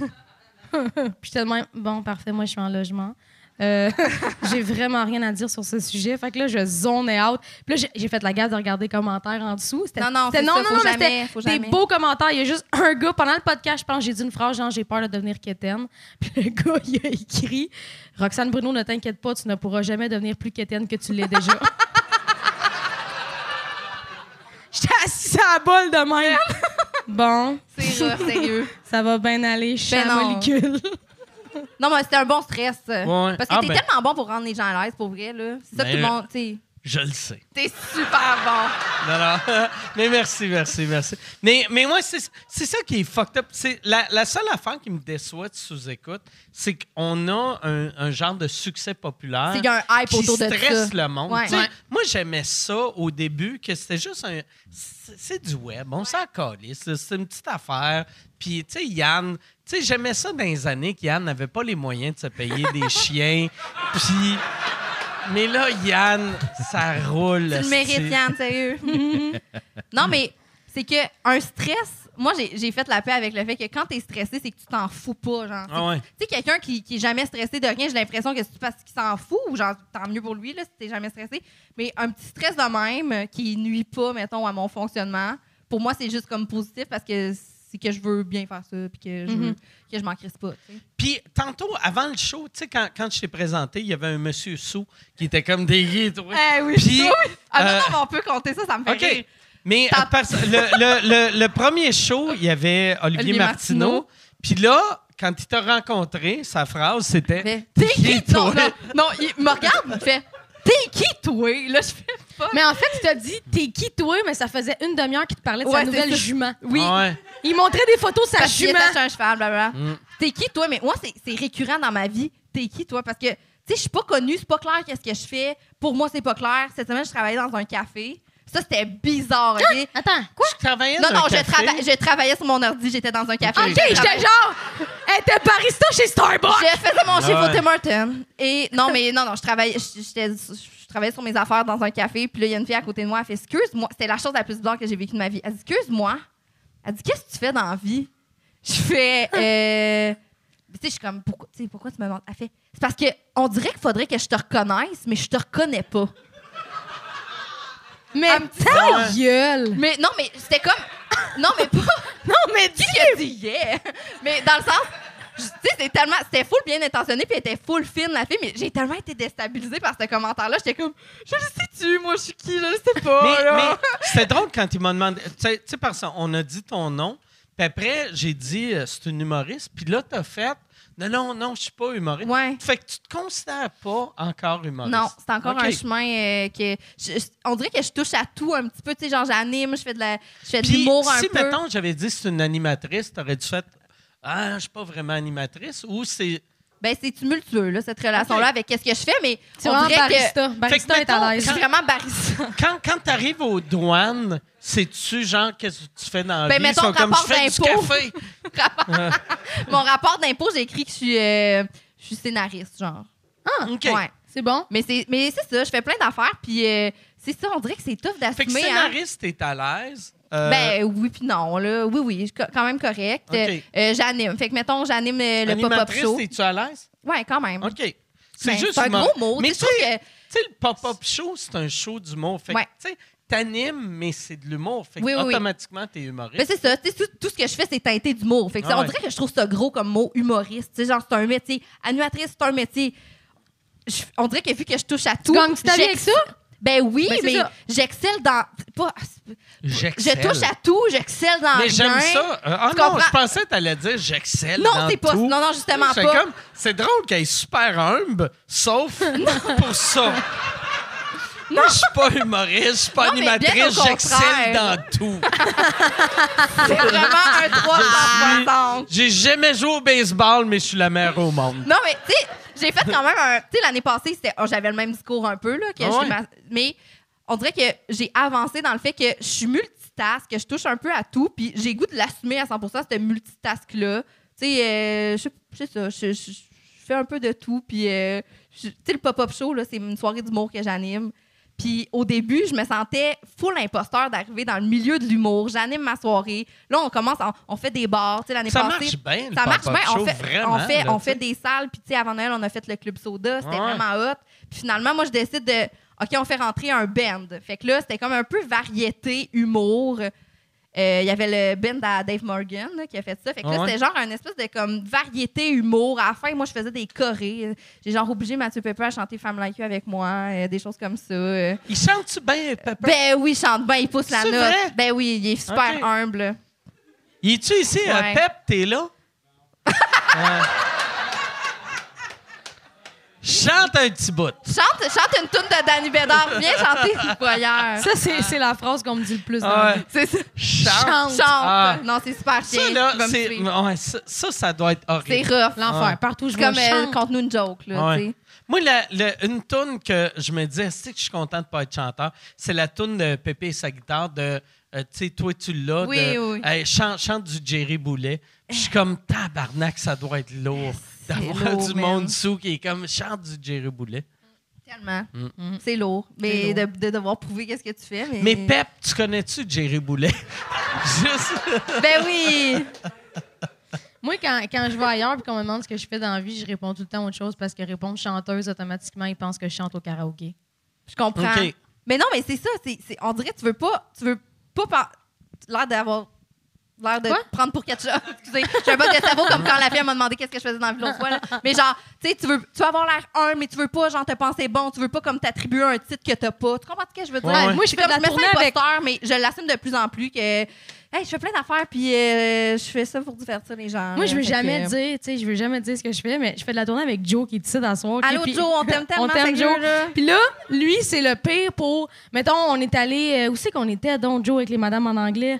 Speaker 6: j'étais de même, bon, parfait, moi, je suis en logement. Euh, j'ai vraiment rien à dire sur ce sujet. Fait que là, je zone out. Puis là, j'ai- j'ai fait la gaffe de regarder les commentaires en dessous. C'était-
Speaker 5: Non, non,
Speaker 6: c'était-
Speaker 5: c'est ça, faut
Speaker 6: mais
Speaker 5: jamais,
Speaker 6: c'était
Speaker 5: faut
Speaker 6: des
Speaker 5: jamais.
Speaker 6: beaux commentaires. Il y a juste un gars, pendant le podcast, je pense, j'ai dit une phrase genre, j'ai peur de devenir quétaine. Puis le gars, il a écrit, Roxane Bruno, ne t'inquiète pas, tu ne pourras jamais devenir plus quétaine que tu l'es déjà. J'étais assise à la boule de même. bon,
Speaker 5: C'est rough, sérieux.
Speaker 6: ça va bien aller, je suis
Speaker 5: Ben
Speaker 6: à
Speaker 5: non.
Speaker 6: molécule.
Speaker 5: Non, mais c'était un bon stress.
Speaker 3: Ouais.
Speaker 5: Parce que
Speaker 3: Ah,
Speaker 5: t'es
Speaker 3: ben-
Speaker 5: tellement bon pour rendre les gens à l'aise, pour vrai, là. C'est ça,
Speaker 3: Ben,
Speaker 5: tout le monde, tu sais.
Speaker 3: Je le sais.
Speaker 5: T'es super bon.
Speaker 3: Non, non. mais merci, merci, merci. Mais, mais moi, c'est c'est ça qui est fucked up. C'est La, la seule affaire qui me déçoit de sous-écoute, c'est qu'on a un, un genre de succès populaire.
Speaker 5: C'est qu'il y a un hype
Speaker 3: qui
Speaker 5: autour de ça.
Speaker 3: stresse le monde.
Speaker 5: Ouais.
Speaker 3: Tu sais,
Speaker 5: Ouais.
Speaker 3: Moi, j'aimais ça au début, que c'était juste un. C'est c'est du web, on s'en calisse, c'est- C'est une petite affaire. Puis, tu sais, Yann, tu sais, j'aimais ça dans les années que Yann n'avait pas les moyens de se payer des chiens. Puis. Mais là, Yann, ça roule.
Speaker 5: Tu le
Speaker 3: c'est-
Speaker 5: mérites, Yann, sérieux. non, mais c'est que un stress, moi, j'ai j'ai fait la paix avec le fait que quand t'es stressé, c'est que tu t'en fous pas, genre.
Speaker 3: Ah ouais.
Speaker 5: Tu sais, quelqu'un qui, qui est jamais stressé de rien, j'ai l'impression que c'est parce qu'il s'en fout, ou genre, tant mieux pour lui, là, si t'es jamais stressé. Mais un petit stress de même euh, qui nuit pas, mettons, à mon fonctionnement, pour moi, c'est juste comme positif parce que c'est que je veux bien faire ça, puis que je, veux- que je m'en crisse pas, tu sais.
Speaker 3: Puis tantôt, avant le show, tu sais, quand, quand je t'ai présenté, il y avait un monsieur sous qui était comme dégué. toi.
Speaker 5: Eh oui,
Speaker 3: Puis,
Speaker 5: Ah non,
Speaker 3: euh,
Speaker 5: non, mais on peut compter ça, ça me fait rire.
Speaker 3: OK. Mais
Speaker 5: T'as-
Speaker 3: euh, parce- le, le- le- le premier show, il y avait Olivier,
Speaker 5: Olivier
Speaker 3: Martineau.
Speaker 5: Martineau.
Speaker 3: Puis là, quand il t'a rencontré, sa phrase, c'était
Speaker 5: fait,
Speaker 3: « T'es
Speaker 5: qui,
Speaker 3: qui,
Speaker 5: toi?
Speaker 3: toi?
Speaker 5: Non, non, il me regarde, il fait T'es qui, toi? Là, je fais pas.
Speaker 6: Mais en fait, il t'a dit, t'es qui toi? Mais ça faisait une demi-heure qu'il te parlait de
Speaker 5: Ouais,
Speaker 6: sa
Speaker 5: c'est
Speaker 6: nouvelle
Speaker 5: ça.
Speaker 6: jument. »
Speaker 5: Oui.
Speaker 3: Ah Ouais.
Speaker 6: Il montrait des photos de sa
Speaker 5: Parce qu'il
Speaker 6: jument.
Speaker 5: est attaché à un cheval, blablabla.
Speaker 3: Mm.
Speaker 5: T'es qui, toi? Mais moi, c'est- c'est récurrent dans ma vie. T'es qui, toi? Parce que, tu sais, je suis pas connue, c'est pas clair qu'est-ce que je fais. Pour moi, c'est pas clair. Cette semaine, je travaillais dans un café. Ça, c'était bizarre, OK?
Speaker 6: Attends.
Speaker 3: Je travaillais
Speaker 5: Non,
Speaker 3: dans
Speaker 5: non,
Speaker 3: un
Speaker 5: je,
Speaker 3: café.
Speaker 5: trava- je travaillais sur mon ordi, j'étais dans un café.
Speaker 6: OK, j'étais genre, elle était barista chez Starbucks.
Speaker 5: J'ai fait mon chiffre
Speaker 3: Ah ouais.
Speaker 5: au Tim Hortons. Et non, mais non, non, je travaillais, je, j'étais- je travaillais sur mes affaires dans un café. Puis là, il y a une fille à côté de moi. Elle fait Excuse-moi. C'était la chose la plus bizarre que j'ai vécue de ma vie. Elle dit Excuse-moi. Elle dit Qu'est-ce que tu fais dans la vie Je fais. Euh... tu sais, je suis comme pourquoi, tu sais, pourquoi tu me demandes Elle fait C'est parce que on dirait qu'il faudrait que je te reconnaisse, mais je te reconnais pas.
Speaker 6: Mais
Speaker 5: Elle me dit
Speaker 6: ta gueule.
Speaker 5: Mais non, mais c'était comme. Non, mais pas. non, mais dis que dit yeah. Mais dans le sens. je- Tu sais, c'est tellement. C'était full bien intentionné, puis elle était full fine, la fille, mais j'ai tellement été déstabilisée par ce commentaire-là. J'étais comme. Je le sais-tu, moi, je suis qui, je le sais pas.
Speaker 3: Mais,
Speaker 5: Oh là.
Speaker 3: mais c'était drôle quand il m'a demandé. Tu sais, tu sais, parce qu'on a dit ton nom, puis après, j'ai dit euh, c'est une humoriste, puis là, t'as fait non, non, non, je suis pas humoriste.
Speaker 5: Ouais.
Speaker 3: Fait que tu te considères pas encore humoriste.
Speaker 5: Oh, Non, c'est encore
Speaker 3: Ok.
Speaker 5: un chemin euh, que. je- je- on dirait que je touche à tout un petit peu. Tu sais, genre, j'anime, je fais de la- je fais de
Speaker 3: Puis,
Speaker 5: l'humour un
Speaker 3: si,
Speaker 5: peu.
Speaker 3: mettons, j'avais dit c'est une animatrice, t'aurais dû faire Ah, je suis pas vraiment animatrice, ou c'est.
Speaker 5: Ben, c'est tumultueux, là, cette relation-là,
Speaker 3: Ok.
Speaker 5: avec qu'est-ce que je fais, mais
Speaker 6: Tu
Speaker 5: on
Speaker 6: vois,
Speaker 5: dirait que.
Speaker 6: barista. Barista est
Speaker 5: mettons,
Speaker 6: à
Speaker 5: je
Speaker 6: l'aise.
Speaker 5: suis vraiment barista.
Speaker 3: Quand, quand t'arrives aux douanes, c'est-tu genre qu'est-ce que tu fais dans la
Speaker 5: Ben,
Speaker 3: vie?
Speaker 5: mettons,
Speaker 3: Ils sont comme je
Speaker 5: rapport
Speaker 3: fais du
Speaker 5: d'impôt.
Speaker 3: café.
Speaker 5: Mon rapport d'impôt, j'ai écrit que je suis, euh, je suis scénariste, genre.
Speaker 3: Ah, OK.
Speaker 5: Ouais.
Speaker 6: C'est bon?
Speaker 5: Mais c'est mais c'est ça, je fais plein d'affaires puis euh, c'est ça, on dirait que c'est tough
Speaker 3: Fait que
Speaker 5: d'assumer hein.
Speaker 3: scénariste, t'es à l'aise. Euh,
Speaker 5: Ben oui puis non là, oui oui, je suis co- quand même correct.
Speaker 3: OK.
Speaker 5: Euh, euh, j'anime. Fait que mettons j'anime euh, le pop-up
Speaker 3: animatrice,
Speaker 5: show.
Speaker 3: t'es-tu à l'aise?
Speaker 5: Ouais, quand même.
Speaker 3: OK. C'est
Speaker 5: Ben,
Speaker 3: juste
Speaker 5: un
Speaker 3: humor.
Speaker 5: gros mot,
Speaker 3: Mais
Speaker 5: tu
Speaker 3: tu
Speaker 5: sais, je
Speaker 3: sais,
Speaker 5: trouve que-
Speaker 3: tu sais, le pop-up show, c'est un show d'humour. Fait que,
Speaker 5: Ouais.
Speaker 3: tu sais, t'animes, mais c'est de l'humour. Fait que
Speaker 5: Oui, oui, oui.
Speaker 3: automatiquement, t'es humoriste.
Speaker 5: Mais c'est ça, tu sais, tout, tout ce que je fais, c'est teinté d'humour. Fait que ça,
Speaker 3: Ah ouais.
Speaker 5: on dirait que je trouve ça gros comme mot humoriste. Tu sais, genre, c'est un métier. Animatrice, c'est un métier. Je- on dirait que vu que je touche à tout.
Speaker 6: gagnes-tu ta vie
Speaker 5: j'ex-
Speaker 6: avec ça?
Speaker 5: Ben oui,
Speaker 6: Ben, c'est
Speaker 5: mais
Speaker 6: ça.
Speaker 5: j'excelle dans. pas- je
Speaker 3: J'excelle.
Speaker 5: touche à tout, j'excelle dans.
Speaker 3: Mais j'aime
Speaker 5: rien.
Speaker 3: ça. Euh, Ah
Speaker 5: Tu
Speaker 3: non,
Speaker 5: comprends?
Speaker 3: je pensais que t'allais dire j'excelle.
Speaker 5: Non,
Speaker 3: dans
Speaker 5: c'est pas-
Speaker 3: tout.
Speaker 5: non, non, justement
Speaker 3: J'étais
Speaker 5: pas.
Speaker 3: comme, c'est drôle qu'elle est super humble, sauf pour ça. Moi, je suis pas humoriste, je suis pas
Speaker 5: Non, mais bien au
Speaker 3: animatrice, j'excelle
Speaker 5: contraire.
Speaker 3: dans tout.
Speaker 5: C'est vraiment un 3
Speaker 3: suis-
Speaker 5: par 60.
Speaker 3: J'ai jamais joué au baseball, mais je suis la meilleure au monde.
Speaker 5: Non, mais tu sais, j'ai fait quand même un. Tu sais, l'année passée, c'était- oh, j'avais le même discours un peu, là. Que
Speaker 3: Ah
Speaker 5: je-
Speaker 3: ouais?
Speaker 5: ma- mais on dirait que j'ai avancé dans le fait que je suis multitask, que je touche un peu à tout, puis j'ai le goût de l'assumer à 100 ce multitask-là. Tu sais, euh, je je sais ça, je, je- je fais un peu de tout, puis. euh, je- tu sais, le pop-up show, là, c'est une soirée d'humour que j'anime. Puis au début, je me sentais full imposteur d'arriver dans le milieu de l'humour. J'anime ma soirée. Là, on commence, on, on fait des bars. Tu sais, l'année
Speaker 3: Ça
Speaker 5: passée,
Speaker 3: marche bien, le
Speaker 5: ça marche
Speaker 3: pop-up
Speaker 5: bien. On
Speaker 3: show,
Speaker 5: fait,
Speaker 3: vraiment,
Speaker 5: on fait,
Speaker 3: là,
Speaker 5: on
Speaker 3: tu sais.
Speaker 5: fait des salles. Puis, tu sais, avant Noël, on a fait le Club Soda. C'était
Speaker 3: Ouais.
Speaker 5: vraiment hot. Puis finalement, moi, je décide de. OK, on fait rentrer un band. Fait que là, c'était comme un peu variété, humour. Euh, Il y avait le band à Dave Morgan là, qui a fait ça. Fait que là,
Speaker 3: Ouais.
Speaker 5: c'était genre un espèce de comme variété, humour. À la fin, moi, je faisais des chorés. J'ai genre obligé Mathieu Pepper à chanter Femme Like You avec moi, euh, des choses comme ça. euh.
Speaker 3: Il chante-tu bien, Pepper?
Speaker 5: Ben oui, il chante bien, il pousse la
Speaker 3: C'est
Speaker 5: note.
Speaker 3: vrai?
Speaker 5: Ben oui, il est super
Speaker 3: Ok.
Speaker 5: humble.
Speaker 3: Il est-tu ici, euh,
Speaker 5: Ouais.
Speaker 3: Pep? T'es là? Euh. Ouais. Chante un petit bout.
Speaker 5: Chante, chante une toune de Danny Bédard. Viens chanter Voyeur.
Speaker 6: Ça, c'est c'est la phrase qu'on me dit le plus. dans
Speaker 3: Ah ouais.
Speaker 6: la vie.
Speaker 5: C'est ça.
Speaker 3: Chante.
Speaker 5: Chante.
Speaker 3: Ah.
Speaker 5: Non, c'est super chiant.
Speaker 3: Ça, là,
Speaker 5: Tu vas me
Speaker 3: c'est-
Speaker 5: suivre.
Speaker 3: ouais, ça, ça, ça doit être
Speaker 5: C'est
Speaker 3: horrible.
Speaker 5: rough.
Speaker 6: L'enfer.
Speaker 3: Ouais.
Speaker 6: Partout, où je
Speaker 5: C'est
Speaker 6: vois
Speaker 5: comme euh,
Speaker 6: chante.
Speaker 5: conte-nous une joke, là.
Speaker 3: Ouais.
Speaker 5: tu sais.
Speaker 3: Moi, la- la- une toune que je me dis, est-ce que je suis content de pas être chanteur, c'est la toune de Pépé et sa guitare de, euh, tu sais, toi, tu l'as.
Speaker 5: Oui,
Speaker 3: de,
Speaker 5: oui.
Speaker 3: Hey, chante, chante du Jerry Boulet. Puis je suis comme, tabarnak, ça doit être lourd
Speaker 5: Ah, C'est
Speaker 3: d'avoir
Speaker 5: lourd,
Speaker 3: du
Speaker 5: man.
Speaker 3: monde sous qui est comme, chante du Jerry Boulet.
Speaker 5: Tellement.
Speaker 3: Mm.
Speaker 5: C'est lourd. Mais
Speaker 6: Mm. C'est lourd.
Speaker 5: De, de devoir prouver qu'est-ce que tu fais. Mais,
Speaker 3: Mais Pep, tu connais-tu Jerry Boulet? Juste.
Speaker 5: Ben oui.
Speaker 6: Moi, quand, quand je vais ailleurs et qu'on me demande ce que je fais dans la vie, je réponds tout le temps autre chose parce que répondre chanteuse, automatiquement, ils pensent que je chante au karaoké.
Speaker 5: Je comprends.
Speaker 3: OK.
Speaker 5: Mais non, mais c'est ça. c'est- c'est- on dirait que tu veux pas. Tu veux pas. par- L'air d'avoir. L'air de
Speaker 6: Quoi?
Speaker 5: prendre pour quelque chose. Excusez, j'ai un bug de cerveau comme quand la fille elle m'a demandé qu'est-ce que je faisais dans la vie l'autre fois. là. Mais genre, tu sais, tu veux, tu veux avoir l'air humble, mais tu veux pas, genre, te penser bon, tu veux pas comme t'attribuer un titre que t'as pas. Tu comprends ce que je veux dire?
Speaker 3: Ouais, ouais.
Speaker 6: Moi, je
Speaker 5: C'est
Speaker 6: fais
Speaker 5: comme,
Speaker 6: de la
Speaker 5: me sens
Speaker 6: tournée avec-
Speaker 5: imposteur, mais je l'assume de plus en plus que, hey, je fais plein d'affaires, puis euh, je fais ça pour divertir les gens.
Speaker 6: Moi, je veux
Speaker 5: Fait
Speaker 6: jamais
Speaker 5: que-
Speaker 6: dire, tu sais, je veux jamais dire ce que je fais, mais je fais de la tournée avec Joe qui est ici dans le soir.
Speaker 5: Allô,
Speaker 6: puis-
Speaker 5: Joe, on t'aime tellement,
Speaker 6: On t'aime,
Speaker 5: sérieux,
Speaker 6: Joe.
Speaker 5: là.
Speaker 6: Puis là, lui, c'est le pire pour. Mettons, on est allé. euh, où c'est qu'on était, donc, Joe, avec les madames en anglais?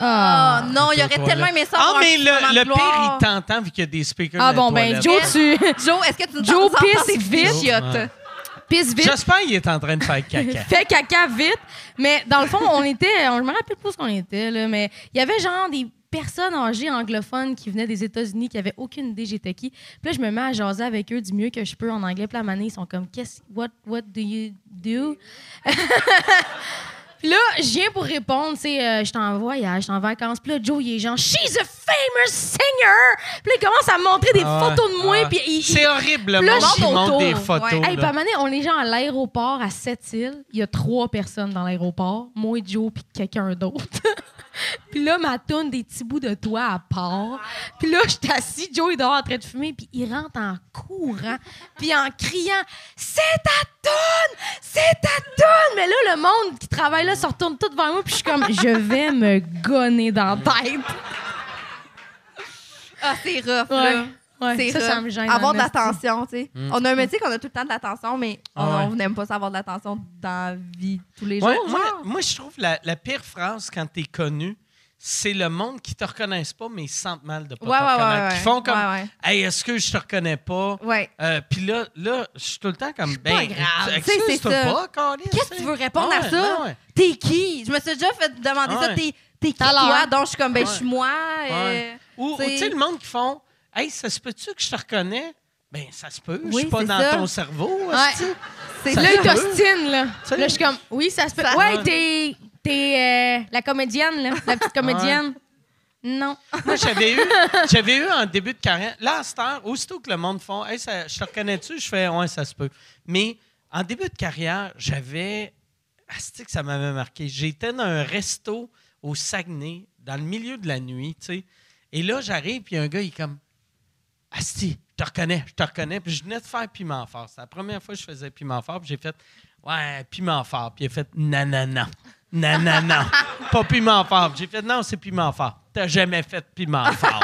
Speaker 5: Ah, non, il
Speaker 3: aux
Speaker 5: aurait
Speaker 3: toilettes.
Speaker 5: tellement aimé ça.
Speaker 3: Ah,
Speaker 5: avoir un
Speaker 3: mais
Speaker 5: petit
Speaker 3: le,
Speaker 5: moment de
Speaker 3: le pire,
Speaker 5: gloire.
Speaker 3: il t'entend vu qu'il y a des speakers.
Speaker 6: Ah
Speaker 3: dans
Speaker 6: bon,
Speaker 3: les
Speaker 6: ben,
Speaker 3: toilettes.
Speaker 6: Joe, tu.
Speaker 5: Joe, est-ce que tu nous
Speaker 6: Joe
Speaker 5: entends-
Speaker 6: pisse
Speaker 5: entends-
Speaker 6: vite.
Speaker 5: Tu chiottes.
Speaker 3: Ouais.
Speaker 6: Pisse vite.
Speaker 3: J'espère qu'il est en train de faire caca.
Speaker 6: fait caca vite. Mais dans le fond, on était, on, je me rappelle plus ce qu'on était, là, mais il y avait genre des personnes âgées anglophones qui venaient des États-Unis, qui avaient aucune idée j'étais qui. Puis là, je me mets à jaser avec eux du mieux que je peux en anglais. Puis là, à un moment donné, ils sont comme, qu'est-ce, what, what do you do? Puis là, je viens pour répondre, tu sais, euh, je suis en voyage, je suis en vacances. Puis là, Joe, il est genre, she's a famous singer! Puis là, il commence à me montrer des
Speaker 3: Ah ouais,
Speaker 6: photos de moi,
Speaker 3: ah ouais.
Speaker 6: puis il- il
Speaker 3: C'est horrible, le
Speaker 6: Là,
Speaker 3: monde
Speaker 6: je-
Speaker 3: qui montre des
Speaker 5: autour,
Speaker 3: photos.
Speaker 5: ouais.
Speaker 6: Hey,
Speaker 3: là.
Speaker 6: pas mané, on est genre à l'aéroport à Sept-Îles. Il y a trois personnes dans l'aéroport. Moi, Joe, puis quelqu'un d'autre. puis là, ma toune des petits bouts de toit à part. Puis là, je suis assis, Joe est dehors en train de fumer, puis il rentre en courant, puis en criant « C'est ta toune! C'est ta toune! » Mais là, le monde qui travaille là se retourne tout vers moi, puis je suis comme « Je vais me gonner dans la tête!
Speaker 5: Ah, c'est rough, là.
Speaker 6: Ouais. Ouais,
Speaker 5: c'est
Speaker 6: ça,
Speaker 5: rough.
Speaker 6: ça me gêne.
Speaker 5: Avoir
Speaker 6: en
Speaker 5: de
Speaker 6: esti.
Speaker 5: l'attention, tu sais. On a un métier qu'on a tout le temps de l'attention, mais on-
Speaker 3: Mm. Ah ouais.
Speaker 5: on n'aime pas ça avoir de l'attention dans la vie tous les jours.
Speaker 3: Ouais, moi,
Speaker 5: genre.
Speaker 3: moi, je trouve la, la pire phrase quand t'es connu, c'est le monde qui te reconnaissent pas, mais ils se sentent mal de pas
Speaker 5: Ouais,
Speaker 3: te
Speaker 5: ouais,
Speaker 3: reconnaître.
Speaker 5: ouais,
Speaker 3: Qui
Speaker 5: ouais.
Speaker 3: font comme
Speaker 5: Ouais, ouais.
Speaker 3: Hey, est-ce que je te reconnais pas?
Speaker 5: Ouais.
Speaker 3: Euh, Puis là, là je suis tout le temps comme
Speaker 6: pas
Speaker 3: Ben,
Speaker 6: grave.
Speaker 3: tu- excuse-toi
Speaker 5: Tu sais, c'est
Speaker 3: pas, Carlis.
Speaker 5: Qu'est-ce que tu veux répondre à
Speaker 3: Ah Ouais,
Speaker 5: ça?
Speaker 3: ouais.
Speaker 5: T'es qui? Je me suis déjà fait demander
Speaker 3: Ah
Speaker 5: ça.
Speaker 3: ouais. Ah
Speaker 5: T'es t'es qui,
Speaker 6: Alors?
Speaker 5: toi? Donc, je suis comme, ben, je suis
Speaker 3: Ouais.
Speaker 5: moi. euh,
Speaker 3: Ouais. Ou, ou
Speaker 5: tu sais.
Speaker 3: tu sais, le monde qui font Hey, ça se peut-tu que je te reconnais? Ben, ça se peut. je
Speaker 5: Oui,
Speaker 3: suis pas
Speaker 5: c'est
Speaker 3: dans
Speaker 5: ça.
Speaker 3: ton cerveau.
Speaker 6: Ouais.
Speaker 3: hostie.
Speaker 5: C'est
Speaker 3: Ça
Speaker 6: Là,
Speaker 5: là.
Speaker 3: se
Speaker 6: il
Speaker 3: peut.
Speaker 6: t'ostine, là.
Speaker 3: sais.
Speaker 6: Là, je suis comme, oui, ça se fait.
Speaker 5: Ça-
Speaker 6: Ouais, t'es, t'es euh, la comédienne, là, la petite comédienne. Non.
Speaker 3: Moi, j'avais eu, j'avais eu en début de carrière. Là, à cette heure, aussitôt que le monde font Hey, ça- je te reconnais-tu? Je fais Ouais, ça se peut. Mais en début de carrière, j'avais. Asti que ça m'avait marqué. J'étais dans un resto au Saguenay, dans le milieu de la nuit, tu sais. Et là, j'arrive, puis un gars, il est comme Asti, je te reconnais, je te reconnais. Puis je venais de faire piment fort. C'est la première fois que je faisais piment fort. Puis j'ai fait, ouais, piment fort. Puis il a fait, nanana. Nanana. Pas piment fort. Puis J'ai fait, non, c'est piment fort. T'as jamais fait piment fort.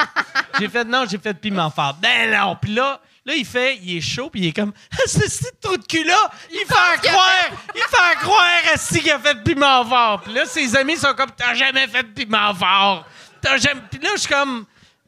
Speaker 3: j'ai fait, non, j'ai fait piment fort. Ben non. Puis là, là, il fait, il est chaud. Puis il est comme, Ah, c'est ce trou de cul-là. Il fait en
Speaker 5: qu'il a
Speaker 3: croire, il fait en croire, Asti, qu'il a fait piment fort. Puis là, ses amis sont comme, t'as jamais fait piment fort. T'as jamais. Puis là, je suis comme,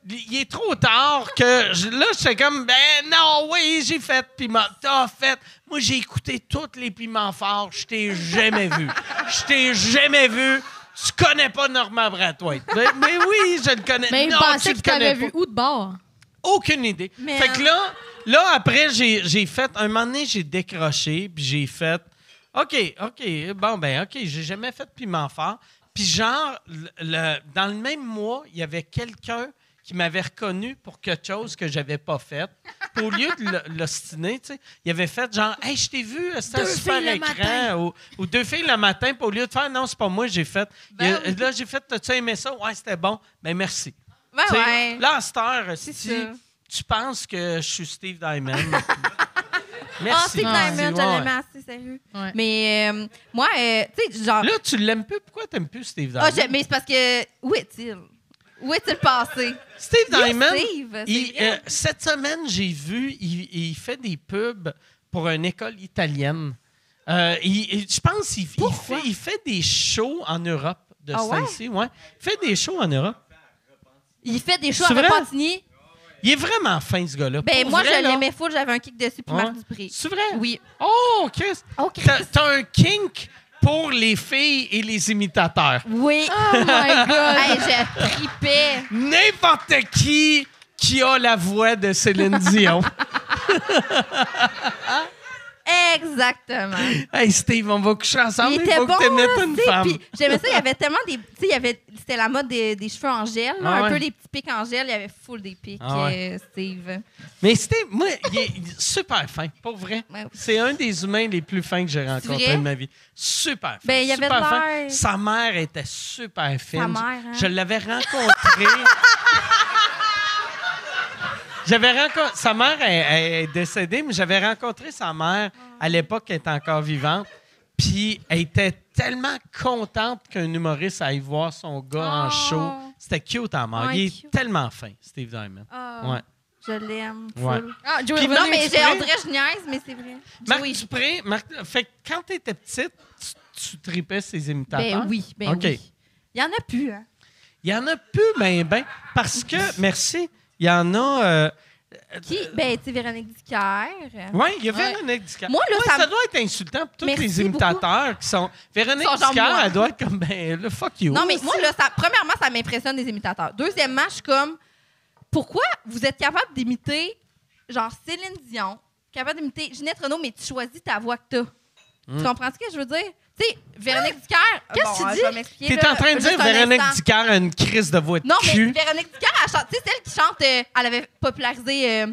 Speaker 3: il est trop tard que je- là j'étais comme ben non oui j'ai fait piment t'as fait moi j'ai écouté tous les piments forts je t'ai jamais vu je t'ai jamais vu tu connais pas Norman Brathwaite mais, mais oui je le connais
Speaker 6: Mais il
Speaker 3: non tu
Speaker 6: pensait
Speaker 3: le
Speaker 6: que
Speaker 3: connais
Speaker 6: t'avais
Speaker 3: pas.
Speaker 6: vu où de bord?
Speaker 3: aucune idée
Speaker 5: Mais-
Speaker 6: euh,
Speaker 3: fait que là là après j'ai j'ai fait un moment donné j'ai décroché puis j'ai fait ok ok bon ben ok j'ai jamais fait de piment fort puis genre le- le- dans le même mois il y avait quelqu'un qui m'avait reconnu pour quelque chose que j'avais pas fait. Puis au lieu de le- l'ostiner, tu sais, il avait fait genre Hey, je t'ai vu, c'était un
Speaker 6: Deux
Speaker 3: super
Speaker 6: filles le
Speaker 3: écran ou, ou deux filles le matin, puis au lieu de faire non, c'est pas moi, j'ai fait.
Speaker 6: Ben
Speaker 3: Il a-
Speaker 6: oui.
Speaker 3: Là, j'ai fait, t'as-tu aimé ça? Ouais, c'était bon. Ben merci.
Speaker 5: Ben
Speaker 3: Tu sais,
Speaker 5: ouais.
Speaker 3: Là, à cette heure, si
Speaker 5: C'est ça.
Speaker 3: tu penses que je suis Steve Diamond.
Speaker 5: Ah,
Speaker 3: Merci. merci,
Speaker 5: Steve Diamond,
Speaker 3: ouais.
Speaker 5: je l'aimais assez, sérieux.
Speaker 6: Ouais.
Speaker 5: Mais euh, moi, euh, tu sais, genre.
Speaker 3: Là, tu l'aimes plus. Pourquoi t'aimes plus Steve Diamond?
Speaker 5: Ah, je- mais c'est parce que. Où est-il? Où est-il passé?
Speaker 3: Steve
Speaker 5: Yes,
Speaker 3: Diamond,
Speaker 5: Steve, c'est
Speaker 3: il-
Speaker 5: vrai.
Speaker 3: euh, cette semaine, j'ai vu, il, il fait des pubs pour une école italienne. Euh, il- il- je pense qu'il il fait, il fait des shows en Europe de
Speaker 5: Ah
Speaker 3: ce
Speaker 5: ouais?
Speaker 3: temps-ci, ouais. Il fait des shows en Europe.
Speaker 5: Il fait des shows
Speaker 3: C'est
Speaker 5: à
Speaker 3: vrai?
Speaker 5: Repentigny.
Speaker 3: Il est vraiment fin, ce gars-là.
Speaker 5: Ben,
Speaker 3: Pour
Speaker 5: moi,
Speaker 3: vrai,
Speaker 5: je
Speaker 3: là.
Speaker 5: l'aimais full, j'avais un kick dessus, puis
Speaker 3: Ouais.
Speaker 5: Marc Dupré.
Speaker 3: C'est vrai?
Speaker 5: Oui.
Speaker 3: Oh, Chris!
Speaker 5: Oh, Chris.
Speaker 3: T'as- T'as un kink pour les filles et les imitateurs.
Speaker 5: Oui.
Speaker 6: Oh my God!
Speaker 5: Hey, je tripais.
Speaker 3: N'importe qui qui a la voix de Céline Dion.
Speaker 5: Exactement.
Speaker 3: hey Steve, on va coucher ensemble.
Speaker 5: il
Speaker 3: Il,
Speaker 5: était
Speaker 3: faut
Speaker 5: bon,
Speaker 3: que t'aimes
Speaker 5: là,
Speaker 3: pas une
Speaker 5: tu sais,
Speaker 3: femme.
Speaker 5: puis J'aimais ça, il y avait tellement des... Tu sais, il y avait... C'était la mode des, des cheveux en gel, là,
Speaker 3: Ah
Speaker 5: un
Speaker 3: ouais.
Speaker 5: peu les petits pics en gel. Il y avait full des pics,
Speaker 3: Ah ouais.
Speaker 5: euh, Steve.
Speaker 3: Mais Steve, moi, il est, il est super fin, pour vrai.
Speaker 5: Ouais.
Speaker 3: C'est un des humains les plus fins que j'ai rencontrés
Speaker 5: vrai?
Speaker 3: de ma vie. Super fin.
Speaker 5: Ben, il y avait de
Speaker 3: super fin.
Speaker 5: l'air.
Speaker 3: Sa mère était super fine.
Speaker 5: Sa mère, hein?
Speaker 3: Je l'avais rencontré. J'avais rencontré. Sa mère elle- elle est, décédée, mais j'avais rencontré sa mère à l'époque, elle était encore vivante. Puis elle était tellement contente qu'un humoriste aille voir son gars en
Speaker 5: Oh.
Speaker 3: show. C'était cute à mort.
Speaker 5: Ouais,
Speaker 3: il est
Speaker 5: cute.
Speaker 3: tellement fin, Steve Diamond.
Speaker 5: Ah,
Speaker 3: Ouais.
Speaker 5: Je l'aime. full.
Speaker 3: Ouais.
Speaker 6: Ah, Joey
Speaker 3: Puis
Speaker 5: Non,
Speaker 6: Revenue,
Speaker 5: mais
Speaker 6: tu
Speaker 5: j'ai- on
Speaker 6: peux?
Speaker 5: dirait que je niaise, mais c'est vrai.
Speaker 3: Marc
Speaker 5: oui.
Speaker 3: Dupré, Marc, fait que quand tu étais petite, tu, tu tripais ses imitateurs.
Speaker 5: Ben oui, ben
Speaker 3: OK.
Speaker 5: oui. Il y en a plus, hein?
Speaker 3: Il y en a plus, ben, ben, parce que, merci, il y en a. Euh,
Speaker 5: Qui? Ben, tu sais, Véronique Dicker.
Speaker 3: oui, il y a
Speaker 5: Ouais.
Speaker 3: Véronique Dicker.
Speaker 5: Moi, là,
Speaker 3: Ouais,
Speaker 5: ça
Speaker 3: ça
Speaker 5: me-
Speaker 3: doit être insultant pour tous
Speaker 5: Merci
Speaker 3: les imitateurs qui sont. Véronique
Speaker 5: Sont genre
Speaker 3: Dicker,
Speaker 5: moi.
Speaker 3: elle doit être comme, ben, le fuck you.
Speaker 5: Non, mais moi, là, ça, premièrement, ça m'impressionne des imitateurs. Deuxièmement, je suis comme, pourquoi vous êtes capable d'imiter, genre, Céline Dion, capable d'imiter Ginette Renault, mais tu choisis ta voix que t'as? Tu comprends ce que je veux dire? Tu sais, Véronique Dicker.
Speaker 6: Qu'est-ce que tu dis?
Speaker 5: tu
Speaker 3: T'es en train de dire Véronique Dicker a une crise de voix de
Speaker 5: Non, mais
Speaker 3: cul.
Speaker 5: Véronique Dicker, elle chante. Tu sais, celle qui chante, euh, elle avait popularisé euh,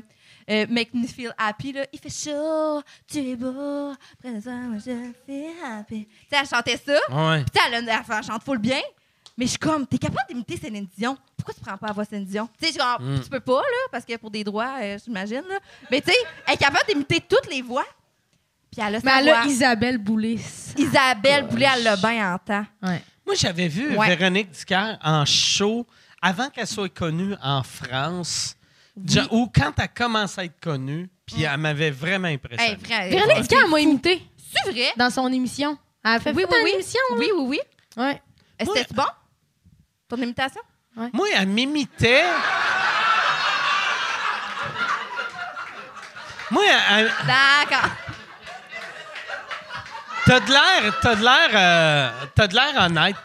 Speaker 5: euh, Make Me Feel Happy, là. Il fait chaud, tu es beau, présent, moi je feel happy. Tu sais, elle chantait ça.
Speaker 3: Ouais.
Speaker 5: Puis tu sais, elle, a- elle, elle chante full bien. Mais je suis comme, t'es capable d'imiter Céline Dion. Pourquoi tu prends pas la voix Céline Dion? Tu sais, genre,
Speaker 3: Hmm.
Speaker 5: tu peux pas, là, parce que pour des droits, euh, j'imagine, là. Mais tu sais, elle est capable d'imiter toutes les voix. Puis elle a sa
Speaker 6: Mais elle a
Speaker 5: voix.
Speaker 6: Isabelle Boulis.
Speaker 5: Isabelle Boulay, elle l'a bien en temps.
Speaker 6: Ouais.
Speaker 3: Moi, j'avais vu
Speaker 5: Ouais.
Speaker 3: Véronique Dicker en show avant qu'elle soit connue en France, ja- ou quand elle commence à être connue, puis elle m'avait vraiment impressionné.
Speaker 5: Mm. Hey, frère,
Speaker 6: Véronique Dicker, elle m'a imité
Speaker 5: c'est vrai?
Speaker 6: dans son émission. Elle a fait
Speaker 5: Oui,
Speaker 6: toute
Speaker 5: oui,
Speaker 6: une
Speaker 5: oui.
Speaker 6: émission.
Speaker 5: Oui, oui, oui.
Speaker 6: là. Ouais.
Speaker 5: Euh,
Speaker 3: Ouais.
Speaker 5: C'était-tu bon? Ton imitation?
Speaker 3: Moi, elle m'imitait. Moi, elle- elle-
Speaker 6: Ah.
Speaker 5: D'accord.
Speaker 3: t'as de l'air, t'as de l'air, euh, t'as de l'air honnête.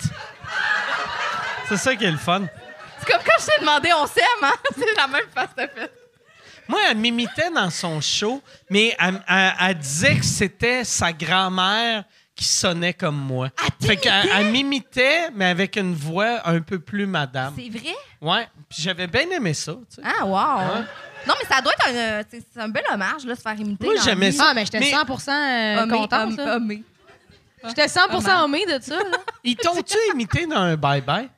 Speaker 3: C'est ça qui est le fun.
Speaker 5: C'est comme quand je t'ai demandé, on s'aime, hein? C'est la même face de fait.
Speaker 3: Moi, elle m'imitait dans son show, mais elle, elle- elle disait que c'était sa grand-mère qui sonnait comme moi.
Speaker 5: Elle
Speaker 3: fait qu'elle elle m'imitait, mais avec une voix un peu plus madame.
Speaker 5: C'est vrai?
Speaker 3: Ouais, puis j'avais bien aimé ça. tu sais.
Speaker 5: Ah, wow!
Speaker 3: Ouais.
Speaker 5: Non, mais ça doit être un, euh, c'est c'est un bel hommage, là, se faire imiter.
Speaker 3: Moi,
Speaker 5: dans ben,
Speaker 3: j'aimais
Speaker 5: la vie.
Speaker 3: ça.
Speaker 6: Ah, mais j'étais
Speaker 3: Mais-
Speaker 6: 100%
Speaker 5: Hommé,
Speaker 6: euh, contente.
Speaker 5: homme-
Speaker 6: là.
Speaker 5: hommé.
Speaker 6: J'étais 100% hommée de ça. là.
Speaker 3: Ils t'ont-tu imité dans un bye-bye?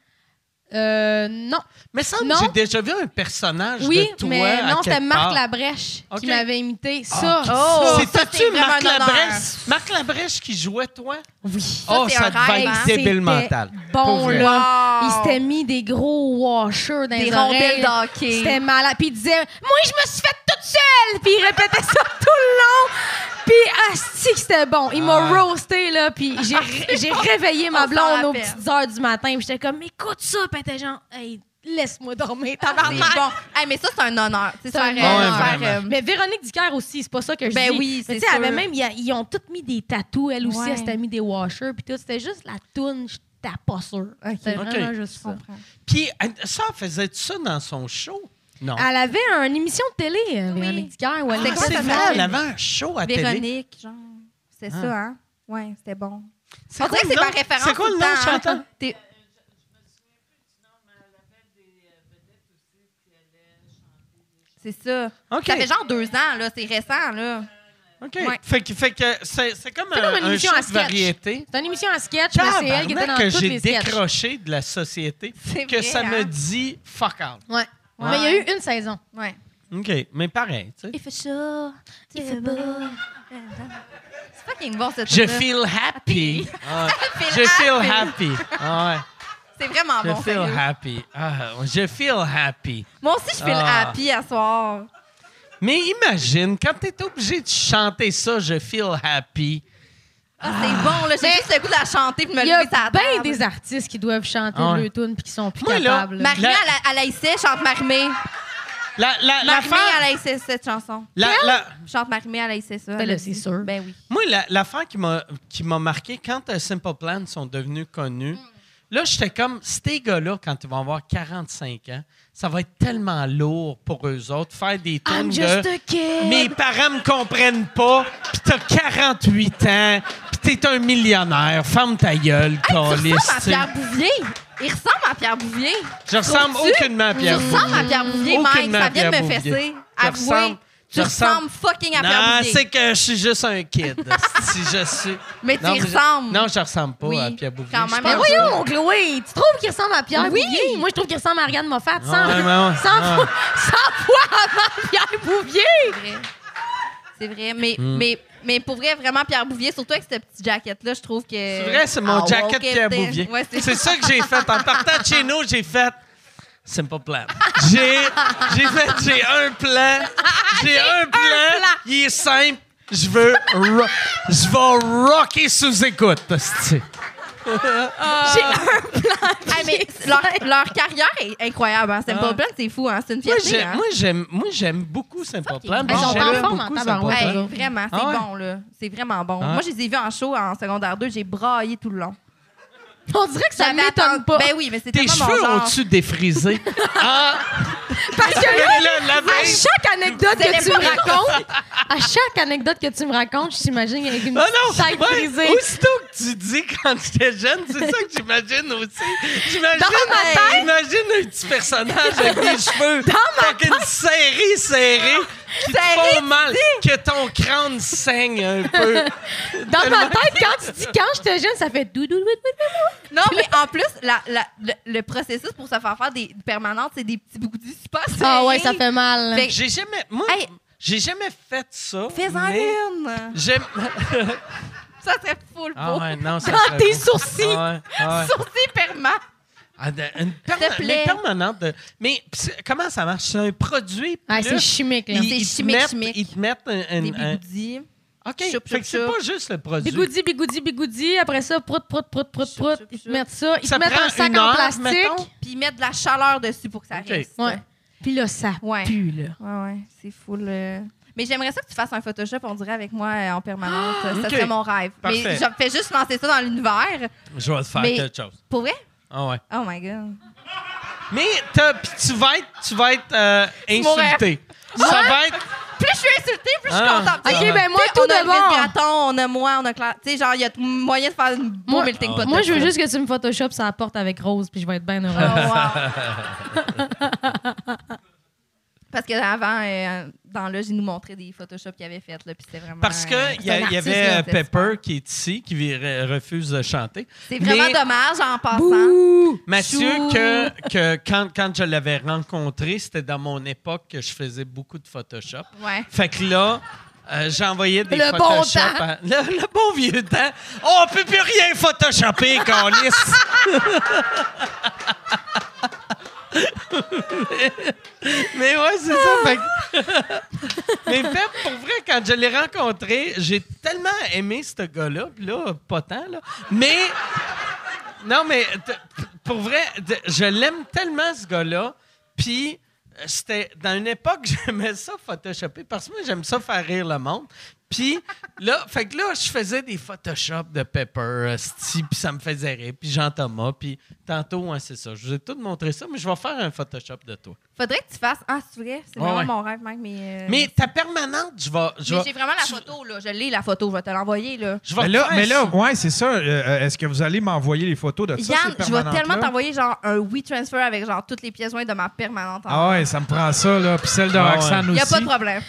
Speaker 6: Euh, non.
Speaker 3: Mais ça,
Speaker 6: Non.
Speaker 3: j'ai déjà vu un personnage
Speaker 6: Oui,
Speaker 3: de toi.
Speaker 6: mais
Speaker 3: à
Speaker 6: non, c'était
Speaker 3: quelque
Speaker 6: Marc
Speaker 3: part. Ah,
Speaker 6: Labrèche
Speaker 3: Ok.
Speaker 6: qui m'avait imité. Ça,
Speaker 5: Oh,
Speaker 6: ça,
Speaker 5: ça, c'est
Speaker 3: C'était-tu
Speaker 5: vraiment
Speaker 3: Marc
Speaker 5: un honneur.
Speaker 3: Labrèche? Marc Labrèche qui jouait toi?
Speaker 6: oui.
Speaker 5: Ça, c'est un rêve, hein.
Speaker 3: être débile
Speaker 6: C'était
Speaker 3: mental. Pour
Speaker 6: Bon,
Speaker 3: vrai.
Speaker 6: là,
Speaker 5: Wow.
Speaker 6: il s'était mis des gros washers dans
Speaker 5: Des
Speaker 6: les
Speaker 5: rondelles
Speaker 6: oreilles.
Speaker 5: d'hockey.
Speaker 6: C'était malade. Puis il disait Moi, je me suis faite toute seule. Puis il répétait ça tout le long. Puis asti que c'était bon. Il m'a roasté, là. Puis j'ai, j'ai réveillé ma
Speaker 5: On s'en
Speaker 6: blonde aux
Speaker 5: rappelle.
Speaker 6: petites heures du matin. Puis j'étais comme Écoute ça. Puis elle était genre Hey, laisse-moi dormir,
Speaker 5: C'est
Speaker 6: tabarnak.
Speaker 5: bon. Hey, mais ça, c'est un honneur. C'est
Speaker 6: C'est
Speaker 5: faire,
Speaker 6: un
Speaker 5: euh,
Speaker 6: honneur.
Speaker 5: faire,
Speaker 3: Ouais, vraiment.
Speaker 5: euh,
Speaker 6: Mais Véronique Dicker aussi, c'est pas ça que je
Speaker 5: Ben
Speaker 6: dis.
Speaker 5: oui,
Speaker 6: Mais
Speaker 5: c'est
Speaker 6: tu sais, elle
Speaker 5: sûr.
Speaker 6: avait même, il y a- ils ont toutes mis des tatous. Elle aussi,
Speaker 5: Ouais.
Speaker 6: elle s'était mis des washers. Puis tout, c'était juste la toune, j'étais pas sûre. C'était
Speaker 3: Ok.
Speaker 6: vraiment juste ça.
Speaker 3: Puis euh, ça, faisait-tu ça dans son show? Non.
Speaker 6: Elle avait une émission de télé, euh,
Speaker 5: Oui.
Speaker 6: Véronique Dicker, où elle
Speaker 5: Ah,
Speaker 3: Ah,
Speaker 6: était
Speaker 5: quoi,
Speaker 3: c'est
Speaker 5: ça
Speaker 3: vrai,
Speaker 5: s'appelle?
Speaker 3: elle avait un show à télé.
Speaker 5: Véronique, genre. C'est
Speaker 3: Ah.
Speaker 5: ça, hein? Ouais, c'était bon.
Speaker 3: C'est
Speaker 5: On
Speaker 3: quoi
Speaker 5: dirait que
Speaker 3: le
Speaker 5: c'est par
Speaker 3: nom?
Speaker 5: référence.
Speaker 3: C'est quoi le
Speaker 5: tout
Speaker 3: nom,
Speaker 5: temps, hein?
Speaker 3: Chantal?
Speaker 5: T'es- C'est ça.
Speaker 3: OK.
Speaker 5: Ça fait genre deux ans, là. C'est récent, là.
Speaker 3: OK.
Speaker 5: Ouais.
Speaker 3: Fait, que- fait que c'est c'est comme,
Speaker 6: C'est
Speaker 3: un,
Speaker 6: comme une
Speaker 3: un
Speaker 6: émission
Speaker 3: show
Speaker 6: à
Speaker 3: de
Speaker 6: sketch.
Speaker 3: variété.
Speaker 6: C'est une émission à sketch, mais c'est elle qui était dans
Speaker 3: Tabarnak que
Speaker 6: toutes
Speaker 3: j'ai
Speaker 6: les sketchs. Ouais.
Speaker 3: décroché de la société
Speaker 5: C'est
Speaker 3: que
Speaker 5: vrai,
Speaker 3: ça me
Speaker 5: hein?
Speaker 3: dit « fuck out
Speaker 6: Ouais. Mais il y a eu une saison.
Speaker 5: Ouais. ».
Speaker 3: OK, mais pareil, tu sais.
Speaker 6: Il fait ça, il fait
Speaker 5: C'est fucking bon, cette
Speaker 3: Je
Speaker 5: tune-là.
Speaker 3: feel happy. Ah,
Speaker 5: feel
Speaker 3: je feel happy. Ah ouais.
Speaker 5: C'est vraiment
Speaker 3: Je
Speaker 5: bon.
Speaker 3: feel
Speaker 5: sérieux.
Speaker 3: happy. Ah, je feel happy.
Speaker 5: Moi aussi, je feel
Speaker 3: Ah.
Speaker 5: happy à soir.
Speaker 3: Mais imagine, quand t'es obligé de chanter ça, je feel happy.
Speaker 5: Ah, c'est bon, là. J'ai juste le goût de la chanter puis de me
Speaker 6: Il y a
Speaker 5: lever sa
Speaker 6: bien
Speaker 5: table.
Speaker 6: des artistes qui doivent chanter
Speaker 3: Ah ouais.
Speaker 6: le tune puis qui sont plus
Speaker 3: Moi, là,
Speaker 6: capables. là.
Speaker 5: Marimé,
Speaker 3: La-
Speaker 5: à la- à l'AIC, chante Marimé.
Speaker 3: La, la, la,
Speaker 5: Marimé, à
Speaker 3: l'affaire-
Speaker 5: l'AIC, cette chanson.
Speaker 3: la, la-
Speaker 5: Chante Marimé, à l'AIC, ça.
Speaker 6: Ben
Speaker 5: elle
Speaker 6: là,
Speaker 5: a
Speaker 6: c'est
Speaker 5: dit.
Speaker 6: sûr.
Speaker 5: Ben oui.
Speaker 3: moi, la- l'affaire qui m'a qui m'a marqué, quand euh, Simple Plan sont devenus connus,
Speaker 5: Mm.
Speaker 3: là, j'étais comme, ces gars-là, quand ils vont avoir 45 ans, ça va être tellement lourd pour eux autres, faire des tunes
Speaker 6: I'm
Speaker 3: de...
Speaker 6: just a kid.
Speaker 3: Mes parents me comprennent pas, pis t'as 48 ans, pis t'es un millionnaire, ferme ta gueule,
Speaker 5: Hey, tu
Speaker 3: câlisse,
Speaker 5: ressembles à
Speaker 3: tu sais.
Speaker 5: Pierre Bouvier. Il ressemble à Pierre Bouvier.
Speaker 3: Je ressemble
Speaker 5: Trouves-tu?
Speaker 3: aucunement à Pierre
Speaker 5: Tu
Speaker 3: Bouvier.
Speaker 5: ressembles à Pierre Bouvier, Mike.
Speaker 3: Aucunement à
Speaker 5: Ça vient de
Speaker 3: Pierre
Speaker 5: me
Speaker 3: Bouvier.
Speaker 5: fesser.
Speaker 3: Je
Speaker 5: Avouez.
Speaker 3: ressemble-
Speaker 5: Tu
Speaker 3: je ressemble-
Speaker 5: ressembles fucking à Pierre
Speaker 3: Non, c'est
Speaker 5: Bouvier.
Speaker 3: que je suis juste un kid. si je suis.
Speaker 5: Mais tu
Speaker 3: Non,
Speaker 5: y
Speaker 3: mais je-
Speaker 5: ressembles.
Speaker 3: Non, je ressemble pas
Speaker 5: Oui,
Speaker 3: à Pierre Bouvier.
Speaker 5: quand même.
Speaker 6: Mais
Speaker 5: Ah,
Speaker 6: voyons, Chloé, tu trouves qu'il ressemble à Pierre
Speaker 5: Oui.
Speaker 6: Bouvier? Moi, je trouve qu'il ressemble à Ariane Moffat. 100
Speaker 3: Ah, ouais, ouais, ouais.
Speaker 6: fois cent fois avant Pierre Bouvier!
Speaker 5: C'est vrai. C'est vrai. Mais,
Speaker 3: Hmm.
Speaker 5: mais, mais pour vrai, vraiment, Pierre Bouvier, surtout avec cette petite jaquette-là, je trouve que.
Speaker 3: C'est vrai, c'est mon
Speaker 5: Ah,
Speaker 3: jacket
Speaker 5: walk it
Speaker 3: Pierre
Speaker 5: down.
Speaker 3: Bouvier.
Speaker 5: Ouais,
Speaker 3: c'est ça que j'ai fait. En partant de chez nous, j'ai fait. C'est pas plan. J'ai, j'ai fait, j'ai un plan. J'ai un plan. Il est simple. Je veux. ro- Je vais rocker sous écoute. hostie.
Speaker 5: Ah, mais leur, leur carrière est incroyable. Hein. C'est
Speaker 3: Ah.
Speaker 5: pas plein, c'est fou. Hein. C'est une
Speaker 3: Moi,
Speaker 5: fierté.
Speaker 3: j'aime,
Speaker 5: hein.
Speaker 3: moi, j'aime, moi, j'aime beaucoup Simple Plan.
Speaker 6: Ils sont
Speaker 3: J'aimais
Speaker 6: en forme en
Speaker 3: beaucoup
Speaker 6: tabarouette.
Speaker 3: Simple Plan.
Speaker 5: Hey,
Speaker 6: Ouais.
Speaker 5: vraiment, c'est
Speaker 3: Ah ouais?
Speaker 5: bon, là. C'est vraiment bon.
Speaker 3: Ah.
Speaker 5: Moi, je les ai vus en show en secondaire 2. J'ai braillé tout le long.
Speaker 6: On dirait que ça
Speaker 5: J'avais
Speaker 6: m'étonne
Speaker 5: attendu-
Speaker 6: pas.
Speaker 5: Ben oui, mais c'était
Speaker 3: Tes
Speaker 5: pas mon
Speaker 3: cheveux
Speaker 5: genre.
Speaker 3: ont-tu défrisé? Ah!
Speaker 6: Parce que là,
Speaker 3: Là, la
Speaker 6: à
Speaker 3: veille-
Speaker 6: chaque anecdote
Speaker 5: Vous allez
Speaker 6: que tu
Speaker 5: pas
Speaker 6: me racontes, à chaque anecdote que tu me racontes, je t'imagine avec une
Speaker 3: Ah
Speaker 6: petite
Speaker 3: non!
Speaker 6: tête
Speaker 3: ouais,
Speaker 6: brisée.
Speaker 3: Aussitôt que tu dis quand j'étais jeune, c'est ça que j'imagine aussi. J'imagine,
Speaker 5: Dans ma tête-
Speaker 3: j'imagine un petit personnage avec des cheveux avec une série serrée
Speaker 5: Ah,
Speaker 3: qui te
Speaker 5: Serrée,
Speaker 3: font mal, que ton crâne saigne un peu.
Speaker 6: Dans ma tête, quand tu dis quand j'étais jeune, ça fait doudou. doudou, doudou.
Speaker 5: Non, mais en plus, la- la- le, le processus pour se faire faire des permanentes, c'est des petits boudis super
Speaker 6: Ah ouais, ça
Speaker 5: serrés.
Speaker 6: fait mal.
Speaker 5: Fait-
Speaker 3: J'ai jamais, moi,
Speaker 5: Hey.
Speaker 3: j'ai jamais fait ça.
Speaker 5: Fais-en
Speaker 3: mais
Speaker 5: une!
Speaker 3: J'aime.
Speaker 5: Ça serait full
Speaker 3: Ah
Speaker 5: beau.
Speaker 3: ouais, non, ça
Speaker 6: Dans
Speaker 3: serait
Speaker 6: tes
Speaker 3: beau.
Speaker 6: sourcils.
Speaker 3: Ah ouais, ah ouais.
Speaker 5: Sourcils permanents.
Speaker 3: Ah, de- Une perma-
Speaker 5: te plaît.
Speaker 3: mais permanente. de- Mais pis c'est- comment ça marche? C'est un produit.
Speaker 6: Ah,
Speaker 3: plus-
Speaker 6: c'est chimique, là.
Speaker 3: ils-
Speaker 5: C'est
Speaker 3: ils te
Speaker 5: chimique,
Speaker 3: mettent-
Speaker 5: chimique.
Speaker 3: Ils te mettent un. un-
Speaker 5: Des
Speaker 3: un-
Speaker 5: bigoudis.
Speaker 3: OK.
Speaker 5: Choup,
Speaker 3: fait
Speaker 5: choup,
Speaker 3: que c'est
Speaker 5: choup.
Speaker 3: pas juste le produit.
Speaker 6: Bigoudi, bigoudi, bigoudi. Après ça, prout, prout, prout, prout,
Speaker 5: Choup,
Speaker 6: prout.
Speaker 5: choup,
Speaker 6: Ils te
Speaker 5: choup.
Speaker 6: mettent ça. Ils
Speaker 3: Ça
Speaker 6: te mettent
Speaker 3: prend
Speaker 6: un sac
Speaker 3: une
Speaker 6: en
Speaker 3: heure,
Speaker 6: plastique.
Speaker 3: mettons.
Speaker 5: Puis mettre de la chaleur dessus pour que ça
Speaker 3: Ok.
Speaker 5: reste.
Speaker 6: Ouais. Puis là, ça
Speaker 5: Ouais.
Speaker 6: pue, là.
Speaker 5: Ouais, ouais, c'est full. euh. Mais j'aimerais ça que tu fasses un Photoshop, on dirait, avec moi euh, en permanence.
Speaker 3: Ah, ok.
Speaker 5: Ça serait mon rêve.
Speaker 3: Parfait.
Speaker 5: Mais je fais juste lancer ça dans l'univers.
Speaker 3: Je vais te faire
Speaker 5: Mais-
Speaker 3: quelque chose.
Speaker 5: Pour vrai?
Speaker 3: Ah ouais.
Speaker 5: Oh my God.
Speaker 3: Mais t'as- pis tu vas être, tu vas être euh,
Speaker 5: mon rêve.
Speaker 3: insulté. Ça va être.
Speaker 5: Plus je suis insultée, plus je suis
Speaker 3: Ah.
Speaker 5: contente.
Speaker 3: Ok,
Speaker 5: Tu sais,
Speaker 3: ben
Speaker 6: moi,
Speaker 5: tu sais,
Speaker 6: tout
Speaker 5: on a
Speaker 6: de bon.
Speaker 5: le graton, on a moi, on a Claire. Tu sais, genre, il y a t- moyen de faire une beau
Speaker 6: Moi-
Speaker 5: melting
Speaker 3: Ah.
Speaker 5: pot.
Speaker 6: Moi, je veux juste que tu me photoshopes sa porte avec Rose, puis je vais être bien
Speaker 3: Ah.
Speaker 5: Oh,
Speaker 6: heureuse.
Speaker 5: wow. Parce que avant, euh, il dans l'âge, il nous montrait des Photoshop qu'il avait faites. là, Puis c'était vraiment.
Speaker 3: Parce
Speaker 5: euh,
Speaker 3: qu'il y,
Speaker 5: c'est un
Speaker 3: a- y
Speaker 5: artiste,
Speaker 3: avait
Speaker 5: là,
Speaker 3: euh,
Speaker 5: c'est super.
Speaker 3: Pepper qui est ici, qui vi- re- refuse de chanter.
Speaker 5: C'est vraiment
Speaker 3: Mais-
Speaker 5: dommage en passant.
Speaker 3: Mathieu,
Speaker 5: Chou.
Speaker 3: que, que quand, quand je l'avais rencontré, c'était dans mon époque que je faisais beaucoup de Photoshop.
Speaker 5: Ouais.
Speaker 3: Fait que là, euh, j'envoyais des
Speaker 5: Le bon
Speaker 3: Photoshop.
Speaker 5: temps.
Speaker 3: à- le, le bon vieux temps. Oh, On peut plus rien photoshopper, câlisse. Mais ouais, c'est ça. fait que- Mais Pep, pour vrai, quand je l'ai rencontré, j'ai tellement aimé ce gars-là. Puis là, pas tant, là. Mais. Non, mais euh, t- p- pour vrai, t- je l'aime tellement, ce gars-là. Puis. euh, C'était dans une époque, j'aimais ça photoshopper parce que moi, j'aime ça faire rire le monde. Puis là, fait que là, je faisais des Photoshop de Pepper, Steve, puis ça me faisait rire. Puis Jean-Thomas, puis tantôt, ouais, c'est ça. Je vous ai tout montré ça, mais je vais faire un Photoshop de toi.
Speaker 5: Faudrait que tu fasses. Ah, c'est vrai. C'est
Speaker 3: Ouais,
Speaker 5: vraiment
Speaker 3: ouais.
Speaker 5: mon rêve, Mike. Mais, euh,
Speaker 3: Mais ta permanente, je vais. Je
Speaker 5: mais
Speaker 3: vais-
Speaker 5: j'ai vraiment la
Speaker 3: je-
Speaker 5: photo, là. Je l'ai, la photo. Je vais te l'envoyer, là.
Speaker 3: je vais
Speaker 4: Mais là,
Speaker 3: faire
Speaker 4: mais là
Speaker 3: ça.
Speaker 4: ouais, c'est ça. Euh, euh, Est-ce que vous allez m'envoyer les photos de ça?
Speaker 5: Yann,
Speaker 4: ces
Speaker 5: je vais tellement
Speaker 4: permanentes-là?
Speaker 5: t'envoyer genre un WeTransfer avec genre toutes les pièces jointes de ma permanente. en-
Speaker 8: Ah ouais, ça me prend ça, là. Puis celle de
Speaker 4: Ah ouais.
Speaker 8: Roxane
Speaker 5: Il n'y a
Speaker 8: aussi.
Speaker 5: pas de problème.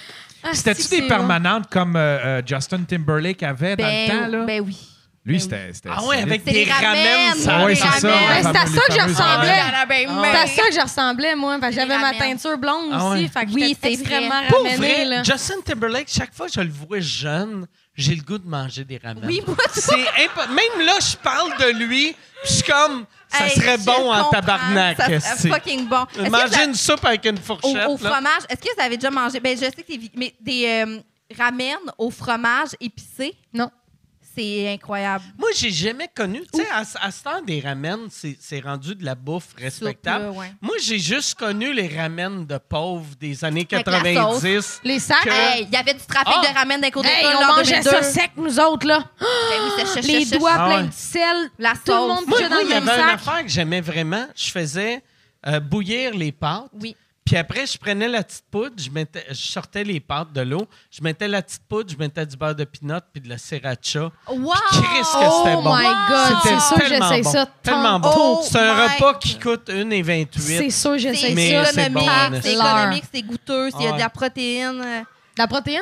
Speaker 7: Ah,
Speaker 8: C'était-tu
Speaker 7: si,
Speaker 8: des
Speaker 7: c'est
Speaker 8: permanentes comme euh, euh, Justin Timberlake avait
Speaker 5: Ben,
Speaker 8: dans le temps, là?
Speaker 5: ben oui.
Speaker 8: Lui, c'était. c'était
Speaker 3: Ah ouais,
Speaker 8: solide.
Speaker 3: avec
Speaker 5: C'est
Speaker 3: des
Speaker 5: les ramènes,
Speaker 3: ramènes, ça.
Speaker 5: les
Speaker 8: Ouais, c'est ça,
Speaker 5: ramènes.
Speaker 8: la
Speaker 9: Ben, c'est à
Speaker 8: fameuse-
Speaker 9: ça que je
Speaker 8: fameuse-
Speaker 9: ressemblais.
Speaker 5: Ah, la ben,
Speaker 9: C'est à
Speaker 5: mais-
Speaker 9: ça que je ressemblais, moi. parce que
Speaker 5: C'est
Speaker 9: J'avais
Speaker 5: les
Speaker 9: ma
Speaker 5: ramènes.
Speaker 9: teinture blonde
Speaker 3: Ah
Speaker 9: aussi.
Speaker 3: ouais.
Speaker 9: Fait que
Speaker 5: Oui,
Speaker 9: j'étais
Speaker 5: c'est vrai.
Speaker 9: extrêmement
Speaker 3: Pour
Speaker 9: ramenée.
Speaker 3: vrai,
Speaker 9: là.
Speaker 3: Justin Timberlake, chaque fois que je le vois jeune, j'ai le goût de manger des ramènes.
Speaker 5: Oui, moi, tu
Speaker 3: C'est impo- Même là, je parle de lui, puis je suis comme, ça
Speaker 5: Hey,
Speaker 3: serait
Speaker 5: je
Speaker 3: bon en
Speaker 5: comprends,
Speaker 3: tabarnak.
Speaker 5: Ça
Speaker 3: esti.
Speaker 5: serait fucking bon. Est-ce que vous
Speaker 3: Manger
Speaker 5: avez-
Speaker 3: une soupe avec une fourchette.
Speaker 5: au, au
Speaker 3: là.
Speaker 5: fromage, est-ce que vous avez déjà mangé? Ben, je sais que t'es vi- mais des euh, ramen au fromage épicé,
Speaker 7: Non.
Speaker 5: c'est incroyable.
Speaker 3: Moi, j'ai jamais connu. Tu sais, à, ce- à ce temps des ramènes, c'est c'est rendu de la bouffe respectable.
Speaker 5: Soupe, là, ouais.
Speaker 3: Moi, j'ai juste connu les ramènes de pauvres des années
Speaker 5: Avec la sauce.
Speaker 3: 90.
Speaker 9: Les sacs.
Speaker 3: Que-
Speaker 5: Hey, il y avait du trafic
Speaker 3: Ah!
Speaker 5: de ramen d'un côté
Speaker 9: Hey,
Speaker 5: de Ben
Speaker 9: on mangeait ça sec, nous autres, là. Les doigts
Speaker 3: Ah
Speaker 9: pleins
Speaker 3: ouais.
Speaker 9: de sel.
Speaker 5: La
Speaker 9: Tout le
Speaker 5: sauce.
Speaker 9: monde
Speaker 3: Moi,
Speaker 9: pitchait dans
Speaker 3: moi,
Speaker 9: le
Speaker 3: il y
Speaker 9: même
Speaker 3: avait une
Speaker 9: sac.
Speaker 3: affaire que j'aimais vraiment. Je faisais euh, bouillir les pâtes.
Speaker 5: Oui.
Speaker 3: Puis après, je prenais la petite poudre, je, mettais, je sortais les pâtes de l'eau, je mettais la petite poudre, je mettais du beurre de pinot puis de la sriracha.
Speaker 5: Wow!
Speaker 3: Christ que
Speaker 9: Oh
Speaker 3: c'était
Speaker 9: my
Speaker 3: bon.
Speaker 9: God, c'est sûr que
Speaker 3: tellement
Speaker 9: j'essaie
Speaker 3: bon,
Speaker 9: ça
Speaker 3: Tellement bon.
Speaker 9: tantôt.
Speaker 3: C'est un
Speaker 5: my-
Speaker 3: repas qui coûte 1,28.
Speaker 9: C'est sûr que
Speaker 5: C'est
Speaker 3: Mais
Speaker 9: j'essaie ça.
Speaker 3: c'est bon,
Speaker 5: économique,
Speaker 3: honnêtement.
Speaker 5: c'est économique, c'est goûteux, il y a
Speaker 3: Ouais.
Speaker 5: de la protéine euh,
Speaker 7: De la protéine?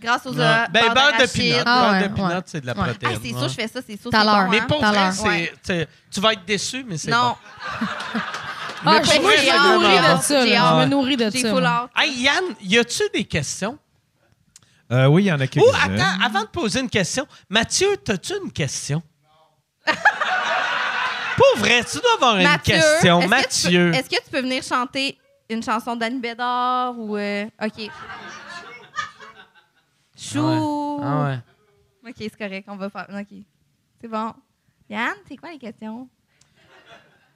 Speaker 5: grâce aux
Speaker 3: Non.
Speaker 5: euh,
Speaker 3: ben,
Speaker 5: beurres
Speaker 3: beurre de
Speaker 5: d'arachide.
Speaker 3: pinot.
Speaker 7: Ah
Speaker 3: beurre
Speaker 7: ouais,
Speaker 3: de pinot,
Speaker 7: ouais.
Speaker 3: c'est de la
Speaker 7: Ouais.
Speaker 3: protéine.
Speaker 5: Ah, c'est
Speaker 3: ouais.
Speaker 5: sûr, je fais ça, c'est sûr.
Speaker 7: T'as
Speaker 5: c'est
Speaker 7: l'air.
Speaker 5: bon,
Speaker 3: Mais
Speaker 5: hein?
Speaker 3: pour
Speaker 7: Tout à
Speaker 3: vrai,
Speaker 7: l'heure.
Speaker 3: c'est- c'est- tu vas être déçu, mais c'est
Speaker 5: Non.
Speaker 3: bon.
Speaker 9: Ah,
Speaker 3: Mais
Speaker 9: je
Speaker 3: pour vrai,
Speaker 9: je
Speaker 3: c'est
Speaker 9: me nourris
Speaker 3: vraiment
Speaker 9: de
Speaker 3: bon.
Speaker 9: ça.
Speaker 5: J'ai
Speaker 9: là. Je me
Speaker 3: hâte.
Speaker 9: nourris de
Speaker 5: J'ai
Speaker 9: ça.
Speaker 5: full
Speaker 9: moi.
Speaker 5: hâte.
Speaker 3: Hey, Yann, y a-tu des questions?
Speaker 4: Euh, oui, il y en a quelques
Speaker 3: Ou Oh, attends, avant de poser une question, Mathieu, as-tu une question? Pour vrai, tu dois avoir une
Speaker 5: Mathieu, est-ce que
Speaker 3: question.
Speaker 5: tu
Speaker 3: Mathieu.
Speaker 5: peux- Est-ce que tu peux venir chanter une chanson d'Annie Bédard ou. euh,
Speaker 3: Ah
Speaker 5: OK. Chou.
Speaker 3: Ah ouais.
Speaker 5: OK, c'est correct. On va faire. OK. C'est bon. Yann, c'est quoi les questions?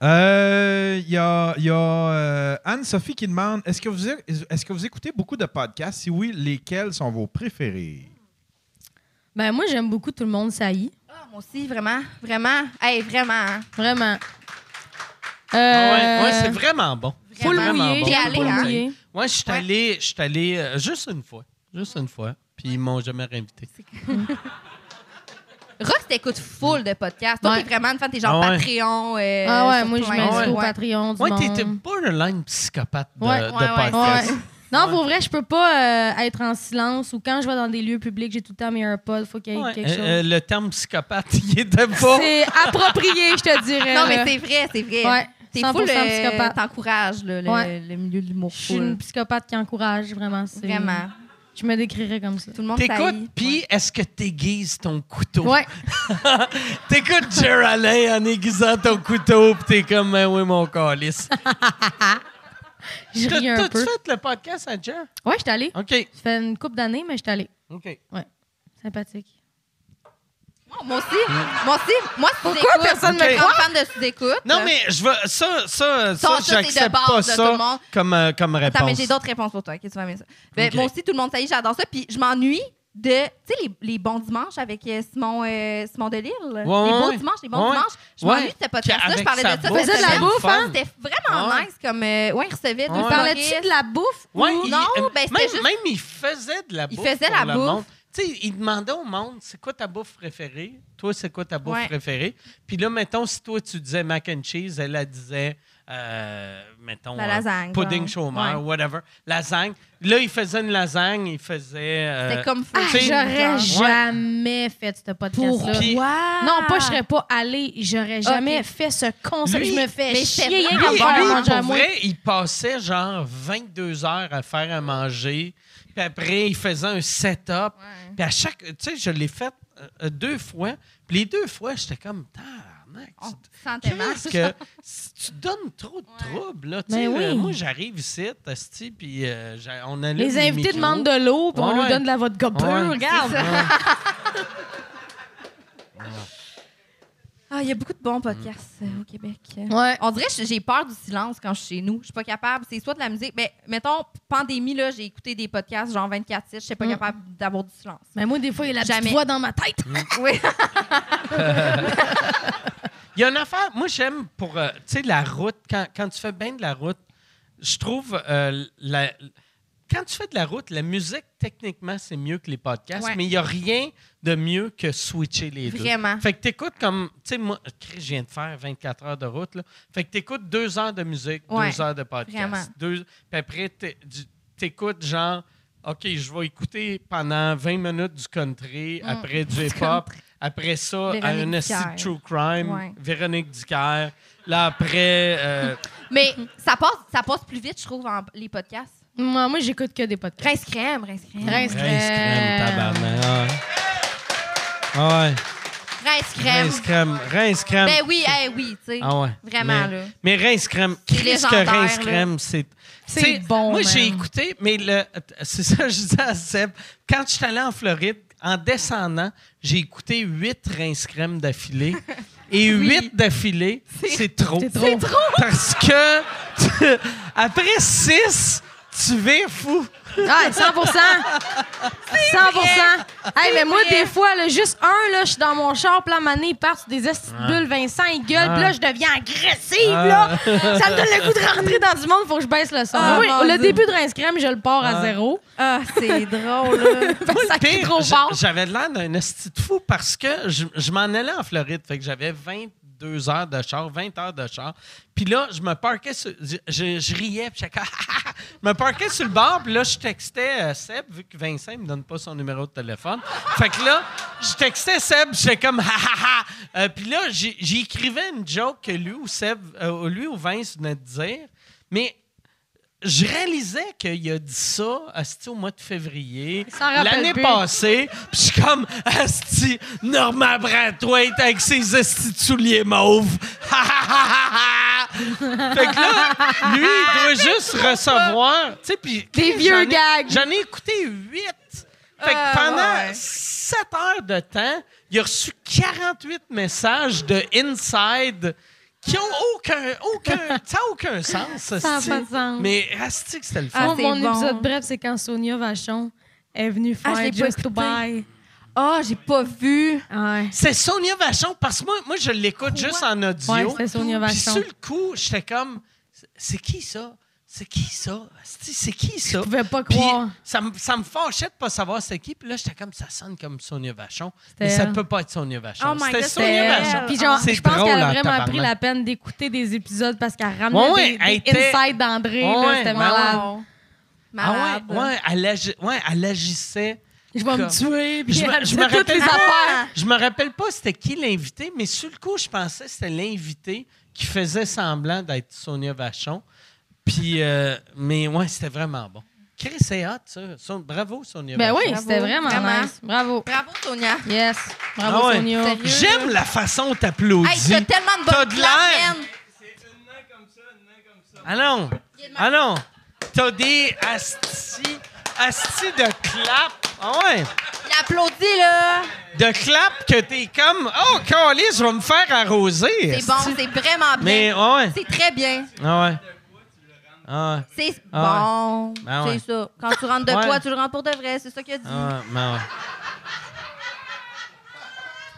Speaker 4: Euh, Il y a, il y a, euh, Anne-Sophie qui demande est-ce que, vous, est-ce que vous écoutez beaucoup de podcasts Si oui, lesquels sont vos préférés
Speaker 7: Ben, moi, j'aime beaucoup tout le monde saillit.
Speaker 5: Ah, moi aussi, vraiment. Vraiment. Hey, vraiment. hein.
Speaker 7: Vraiment.
Speaker 3: Ah ouais, ouais,
Speaker 7: Euh,
Speaker 3: c'est vraiment bon.
Speaker 5: Faut le
Speaker 3: Vraiment
Speaker 7: mouiller,
Speaker 5: Puis
Speaker 3: bon.
Speaker 5: aller,
Speaker 7: Faut le
Speaker 5: hein?
Speaker 7: mouiller.
Speaker 3: Ouais, je suis allé, je suis allé euh, juste une fois. Juste une fois. Puis ils m'ont jamais réinvité.
Speaker 5: Rox, t'écoutes full de podcasts. Toi,
Speaker 7: Ouais.
Speaker 5: t'es vraiment une fan, t'es genre
Speaker 3: Ah ouais.
Speaker 5: Patreon. euh,
Speaker 7: Ah ouais,
Speaker 5: sur
Speaker 7: moi, je
Speaker 5: plein de-
Speaker 7: m'inscris au
Speaker 5: Ouais.
Speaker 7: Patreon du
Speaker 3: Ouais,
Speaker 7: monde.
Speaker 3: t'es t'es borderline psychopathe de,
Speaker 7: Ouais,
Speaker 3: de
Speaker 5: ouais, ouais.
Speaker 3: podcast.
Speaker 7: Ouais. Non, pour vrai, je peux pas euh, être en silence ou quand je vais dans des lieux publics, j'ai tout le temps mes AirPods, faut qu'il y ait
Speaker 3: Ouais,
Speaker 7: quelque
Speaker 3: euh,
Speaker 7: chose.
Speaker 3: euh, le terme psychopathe, il était pas.
Speaker 7: C'est approprié, je te dirais.
Speaker 5: Non, mais
Speaker 7: là.
Speaker 5: c'est vrai, c'est vrai.
Speaker 7: Ouais,
Speaker 5: T'es
Speaker 7: 100%
Speaker 5: full, euh,
Speaker 7: psychopathe.
Speaker 5: t'encourages là, le,
Speaker 7: Ouais.
Speaker 5: le milieu de l'humour
Speaker 7: Je suis une
Speaker 5: full.
Speaker 7: psychopathe qui encourage, vraiment. c'est-
Speaker 5: Vraiment.
Speaker 7: Je me décrirais comme ça.
Speaker 5: Tout le monde
Speaker 3: T'écoutes,
Speaker 5: t'haït.
Speaker 3: puis est-ce que t'aiguises ton couteau?
Speaker 7: Ouais.
Speaker 3: T'écoutes Geraldine en aiguisant ton couteau, pis t'es comme, ben oui, mon calice.
Speaker 7: Je
Speaker 3: T'as
Speaker 7: ris un
Speaker 3: t'as-tu
Speaker 7: peu.
Speaker 3: fait le podcast à Jer?
Speaker 7: Ouais, je suis allée.
Speaker 3: OK.
Speaker 7: Ça fait une couple d'années, mais je suis allée.
Speaker 3: OK.
Speaker 7: Sympathique.
Speaker 5: Oh, Moi aussi. Moi aussi. Moi, si Pourquoi
Speaker 3: personne me
Speaker 5: grande fan de sous-écoute.
Speaker 3: Non, mais je veux. Ça, ça, ça,
Speaker 5: Ça, ça, c'est de
Speaker 3: j'accepte
Speaker 5: base,
Speaker 3: pas
Speaker 5: là, tout le
Speaker 3: ça
Speaker 5: monde.
Speaker 3: comme, euh, comme réponse.
Speaker 5: Attends, mais j'ai d'autres réponses pour toi. Ok, tu vas aimer ça. Ben,
Speaker 3: Ok.
Speaker 5: Moi aussi, tout le monde sait, j'adore ça. Puis je m'ennuie de, tu sais, les, les bons dimanches avec euh, Simon, euh, Simon Delille. les beaux
Speaker 3: ouais.
Speaker 5: dimanches, les bons
Speaker 3: Ouais.
Speaker 5: dimanches. Je
Speaker 3: Ouais.
Speaker 5: m'ennuie de ce podcast-là. Je
Speaker 3: Avec
Speaker 5: parlais
Speaker 3: sa
Speaker 5: de ça.
Speaker 3: bouffe,
Speaker 5: cette
Speaker 7: Faisait de la
Speaker 5: semaine.
Speaker 7: bouffe, hein?
Speaker 5: C'était vraiment
Speaker 3: Ouais.
Speaker 5: nice. Comme, euh, ouais, il recevait tout
Speaker 3: Ouais.
Speaker 5: le
Speaker 7: Parlais-tu de la bouffe?
Speaker 3: Ouais,
Speaker 5: Ouh.
Speaker 3: il-
Speaker 5: Non,
Speaker 3: euh,
Speaker 5: ben, c'était
Speaker 3: même,
Speaker 5: juste-
Speaker 3: même il faisait de la
Speaker 5: Il
Speaker 3: bouffe.
Speaker 5: faisait
Speaker 3: pour
Speaker 5: la
Speaker 3: le
Speaker 5: bouffe.
Speaker 3: monde. Tu sais, il demandait au monde, c'est quoi ta bouffe préférée? Toi, c'est quoi ta bouffe
Speaker 5: Ouais.
Speaker 3: préférée? Puis là, mettons, si toi, tu disais mac and cheese, elle, elle disait euh, mettons,
Speaker 5: La
Speaker 3: euh,
Speaker 5: lasagne,
Speaker 3: pudding
Speaker 5: genre.
Speaker 3: chômeur,
Speaker 5: Ouais.
Speaker 3: whatever, lasagne. Là, il faisait une lasagne, il faisait... euh,
Speaker 5: C'était comme fou.
Speaker 6: Ah,
Speaker 3: T'sais,
Speaker 6: j'aurais
Speaker 5: genre. euh,
Speaker 6: jamais fait ce podcast-là.
Speaker 3: Puis-
Speaker 6: Non, pas je serais pas allée. J'aurais jamais
Speaker 5: Ok.
Speaker 6: fait ce concept.
Speaker 3: Lui-
Speaker 6: je me fais
Speaker 5: Mais c'est
Speaker 6: chier rien
Speaker 5: vrai.
Speaker 6: qu'à
Speaker 5: Lui,
Speaker 6: faire
Speaker 5: lui,
Speaker 6: à manger à
Speaker 3: pour
Speaker 6: moi.
Speaker 3: vrai, il passait genre 22 heures à faire à manger. Puis après, il faisait un setup.
Speaker 5: Ouais.
Speaker 3: Puis à chaque. Tu sais, je l'ai fait euh, euh, deux fois. Puis les deux fois, j'étais comme. Tabarnak,
Speaker 5: On
Speaker 3: tu-
Speaker 5: sentait mal.
Speaker 3: Qu'est-ce que. si Tu donnes trop de troubles, là. Tu sais,
Speaker 6: Ben oui.
Speaker 3: euh, moi, j'arrive ici, Tasti, puis euh, j'a- on allume
Speaker 6: Les invités
Speaker 3: micros.
Speaker 6: demandent de l'eau, puis on
Speaker 3: Ouais,
Speaker 6: leur
Speaker 3: ouais.
Speaker 6: donne de la vodka pure.
Speaker 3: Ouais.
Speaker 6: Regarde.
Speaker 5: Ah, il y a beaucoup de bons podcasts euh, au Québec.
Speaker 6: Ouais.
Speaker 5: On dirait que j'ai peur du silence quand je suis chez nous. Je suis pas capable. C'est soit de la musique. Mais mettons, pandémie, là, j'ai écouté des podcasts genre 24-7. Je suis pas
Speaker 6: Mm.
Speaker 5: capable d'avoir du silence.
Speaker 6: Mais moi, des fois, il y a la
Speaker 5: Jamais. Mm.
Speaker 6: petite voix dans ma tête.
Speaker 5: Oui.
Speaker 3: Il y a une affaire, moi j'aime pour, euh, tu sais, la route, quand, quand tu fais bien de la route, je trouve, euh, la- quand tu fais de la route, la musique, techniquement, c'est mieux que les podcasts,
Speaker 5: Ouais.
Speaker 3: mais il n'y a rien de mieux que switcher les deux.
Speaker 5: Vraiment.
Speaker 3: Fait que t'écoutes comme, tu sais, moi, Chris, je viens de faire 24 heures de route, là. Fait que t'écoutes deux heures de musique,
Speaker 5: Ouais,
Speaker 3: deux heures de podcast.
Speaker 5: vraiment.
Speaker 3: Deux, puis après, t'é- du- t'écoutes genre, OK, je vais écouter pendant 20 minutes du country, après du hip-hop, après ça, à
Speaker 5: Mm. Véronique
Speaker 3: un esti de
Speaker 5: Dicker.
Speaker 3: true crime,
Speaker 5: Ouais.
Speaker 3: Véronique Dicker. Là, après, euh,
Speaker 5: Mais
Speaker 6: Mm-hmm.
Speaker 5: ça passe, ça passe plus vite, je trouve, en- les podcasts.
Speaker 6: Moi, moi j'écoute que des podcasts.
Speaker 5: Prince Crème, Prince Crème.
Speaker 6: Rince
Speaker 3: Rince Crème, tabarnak. Ah ouais.
Speaker 5: Prince
Speaker 3: Ah ouais.
Speaker 5: Crème.
Speaker 3: Rince Crème, Rince Crème.
Speaker 5: Ben oui, eh oui, tu sais.
Speaker 3: Ah ouais.
Speaker 5: Vraiment,
Speaker 3: mais,
Speaker 5: là.
Speaker 3: Mais Rince Crème,
Speaker 5: C'est
Speaker 3: qu'est-ce que
Speaker 5: légendaire,
Speaker 3: Rince
Speaker 5: là.
Speaker 3: Crème, c'est.
Speaker 6: C'est
Speaker 3: Tu sais,
Speaker 6: bon,
Speaker 3: Moi,
Speaker 6: man.
Speaker 3: j'ai écouté, mais le, c'est ça que je disais à Seb. Quand je suis allé en Floride, en descendant, j'ai écouté huit Rince Crème d'affilée. Et huit d'affilée, c'est trop.
Speaker 6: c'est trop. C'est trop.
Speaker 3: Parce que tu- après six, tu vires fou.
Speaker 7: Ah, 100 100
Speaker 6: Hey, mais moi, des fois, là, juste un, là, je suis dans mon char, puis là, à un moment donné, il part sur des estibules, Vincent, il gueule, puis là, je deviens agressive, là. Ça me donne le goût de rentrer dans du monde, faut que je baisse le son.
Speaker 5: Ah,
Speaker 6: Oui,
Speaker 5: mon Dieu.
Speaker 6: le début de Rince Crème, je le pars à zéro.
Speaker 5: Ah, c'est drôle, là.
Speaker 6: Parce que ça crie
Speaker 3: Pire,
Speaker 6: trop
Speaker 3: j'a-
Speaker 6: fort.
Speaker 3: J'avais l'air d'un esti de fou parce que je, je m'en allais en Floride. Fait que j'avais 22 heures de char, 20 heures de char. Puis là, je me parquais sur. Je, je- je riais, puis j'étais comme, Je me parquais sur le bord, puis là, je textais euh, Seb, vu que Vincent ne me donne pas son numéro de téléphone. Fait que là, je textais Seb, j'étais comme ha ha ha. Euh, puis là, j'ai- j'écrivais une joke que lui ou Seb, euh, lui ou Vince venait de dire. Mais je réalisais qu'il a dit ça asti, au mois de février
Speaker 6: s'en rappelle
Speaker 3: l'année
Speaker 6: plus.
Speaker 3: passée. Puis je suis comme Asti, Norman Brathwaite avec ses asti de souliers mauves. Ha, ha, ha, ha, ha. fait que là, lui, il doit juste recevoir. Tu sais, puis.
Speaker 6: Des
Speaker 3: j'en
Speaker 6: vieux
Speaker 3: ai-
Speaker 6: gags. Ah,
Speaker 3: J'en ai écouté huit. Fait que
Speaker 5: Euh,
Speaker 3: pendant
Speaker 5: ouais.
Speaker 3: sept heures de temps, il a reçu 48 messages de Inside qui ont aucun, aucun, ça a aucun sens.
Speaker 6: Ça a
Speaker 3: asti.
Speaker 6: pas de sens.
Speaker 3: Mais Asti, que c'était le fun.
Speaker 5: Ah,
Speaker 6: Mon-
Speaker 5: c'est
Speaker 6: mon
Speaker 5: bon.
Speaker 6: épisode bref, c'est quand Sonia Vachon est venue faire
Speaker 5: Ah, je l'ai pas
Speaker 6: Just to
Speaker 5: écouté.
Speaker 6: Buy.
Speaker 5: Ah, j'ai pas vu.
Speaker 6: Ouais.
Speaker 3: C'est Sonia Vachon, parce que moi, moi je l'écoute juste en
Speaker 6: Ouais,
Speaker 3: audio.
Speaker 6: c'est Sonia
Speaker 3: Puis
Speaker 6: Vachon.
Speaker 3: sur le coup, j'étais comme, c'est- c'est qui ça? C'est qui ça? Asti, C'est qui ça?
Speaker 6: Je pouvais pas
Speaker 3: Puis
Speaker 6: croire.
Speaker 3: ça, me- ça me fâchait de pas savoir c'est qui. Puis là, j'étais comme, ça sonne comme Sonia Vachon.
Speaker 6: C'était
Speaker 3: Mais ça
Speaker 6: elle.
Speaker 3: peut pas être Sonia Vachon.
Speaker 5: Oh my
Speaker 3: C'était
Speaker 5: God,
Speaker 3: Sonia
Speaker 5: c'était
Speaker 3: Vachon.
Speaker 5: elle.
Speaker 6: Puis genre,
Speaker 3: C'est
Speaker 6: je pense
Speaker 3: drôle,
Speaker 6: qu'elle
Speaker 3: en
Speaker 6: a vraiment
Speaker 3: tabarnak.
Speaker 6: pris la peine d'écouter des épisodes parce qu'elle ramenait
Speaker 3: Ouais, ouais,
Speaker 6: des,
Speaker 3: elle
Speaker 6: des
Speaker 3: était-
Speaker 6: insights d'André.
Speaker 3: Ouais,
Speaker 6: là, C'était
Speaker 3: ben
Speaker 6: malade.
Speaker 5: Wow.
Speaker 3: Ah
Speaker 5: Malade.
Speaker 3: ouais, ouais, elle agi- ouais, elle agissait.
Speaker 6: Je vais me
Speaker 3: Comme-
Speaker 6: tuer. Puis
Speaker 3: Je me,
Speaker 6: elle
Speaker 3: je
Speaker 6: dit
Speaker 3: me
Speaker 6: toutes les
Speaker 3: rappelle
Speaker 6: affaires.
Speaker 3: pas, je me rappelle pas c'était qui l'invité, mais sur le coup, je pensais que c'était l'invité qui faisait semblant d'être Sonia Vachon. Puis, euh, mais ouais, c'était vraiment bon. Chris c'est hot, ça. Son- bravo, Sonia
Speaker 6: Ben
Speaker 3: Vachon.
Speaker 6: oui, c'était vraiment,
Speaker 5: Vraiment.
Speaker 6: nice. Bravo.
Speaker 5: Bravo, Sonia.
Speaker 6: Yes. Bravo,
Speaker 3: Ah ouais.
Speaker 6: Sonia.
Speaker 5: Sérieux?
Speaker 3: J'aime la façon où t'applaudis.
Speaker 5: Hey, t'as tellement de
Speaker 3: T'as
Speaker 5: bonnes
Speaker 3: de
Speaker 5: claques,
Speaker 3: l'air.
Speaker 5: man.
Speaker 3: Ah non! Ah non! T'as des astis, astis de clap. Ah ouais!
Speaker 5: L'applaudis, là.
Speaker 3: De clap que t'es comme, oh, Calis, je vais me faire arroser.
Speaker 5: C'est bon, c'est vraiment bien.
Speaker 3: Mais ouais.
Speaker 5: C'est très bien.
Speaker 3: Ah ouais. Ah ouais.
Speaker 5: C'est
Speaker 3: Ah
Speaker 5: bon.
Speaker 3: Ben ouais.
Speaker 5: C'est ça. Quand tu rentres de
Speaker 3: Ouais.
Speaker 5: quoi, tu le rentres pour de vrai. C'est ça qu'il a dit.
Speaker 3: Ah ouais. ben ouais.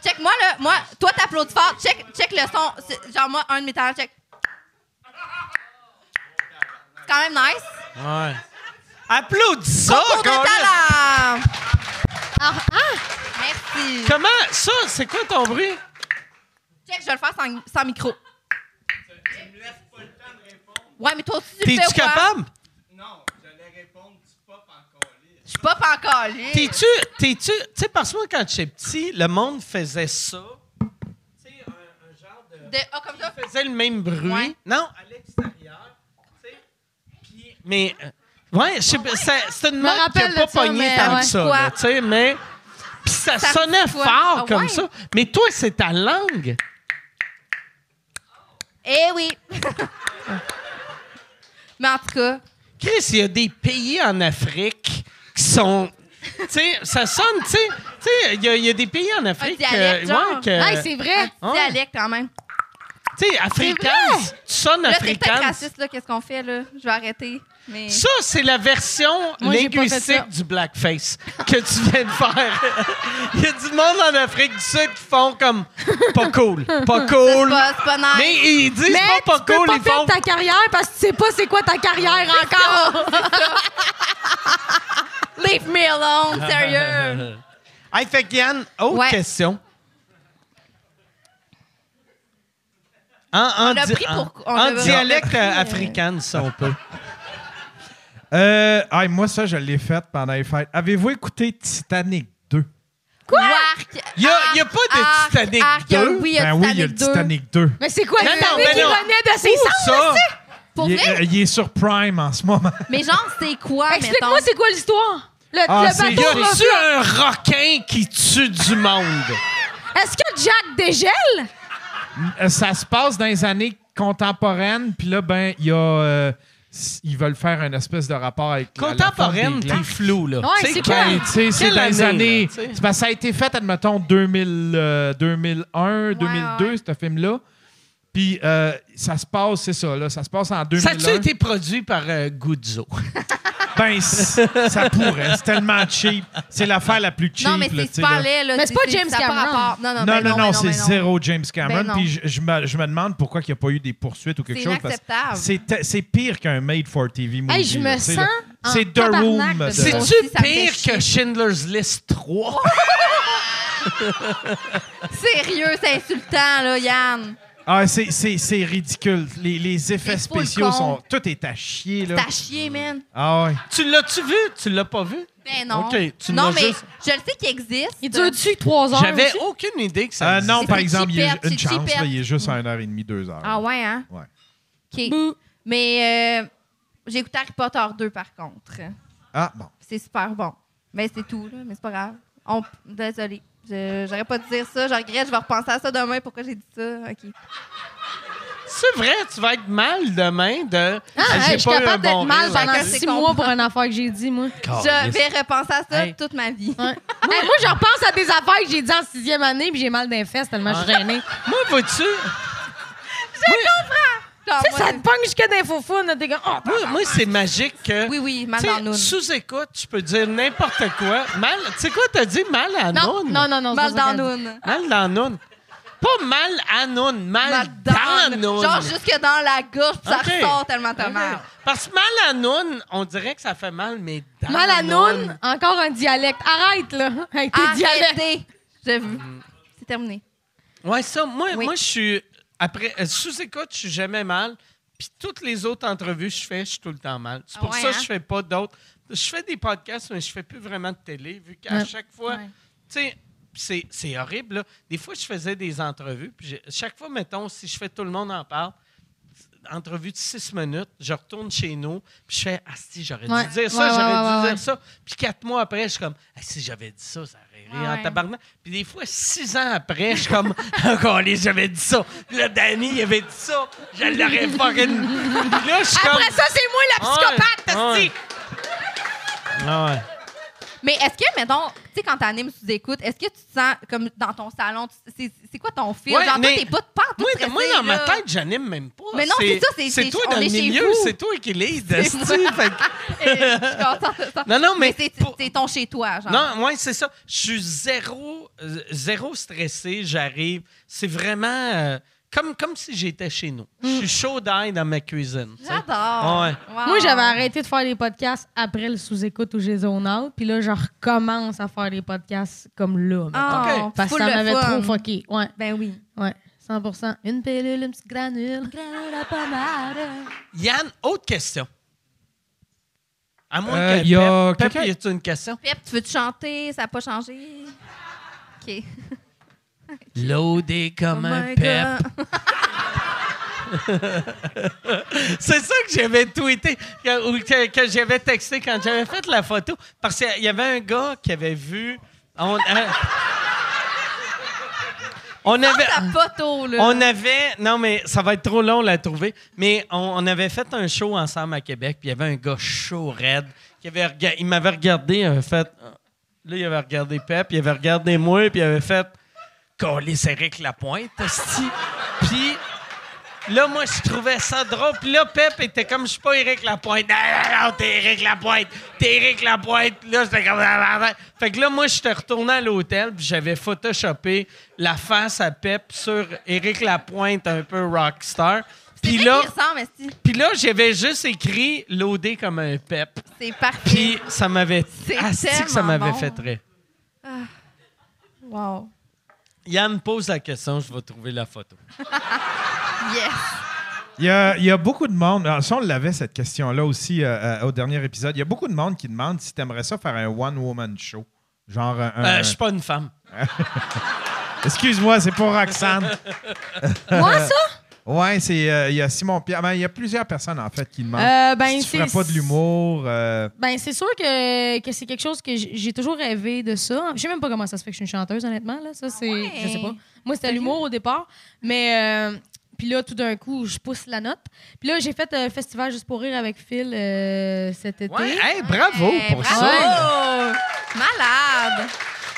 Speaker 5: Check, moi, là, moi, toi, t'applaudis fort. Check, check le son. C'est- Genre, moi, un de mes talents, check. C'est quand même nice.
Speaker 3: Ah Ouais. Applaudis ça,
Speaker 5: Concours de
Speaker 3: Oh, Carlis.
Speaker 5: talent. Merci.
Speaker 3: Comment? Ça, c'est quoi ton bruit?
Speaker 5: Check, je vais le faire sans, sans micro. Ouais, mais toi aussi, tu le fais
Speaker 3: T'es-tu
Speaker 5: ou pas?
Speaker 3: capable?
Speaker 4: Non, j'allais répondre du pop encore.
Speaker 5: Je suis pas encore là.
Speaker 3: T'es-tu. T'es-tu. Tu sais, parce que moi, quand j'étais petit, le monde faisait ça. Tu sais, un, un genre de.
Speaker 5: De- Ah, comme ça.
Speaker 3: Il faisait le même bruit.
Speaker 5: Ouais.
Speaker 3: Non, à l'extérieur. tu sais, puis- Mais. euh, ouais, je sais pas, c'est- c'est une mode qui
Speaker 7: rappelle
Speaker 3: n'a pas
Speaker 7: de ça,
Speaker 3: pogné
Speaker 7: mais
Speaker 3: tant
Speaker 7: ouais.
Speaker 3: que ça. là, Tu sais, mais. Puis ça,
Speaker 5: Ça
Speaker 3: sonnait
Speaker 5: fait quoi?
Speaker 3: fort
Speaker 5: Ah,
Speaker 3: comme
Speaker 5: ouais.
Speaker 3: ça. Mais toi, c'est ta langue.
Speaker 5: Eh oui. mais en tout cas,
Speaker 3: Chris, il y a des pays en Afrique qui sont. Tu sais, ça sonne, tu sais. Tu sais, il y, a- il y a des pays en Afrique. euh,
Speaker 5: dialecte, genre.
Speaker 3: ouais, que-
Speaker 7: Hey, c'est
Speaker 5: un
Speaker 7: vrai.
Speaker 5: petit
Speaker 3: ouais.
Speaker 5: dialecte quand même.
Speaker 3: Tu sais, africaine,
Speaker 7: vrai!
Speaker 3: tu sonnes
Speaker 5: Là, c'est peut-être
Speaker 3: africaine.
Speaker 5: raciste, là, qu'est-ce qu'on fait, là? Je vais arrêter. Mais...
Speaker 3: Ça, c'est la version
Speaker 7: Moi, j'ai pas fait ça.
Speaker 3: linguistique du blackface que tu viens de faire. Il y a du monde en Afrique du Sud qui font comme pas cool, pas
Speaker 5: Ça, c'est
Speaker 3: cool.
Speaker 5: pas, c'est pas nice.
Speaker 3: Mais ils disent
Speaker 7: Mais
Speaker 6: Eh,
Speaker 3: pas pas
Speaker 7: tu
Speaker 3: cool,
Speaker 7: peux pas
Speaker 3: ils font.
Speaker 7: faire ta carrière parce que tu sais pas c'est quoi ta carrière encore.
Speaker 5: Leave me alone, sérieux.
Speaker 3: Hey, fait que Yann, autre
Speaker 5: Ouais.
Speaker 3: question. En, en
Speaker 5: On a
Speaker 3: di-
Speaker 5: pris
Speaker 3: en-
Speaker 5: pour- on
Speaker 3: en
Speaker 5: a- on a
Speaker 3: dialecte
Speaker 5: pris,
Speaker 3: euh,
Speaker 5: euh,
Speaker 3: africain, ça, on peut.
Speaker 4: Euh, ah, moi, ça, je l'ai fait pendant les fêtes. Avez-vous écouté Titanic 2?
Speaker 5: Quoi? Arc,
Speaker 3: Y a- y a pas de Titanic
Speaker 5: arc, il y a-
Speaker 3: 2?
Speaker 5: Oui, il y a
Speaker 4: ben oui, il y a le
Speaker 5: Titanic 2.
Speaker 4: Titanic 2.
Speaker 7: mais c'est quoi
Speaker 3: Mais
Speaker 7: le
Speaker 3: non,
Speaker 7: dernier
Speaker 3: mais
Speaker 7: qui
Speaker 3: non.
Speaker 7: venait de ses cendres?
Speaker 3: Ça,
Speaker 5: Pour
Speaker 4: il, est,
Speaker 5: vrai?
Speaker 4: euh, il est sur Prime en ce moment.
Speaker 5: Mais genre, c'est quoi, mettons?
Speaker 7: Explique-moi c'est quoi l'histoire? Le,
Speaker 4: Ah,
Speaker 7: le
Speaker 4: c'est-
Speaker 7: bateau
Speaker 3: y
Speaker 4: Pour
Speaker 7: reflue.
Speaker 3: a-tu un requin qui tue du monde?
Speaker 7: Est-ce que Jack dégèle?
Speaker 4: Euh, ça se passe dans les années contemporaines, puis là, ben, il y a. euh, s- ils veulent faire une espèce de rapport avec. la- la forme
Speaker 3: Contemporaine,
Speaker 4: des
Speaker 3: t'es
Speaker 4: glaces.
Speaker 3: flou, là.
Speaker 7: Ouais,
Speaker 3: Tu sais,
Speaker 7: c'est
Speaker 3: quand-
Speaker 7: clair.
Speaker 4: Ben, tu sais, c'est
Speaker 3: Quelle
Speaker 4: dans les
Speaker 3: année, là,
Speaker 4: années.
Speaker 3: tu sais?
Speaker 4: c'est parce que ça a été fait, admettons, 2000, euh, 2001, 2002,
Speaker 5: ouais.
Speaker 4: ce film-là. Puis euh, ça se passe, c'est ça, là. Ça se passe en 2001.
Speaker 3: Ça a-tu été produit par euh, Guzzo?
Speaker 4: Ben, c- ça pourrait. C'est tellement cheap. C'est l'affaire la plus cheap.
Speaker 5: Non, mais
Speaker 4: là,
Speaker 5: c'est
Speaker 4: tu sais,
Speaker 5: super
Speaker 4: là.
Speaker 5: laid, là.
Speaker 7: Mais c'est pas James
Speaker 5: ça a
Speaker 7: Cameron.
Speaker 5: rapport. Non, non,
Speaker 4: Non,
Speaker 5: ben
Speaker 4: non, non,
Speaker 5: ben
Speaker 4: c'est
Speaker 5: ben
Speaker 4: zéro James Cameron.
Speaker 5: Ben non.
Speaker 4: puis je, je me, je me demande pourquoi il n'y a pas eu des poursuites ou quelque
Speaker 5: C'est
Speaker 4: chose. parce que
Speaker 5: inacceptable.
Speaker 4: C'est te- c'est pire qu'un made for TV movie.
Speaker 7: Hey, je
Speaker 4: là,
Speaker 7: me
Speaker 4: tu sais,
Speaker 7: sens
Speaker 4: là.
Speaker 7: en
Speaker 4: C'est The
Speaker 7: tabarnak
Speaker 4: Room.
Speaker 7: de
Speaker 4: de-
Speaker 7: ça.
Speaker 3: C'est-tu
Speaker 5: aussi, ça me fait
Speaker 3: pire
Speaker 5: chier.
Speaker 3: que Schindler's List 3?
Speaker 5: Sérieux, c'est insultant, là, Yann.
Speaker 4: Ah, c'est- c'est c'est ridicule. Les, les effets
Speaker 5: C'est full
Speaker 4: spéciaux
Speaker 5: con.
Speaker 4: sont. Tout est à chier, là.
Speaker 5: T'as chié, man.
Speaker 4: Ah ouais.
Speaker 3: tu l'as-tu vu? Tu l'as pas vu?
Speaker 5: Ben non.
Speaker 3: Ok, tu
Speaker 5: non,
Speaker 3: l'as
Speaker 5: mais
Speaker 3: juste-
Speaker 5: je le sais qu'il existe.
Speaker 7: Il dure-tu trois heures?
Speaker 3: J'avais
Speaker 7: aussi?
Speaker 3: aucune idée que ça
Speaker 4: Euh, non,
Speaker 5: C'est
Speaker 4: par
Speaker 5: une
Speaker 4: exemple, il y a
Speaker 5: chipette,
Speaker 4: une
Speaker 5: c'est une
Speaker 4: chance, là,
Speaker 5: chipette.
Speaker 4: il est juste à 1h30, 2h.
Speaker 5: Ah ouais, hein?
Speaker 4: Ouais.
Speaker 5: OK.
Speaker 7: Bouh.
Speaker 5: Mais euh, j'ai écouté Harry Potter 2, par contre.
Speaker 4: Ah, bon.
Speaker 5: C'est super bon. Mais c'est tout, là. Mais c'est pas grave. On... Désolée. Je- J'aurais pas dû dire ça. Je regrette. Je vais repenser à ça demain. Pourquoi j'ai dit ça? OK.
Speaker 3: C'est vrai, tu vas être mal demain de.
Speaker 7: Ah,
Speaker 3: Ah,
Speaker 7: hey, je suis capable d'être mal
Speaker 3: rire.
Speaker 7: pendant
Speaker 5: Chacun
Speaker 7: six
Speaker 5: ses
Speaker 7: mois
Speaker 5: comptes.
Speaker 7: pour une affaire que j'ai dit, moi.
Speaker 3: Ah,
Speaker 5: Je vais repenser à ça
Speaker 3: Hey.
Speaker 5: toute ma vie.
Speaker 7: Ouais. Hey, moi, je repense à des affaires que j'ai dit en sixième année puis j'ai mal d'un fesses tellement je suis gênée.
Speaker 3: Moi, vois-tu?
Speaker 5: Genre,
Speaker 7: Tu sais,
Speaker 5: moi,
Speaker 7: ça
Speaker 5: c'est-
Speaker 7: te pogne jusqu'à des faux fous, t'es comme, oh,
Speaker 3: Moi, moi, c'est magique que.
Speaker 5: Oui, oui, mal
Speaker 3: tu
Speaker 5: dans
Speaker 3: sais,
Speaker 5: nous.
Speaker 3: Sous écoute, tu peux dire n'importe quoi. Mal. Tu sais quoi, t'as dit mal à
Speaker 4: Ah.
Speaker 7: Non,
Speaker 3: noun?
Speaker 7: non, non, non.
Speaker 5: Mal
Speaker 7: c'est pas ça
Speaker 5: dans
Speaker 7: qu'elle dit.
Speaker 5: nous.
Speaker 3: Mal dans noun. Pas mal à noun, mal dans noun.
Speaker 5: Genre jusque dans la gorge, puis ça
Speaker 3: Ok.
Speaker 5: ressort tellement t'as
Speaker 3: Ok.
Speaker 5: mal.
Speaker 3: Parce que mal à noun, on dirait que ça fait mal, mais dans
Speaker 7: Mal à
Speaker 3: noun-
Speaker 7: noun, encore un dialecte. Arrête, là. Avec tes dialectes.
Speaker 5: Arrêtez. Je-
Speaker 3: Mm.
Speaker 5: C'est terminé.
Speaker 3: Ouais, ça, moi,
Speaker 5: Oui.
Speaker 3: moi je suis. Après, euh, sous écoute, je suis jamais mal. Puis toutes les autres entrevues que je fais, je suis tout le temps mal. C'est
Speaker 5: Ah
Speaker 3: pour
Speaker 5: ouais,
Speaker 3: ça que
Speaker 5: hein?
Speaker 3: je fais pas d'autres. Je fais des podcasts, mais je fais plus vraiment de télé, vu qu'à
Speaker 7: Ouais.
Speaker 3: chaque fois.
Speaker 5: Ouais.
Speaker 3: Tu sais, pis c'est- c'est horrible, là. Des fois, je faisais des entrevues. Puis j'ai- chaque fois, mettons, si je fais Tout le monde en parle, entrevue de six minutes, je retourne chez nous, puis je fais Ah, si, j'aurais
Speaker 7: Ouais.
Speaker 3: dû dire ça,
Speaker 7: Ouais, ouais,
Speaker 3: j'aurais
Speaker 7: ouais,
Speaker 3: dû
Speaker 7: ouais,
Speaker 3: dire
Speaker 7: ouais.
Speaker 3: ça. Puis quatre mois après, je suis comme Ah, si, j'avais dit ça, ça aurait ri
Speaker 5: Ouais,
Speaker 3: en
Speaker 5: ouais.
Speaker 3: tabarnak. Puis des fois, six ans après, je suis comme Encore, les j'avais dit ça. Puis là, Danny, il avait dit ça. Je l'aurais pas. Puis là, je suis comme
Speaker 7: Après ça, c'est moi la psychopathe,
Speaker 3: Ouais, ouais.
Speaker 7: esti.
Speaker 3: Ah ouais.
Speaker 5: Mais est-ce que, mettons, tu sais, quand t'animes sous écoute, est-ce que tu te sens comme dans ton salon, tu- c'est c'est quoi ton film?
Speaker 3: Ouais,
Speaker 5: Genre, toi,
Speaker 3: mais-
Speaker 5: t'es pas de pente.
Speaker 3: Moi, moi, dans ma tête, j'anime même pas.
Speaker 5: Mais non, c'est ça, c'est-
Speaker 3: C'est
Speaker 5: c'est-
Speaker 3: toi
Speaker 5: on
Speaker 3: dans le
Speaker 5: est chez
Speaker 3: milieu,
Speaker 5: vous.
Speaker 3: c'est toi qui lis.
Speaker 5: C'est moi. je suis contente de ça.
Speaker 3: Non, non, mais.
Speaker 5: Mais c'est
Speaker 3: pour-
Speaker 5: c'est ton chez-toi, genre.
Speaker 3: Non, ouais, c'est ça. Je suis zéro, euh, zéro stressé. J'arrive. C'est vraiment euh, comme, comme si j'étais chez nous. Je
Speaker 5: Mm.
Speaker 3: suis chaud d'ail dans ma cuisine. tu sais.
Speaker 5: J'adore.
Speaker 3: Ouais.
Speaker 5: Wow.
Speaker 7: Moi, j'avais arrêté de faire les podcasts après le sous-écoute où j'ai zone out. Puis là, je recommence à faire les podcasts comme là. mettons.
Speaker 5: Ah,
Speaker 3: Ok.
Speaker 5: c'est
Speaker 7: Parce que
Speaker 5: full
Speaker 7: ça
Speaker 5: le
Speaker 7: m'avait
Speaker 5: fun.
Speaker 7: trop fucké. Ouais,
Speaker 5: Ben oui.
Speaker 7: ouais. Ça
Speaker 6: 100 Une pilule, une petite granule. Granule à pommade.
Speaker 3: Yann, autre question. À moins
Speaker 4: Euh,
Speaker 3: que
Speaker 4: y a
Speaker 3: Pep, Pep,
Speaker 4: quelqu'un-
Speaker 3: y a-tu une question?
Speaker 5: Pep, tu veux-tu chanter? Ça n'a pas changé? OK. Oh
Speaker 3: Loadé comme un
Speaker 5: my
Speaker 3: Pep.
Speaker 5: God.
Speaker 3: C'est ça que j'avais tweeté que- ou que, que j'avais texté quand j'avais fait la photo. Parce qu'il y avait un gars qui avait vu. On, euh, on avait.
Speaker 5: Ta photo, là.
Speaker 3: ben, On avait. Non, mais ça va être trop long la trouver. Mais on, on avait fait un show ensemble à Québec, puis il y avait un gars chaud, raide, qui avait rega- il m'avait regardé, il avait fait. Là, il avait regardé Pep, il avait regardé moi, puis il avait fait. Coller Eric Lapointe, esti. Puis. Là, moi, je trouvais ça drôle. Puis là, Pep était comme, je suis pas Éric Lapointe. Non, non, non, t'es Éric Lapointe. T'es Éric Lapointe. Là, j'étais comme... Fait que là, moi, j'étais retourné à l'hôtel, puis j'avais photoshopé la face à Pep sur Éric Lapointe, un peu rockstar. Puis là,
Speaker 5: ressemble, esti.
Speaker 3: puis là j'avais juste écrit « Loadé comme un Pep
Speaker 5: C'est parfait. ».
Speaker 3: Puis ça m'avait...
Speaker 5: C'est
Speaker 3: Asti que ça
Speaker 5: tellement
Speaker 3: m'avait
Speaker 5: bon.
Speaker 3: fait très...
Speaker 5: Wow.
Speaker 3: Yann, pose la question, je vais trouver la photo. Euh,
Speaker 5: Yes.
Speaker 4: Il y, a, il y a beaucoup de monde. Alors, ça, on l'avait cette question-là aussi euh, euh, au dernier épisode. Il y a beaucoup de monde qui demande si t'aimerais ça faire un one-woman show. Genre un. un-
Speaker 3: Euh, je suis pas une femme.
Speaker 4: Excuse-moi, c'est pour Roxane.
Speaker 7: Moi, ça?
Speaker 4: ouais, c'est. euh, il y a Simon Pierre. Ben, il y a plusieurs personnes, en fait, qui demandent
Speaker 6: Euh, ben,
Speaker 4: si tu ferais
Speaker 6: c'est-
Speaker 4: pas de l'humour. euh,
Speaker 6: Ben, c'est sûr que, que c'est quelque chose que j- j'ai toujours rêvé de ça. Je sais même pas comment ça se fait que je suis une chanteuse, honnêtement. Là. Ça, c'est,
Speaker 5: ouais?
Speaker 6: Je sais pas. Moi, c'était l'humour au départ. Mais euh, puis là, tout d'un coup, je pousse la note. Puis là, j'ai fait euh, le festival Juste pour rire avec Phil euh, cet été.
Speaker 3: Ouais, hey, bravo
Speaker 5: Eh,
Speaker 3: pour
Speaker 5: bravo.
Speaker 3: ça.
Speaker 5: Oh! Malade.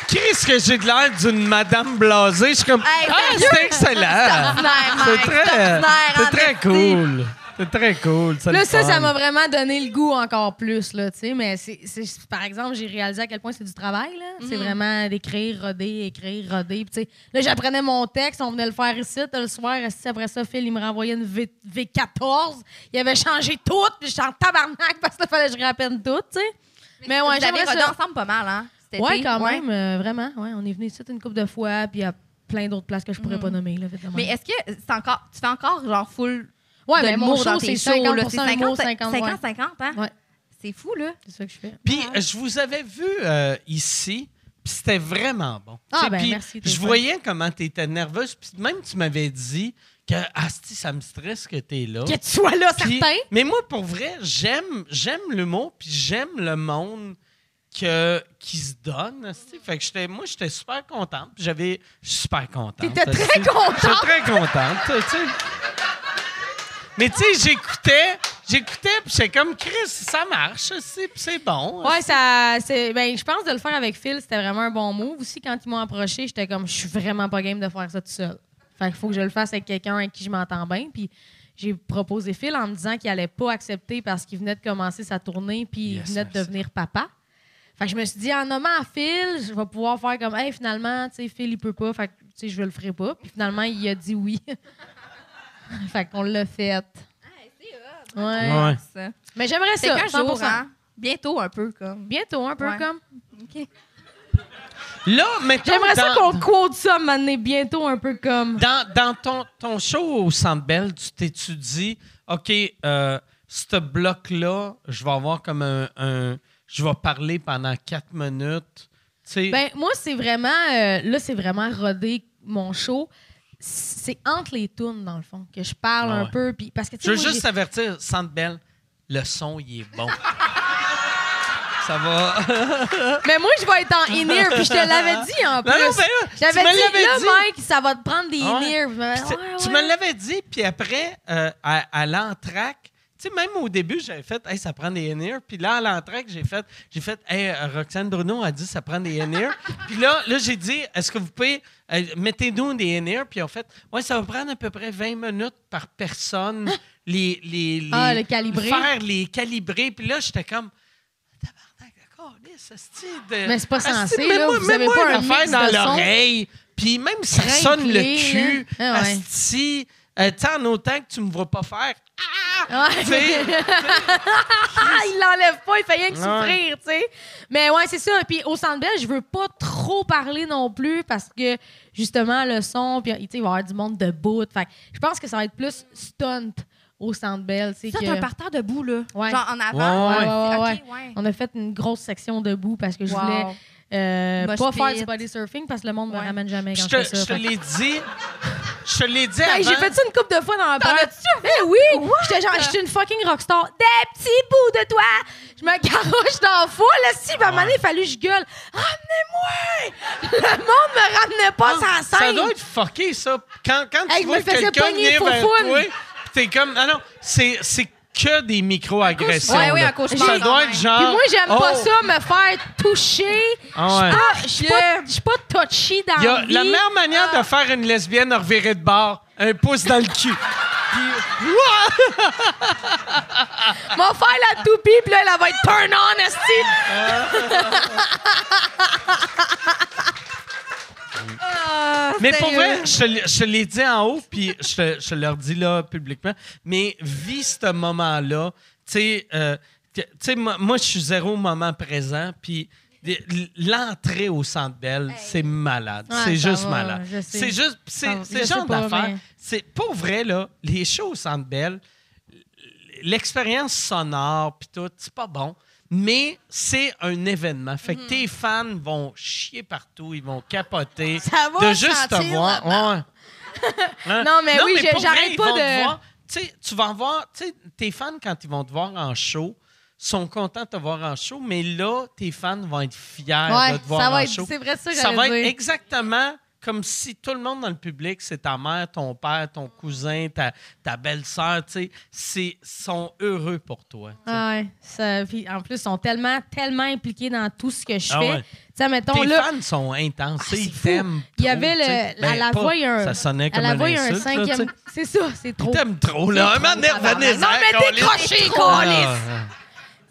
Speaker 3: Qu'est-ce que j'ai de l'air d'une madame blasée? Je suis comme.
Speaker 5: Hey,
Speaker 3: ah,
Speaker 5: t'as-
Speaker 3: c'est excellent!
Speaker 5: Extraordinaire,
Speaker 3: C'est
Speaker 5: Mike.
Speaker 3: très,
Speaker 5: Extraordinaire,
Speaker 3: c'est
Speaker 5: en
Speaker 3: très
Speaker 5: esti.
Speaker 3: cool. C'est très cool. c'est
Speaker 6: Là,
Speaker 3: le
Speaker 6: ça,
Speaker 3: fun.
Speaker 6: ça m'a vraiment donné le goût encore plus, là, tu sais. Mais c'est, c'est- par exemple, j'ai réalisé à quel point c'est du travail, là. C'est vraiment d'écrire, roder, écrire, roder. Puis, tu sais, là, j'apprenais mon texte, on venait le faire ici, le soir, ici, après ça, Phil, il me renvoyait une v, 14 Il avait changé tout, puis j'étais en tabarnak parce qu'il fallait que je rappelle tout, tu sais. Mais ouais,
Speaker 5: Vous avez
Speaker 6: j'aimerais
Speaker 5: rodé
Speaker 6: ça.
Speaker 5: ensemble pas mal, hein? cet
Speaker 6: Ouais,
Speaker 5: été.
Speaker 6: quand
Speaker 5: Ouais.
Speaker 6: même, euh, vraiment. Ouais, on est venu ici une couple de fois, puis il y a plein d'autres places que je pourrais pas nommer, là, vite de même.
Speaker 5: Mais est-ce que c'est encore, tu fais encore genre full
Speaker 6: Ouais,
Speaker 5: de
Speaker 6: mais mon
Speaker 5: l'humour
Speaker 6: show,
Speaker 5: dans
Speaker 6: c'est
Speaker 5: tes shows, là?
Speaker 6: 50% humour, 50, ouais.
Speaker 5: 50-50, hein?
Speaker 6: Ouais.
Speaker 5: C'est fou, là.
Speaker 6: C'est ça que je fais.
Speaker 3: Puis, euh, je vous avais vu euh, ici, puis c'était vraiment bon.
Speaker 6: Ah,
Speaker 3: Tu sais,
Speaker 6: ben,
Speaker 3: puis
Speaker 6: merci, t'es
Speaker 3: Je
Speaker 6: fin.
Speaker 3: voyais comment tu étais nerveuse, puis même tu m'avais dit que, Asti, ça me stresse que tu es là.
Speaker 6: Que tu sois là,
Speaker 3: Puis-
Speaker 6: certain!
Speaker 3: Mais moi, pour vrai, j'aime, j'aime l'humour, puis j'aime le monde que, qui se donne. esti. Fait que j'étais, moi, j'étais super contente. puis j'avais, je suis super contente.
Speaker 6: T'étais très
Speaker 3: esti.
Speaker 6: contente.
Speaker 3: J'étais très contente. tu sais. Mais tu sais, j'écoutais, j'écoutais, puis j'étais comme Chris, ça marche, esti, puis c'est bon.
Speaker 6: Ouais, ça, c'est, ben, je pense de le faire avec Phil, c'était vraiment un bon move. Aussi, quand ils m'ont approché, j'étais comme, je suis vraiment pas game de faire ça tout seul. Fait qu'il faut que je le fasse avec quelqu'un avec qui je m'entends bien. Puis j'ai proposé Phil en me disant qu'il allait pas accepter parce qu'il venait de commencer sa tournée, puis
Speaker 3: Yes,
Speaker 6: il venait de
Speaker 3: merci.
Speaker 6: devenir papa. Fait que je me suis dit, en nommant à Phil, je vais pouvoir faire comme, hey, finalement, tu sais, Phil, il peut pas, fait que, tu sais, je le ferai pas. Puis finalement, il a dit oui. fait qu'on l'a fait. Ouais.
Speaker 3: Ouais.
Speaker 5: Ça.
Speaker 6: Mais j'aimerais
Speaker 5: C'est
Speaker 6: ça.
Speaker 5: qu'un jour,
Speaker 6: 100%.
Speaker 5: hein? Bientôt, un peu, comme.
Speaker 6: Bientôt, un peu
Speaker 5: Ouais.
Speaker 6: comme.
Speaker 3: Là, mettons,
Speaker 6: J'aimerais ça
Speaker 3: dans-
Speaker 6: qu'on quote ça maintenant bientôt un peu comme.
Speaker 3: Dans, dans ton, ton show au Centre Bell, tu t'étudies, OK, euh, ce bloc-là, je vais avoir comme un, un- Je vais parler pendant quatre minutes. Tu sais,
Speaker 6: Ben moi c'est vraiment euh, là c'est vraiment rodé mon show. C'est entre les tunes dans le fond que je parle
Speaker 3: Ah
Speaker 6: un
Speaker 3: ouais.
Speaker 6: peu puis parce que tu
Speaker 3: je
Speaker 6: sais
Speaker 3: veux
Speaker 6: moi,
Speaker 3: juste
Speaker 6: j'ai-
Speaker 3: avertir, Centre Bell, le son, il est bon. ça va.
Speaker 6: mais moi je vais être en in-ear puis je te l'avais dit en plus.
Speaker 3: non, ben là, tu
Speaker 6: J'avais
Speaker 3: me
Speaker 6: dit
Speaker 3: l'avais
Speaker 6: là
Speaker 3: dit.
Speaker 6: Mike ça va te prendre des
Speaker 3: Ah ouais.
Speaker 6: in-ear. Ben,
Speaker 3: Puis
Speaker 6: ouais,
Speaker 3: Tu tu
Speaker 6: ouais.
Speaker 3: me l'avais dit, puis après, euh, à, à l'entraque, tu sais, même au début, j'avais fait, hey, ça prend des in Puis là, à l'entraque, j'ai fait, j'ai fait, hey, euh, Roxane Bruno a dit, ça prend des in Puis là, là j'ai dit, est-ce que vous pouvez, euh, mettez-nous des in Puis en fait, ouais, ça va prendre à peu près 20 minutes par personne, les. les, les
Speaker 6: Ah, le calibrer.
Speaker 3: Faire les calibrer. Puis là, j'étais comme, tabarnak, d'accord, ça de.
Speaker 6: Mais c'est pas
Speaker 3: Asti,
Speaker 6: censé,
Speaker 3: mets-moi-
Speaker 6: là, vous
Speaker 3: mets-moi
Speaker 6: avez pas
Speaker 3: une
Speaker 6: un
Speaker 3: affaire
Speaker 6: mix
Speaker 3: dans
Speaker 6: de sons.
Speaker 3: l'oreille. Puis même si ça
Speaker 6: Trinquer,
Speaker 10: hein.
Speaker 3: sonne le
Speaker 6: là.
Speaker 3: cul,
Speaker 6: Ah ouais.
Speaker 3: asti, Euh, tu sais, en autant que tu me vois pas faire.
Speaker 7: Ouais.
Speaker 3: Tu sais,
Speaker 7: Ah, il l'enlève pas, il fait rien que
Speaker 3: Ouais.
Speaker 7: souffrir, tu sais.
Speaker 6: Mais ouais, c'est ça. Puis au Centre Bell, je veux pas trop parler non plus parce que justement le son, puis tu sais, il va y avoir du monde debout. Fait que je pense que ça va être plus stunt au Centre Bell. tu sais,
Speaker 10: Ça,
Speaker 6: que-
Speaker 10: t'as un parterre debout, là.
Speaker 6: Ouais.
Speaker 5: Genre en avant.
Speaker 3: Ouais,
Speaker 6: ouais,
Speaker 5: c'est-
Speaker 6: ouais,
Speaker 5: ok, ouais.
Speaker 6: On a fait une grosse section debout parce que je
Speaker 5: Wow.
Speaker 6: voulais euh,
Speaker 5: Mosh
Speaker 6: pas
Speaker 5: pit.
Speaker 6: faire du body surfing parce que le monde me
Speaker 5: Ouais.
Speaker 6: ramène jamais
Speaker 3: je
Speaker 6: quand
Speaker 3: te,
Speaker 6: je fais
Speaker 3: je
Speaker 6: ça.
Speaker 3: te
Speaker 6: Fait que-
Speaker 3: l'ai dit. Je te l'ai dit
Speaker 10: Hey, j'ai
Speaker 3: avant.
Speaker 10: fait ça une couple de fois dans la
Speaker 7: T'en
Speaker 10: peur.
Speaker 7: as-tu
Speaker 10: Eh oui! J'étais genre, j'étais une fucking rockstar. Des petits bouts de toi! Je me garoche dans le foule, là, si, puis à un moment donné, il fallait que je gueule. Ramenez-moi! Le monde me ramenait pas sans scène.
Speaker 3: Ah, Ça doit être fucké, ça. Quand, quand
Speaker 10: Hey,
Speaker 3: tu
Speaker 10: je
Speaker 3: vois
Speaker 10: me faisais
Speaker 3: quelqu'un
Speaker 10: pogner
Speaker 3: venir
Speaker 10: pour
Speaker 3: vers
Speaker 10: fun.
Speaker 3: toi, pis t'es comme... Ah non, c'est c'est que des micro-agressions.
Speaker 5: Ouais, oui,
Speaker 3: là.
Speaker 5: un cauchemar.
Speaker 3: Ça doit être genre...
Speaker 10: Puis moi, j'aime pas
Speaker 3: oh,
Speaker 10: ça, me faire toucher.
Speaker 3: Ah ouais.
Speaker 10: Ah, Je suis pas, je suis pas touchy dans
Speaker 3: Il y a
Speaker 10: la vie. Ah.
Speaker 3: la meilleure manière de faire une lesbienne revirer de bord, un pouce dans le cul. Puis, Ouah!
Speaker 10: M'en faire la toupie, puis là, elle va être turn on, esti.
Speaker 3: mais pour
Speaker 5: sérieux?
Speaker 3: vrai, je, te l- je te l'ai dit en haut, puis je, te- je te leur dis là publiquement, mais vis ce moment-là. Tu sais, euh, tu tu sais, moi, moi, je suis zéro moment présent, puis l- l'entrée au centre belle, c'est malade.
Speaker 6: Ouais,
Speaker 3: c'est
Speaker 6: ça
Speaker 3: juste
Speaker 6: va,
Speaker 3: malade.
Speaker 6: je sais.
Speaker 3: C'est juste, c'est
Speaker 6: Ça va,
Speaker 3: c'est
Speaker 6: je
Speaker 3: le genre
Speaker 6: sais pas,
Speaker 3: d'affaire.
Speaker 6: mais-
Speaker 3: C'est pour vrai, là, les shows au centre belle, l'expérience sonore puis tout, c'est pas bon. Mais c'est un événement. Fait que tes fans vont chier partout, ils vont capoter.
Speaker 7: Ça va
Speaker 3: de juste te
Speaker 7: sentir
Speaker 3: voir. ouais. Hein?
Speaker 10: Non, mais oui, je-
Speaker 3: pour vrai,
Speaker 10: j'arrête
Speaker 3: ils
Speaker 10: pas
Speaker 3: vont te
Speaker 10: de-
Speaker 3: voir. Tu sais, tu vas en voir. tu sais, tes fans, quand ils vont te voir en show, sont contents de te voir en show, mais là, tes fans vont être fiers de
Speaker 6: Ouais,
Speaker 3: te voir
Speaker 6: ça
Speaker 3: en
Speaker 6: va être,
Speaker 3: show.
Speaker 6: c'est vrai ça que
Speaker 3: Ça va
Speaker 6: j'allais
Speaker 3: être
Speaker 6: dire.
Speaker 3: exactement comme si tout le monde dans le public, c'est ta mère, ton père, ton cousin, ta, ta belle-sœur, tu sais, c'est- sont heureux pour toi. tu sais.
Speaker 6: Ah ouais, ça- puis en plus, ils sont tellement, tellement impliqués dans tout ce que je
Speaker 3: Ah
Speaker 6: fais.
Speaker 3: ouais.
Speaker 6: Tu sais, mettons,
Speaker 3: Tes
Speaker 6: là,
Speaker 3: fans sont intenses,
Speaker 6: Ah, c'est
Speaker 3: ils
Speaker 6: fou.
Speaker 3: t'aiment.
Speaker 6: Il y
Speaker 3: trop,
Speaker 6: avait le-
Speaker 3: tu sais. Ben,
Speaker 6: à la
Speaker 3: pas-
Speaker 6: voix, il y a un-
Speaker 3: Ça sonnait
Speaker 6: à
Speaker 3: comme
Speaker 6: la
Speaker 3: un
Speaker 6: voix, il y a un
Speaker 3: insulte, là, tu sais.
Speaker 6: cinquième. C'est ça, c'est trop.
Speaker 3: T'aimes trop, là. Un moment donné, revenez-en,
Speaker 10: Non, mais
Speaker 3: câlisse.
Speaker 10: décrochez,
Speaker 3: Hein, Ah,
Speaker 10: câlisse.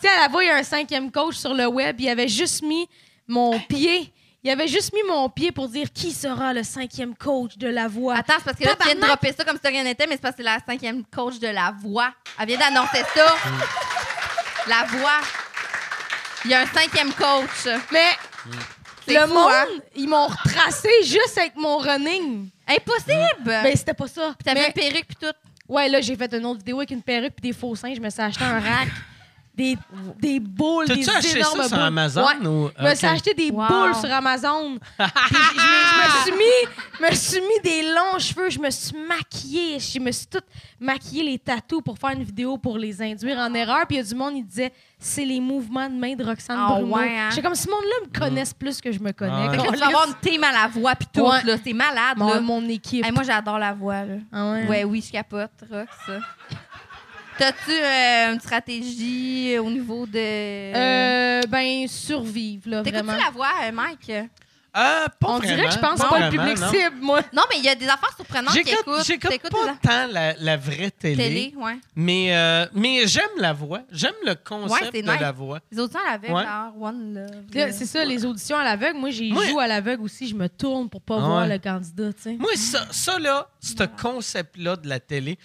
Speaker 6: Tu sais, à la voix, il y a un cinquième coach sur le web. Il avait juste mis mon pied. Il avait juste mis mon pied pour dire qui sera le cinquième coach de la voix.
Speaker 5: Attends, c'est parce que là, tu viens de
Speaker 6: Tabarnak.
Speaker 5: dropper ça comme si de rien n'était, mais c'est parce que c'est la cinquième coach de la voix. Elle vient d'annoncer ça. la voix. Il y a un cinquième coach.
Speaker 10: Mais
Speaker 5: C'est
Speaker 10: le
Speaker 5: fou, hein?
Speaker 10: monde, ils m'ont retracé juste avec mon running.
Speaker 5: Impossible!
Speaker 6: Mais Ben, c'était pas ça.
Speaker 5: Puis t'avais
Speaker 6: Mais-
Speaker 5: une perruque puis tout.
Speaker 6: Ouais, là, j'ai fait une autre vidéo avec une perruque puis des faux seins. Je me suis acheté un rack, des, des boules, des
Speaker 3: T'as-tu acheté
Speaker 6: énormes
Speaker 3: ça sur
Speaker 6: boules.
Speaker 3: Amazon
Speaker 6: Ouais.
Speaker 3: ou.
Speaker 6: Je me suis
Speaker 3: Ok.
Speaker 6: acheté des
Speaker 5: Wow.
Speaker 6: boules sur Amazon. Puis je, je me- je me suis mis, me suis mis des longs cheveux, je me suis maquillée, je me suis toute maquillée les tatous pour faire une vidéo pour les induire en erreur. Puis il y a du monde qui disait c'est les mouvements de main de Roxane
Speaker 5: Ah
Speaker 6: Bruno.
Speaker 5: ouais, hein?
Speaker 6: J'ai comme ce monde-là me connaisse plus que je me connais.
Speaker 3: Ah ouais.
Speaker 5: Fait que là, tu vas avoir une thème à la voix puis tout,
Speaker 6: Ouais.
Speaker 5: là. C'est malade,
Speaker 6: mon,
Speaker 5: là.
Speaker 6: mon équipe.
Speaker 5: Hey, moi, j'adore la voix, là.
Speaker 6: Ah
Speaker 3: hein?
Speaker 6: ouais.
Speaker 5: Ouais, oui, je capote, Rox. T'as-tu euh, une stratégie au niveau de.
Speaker 6: Euh, ben survivre là
Speaker 5: T'écoutes-tu
Speaker 6: vraiment.
Speaker 5: la voix, euh, Mike?
Speaker 3: Ah, pas
Speaker 6: On dirait
Speaker 3: vraiment,
Speaker 6: que je pense
Speaker 3: pas
Speaker 6: pas le
Speaker 3: vraiment,
Speaker 6: public
Speaker 3: non.
Speaker 6: cible moi.
Speaker 5: Non, mais il y a des affaires surprenantes qui
Speaker 3: J'écoute
Speaker 5: écoutent.
Speaker 3: j'écoute
Speaker 5: T'écoutes des
Speaker 3: pas
Speaker 5: affaires
Speaker 3: tant la, la vraie télé,
Speaker 5: télé, ouais.
Speaker 3: mais, euh, mais j'aime la voix. J'aime le
Speaker 5: Ouais,
Speaker 3: concept
Speaker 5: c'est
Speaker 3: de
Speaker 5: nice.
Speaker 3: la voix.
Speaker 5: Les autres gens l'avaient,
Speaker 3: Ouais.
Speaker 5: genre One Love.
Speaker 6: Là, C'est ça, les auditions à l'aveugle. Moi, j'ai
Speaker 3: Moi-
Speaker 6: joué à l'aveugle aussi. Je me tourne pour pas
Speaker 3: Ah
Speaker 6: voir
Speaker 3: ouais.
Speaker 6: le candidat, tu sais.
Speaker 3: Moi, ça, ça, là, ce concept-là de la télé,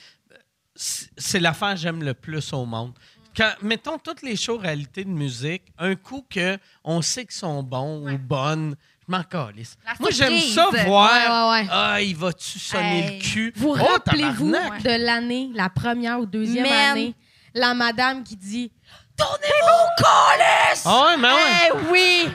Speaker 3: c'est c'est l'affaire que j'aime le plus au monde. Quand, mettons, toutes les shows réalité de musique, un coup que on sait qu'ils sont bons ou bonnes, je m'en calisse.
Speaker 5: La
Speaker 3: Moi, j'aime
Speaker 5: surprise.
Speaker 3: ça voir...
Speaker 6: Ouais, ouais, ouais.
Speaker 3: Ah, il va-tu sonner
Speaker 5: Hey.
Speaker 3: le cul?
Speaker 6: Vous
Speaker 3: Oh,
Speaker 6: rappelez-vous
Speaker 3: tabarnak!
Speaker 6: de l'année, la première ou deuxième
Speaker 5: Man.
Speaker 6: année, la madame qui dit
Speaker 3: Ah ouais, mais ouais.
Speaker 10: Eh oui!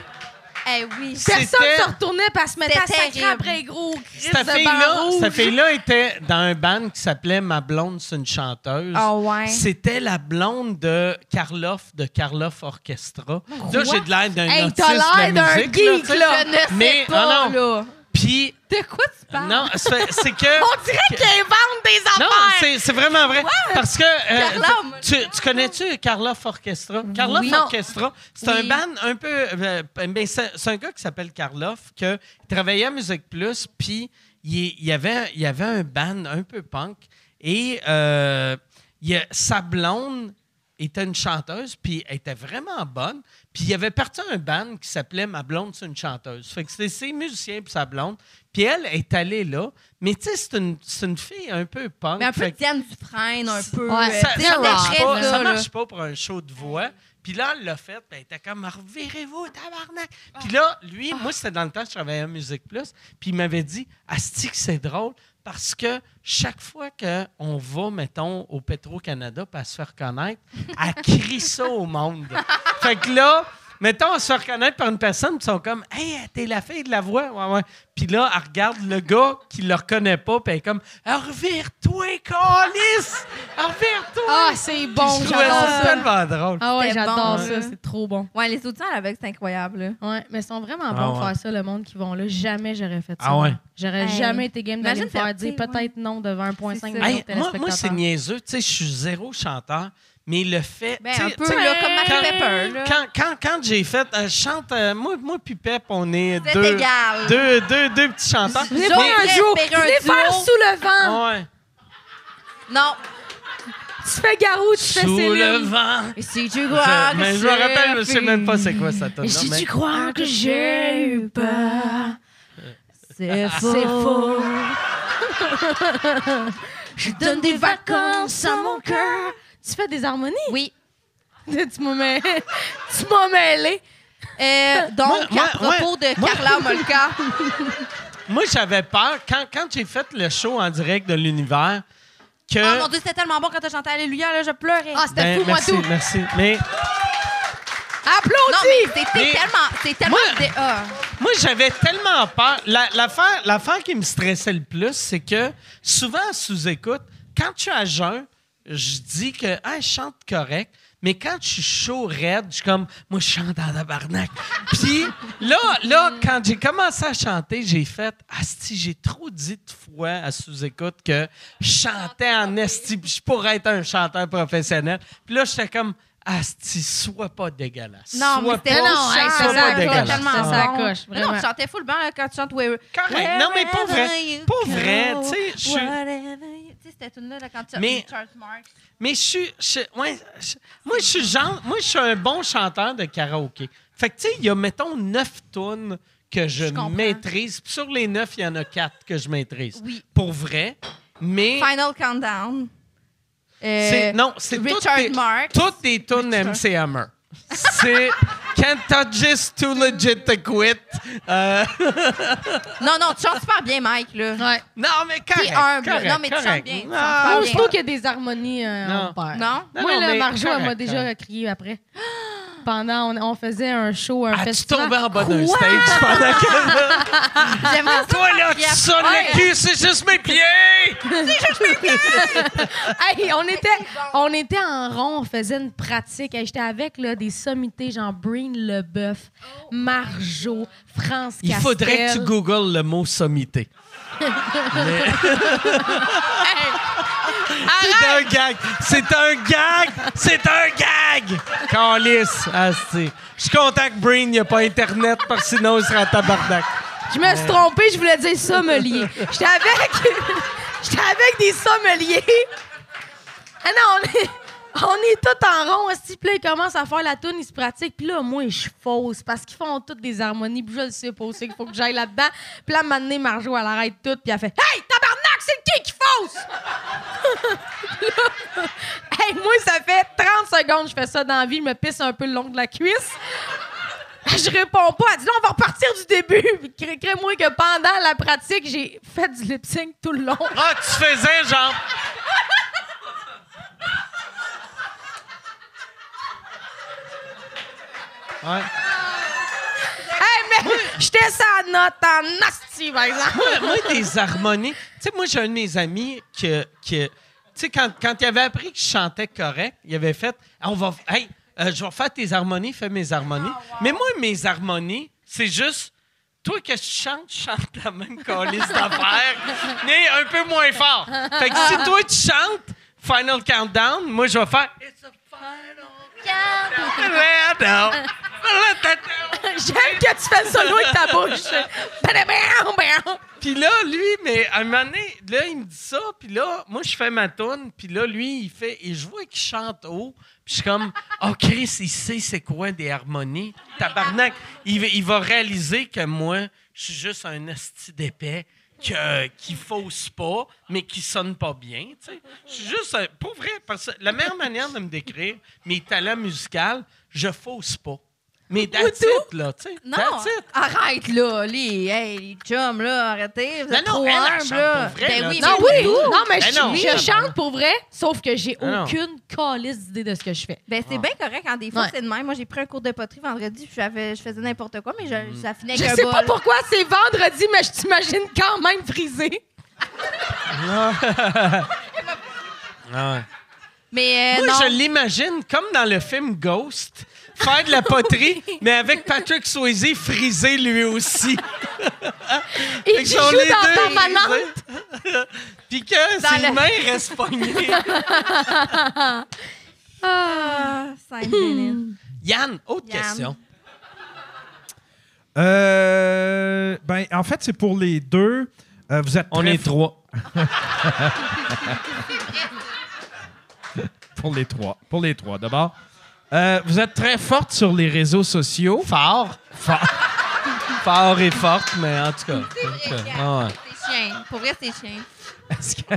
Speaker 5: Eh oui.
Speaker 6: personne
Speaker 3: C'était-
Speaker 6: se retournait parce se mettait à
Speaker 5: C'était
Speaker 6: sacrer
Speaker 5: terrible.
Speaker 6: après gros Christ
Speaker 3: Cette
Speaker 6: de barre
Speaker 3: fille-là
Speaker 6: rouge.
Speaker 3: cette fille-là était dans un band qui s'appelait Ma blonde, c'est une chanteuse.
Speaker 5: Ah ouais.
Speaker 3: C'était la blonde de Karloff, de Karloff Orchestra. Là, j'ai de l'air d'un
Speaker 10: Hey,
Speaker 3: autiste
Speaker 10: t'as l'air
Speaker 3: de la
Speaker 10: d'un
Speaker 3: musique. là, tu
Speaker 10: geek,
Speaker 3: sais.
Speaker 10: là.
Speaker 5: Je ne sais
Speaker 3: Mais,
Speaker 5: pas,
Speaker 3: ah non.
Speaker 5: là.
Speaker 3: Puis,
Speaker 10: De quoi tu parles?
Speaker 3: non, c'est c'est que...
Speaker 10: On dirait qu'ils inventent des affaires!
Speaker 3: Non, c'est c'est vraiment vrai. Parce que. euh,
Speaker 5: Karloff.
Speaker 3: tu tu connais-tu Karloff Orchestra? Karloff
Speaker 5: Oui.
Speaker 3: Orchestra, c'est un
Speaker 5: Oui.
Speaker 3: band un peu. euh, ben, c'est c'est un gars qui s'appelle Karloff, qui travaillait à Musique Plus, puis il il y avait, il y avait un band un peu punk. Et euh, il y a- sa blonde était une chanteuse, puis elle était vraiment bonne. Puis il y avait parti un band qui s'appelait Ma blonde, c'est une chanteuse. Fait que c'était ses musiciens puis sa blonde. Puis elle est allée là. Mais tu sais, c'est une, c'est une fille un peu punk.
Speaker 5: Mais un peu
Speaker 3: Fait que-
Speaker 5: Diane Dufresne, un peu.
Speaker 3: ça,
Speaker 5: euh,
Speaker 3: ça
Speaker 5: tu sais, un
Speaker 3: marche
Speaker 5: portrait,
Speaker 3: pas,
Speaker 5: là,
Speaker 3: ça
Speaker 5: là.
Speaker 3: marche pas pour un show de voix. Puis là, elle l'a fait, puis elle était comme, revirez-vous, tabarnak. Puis là, lui, moi, c'était dans le temps que je travaillais à Musique Plus, puis il m'avait dit, Asti, que c'est drôle, parce que chaque fois qu'on va, mettons, au Petro-Canada, pour se faire connaître, elle crie ça au monde. fait que là, mettons, on se fait reconnaître par une personne, puis ils sont comme, hey, t'es la fille de la voix. Ouais, ouais. Puis là, elle regarde le gars qui le reconnaît pas, puis elle est comme, Ah, revire-toi, Calice! Revire-toi!
Speaker 6: Ah, c'est
Speaker 5: Oh,
Speaker 6: bon,
Speaker 3: Puis je trouvais
Speaker 6: j'adore
Speaker 3: ça
Speaker 6: ça.
Speaker 3: tellement drôle.
Speaker 6: Ah ouais,
Speaker 5: C'était
Speaker 6: j'adore
Speaker 5: bon,
Speaker 6: ça,
Speaker 5: hein.
Speaker 6: c'est trop bon.
Speaker 5: Ouais, les auditions à l'aveugle, c'est incroyable. là.
Speaker 6: Ouais, mais ils sont vraiment
Speaker 3: Ah
Speaker 6: bons de
Speaker 3: ouais.
Speaker 6: faire ça, le monde qui vont là. Jamais j'aurais fait ça.
Speaker 3: Ah ouais.
Speaker 6: J'aurais
Speaker 5: Hey.
Speaker 6: jamais été game d'aller
Speaker 5: Imagine
Speaker 6: me faire
Speaker 5: faire
Speaker 6: dire
Speaker 5: pire,
Speaker 6: peut-être non devant 1,5
Speaker 5: C'est
Speaker 6: million
Speaker 5: ça.
Speaker 6: de
Speaker 3: Hey, moi,
Speaker 6: téléspectateurs.
Speaker 3: moi, c'est niaiseux. Tu sais, je suis zéro chanteur, mais le fait.
Speaker 5: Ben,
Speaker 3: tu sais-
Speaker 5: un peu,
Speaker 3: tu sais,
Speaker 5: là, comme Marie
Speaker 3: quand-
Speaker 5: Pepper. Là.
Speaker 3: Quand, quand, quand j'ai fait. euh, je chante. euh, moi, moi puis Pep, on est
Speaker 5: Vous êtes
Speaker 3: deux,
Speaker 5: égales.
Speaker 3: deux, deux, deux petits chanteurs.
Speaker 5: J'aurais
Speaker 3: Mais-
Speaker 10: un duo.
Speaker 5: espéré un
Speaker 10: Venez faire
Speaker 5: duo.
Speaker 10: sous le vent.
Speaker 3: Ah ouais.
Speaker 5: Non.
Speaker 10: Tu fais Garou, tu fais
Speaker 3: Sous le
Speaker 10: Céline.
Speaker 3: vent.
Speaker 5: Et si tu
Speaker 3: Je-
Speaker 5: crois que
Speaker 3: mais je me
Speaker 5: c'est
Speaker 3: rappelle, je
Speaker 5: la
Speaker 3: sais même pas
Speaker 5: pluie,
Speaker 3: c'est quoi ça tonne.
Speaker 10: Et
Speaker 3: non,
Speaker 10: si
Speaker 3: mais-
Speaker 10: tu crois que j'ai eu peur,
Speaker 5: C'est faux.
Speaker 10: c'est faux. Je donne des vacances à mon cœur. Tu fais des harmonies?
Speaker 5: Oui.
Speaker 10: tu m'as mêlé. tu m'as mêlé.
Speaker 5: Euh, donc,
Speaker 3: Moi- moi-
Speaker 5: à propos de Carla Molka,
Speaker 3: Moi, j'avais peur quand, quand j'ai fait le show en direct de l'univers que.
Speaker 5: oh mon Dieu, c'était tellement bon quand t'as chanté Alléluia, là, je pleurais.
Speaker 10: Ah, c'était
Speaker 3: Ben,
Speaker 10: fou, moi,
Speaker 3: merci,
Speaker 10: tout.
Speaker 3: merci. Mais
Speaker 5: non, mais c'était
Speaker 3: Mais-
Speaker 5: tellement. C'est tellement.
Speaker 3: Moi-
Speaker 5: dé- ah.
Speaker 3: Moi, j'avais tellement peur. La- L'affaire l'affaire qui me stressait le plus, c'est que souvent, sous-écoute, quand je suis à jeun, je dis que ah, je chante correct, mais quand je suis chaud, raide, je suis comme, moi, je chante en tabarnak. Puis là, là quand j'ai commencé à chanter, j'ai fait, asti, j'ai trop dit de fois à sous-écoute que je chantais en esti, puis je pourrais être un chanteur professionnel. Puis là, j'étais comme, asti, sois pas dégueulasse.
Speaker 5: Non, mais
Speaker 3: Sois
Speaker 5: c'était
Speaker 3: pas-
Speaker 5: non,
Speaker 3: sois
Speaker 5: hey,
Speaker 3: pas
Speaker 5: ça
Speaker 6: sacoche,
Speaker 5: c'était
Speaker 3: dégueulasse. Ah.
Speaker 5: tellement
Speaker 6: Ça
Speaker 5: bon.
Speaker 6: sacoche,
Speaker 5: Mais Non,
Speaker 6: vraiment.
Speaker 5: tu chantais full bien quand tu chantes Where-
Speaker 3: Correct. Non, mais pas vrai.
Speaker 5: Wherever you
Speaker 3: Pas vrai.
Speaker 5: go,
Speaker 3: Tu sais, je suis-
Speaker 5: whatever you- Tu sais, cette tune-là, là, quand tu
Speaker 3: Mais-
Speaker 5: chantes Charles Marx.
Speaker 3: Mais je suis. je suis- ouais, je- moi, je suis genre. Moi, je suis un bon chanteur de karaoké. Fait que, tu sais, il y a, mettons, neuf tonnes que je,
Speaker 5: Je comprends.
Speaker 3: maîtrise. Puis sur les neuf, il y en a quatre que je maîtrise.
Speaker 5: Oui.
Speaker 3: Pour vrai. Mais.
Speaker 5: Final Countdown. Euh,
Speaker 3: c'est- non, c'est
Speaker 5: Richard
Speaker 3: toutes des,
Speaker 5: Marx.
Speaker 3: toutes des tunes MC Hammer. C'est. Can't touch this, too legit to quit. Euh,
Speaker 5: Non, non, tu chantes super bien, Mike, là.
Speaker 6: Ouais.
Speaker 3: non, mais correct.
Speaker 5: humble.
Speaker 3: correct,
Speaker 5: Non, mais tu chantes
Speaker 3: correct.
Speaker 5: bien, tu
Speaker 3: Non,
Speaker 5: chantes
Speaker 6: Moi,
Speaker 5: Ah,
Speaker 6: je
Speaker 5: oui.
Speaker 6: trouve qu'il y a des harmonies euh,
Speaker 3: Non.
Speaker 6: on perd.
Speaker 5: Non?
Speaker 3: Non,
Speaker 6: Moi,
Speaker 3: non,
Speaker 6: là,
Speaker 3: mais
Speaker 6: Marjo, elle m'a
Speaker 3: correct,
Speaker 6: déjà
Speaker 3: correct.
Speaker 6: crié après. Pendant, on, on faisait un show, un
Speaker 3: Ah, tu
Speaker 6: festival.
Speaker 3: tombais en bas d'un stage pendant que.
Speaker 5: J'aimerais ça.
Speaker 3: Toi, là, tu
Speaker 5: Pierre.
Speaker 3: sonnes
Speaker 5: Ouais.
Speaker 3: le cul, c'est juste mes pieds!
Speaker 6: Hey, on était, on était en rond, on faisait une pratique. Hey, J'étais avec là, des sommités, genre Breen Leboeuf, Marjo, France
Speaker 3: Il
Speaker 6: Castel.
Speaker 3: faudrait que tu googles le mot sommité. C'est un gag! C'est un gag! C'est un gag! Calice! Asti. Je suis content que Brain, il n'y a pas Internet, parce que sinon, il sera en tabarnak.
Speaker 10: Je me suis trompée, je voulais dire sommelier. J'étais avec... J'étais avec des sommeliers. Ah non, on est... On est tout en rond aussi, puis là, ils commencent à faire la toune, ils se pratiquent, puis là, moi, je suis fausse, parce qu'ils font toutes des harmonies, puis je le sais pas aussi qu'il faut que j'aille là-dedans. Puis là, maintenant, Marjo, elle arrête tout, puis elle fait « Hey, tabarnak, c'est qui qui fausse? » Hey, moi, ça fait 30 secondes que je fais ça dans la vie. Je me pisse un peu le long de la cuisse. Je réponds pas. Elle dit, là, on va repartir du début. Cré- Crée-moi que pendant la pratique, j'ai fait du lip sync tout le long.
Speaker 3: Ah, tu faisais genre. Ouais.
Speaker 10: Hey, mais j'étais sans note en asti, par exemple.
Speaker 3: moi, moi, des harmonies. Tu sais, moi, j'ai un de mes amis que. que- tu sais, quand, quand il avait appris que je chantais correct, il avait fait on va, Hey, euh, je vais faire tes harmonies, fais mes harmonies. Mais moi, mes harmonies, c'est juste. Toi, que je chante, je chante la même colisse d'affaires, mais un peu moins fort. Fait que si toi, tu chantes Final Countdown, moi, je vais faire. It's a final countdown.
Speaker 10: J'aime que tu fais le solo avec ta bouche. Badabam, bam.
Speaker 3: Puis là, lui, mais à un moment donné, là, il me dit ça, puis là, moi, je fais ma toune, puis là, lui, il fait, et je vois qu'il chante haut, Puis je suis comme, oh Chris, il sait c'est quoi des harmonies. Tabarnak, il, va- il va réaliser que moi, je suis juste un esti d'épais que, qui fausse pas, mais qui sonne pas bien. tu sais. Je suis juste, un- pour vrai, parce que la meilleure manière de me décrire mes talents musicaux, je fausse pas. Mais that's it, là, tu sais.
Speaker 5: Non,
Speaker 3: That's it.
Speaker 5: arrête là, les, hey, les chums là, arrêtez, vous
Speaker 3: Non,
Speaker 5: êtes
Speaker 3: non,
Speaker 5: trop
Speaker 3: elle, elle
Speaker 5: humbles,
Speaker 3: chante
Speaker 5: là.
Speaker 3: pour vrai,
Speaker 5: ben
Speaker 3: là,
Speaker 5: oui,
Speaker 3: tu
Speaker 10: Non,
Speaker 5: mais
Speaker 10: oui,
Speaker 5: oui.
Speaker 10: non, mais
Speaker 3: Ben
Speaker 10: je,
Speaker 3: non.
Speaker 10: je chante pour vrai, sauf que j'ai
Speaker 3: Ben non.
Speaker 10: aucune.
Speaker 6: Calice d'idée de ce que je fais.
Speaker 5: Ben
Speaker 3: Ah.
Speaker 5: c'est bien correct quand des fois
Speaker 6: Ouais.
Speaker 5: c'est de même. Moi j'ai pris un cours de poterie vendredi, puis j'avais je faisais n'importe quoi mais
Speaker 3: Mm.
Speaker 5: je, ça finit
Speaker 10: Je
Speaker 5: avec un
Speaker 10: sais pas
Speaker 5: bol.
Speaker 10: pourquoi c'est vendredi, mais je t'imagine quand même frisé.
Speaker 5: Mais euh,
Speaker 3: Moi,
Speaker 5: non.
Speaker 3: je l'imagine comme dans le film Ghost, faire de la poterie, mais avec Patrick Swayze frisé lui aussi.
Speaker 10: Et tu
Speaker 3: Fait que
Speaker 10: joues
Speaker 3: sont les
Speaker 10: dans
Speaker 3: deux
Speaker 10: permanente.
Speaker 3: frisés. Puis que
Speaker 5: Dans
Speaker 3: ses
Speaker 5: le-
Speaker 3: mains restent pognées.
Speaker 5: Ah, scène bénine.
Speaker 3: Yann, autre
Speaker 5: Yann.
Speaker 3: question.
Speaker 4: Euh, ben, en fait, c'est pour les deux. Euh, vous êtes très forts
Speaker 3: trois.
Speaker 4: pour les trois. Pour les trois, d'abord. Euh, vous êtes très forte sur les réseaux sociaux.
Speaker 3: Fort. Fort. Fort et forte, mais en tout cas. en tout cas, ah ouais.
Speaker 5: C'est chien. Pour vrai c'est chien.
Speaker 4: Est-ce que,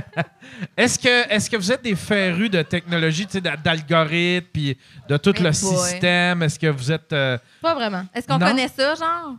Speaker 4: est-ce que, est-ce que vous êtes des férus de technologie, tu sais, d'a- d'algorithmes, puis de tout
Speaker 5: Eh
Speaker 4: le
Speaker 5: boy.
Speaker 4: système? Est-ce que vous êtes... euh,
Speaker 6: Pas vraiment.
Speaker 5: Est-ce qu'on
Speaker 4: Non.
Speaker 5: connaît ça genre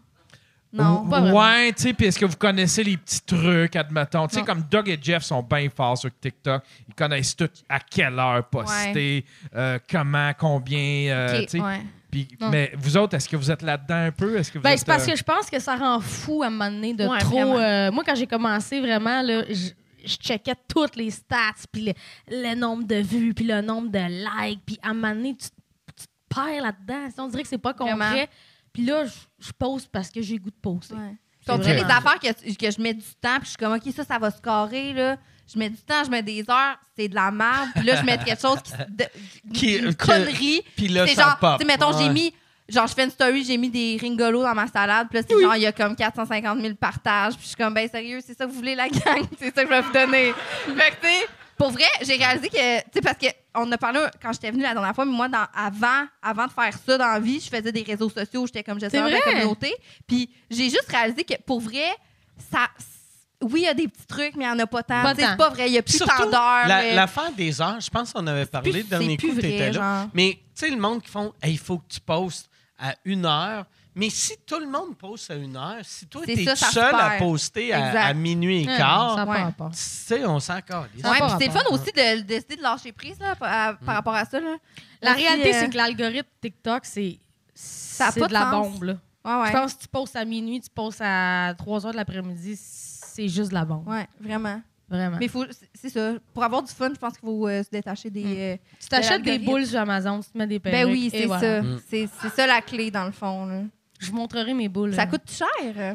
Speaker 5: Non,
Speaker 4: ou-
Speaker 5: pas vraiment.
Speaker 4: Ouais, tu sais, puis est-ce que vous connaissez les petits trucs, admettons? Tu sais,
Speaker 6: Non.
Speaker 4: comme Doug et Jeff sont bien forts sur TikTok. Ils connaissent tout à quelle heure poster, euh, comment, combien, euh,
Speaker 5: Ok,
Speaker 4: tu sais.
Speaker 5: ouais.
Speaker 4: Puis-
Speaker 6: Non.
Speaker 4: mais vous autres, est-ce que vous êtes là-dedans un peu? Est-ce que vous
Speaker 6: Ben,
Speaker 4: êtes,
Speaker 6: c'est parce
Speaker 4: euh,
Speaker 6: que je pense que ça rend fou à un moment donné de
Speaker 5: Ouais,
Speaker 6: trop.
Speaker 5: vraiment.
Speaker 6: euh, moi, quand j'ai commencé vraiment, là, je je checkais toutes les stats, puis le, le nombre de vues, puis le nombre de likes, puis à un moment donné, tu, tu te perds là-dedans. On dirait que c'est pas
Speaker 5: Vraiment.
Speaker 6: concret. Puis là, je je poste parce que j'ai le goût de poster.
Speaker 5: Ouais. Puis on dirait les affaires que, que je mets du temps, puis je suis comme, OK, ça, ça va se carrer, là. Je mets du temps, je mets des heures, c'est de la merde. Puis là, je mets quelque chose qui. de-
Speaker 3: Qui-
Speaker 5: une
Speaker 3: que-
Speaker 5: connerie.
Speaker 3: puis là,
Speaker 5: c'est
Speaker 3: ça
Speaker 5: genre,
Speaker 3: pop.
Speaker 5: tu sais, mettons, j'ai
Speaker 3: Ouais.
Speaker 5: mis. Genre, je fais une story, j'ai mis des ringolos dans ma salade, puis là, c'est genre, il y a comme 450 000 partages, puis je suis comme, ben sérieux, c'est ça que vous voulez, la gang? c'est ça que je vais vous donner. fait que, tu sais, pour vrai, j'ai réalisé que, tu sais, parce qu'on a parlé quand j'étais venue la dernière fois, mais moi, dans, avant, avant de faire ça dans la vie, je faisais des réseaux sociaux, j'étais comme gestionnaire de
Speaker 6: vrai?
Speaker 5: communauté. Puis j'ai juste réalisé que, pour vrai, ça. Oui, il y a des petits trucs, mais il n'y en a pas tant.
Speaker 6: Pas
Speaker 5: Tu sais,
Speaker 6: tant.
Speaker 5: C'est pas vrai, il n'y a plus tant
Speaker 3: Surtout,
Speaker 5: d'heures.
Speaker 3: la-
Speaker 5: mais-
Speaker 3: l'affaire des heures, je pense qu'on avait parlé
Speaker 5: plus-
Speaker 3: de
Speaker 5: c'est
Speaker 3: dernier
Speaker 5: plus
Speaker 3: coup,
Speaker 5: vrai,
Speaker 3: t'étais là.
Speaker 5: genre.
Speaker 3: Mais, tu sais, le monde qui font, Hey, il faut que tu postes à une heure. Mais si tout le monde poste à une heure, si toi,
Speaker 5: C'est
Speaker 3: t'es
Speaker 5: ça,
Speaker 3: tout
Speaker 5: ça se
Speaker 3: seul à
Speaker 5: perd.
Speaker 3: poster
Speaker 5: Exact.
Speaker 3: à, à minuit et
Speaker 6: Ouais,
Speaker 3: quart,
Speaker 6: ça a pas
Speaker 5: ouais.
Speaker 6: rapport.
Speaker 3: tu sais, on s'en calisse.
Speaker 6: Ça a
Speaker 5: Ouais,
Speaker 6: pas
Speaker 5: puis c'est le fun
Speaker 6: rapport.
Speaker 5: aussi de, de décider de lâcher prise là, par, à-
Speaker 3: Mm.
Speaker 5: par rapport à ça. Là.
Speaker 6: La
Speaker 5: Aussi,
Speaker 6: réalité,
Speaker 5: euh,
Speaker 6: c'est que l'algorithme TikTok, c'est
Speaker 5: a
Speaker 6: c'est
Speaker 5: pas
Speaker 6: de,
Speaker 5: de
Speaker 6: la
Speaker 5: sens.
Speaker 6: bombe. là.
Speaker 5: Ouais, ouais.
Speaker 6: Je pense que tu postes à minuit, tu postes à 3 h de l'après-midi, c'est juste de la bombe.
Speaker 5: Ouais, vraiment.
Speaker 6: Vraiment.
Speaker 5: Mais faut, c'est- c'est ça. Pour avoir du fun, je pense qu'il faut euh, se détacher des. euh,
Speaker 6: tu t'achètes des
Speaker 5: l'algorithme.
Speaker 6: boules sur Amazon, tu te mets des perruques.
Speaker 5: ben oui,
Speaker 6: et
Speaker 5: c'est
Speaker 6: voilà.
Speaker 5: ça.
Speaker 3: Mm.
Speaker 5: C'est c'est ça la clé, dans le fond. là.
Speaker 6: Je vous montrerai mes boules.
Speaker 5: Ça coûte cher. euh.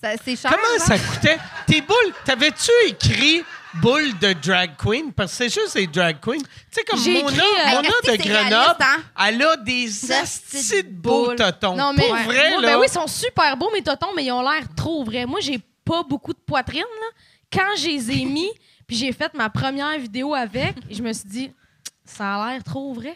Speaker 5: Ça- C'est cher. hein?
Speaker 3: Comment
Speaker 5: genre.
Speaker 3: ça coûtait? Tes boules, t'avais-tu écrit boules de drag queen? Parce que c'est juste des drag queens. Tu sais, comme
Speaker 6: J'ai
Speaker 3: Mona,
Speaker 6: écrit, euh,
Speaker 3: Mona
Speaker 5: est-ce
Speaker 3: de
Speaker 5: que c'est
Speaker 3: Grenoble,
Speaker 5: réaliste, hein?
Speaker 3: elle a des astis de beaux
Speaker 5: boules.
Speaker 3: totons.
Speaker 6: Non, mais
Speaker 3: Pour
Speaker 6: Ouais.
Speaker 3: vrai,
Speaker 6: Moi,
Speaker 3: là.
Speaker 6: ben oui, ils sont super beaux, mes totons, mais ils ont l'air trop vrais. Moi, j'ai pas beaucoup de poitrine. Là. Quand je les ai mis, puis j'ai fait ma première vidéo avec, je me suis dit, ça a l'air trop vrai.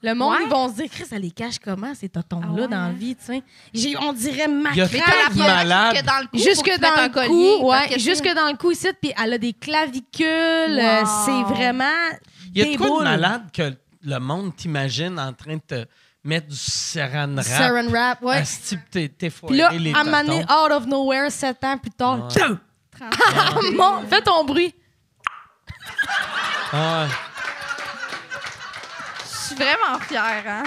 Speaker 6: Le monde,
Speaker 5: Ouais.
Speaker 6: ils vont se dire, Chris, elle les cache comment, ces totons-là,
Speaker 5: Ah ouais,
Speaker 6: dans la
Speaker 5: hein?
Speaker 6: vie, tu sais? J'ai- On dirait
Speaker 3: Il y a
Speaker 6: macrame.
Speaker 5: Mais t'as Ah, la
Speaker 3: Tellement
Speaker 5: preuve
Speaker 3: malade.
Speaker 5: Jusque dans le cou. faut que
Speaker 6: Jusque
Speaker 5: tu
Speaker 6: dans
Speaker 5: mettes
Speaker 6: le
Speaker 5: un collier,
Speaker 6: cou,
Speaker 5: parce
Speaker 6: ouais,
Speaker 5: que tu-
Speaker 6: jusque dans le cou ici, puis elle a des clavicules, euh,
Speaker 5: Wow.
Speaker 6: c'est vraiment
Speaker 3: Il y a
Speaker 6: des
Speaker 3: de quoi
Speaker 6: boules.
Speaker 3: de malade que le monde t'imagine en train de te mettre du saran wrap.
Speaker 6: Saran wrap, ouais.
Speaker 3: Asti, pis t'es, t'es foiré
Speaker 6: Puis là,
Speaker 3: les
Speaker 6: à un moment donné, ah!
Speaker 3: totons.
Speaker 6: out of nowhere, sept ans plus tard,
Speaker 3: Ouais.
Speaker 6: tchou! Mon- fais ton bruit.
Speaker 3: Ah,
Speaker 5: Je suis vraiment fière. Hein?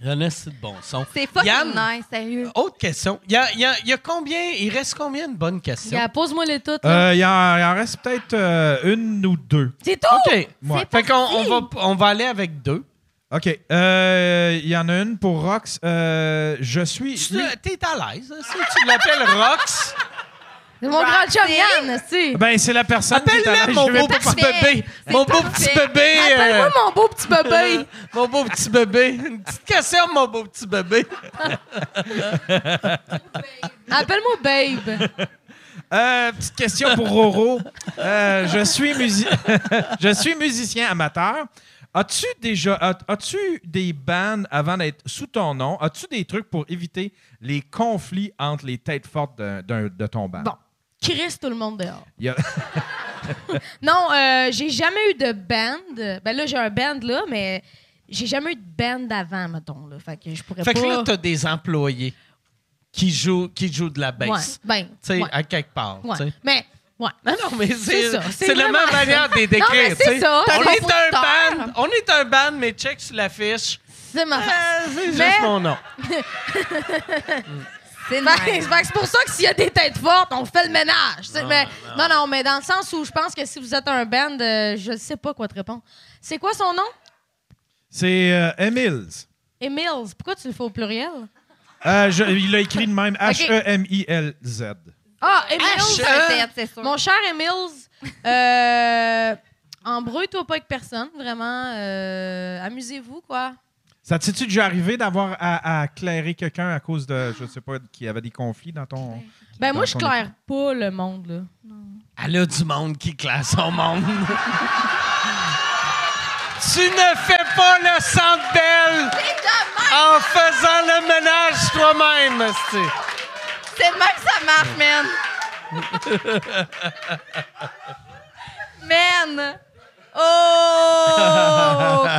Speaker 3: il y en a, c'est de bon son.
Speaker 5: C'est fucking
Speaker 3: Yann,
Speaker 5: nice, sérieux.
Speaker 3: autre question. Il y a, il y a- il y a combien, il reste combien de bonnes questions?
Speaker 6: Gars, Pose-moi les toutes. là.
Speaker 4: Euh, il, en, il en reste peut-être euh, une ou deux.
Speaker 6: C'est tout!
Speaker 3: OK.
Speaker 4: Ouais.
Speaker 3: Fait qu'on on va, on va aller avec deux.
Speaker 4: OK. Euh, Il y en a une pour Rox. Euh, je suis.
Speaker 3: Tu-
Speaker 4: lui-
Speaker 3: T'es à l'aise. hein? Si tu l'appelles Rox,
Speaker 6: C'est mon grand chum Yann, tu
Speaker 4: Ben, c'est la personne qui est à
Speaker 3: appelle-la
Speaker 4: l'aise.
Speaker 3: mon
Speaker 4: Je vais
Speaker 3: beau
Speaker 4: pas-
Speaker 3: petit
Speaker 5: parfait.
Speaker 3: bébé.
Speaker 5: C'est
Speaker 3: Mon beau
Speaker 5: parfait.
Speaker 3: petit bébé. euh,
Speaker 10: Appelle-moi mon beau petit bébé.
Speaker 3: mon beau petit bébé. Une petite question, mon beau petit bébé.
Speaker 6: Appelle-moi Babe.
Speaker 4: Euh, petite question pour Roro. Euh, je, suis musi- je suis musicien amateur.
Speaker 11: As-tu déjà as- as-tu des bannes avant d'être sous ton nom? As-tu des trucs pour éviter les conflits entre les têtes fortes d'un- d'un- de, ton ban?
Speaker 12: Bon. Chris, tout le monde dehors.
Speaker 11: Il y a-
Speaker 6: Non, euh, j'ai jamais eu de band. Ben là, j'ai un band, là, mais j'ai jamais eu de band avant, mettons. Là. Fait que je pourrais
Speaker 3: Fait
Speaker 6: pas...
Speaker 3: que là, t'as des employés qui jouent, qui jouent de la baisse.
Speaker 6: Ouais, ben,
Speaker 3: Tu sais,
Speaker 6: ouais.
Speaker 3: à quelque part.
Speaker 6: Ouais.
Speaker 3: tu sais.
Speaker 6: Mais, ouais.
Speaker 3: Non, non, mais c'est,
Speaker 6: C'est ça, c'est
Speaker 3: c'est la
Speaker 6: vraiment
Speaker 3: même
Speaker 6: ça.
Speaker 3: manière de les
Speaker 6: Non, mais
Speaker 3: décrire.
Speaker 6: c'est
Speaker 3: tu sais.
Speaker 6: ça,
Speaker 3: On est
Speaker 6: c'est
Speaker 3: un
Speaker 6: compositeur.
Speaker 3: band, on est un band, mais check sur l'affiche.
Speaker 6: C'est ma face.
Speaker 3: Ah, c'est
Speaker 6: Mais-
Speaker 3: juste mon nom.
Speaker 5: C'est
Speaker 6: Fait-
Speaker 5: nice.
Speaker 6: fait que Ben, c'est pour ça que s'il y a des têtes fortes, on fait le ménage. tu sais, mais, non. non, mais dans le sens où je pense que si vous êtes un band, euh, je sais pas quoi te répondre. C'est quoi son nom?
Speaker 4: C'est euh, Emils.
Speaker 6: Emils. Pourquoi tu le fais au pluriel?
Speaker 4: Euh, je- il l'a écrit de même E H-E-M-I-L-Z.
Speaker 6: Ah,
Speaker 3: E
Speaker 6: Emils.
Speaker 5: C'est un tête, c'est sûr.
Speaker 6: Mon cher Emils, euh, embrouille-toi pas avec personne, vraiment. euh, Amusez-vous, quoi.
Speaker 4: Ça t'est-tu déjà arrivé d'avoir à, à clairer quelqu'un à cause de, je sais pas, qu'il y avait des conflits dans ton.
Speaker 6: Ben, moi,
Speaker 4: Dans
Speaker 6: je
Speaker 4: ton
Speaker 6: claire pas le monde, là.
Speaker 3: Elle a du monde qui classe son monde. tu ne fais pas le centre belle en faisant le ménage toi-même, esti.
Speaker 5: C'est le même que ça marche, man. man. Oh.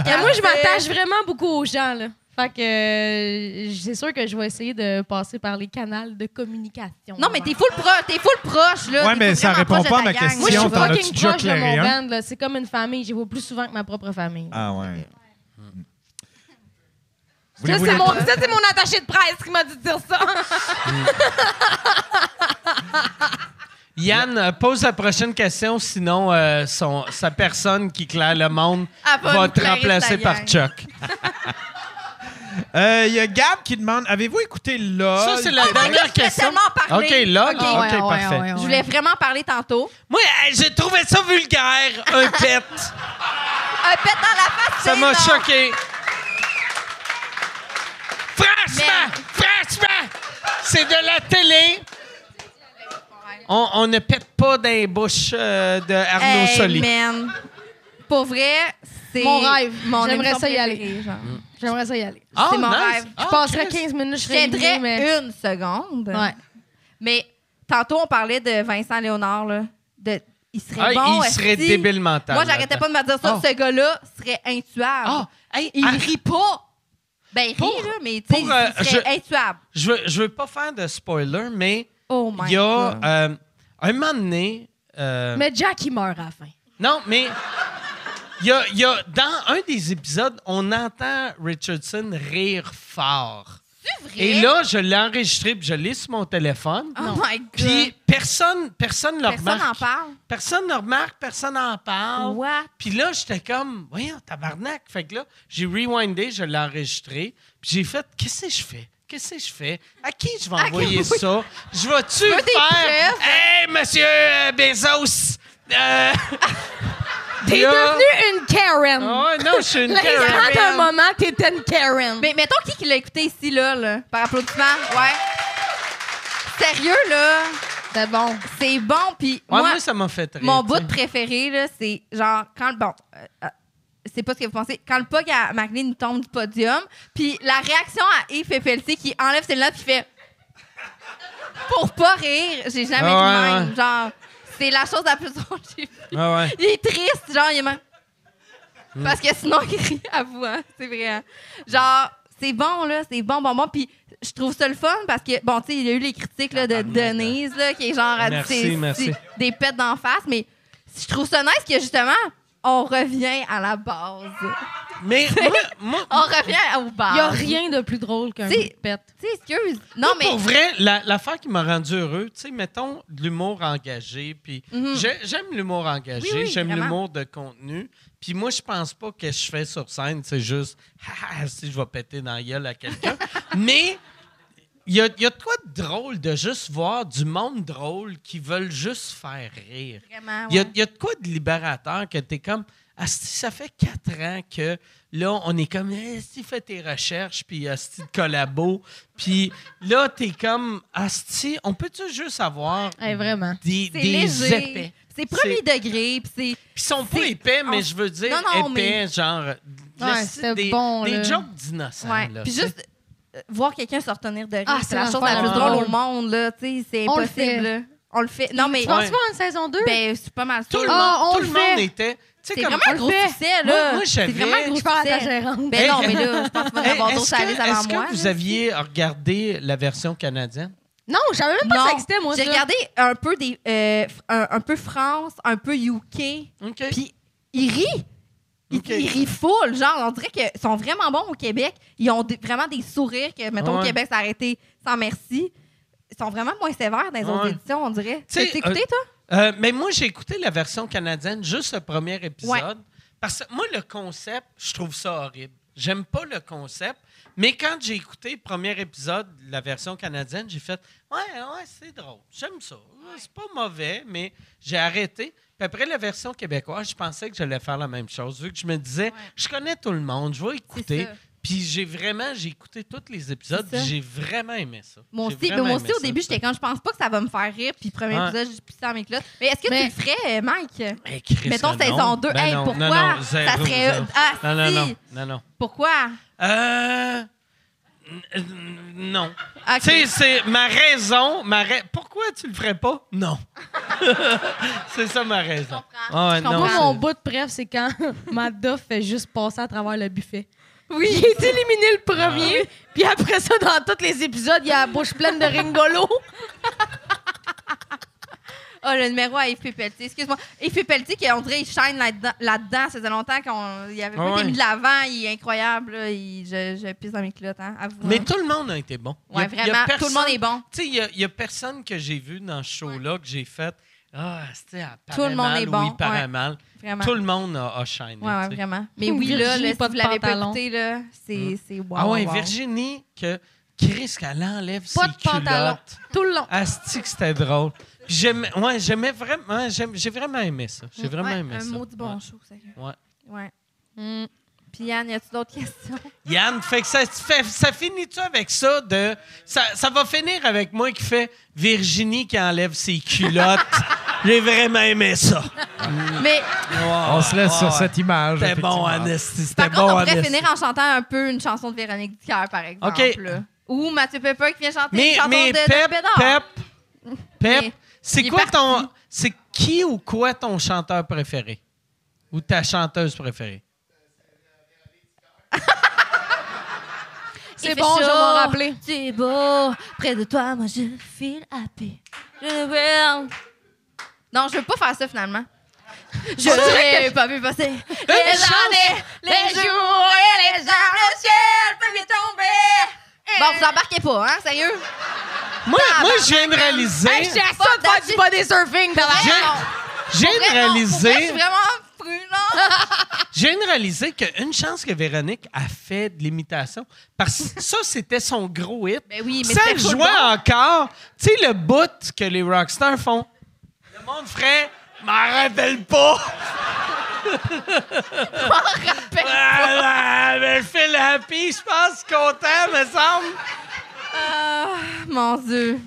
Speaker 6: Mais moi, je
Speaker 5: Parfait.
Speaker 6: m'attache vraiment beaucoup aux gens, là. Fait que euh, c'est sûr que je vais essayer de passer par les canaux de communication.
Speaker 5: Non, mais t'es full, pro t'es full proche, là.
Speaker 4: Ouais,
Speaker 5: T'es
Speaker 4: mais
Speaker 5: full
Speaker 4: ça répond
Speaker 5: vraiment proche de
Speaker 4: pas à
Speaker 5: ta
Speaker 4: ma
Speaker 5: gang.
Speaker 4: question.
Speaker 6: Moi, je suis
Speaker 4: Sion, t'en as-tu
Speaker 6: fucking
Speaker 4: déjà
Speaker 6: proche de mon
Speaker 4: clairé un?
Speaker 6: band, là. C'est comme une famille. J'y vois plus souvent que ma propre famille.
Speaker 4: Ah ouais. Hmm.
Speaker 6: ça,
Speaker 4: Voulez-vous
Speaker 6: c'est
Speaker 4: les-
Speaker 6: mon, ça, c'est mon attaché de presse qui m'a dit de dire ça.
Speaker 3: Yann, euh, pose la prochaine question, sinon euh, son, sa personne qui claire le monde
Speaker 5: Elle va
Speaker 3: va
Speaker 5: nous
Speaker 3: te
Speaker 5: clairer
Speaker 3: remplacer
Speaker 5: sa
Speaker 3: par
Speaker 5: gang.
Speaker 3: Chuck.
Speaker 4: Euh, Il y a Gab qui demande Avez-vous écouté là
Speaker 3: Ça, c'est la dernière
Speaker 5: Je voulais
Speaker 3: question.
Speaker 5: tellement parler.
Speaker 3: OK, là,
Speaker 5: Ok.
Speaker 3: OK,
Speaker 12: ouais, ouais,
Speaker 3: parfait.
Speaker 12: ouais, ouais.
Speaker 5: Je voulais vraiment parler tantôt.
Speaker 3: Moi, euh, j'ai trouvé ça vulgaire, un pet.
Speaker 5: Un pet dans la face,
Speaker 3: Ça
Speaker 5: c'est
Speaker 3: m'a
Speaker 5: non.
Speaker 3: choqué. Franchement, franchement, c'est de la télé. On, on ne pète pas dans les bouches euh, de Arnaud
Speaker 5: Hey,
Speaker 3: Soli.
Speaker 5: man. Pour vrai, c'est...
Speaker 6: Mon rêve.
Speaker 5: Mon
Speaker 6: J'aimerais
Speaker 5: émission
Speaker 6: ça y aller.
Speaker 5: préférée, genre.
Speaker 3: Mm.
Speaker 6: J'aimerais ça y aller.
Speaker 3: Ah,
Speaker 5: c'est mon
Speaker 3: nice.
Speaker 5: rêve. Je
Speaker 3: Ah,
Speaker 6: je passerais
Speaker 3: Chris.
Speaker 6: 15 minutes, je
Speaker 5: Je
Speaker 6: serais
Speaker 5: tiendrais
Speaker 6: éliminée, mais...
Speaker 5: une seconde.
Speaker 6: Ouais.
Speaker 5: Mais tantôt, on parlait de Vincent Léonard, là. De... Il
Speaker 3: Ah,
Speaker 5: serait bon,
Speaker 3: il serait
Speaker 5: esti.
Speaker 3: débile mental.
Speaker 5: Moi, j'arrêtais pas de me dire ça.
Speaker 3: Oh.
Speaker 5: Ce gars-là serait intuable.
Speaker 3: Ah, hey,
Speaker 5: il
Speaker 3: arrête.
Speaker 5: rit pas. Ben, il
Speaker 3: Pour-
Speaker 5: rit, là, mais tu sais,
Speaker 3: pour, euh,
Speaker 5: il serait intuable.
Speaker 3: Je veux, je veux pas faire de spoiler, mais
Speaker 5: Oh
Speaker 3: il
Speaker 5: my
Speaker 3: y a
Speaker 5: God.
Speaker 3: euh, un moment donné. euh,
Speaker 6: Mais Jack, il Ben, meurt à la fin.
Speaker 3: Non, mais il y a, il y a- dans un des épisodes, on entend Richardson rire fort. Et là, je l'ai enregistré puis je l'ai sur mon téléphone.
Speaker 5: Oh my God.
Speaker 3: Puis personne, personne ne
Speaker 5: Personne n'en
Speaker 3: remarque.
Speaker 5: parle.
Speaker 3: Personne ne remarque, personne n'en parle.
Speaker 5: What?
Speaker 3: Puis là, j'étais comme, voyons, tabarnak. Fait que là, j'ai rewindé, je l'ai enregistré. Puis j'ai fait, qu'est-ce que je fais? Qu'est-ce que je fais? À qui je vais envoyer ça? Je vais-tu
Speaker 5: veux des
Speaker 3: faire.
Speaker 5: preuves?
Speaker 3: Hey, monsieur euh, Bezos! Euh,
Speaker 6: T'es
Speaker 3: là-
Speaker 6: devenue une Karen.
Speaker 3: Ah ouais, non, je suis une
Speaker 6: Là, il
Speaker 3: Karen.
Speaker 6: y a un moment, t'étais une Karen.
Speaker 5: Mais mettons qui, qui l'a écouté ici, là, là, par applaudissement. Ouais. Sérieux, là,
Speaker 6: c'est bon.
Speaker 5: c'est bon. Puis
Speaker 3: Ouais,
Speaker 5: moi,
Speaker 3: moi, ça m'a fait rire.
Speaker 5: mon
Speaker 3: tu sais.
Speaker 5: bout préféré, là, c'est genre quand le. Bon. euh, euh, c'est pas ce que vous pensez. Quand le puck à Magline nous tombe du podium, puis la réaction à Yves FLC qui enlève celle-là puis fait. Pour pas rire, j'ai jamais
Speaker 3: Ah
Speaker 5: vu
Speaker 3: ouais,
Speaker 5: de même. Genre, c'est la chose la plus drôle que j'ai vue.
Speaker 3: Ah ouais. Hmm.
Speaker 5: Il est triste, genre, il est même- Parce que sinon, il rit à vous, hein, c'est vrai. hein. Genre, c'est bon, là, c'est bon, bon, bon. Puis je trouve ça le fun parce que, bon, tu sais, il y a eu les critiques là, de Denise, là, qui est genre... elle dit,
Speaker 3: Ah, ben, Merci,
Speaker 5: c'est-
Speaker 3: merci.
Speaker 5: c'est Des pets d'en face, mais je trouve ça nice que, justement, on revient à la base.
Speaker 3: Mais moi,
Speaker 5: On
Speaker 3: moi
Speaker 5: revient aux
Speaker 6: Il n'y a
Speaker 5: bases.
Speaker 6: rien de plus drôle qu'un
Speaker 5: C'est-
Speaker 6: pet.
Speaker 5: Tu sais, excuse. Non, mais...
Speaker 3: pour vrai, la- l'affaire qui m'a rendu heureux, tu sais, mettons de l'humour engagé, puis j'ai- j'aime l'humour engagé,
Speaker 5: Mhm. Oui, oui,
Speaker 3: j'aime
Speaker 5: vraiment.
Speaker 3: l'humour de contenu, puis moi, je pense pas que je fais sur scène, c'est juste, Ah, ah, si je vais péter dans la gueule à quelqu'un, mais... Il y, a, il y a de quoi de drôle de juste voir du monde drôle qui veulent juste faire rire.
Speaker 5: Vraiment,
Speaker 3: Il y, a-
Speaker 5: Ah ouais.
Speaker 3: il y a de quoi de libérateur que t'es comme Asti, ça fait quatre ans que là, on est comme, Hey, Asti, fais tes recherches, puis Asti, de collabo. Puis là, t'es comme, Asti, on peut-tu juste avoir
Speaker 6: Eh, vraiment.
Speaker 3: des,
Speaker 5: C'est
Speaker 3: des
Speaker 5: léger.
Speaker 3: épais?
Speaker 5: C'est premier degré, puis c'est.
Speaker 3: Puis ils sont pas
Speaker 5: C'est-
Speaker 3: épais, mais
Speaker 5: on-
Speaker 3: je veux dire
Speaker 5: Non, non,
Speaker 3: épais, genre. l'esti-
Speaker 6: c'était
Speaker 3: des,
Speaker 6: bon,
Speaker 3: des
Speaker 6: là.
Speaker 3: jokes d'innocents.
Speaker 5: Ouais.
Speaker 3: là,
Speaker 5: Puis
Speaker 3: tu sais.
Speaker 5: juste euh, voir quelqu'un se retenir de rire,
Speaker 6: Ah,
Speaker 5: c'est
Speaker 6: c'est
Speaker 5: la chose la
Speaker 6: l'affaire
Speaker 5: plus
Speaker 6: la plus
Speaker 5: drôle au
Speaker 6: drôle.
Speaker 5: monde, là. Tu sais, c'est
Speaker 6: On le
Speaker 5: impossible.
Speaker 6: fait.
Speaker 5: là. On le fait. Non, mais.
Speaker 10: Tu penses
Speaker 3: Ouais.
Speaker 10: pas à une saison 2?
Speaker 5: Ben, c'est pas mal
Speaker 3: tout le,
Speaker 5: sûr.
Speaker 6: Ah,
Speaker 3: monde,
Speaker 6: on
Speaker 3: tout le
Speaker 6: le
Speaker 3: monde
Speaker 6: fait.
Speaker 3: était. Tu sais,
Speaker 5: C'est
Speaker 3: comme.
Speaker 5: vraiment un
Speaker 10: on
Speaker 5: gros
Speaker 10: le fait.
Speaker 5: succès,
Speaker 3: Moi,
Speaker 5: là.
Speaker 3: moi,
Speaker 5: c'est vraiment un
Speaker 3: j'avais-
Speaker 5: gros
Speaker 10: Je parle à ta
Speaker 5: succès.
Speaker 6: hein.
Speaker 10: gérante.
Speaker 5: Ben non,
Speaker 3: Hey.
Speaker 5: mais là, je pense qu'il va y en
Speaker 3: Hey,
Speaker 5: avoir
Speaker 3: Eh, est-ce
Speaker 5: d'autres à aller
Speaker 3: que,
Speaker 5: avant
Speaker 3: est-ce que
Speaker 5: moi.
Speaker 3: vous
Speaker 5: là.
Speaker 3: aviez regardé la version canadienne?
Speaker 10: Non, je savais même pas que ça existait, moi.
Speaker 5: J'ai
Speaker 10: ça.
Speaker 5: regardé un peu des euh, fr- un, un peu France, un peu UK,
Speaker 3: OK.
Speaker 5: puis ils rient. Ils,
Speaker 3: Ok.
Speaker 5: ils rient full, genre on dirait qu'ils sont vraiment bons au Québec. Ils ont des- vraiment des sourires que mettons
Speaker 3: Ouais.
Speaker 5: au Québec ça a arrêté sans merci. Ils sont vraiment moins sévères dans les autres
Speaker 3: Ouais.
Speaker 5: éditions, on dirait. Tu
Speaker 3: sais,
Speaker 5: écouté toi
Speaker 3: Euh, mais moi, j'ai écouté la version canadienne, juste le premier épisode.
Speaker 5: Ouais.
Speaker 3: Parce que moi, le concept, je trouve ça horrible. J'aime pas le concept. Mais quand j'ai écouté le premier épisode de la version canadienne, j'ai fait Ouais, ouais, c'est drôle. J'aime ça. C'est pas mauvais, mais j'ai arrêté. Puis après la version québécoise, je pensais que j'allais faire la même chose. Vu que je me disais, je connais tout le monde, je vais écouter.
Speaker 5: ça.
Speaker 3: Puis j'ai vraiment, j'ai écouté tous les épisodes,
Speaker 5: C'est ça.
Speaker 3: puis j'ai vraiment aimé ça.
Speaker 5: Moi
Speaker 3: J'ai
Speaker 5: aussi, mais
Speaker 3: vraiment
Speaker 5: moi aussi
Speaker 3: aimé
Speaker 5: au
Speaker 3: ça.
Speaker 5: début, j'étais quand je pense pas que ça va me faire rire puis premier
Speaker 3: Ouais.
Speaker 5: épisode, je pisse dans mes clottes. Mais est-ce que
Speaker 6: Mais-
Speaker 5: tu le ferais, euh, Mike
Speaker 3: Eh, Chris,
Speaker 5: Mettons
Speaker 3: que non.
Speaker 5: saison 2,
Speaker 3: Ben
Speaker 5: hey,
Speaker 3: non, non,
Speaker 5: pourquoi
Speaker 3: non,
Speaker 5: ça
Speaker 3: zéro,
Speaker 5: serait
Speaker 3: zéro.
Speaker 5: ah
Speaker 3: Non, non,
Speaker 5: si.
Speaker 3: non, non, non.
Speaker 5: Pourquoi
Speaker 3: Euh. n- n- Non. Tu
Speaker 5: Ok.
Speaker 3: sais, c'est ma raison. Ma ra- Pourquoi tu le ferais pas? Non. c'est ça ma raison. Ah ouais,
Speaker 6: Quand
Speaker 3: non,
Speaker 6: moi,
Speaker 3: c'est-
Speaker 6: mon bout de preuve, c'est quand Madoff fait juste passer à travers le buffet.
Speaker 10: Oui, il est éliminé le premier.
Speaker 3: Ah.
Speaker 10: Puis après ça, dans tous les épisodes, il y a la bouche pleine de ringolo.
Speaker 5: Ah, le numéro à Yves Pépeltier. Excuse-moi. Yves Pelletier, qui, on dirait, il shine là-dedans. là-dedans. ça faisait longtemps qu'on il avait
Speaker 3: Ah
Speaker 5: pas
Speaker 3: ouais.
Speaker 5: été mis de l'avant. Il est incroyable. là. Il- je, je pisse dans mes clottes, hein, avoue.
Speaker 3: Mais tout le monde a été bon. Il y
Speaker 5: ouais,
Speaker 3: a- il y a
Speaker 5: vraiment, tout le monde
Speaker 3: personne-
Speaker 5: est bon.
Speaker 3: Tu sais, il y a- il y, a personne que j'ai vu dans ce show-là que j'ai fait. Ah, c'était à
Speaker 5: Tout le monde est bon,
Speaker 3: Oui, paraît
Speaker 5: ouais.
Speaker 3: mal.
Speaker 5: Vraiment.
Speaker 3: Tout le monde a, a shiné.
Speaker 5: Ouais, ouais,
Speaker 3: tu sais.
Speaker 5: vraiment. Mais oui, là,
Speaker 6: Virginie,
Speaker 5: là, si
Speaker 6: pas
Speaker 5: vous
Speaker 6: de
Speaker 5: l'avez pas
Speaker 6: pantalon.
Speaker 5: écouté, là, c'est c'est wow.
Speaker 3: ah ouais,
Speaker 5: wow.
Speaker 3: Virginie, que Chris, qu'elle enlève
Speaker 6: Pas
Speaker 3: ses
Speaker 6: de pantalon.
Speaker 3: culottes.
Speaker 6: Tout le long.
Speaker 3: Asti que c'était drôle. Puis J'aimais, ouais, j'aimais vraiment, j'aime- j'ai vraiment aimé ça. J'ai vraiment
Speaker 5: Ouais,
Speaker 3: aimé
Speaker 5: un
Speaker 3: ça.
Speaker 5: maudit bon
Speaker 3: Ouais.
Speaker 5: show, sérieux.
Speaker 3: Ouais.
Speaker 5: Ouais.
Speaker 6: Hum.
Speaker 5: Puis Yann, y a-tu d'autres questions?
Speaker 3: Yann, fait que ça, fait- ça finit-tu avec ça de. Ça, ça va finir avec moi qui fait Virginie qui enlève ses culottes. j'ai vraiment aimé ça.
Speaker 5: Mais
Speaker 2: On se laisse sur cette image.
Speaker 3: C'était Ah,
Speaker 2: effectivement.
Speaker 3: bon, Anesti. C'était
Speaker 5: par contre,
Speaker 3: bon, hein,
Speaker 5: on pourrait
Speaker 3: Anesti.
Speaker 5: finir en chantant un peu une chanson de Véronique Dicker, par exemple.
Speaker 3: OK.
Speaker 5: là. Ou Mathieu Pepper qui vient chanter une
Speaker 3: Mais,
Speaker 5: chanson
Speaker 3: mais
Speaker 5: de, de
Speaker 3: Pep,
Speaker 5: Bédard.
Speaker 3: Pep,
Speaker 5: Mais
Speaker 3: Pep, c'est
Speaker 5: il est
Speaker 3: quoi ton. C'est qui ou quoi ton chanteur préféré? Ou ta chanteuse préférée?
Speaker 5: Il
Speaker 6: C'est
Speaker 5: fait
Speaker 6: bon, je vais
Speaker 5: chaud,
Speaker 6: m'en rappeler.
Speaker 5: Tu es beau, près de toi, moi je file à paix. Je will. Non, je veux pas faire ça finalement. Je n'ai pas vu passer les années, les jours et les heures, le ciel peut bien tomber. Bon, vous embarquez pas, hein, sérieux?
Speaker 3: Moi,
Speaker 5: Ah,
Speaker 3: moi
Speaker 5: ben,
Speaker 3: je viens de réaliser.
Speaker 5: Hey, j'étais à ça de faire du
Speaker 10: body surfing,
Speaker 5: Ah,
Speaker 3: Je je viens de
Speaker 5: Je suis
Speaker 3: réaliser.
Speaker 5: vraiment prudent.
Speaker 3: J'ai réalisé qu'une chance que Véronique a fait de l'imitation, parce que ça, c'était son gros hit.
Speaker 5: Ben oui, mais
Speaker 3: ça
Speaker 5: c'était
Speaker 3: le
Speaker 5: full
Speaker 3: jouait
Speaker 5: bon.
Speaker 3: encore. Tu sais, le bout que les rockstars font. Le monde ferait « M'en rappelle pas!
Speaker 5: rappelle
Speaker 3: M'en rappelle Phil Happy, je pense, content, me semble.
Speaker 5: Mon Dieu.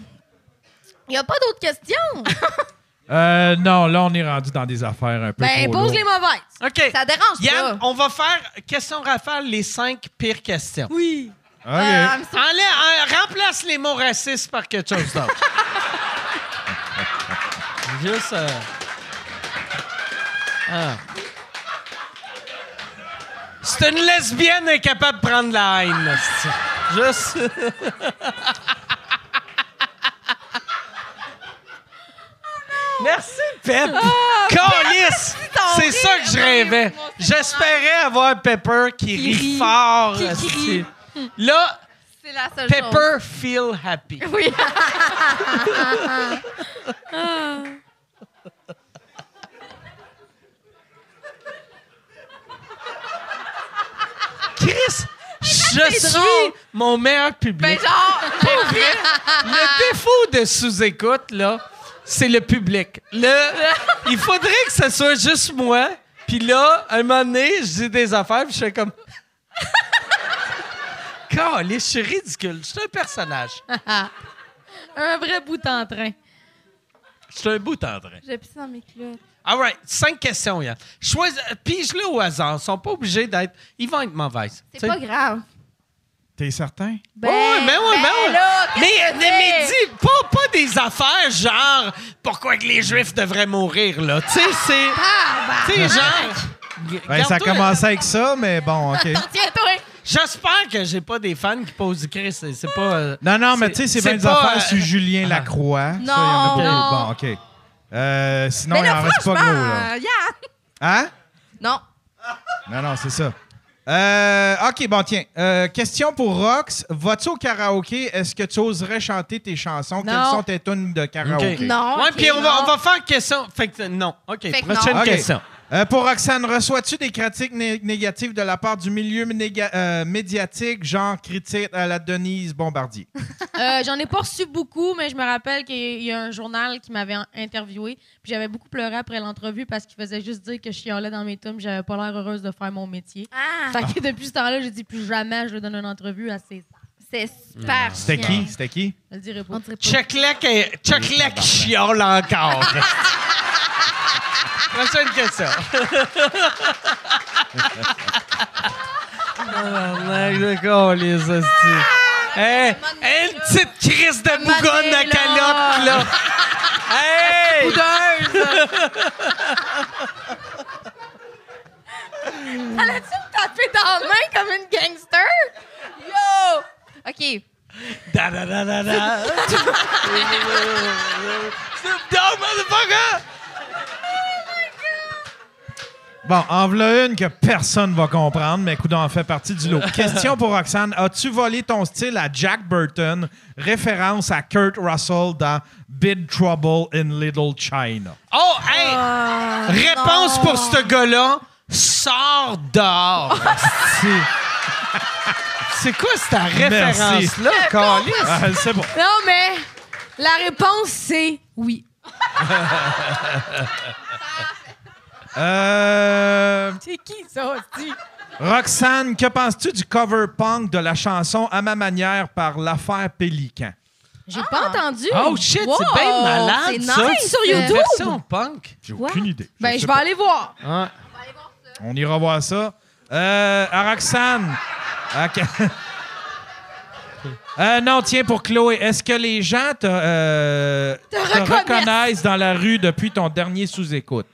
Speaker 10: Il n'y a pas d'autres questions.
Speaker 13: Euh, non, là, on est rendu dans des affaires un peu.
Speaker 10: Ben,
Speaker 13: trop
Speaker 10: pose
Speaker 13: lourdes.
Speaker 10: les mauvaises.
Speaker 3: OK.
Speaker 5: Ça dérange
Speaker 3: Yann,
Speaker 5: pas.
Speaker 3: on va faire, question rafale, les cinq pires questions.
Speaker 10: Oui.
Speaker 13: OK.
Speaker 5: Euh, I'm so-
Speaker 3: Enlève- en- remplace les mots racistes par quelque chose d'autre. Juste. euh, ah. C'est une lesbienne incapable de prendre la haine. là, c'est-tu. Juste. Merci, Pep.
Speaker 10: Ah,
Speaker 3: Calice! C'est ça que je rêvais. J'espérais avoir Pepper qui rit
Speaker 10: rit. Hum.
Speaker 3: fort.
Speaker 10: Qui
Speaker 3: là-dessus.
Speaker 10: crie.
Speaker 3: Là,
Speaker 5: C'est la seule chose.
Speaker 3: Pepper feel happy.
Speaker 5: Oh. Oui.
Speaker 3: Chris, je suis mon meilleur public.
Speaker 5: Ben genre, pour vrai,
Speaker 3: Le défaut de sous-écoute, là, c'est le public. Le, il faudrait que ce soit juste moi Puis là, un moment donné, je dis des affaires, puis je fais comme. Calé, je suis ridicule. Je suis un personnage.
Speaker 6: Un vrai bout en train.
Speaker 3: Je suis un bout en train.
Speaker 5: J'ai pissé dans mes culottes.
Speaker 3: All right, cinq questions, Yann. Choisis, pige-le au hasard. Ils sont pas obligés d'être. Ils vont être mauvaises.
Speaker 5: C'est
Speaker 3: Tu sais.
Speaker 5: pas grave.
Speaker 4: T'es certain?
Speaker 5: Ben,
Speaker 3: oui, mais oui, mais oui.
Speaker 5: là, qu'est-ce
Speaker 3: mais,
Speaker 5: que
Speaker 3: mais,
Speaker 5: tu
Speaker 3: mais
Speaker 5: fais?
Speaker 3: dis pas, pas des affaires genre pourquoi que les Juifs devraient mourir, là. Tu sais, c'est.
Speaker 5: Ah,
Speaker 3: Tu sais, genre.
Speaker 4: Ben, ça a
Speaker 3: Garde-toi-
Speaker 4: commencé avec ça, mais bon, OK.
Speaker 5: bah, tiens-toi.
Speaker 3: J'espère que j'ai pas des fans qui posent du Christ. C'est- C'est pas. euh,
Speaker 4: Non, non, mais
Speaker 3: C'est-
Speaker 4: tu sais, c'est
Speaker 3: c'est
Speaker 4: bien des
Speaker 3: pas,
Speaker 4: affaires
Speaker 3: euh,
Speaker 4: sur Julien Lacroix. Ça, il y en a
Speaker 5: Non,
Speaker 4: pas.
Speaker 5: non.
Speaker 4: Bon, OK. Euh, sinon,
Speaker 5: Mais
Speaker 4: il
Speaker 5: là,
Speaker 4: en reste pas
Speaker 5: franchement,
Speaker 4: gros, là.
Speaker 5: euh, Yann.
Speaker 4: Hein?
Speaker 5: Non.
Speaker 4: Non, non, c'est ça. Euh, OK, bon, tiens. Euh, question pour Rox. Vas-tu au karaoké? Est-ce que tu oserais chanter tes chansons? Quelles sont tes tunes de karaoké?
Speaker 3: OK.
Speaker 5: Non.
Speaker 3: ouais,
Speaker 5: ok,
Speaker 3: puis on va,
Speaker 5: non.
Speaker 3: on va faire une question. Fait que euh, non. OK,
Speaker 5: Fait que
Speaker 3: prochaine
Speaker 5: non.
Speaker 4: OK.
Speaker 3: question.
Speaker 4: Euh, pour Roxane, reçois-tu des critiques né- négatives de la part du milieu néga- euh, médiatique, genre critique à la Denise Bombardier?
Speaker 6: Euh, J'en ai pas reçu beaucoup, mais je me rappelle qu'il y a un journal qui m'avait en- interviewé. Puis j'avais beaucoup pleuré après l'entrevue parce qu'il faisait juste dire que je chialais dans mes tomes, j'avais pas l'air heureuse de faire mon métier.
Speaker 5: Ah,
Speaker 6: Fait que depuis ce temps-là, j'ai dit plus jamais je vais donner une entrevue à ces.
Speaker 5: c'est super.
Speaker 4: C'était
Speaker 5: chiant.
Speaker 4: qui? C'était qui?
Speaker 6: Je le dirai pas.
Speaker 14: On dirait pas.
Speaker 3: Check-la qui check-la qui chiale encore. Prochaine question. Tabarnak de câlisse, hostie. Hey, hey, une petite crise de
Speaker 5: moment
Speaker 3: bougonne à
Speaker 5: donné, là.
Speaker 3: calotte, là. Hey!
Speaker 5: T'allais-tu me taper dans la main comme une gangster? Yo! OK.
Speaker 3: Da da da da da. Snoop Dogg, motherfucker!
Speaker 4: Bon, en voilà une que personne va comprendre, mais coudon en fait partie du lot. Question pour Roxane. As-tu volé ton style à Jack Burton, référence à Kurt Russell dans Big Trouble in Little China?
Speaker 3: Oh, hey! Ah, Réponse pour ce gars-là, sors dehors. C'est quoi cette référence-là, Carlis?
Speaker 4: Ah, c'est bon.
Speaker 5: Non, mais la réponse, c'est oui.
Speaker 4: Euh,
Speaker 5: C'est qui, ça, hostie?
Speaker 4: Roxane, que penses-tu du cover punk de la chanson À ma manière par l'affaire Pélican?
Speaker 6: J'ai
Speaker 5: Ah.
Speaker 6: pas entendu.
Speaker 3: Oh shit,
Speaker 5: Wow,
Speaker 3: c'est bien malade,
Speaker 5: c'est
Speaker 3: ça.
Speaker 5: nice. Sur
Speaker 3: Une
Speaker 5: YouTube?
Speaker 3: version punk.
Speaker 4: J'ai aucune idée.
Speaker 5: Ben,
Speaker 4: sais
Speaker 5: je vais
Speaker 4: pas.
Speaker 5: aller voir.
Speaker 4: On ira voir ça. Euh, à Roxane. à que- Euh, non, tiens, pour Chloé, est-ce que les gens te, euh, te reconnaissent dans la rue depuis ton dernier sous-écoute?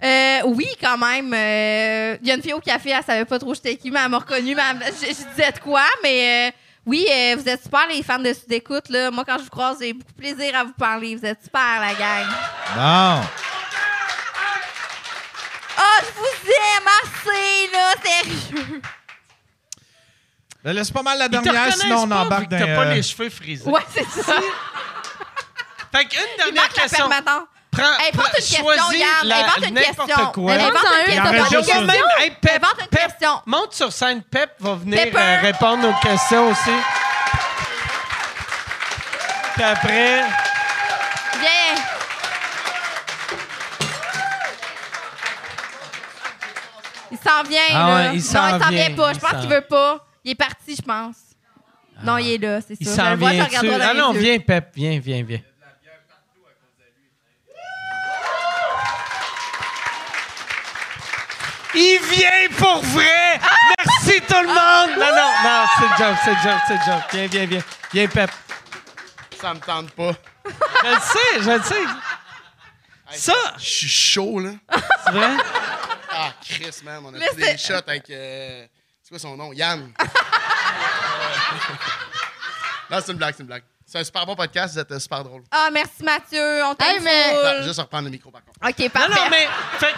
Speaker 14: Euh,
Speaker 5: Oui, quand même. euh, Il y a une fille au café, elle savait pas trop j'étais qui, mais elle m'a reconnue. mais elle- Je, je disais de quoi, mais euh, oui, euh, vous êtes super les fans de Sud-Écoute. là. Moi, quand je vous croise, j'ai beaucoup de plaisir à vous parler. Vous êtes super, la gang.
Speaker 4: Non.
Speaker 5: Ah, je vous aime assez, là, sérieux.
Speaker 4: Ben, Laisse pas mal la
Speaker 3: Ils te
Speaker 4: dernière,
Speaker 3: reconnaissent
Speaker 4: sinon on
Speaker 3: pas,
Speaker 4: embarque
Speaker 3: vu
Speaker 4: dans.
Speaker 3: que T'as pas
Speaker 4: euh,
Speaker 3: les cheveux frisés.
Speaker 5: Ouais, c'est ça.
Speaker 3: Fait qu'une dernière
Speaker 5: Marc la
Speaker 3: question.
Speaker 5: permanente.
Speaker 3: Prends,
Speaker 5: Hey, porte une question,
Speaker 3: choisis
Speaker 5: Yann.
Speaker 3: la-
Speaker 5: Hey, porte une
Speaker 3: n'importe
Speaker 5: question.
Speaker 3: quoi.
Speaker 5: Hey, porte une
Speaker 3: Il
Speaker 5: question.
Speaker 4: en reste
Speaker 5: Porte une
Speaker 4: juste
Speaker 5: question.
Speaker 4: une.
Speaker 3: Même, hey, Pep,
Speaker 5: Invente une
Speaker 3: Pep,
Speaker 5: question.
Speaker 3: Monte sur scène, Pep va venir
Speaker 5: Pepper.
Speaker 3: euh, répondre aux questions aussi. Puis après,
Speaker 5: Viens. Il s'en vient,
Speaker 3: Ah
Speaker 5: là.
Speaker 3: ouais, il
Speaker 5: non,
Speaker 3: s'en
Speaker 5: il s'en
Speaker 3: vient,
Speaker 5: vient pas. Je
Speaker 3: il
Speaker 5: pense
Speaker 3: s'en- Ah.
Speaker 5: qu'il veut pas. Il est parti, je pense. Non, il est là, c'est
Speaker 3: il
Speaker 5: ça. Je
Speaker 3: s'en
Speaker 5: le vois, je
Speaker 3: vient
Speaker 5: le
Speaker 3: dessus.
Speaker 5: regarderai dans
Speaker 3: Ah
Speaker 5: les
Speaker 3: non,
Speaker 5: yeux.
Speaker 3: viens, Pep, viens, viens, viens. Il vient pour vrai! Merci tout le monde! Non, non, non, c'est job, c'est job, c'est job. Viens, viens, viens. Viens, Pep.
Speaker 15: Ça me tente pas.
Speaker 3: Je le sais, je le sais. Ça,
Speaker 15: Je suis chaud, là.
Speaker 3: c'est vrai?
Speaker 15: Ah, Chris, man, on a
Speaker 5: Mais
Speaker 15: pris
Speaker 5: c'est-
Speaker 15: des shots avec. euh, c'est quoi son nom? Yann. non, c'est une blague, c'est une blague. C'est un super bon podcast, vous êtes euh, super drôle.
Speaker 5: Ah, merci Mathieu, on t'aime
Speaker 6: Hey, mais-
Speaker 5: full.
Speaker 15: Non, juste reprendre le micro, par contre.
Speaker 5: OK,
Speaker 3: Non,
Speaker 5: parfait.
Speaker 3: non, mais. Fait, que,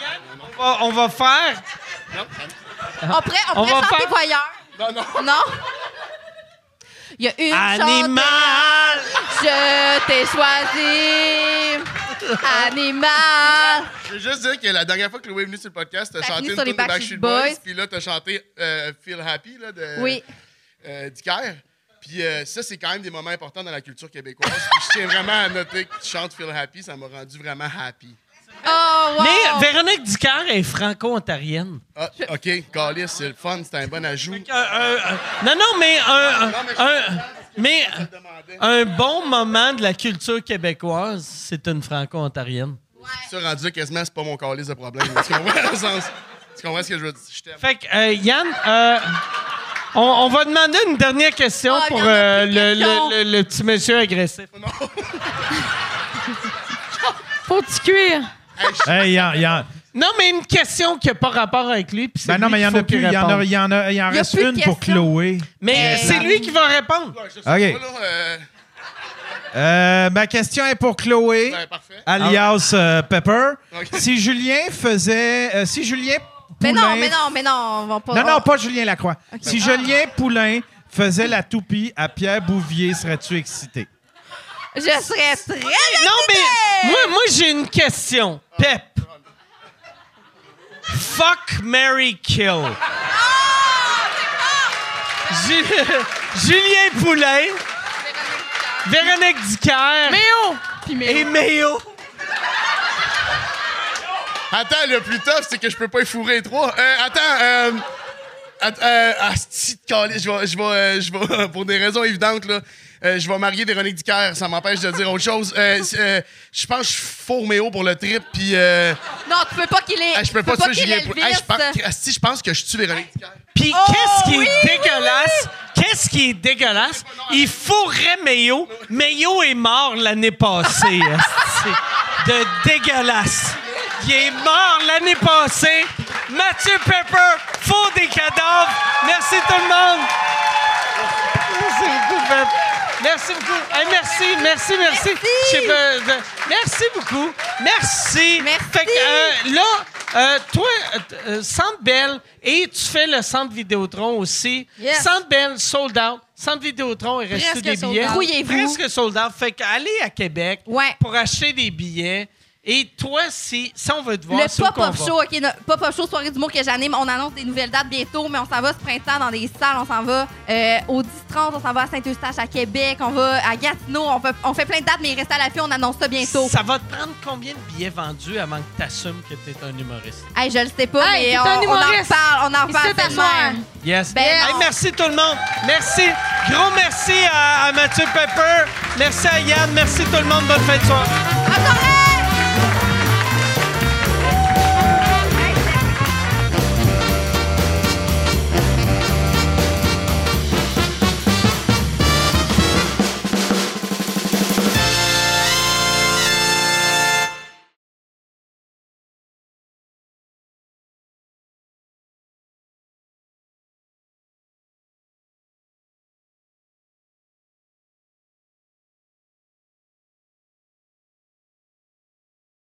Speaker 3: Yann, on va, on va faire.
Speaker 15: Non,
Speaker 5: On pourrait, on
Speaker 3: On
Speaker 5: pourrait
Speaker 3: va
Speaker 5: chanter
Speaker 3: faire-
Speaker 5: voyeur.
Speaker 15: non, non.
Speaker 5: Non? Il y a une
Speaker 3: Animal!
Speaker 5: chanteuse, Je t'ai choisi. Animal.
Speaker 15: Je veux juste dire que la dernière fois que Louis est venu sur le podcast, t'as
Speaker 5: T'as
Speaker 15: chanté
Speaker 5: fini
Speaker 15: une
Speaker 5: sur les
Speaker 15: tune de Backstreet
Speaker 5: Backstreet
Speaker 15: Boys,
Speaker 5: Boys.
Speaker 15: puis là, t'as chanté euh, Feel Happy, là, de.
Speaker 5: Oui.
Speaker 15: euh, d'Iker. Puis euh, ça, c'est quand même des moments importants dans la culture québécoise. Puis je tiens vraiment à noter que tu chantes Feel Happy, ça m'a rendu vraiment happy.
Speaker 5: Oh, wow!
Speaker 3: Mais Véronique Ducard est franco-ontarienne.
Speaker 15: Ah, OK, Calis, c'est le fun, c'est un bon ajout.
Speaker 3: euh, Non, non, mais un, un- un-
Speaker 15: Non, mais je comprends,
Speaker 3: mais
Speaker 15: parce que je me demandais.
Speaker 3: un bon moment de la culture québécoise, c'est une franco-ontarienne.
Speaker 15: Ça, rendu là, quasiment, c'est pas mon Calis de problème. Tu comprends dans le sens? Tu comprends ce que je veux dire? Je t'aime.
Speaker 3: Fait que, euh, Yann, euh, on, on va demander une dernière question
Speaker 5: Ah,
Speaker 3: pour
Speaker 5: il y en a
Speaker 3: euh,
Speaker 5: plus de
Speaker 3: le,
Speaker 5: questions.
Speaker 3: le- le- le petit monsieur agressif.
Speaker 10: Faut-tu cuire?
Speaker 13: Hey, y en- y en-
Speaker 3: Non, mais une question qui n'a pas rapport avec lui. puis c'est
Speaker 13: Ben non,
Speaker 3: lui
Speaker 13: mais il y en
Speaker 3: qu'il
Speaker 13: a
Speaker 3: faut qu'il
Speaker 13: plus. Il y en,
Speaker 3: réponde.
Speaker 13: a, y en, a, y en
Speaker 5: Y a
Speaker 13: reste
Speaker 5: plus de
Speaker 13: une pour
Speaker 5: questions.
Speaker 13: Chloé.
Speaker 3: Mais euh, c'est lui qui va répondre.
Speaker 15: Ouais, je sais
Speaker 13: OK.
Speaker 15: pas, là, euh,
Speaker 13: Euh, ma question est pour Chloé,
Speaker 15: ben, parfait.
Speaker 13: alias euh, Pepper.
Speaker 15: OK.
Speaker 13: Si Julien faisait. euh, si Julien.
Speaker 5: Mais
Speaker 13: Poulain-
Speaker 5: non, mais non, mais non, on va pas.
Speaker 13: Non, non,
Speaker 5: on-
Speaker 13: pas Julien Lacroix. Si Julien Poulain faisait la toupie à Pierre Bouvier, serais-tu excité?
Speaker 5: Je serais très.
Speaker 3: Non, mais moi, moi j'ai une question. Pep. Fuck Mary Kill. Ju- Julien Poulain. Véronique Ducaire.
Speaker 10: Méo! Puis
Speaker 3: Et
Speaker 10: Méo.
Speaker 3: Méo.
Speaker 15: Attends, le plus tough, c'est que je peux pas y fourrer les trois. Euh, attends, euh... att- euh, asti de calice, je vais, je vais, euh, je vais, euh, pour des raisons évidentes, là, euh, je vais marier Véronique Dicker, ça m'empêche de dire autre chose. Euh, c'est, euh, je pense que je fourre Méo pour le trip, puis euh,
Speaker 5: Non, tu peux pas qu'il ait.
Speaker 15: hey, je peux
Speaker 5: tu
Speaker 15: pas tuer
Speaker 5: qu'il
Speaker 15: Julien
Speaker 5: ait le
Speaker 15: Pou- Hey, je pense-
Speaker 5: vice.
Speaker 15: asti, je pense que je tue Véronique Dicker.
Speaker 3: Puis qu'est-ce qui est dégueulasse? Qu'est-ce qui est dégueulasse? Il fourrait Mayo. Mayo est mort l'année passée. esti. de dégueulasse. Il est mort l'année passée. Mathieu Pepper, faux des cadavres. Merci tout le monde. Merci beaucoup, Pep. Merci beaucoup. Hey, merci, merci, merci.
Speaker 5: Merci.
Speaker 3: Je sais pas, je- merci beaucoup. Merci.
Speaker 5: Merci.
Speaker 3: Fait que, euh, là, euh, toi, euh, t- euh, Centre Bell, et tu fais le Centre Vidéotron aussi.
Speaker 5: Yes.
Speaker 3: Centre Bell, sold out. Centre Vidéotron, il reste
Speaker 10: Presque
Speaker 3: des
Speaker 10: sold
Speaker 3: billets.
Speaker 10: out.
Speaker 5: Grouillez-vous.
Speaker 3: Presque sold out. Fait qu'allez à Québec
Speaker 5: Ouais.
Speaker 3: pour acheter des billets. Et toi, si, si on veut te voir,
Speaker 5: Le
Speaker 3: c'est où qu'on
Speaker 5: pop-up
Speaker 3: va?
Speaker 5: show, OK, le pop-up show soirée du mot que j'anime. On annonce des nouvelles dates bientôt, mais on s'en va ce printemps dans des salles. On s'en va euh, au 10 on s'en va à Saint-Eustache, à Québec, on va à Gatineau. On fait, on fait plein de dates, mais restez à l'affût, on annonce ça bientôt.
Speaker 3: Ça va te prendre combien de billets vendus avant que tu assumes que tu es un humoriste?
Speaker 5: Hey, je le sais pas,
Speaker 10: Hey,
Speaker 5: mais
Speaker 10: t'es
Speaker 5: on,
Speaker 10: un
Speaker 5: on en
Speaker 10: humoriste.
Speaker 5: reparle. On en
Speaker 10: Il se
Speaker 5: reparle
Speaker 10: fait
Speaker 5: ce soir.
Speaker 10: même.
Speaker 3: Yes.
Speaker 5: Ben
Speaker 3: Hey,
Speaker 5: non.
Speaker 3: merci tout le monde. Merci. Gros merci à, à Mathieu Pepper. Merci à Yann. Merci tout le monde. Bonne fin de soirée.
Speaker 5: Encore là!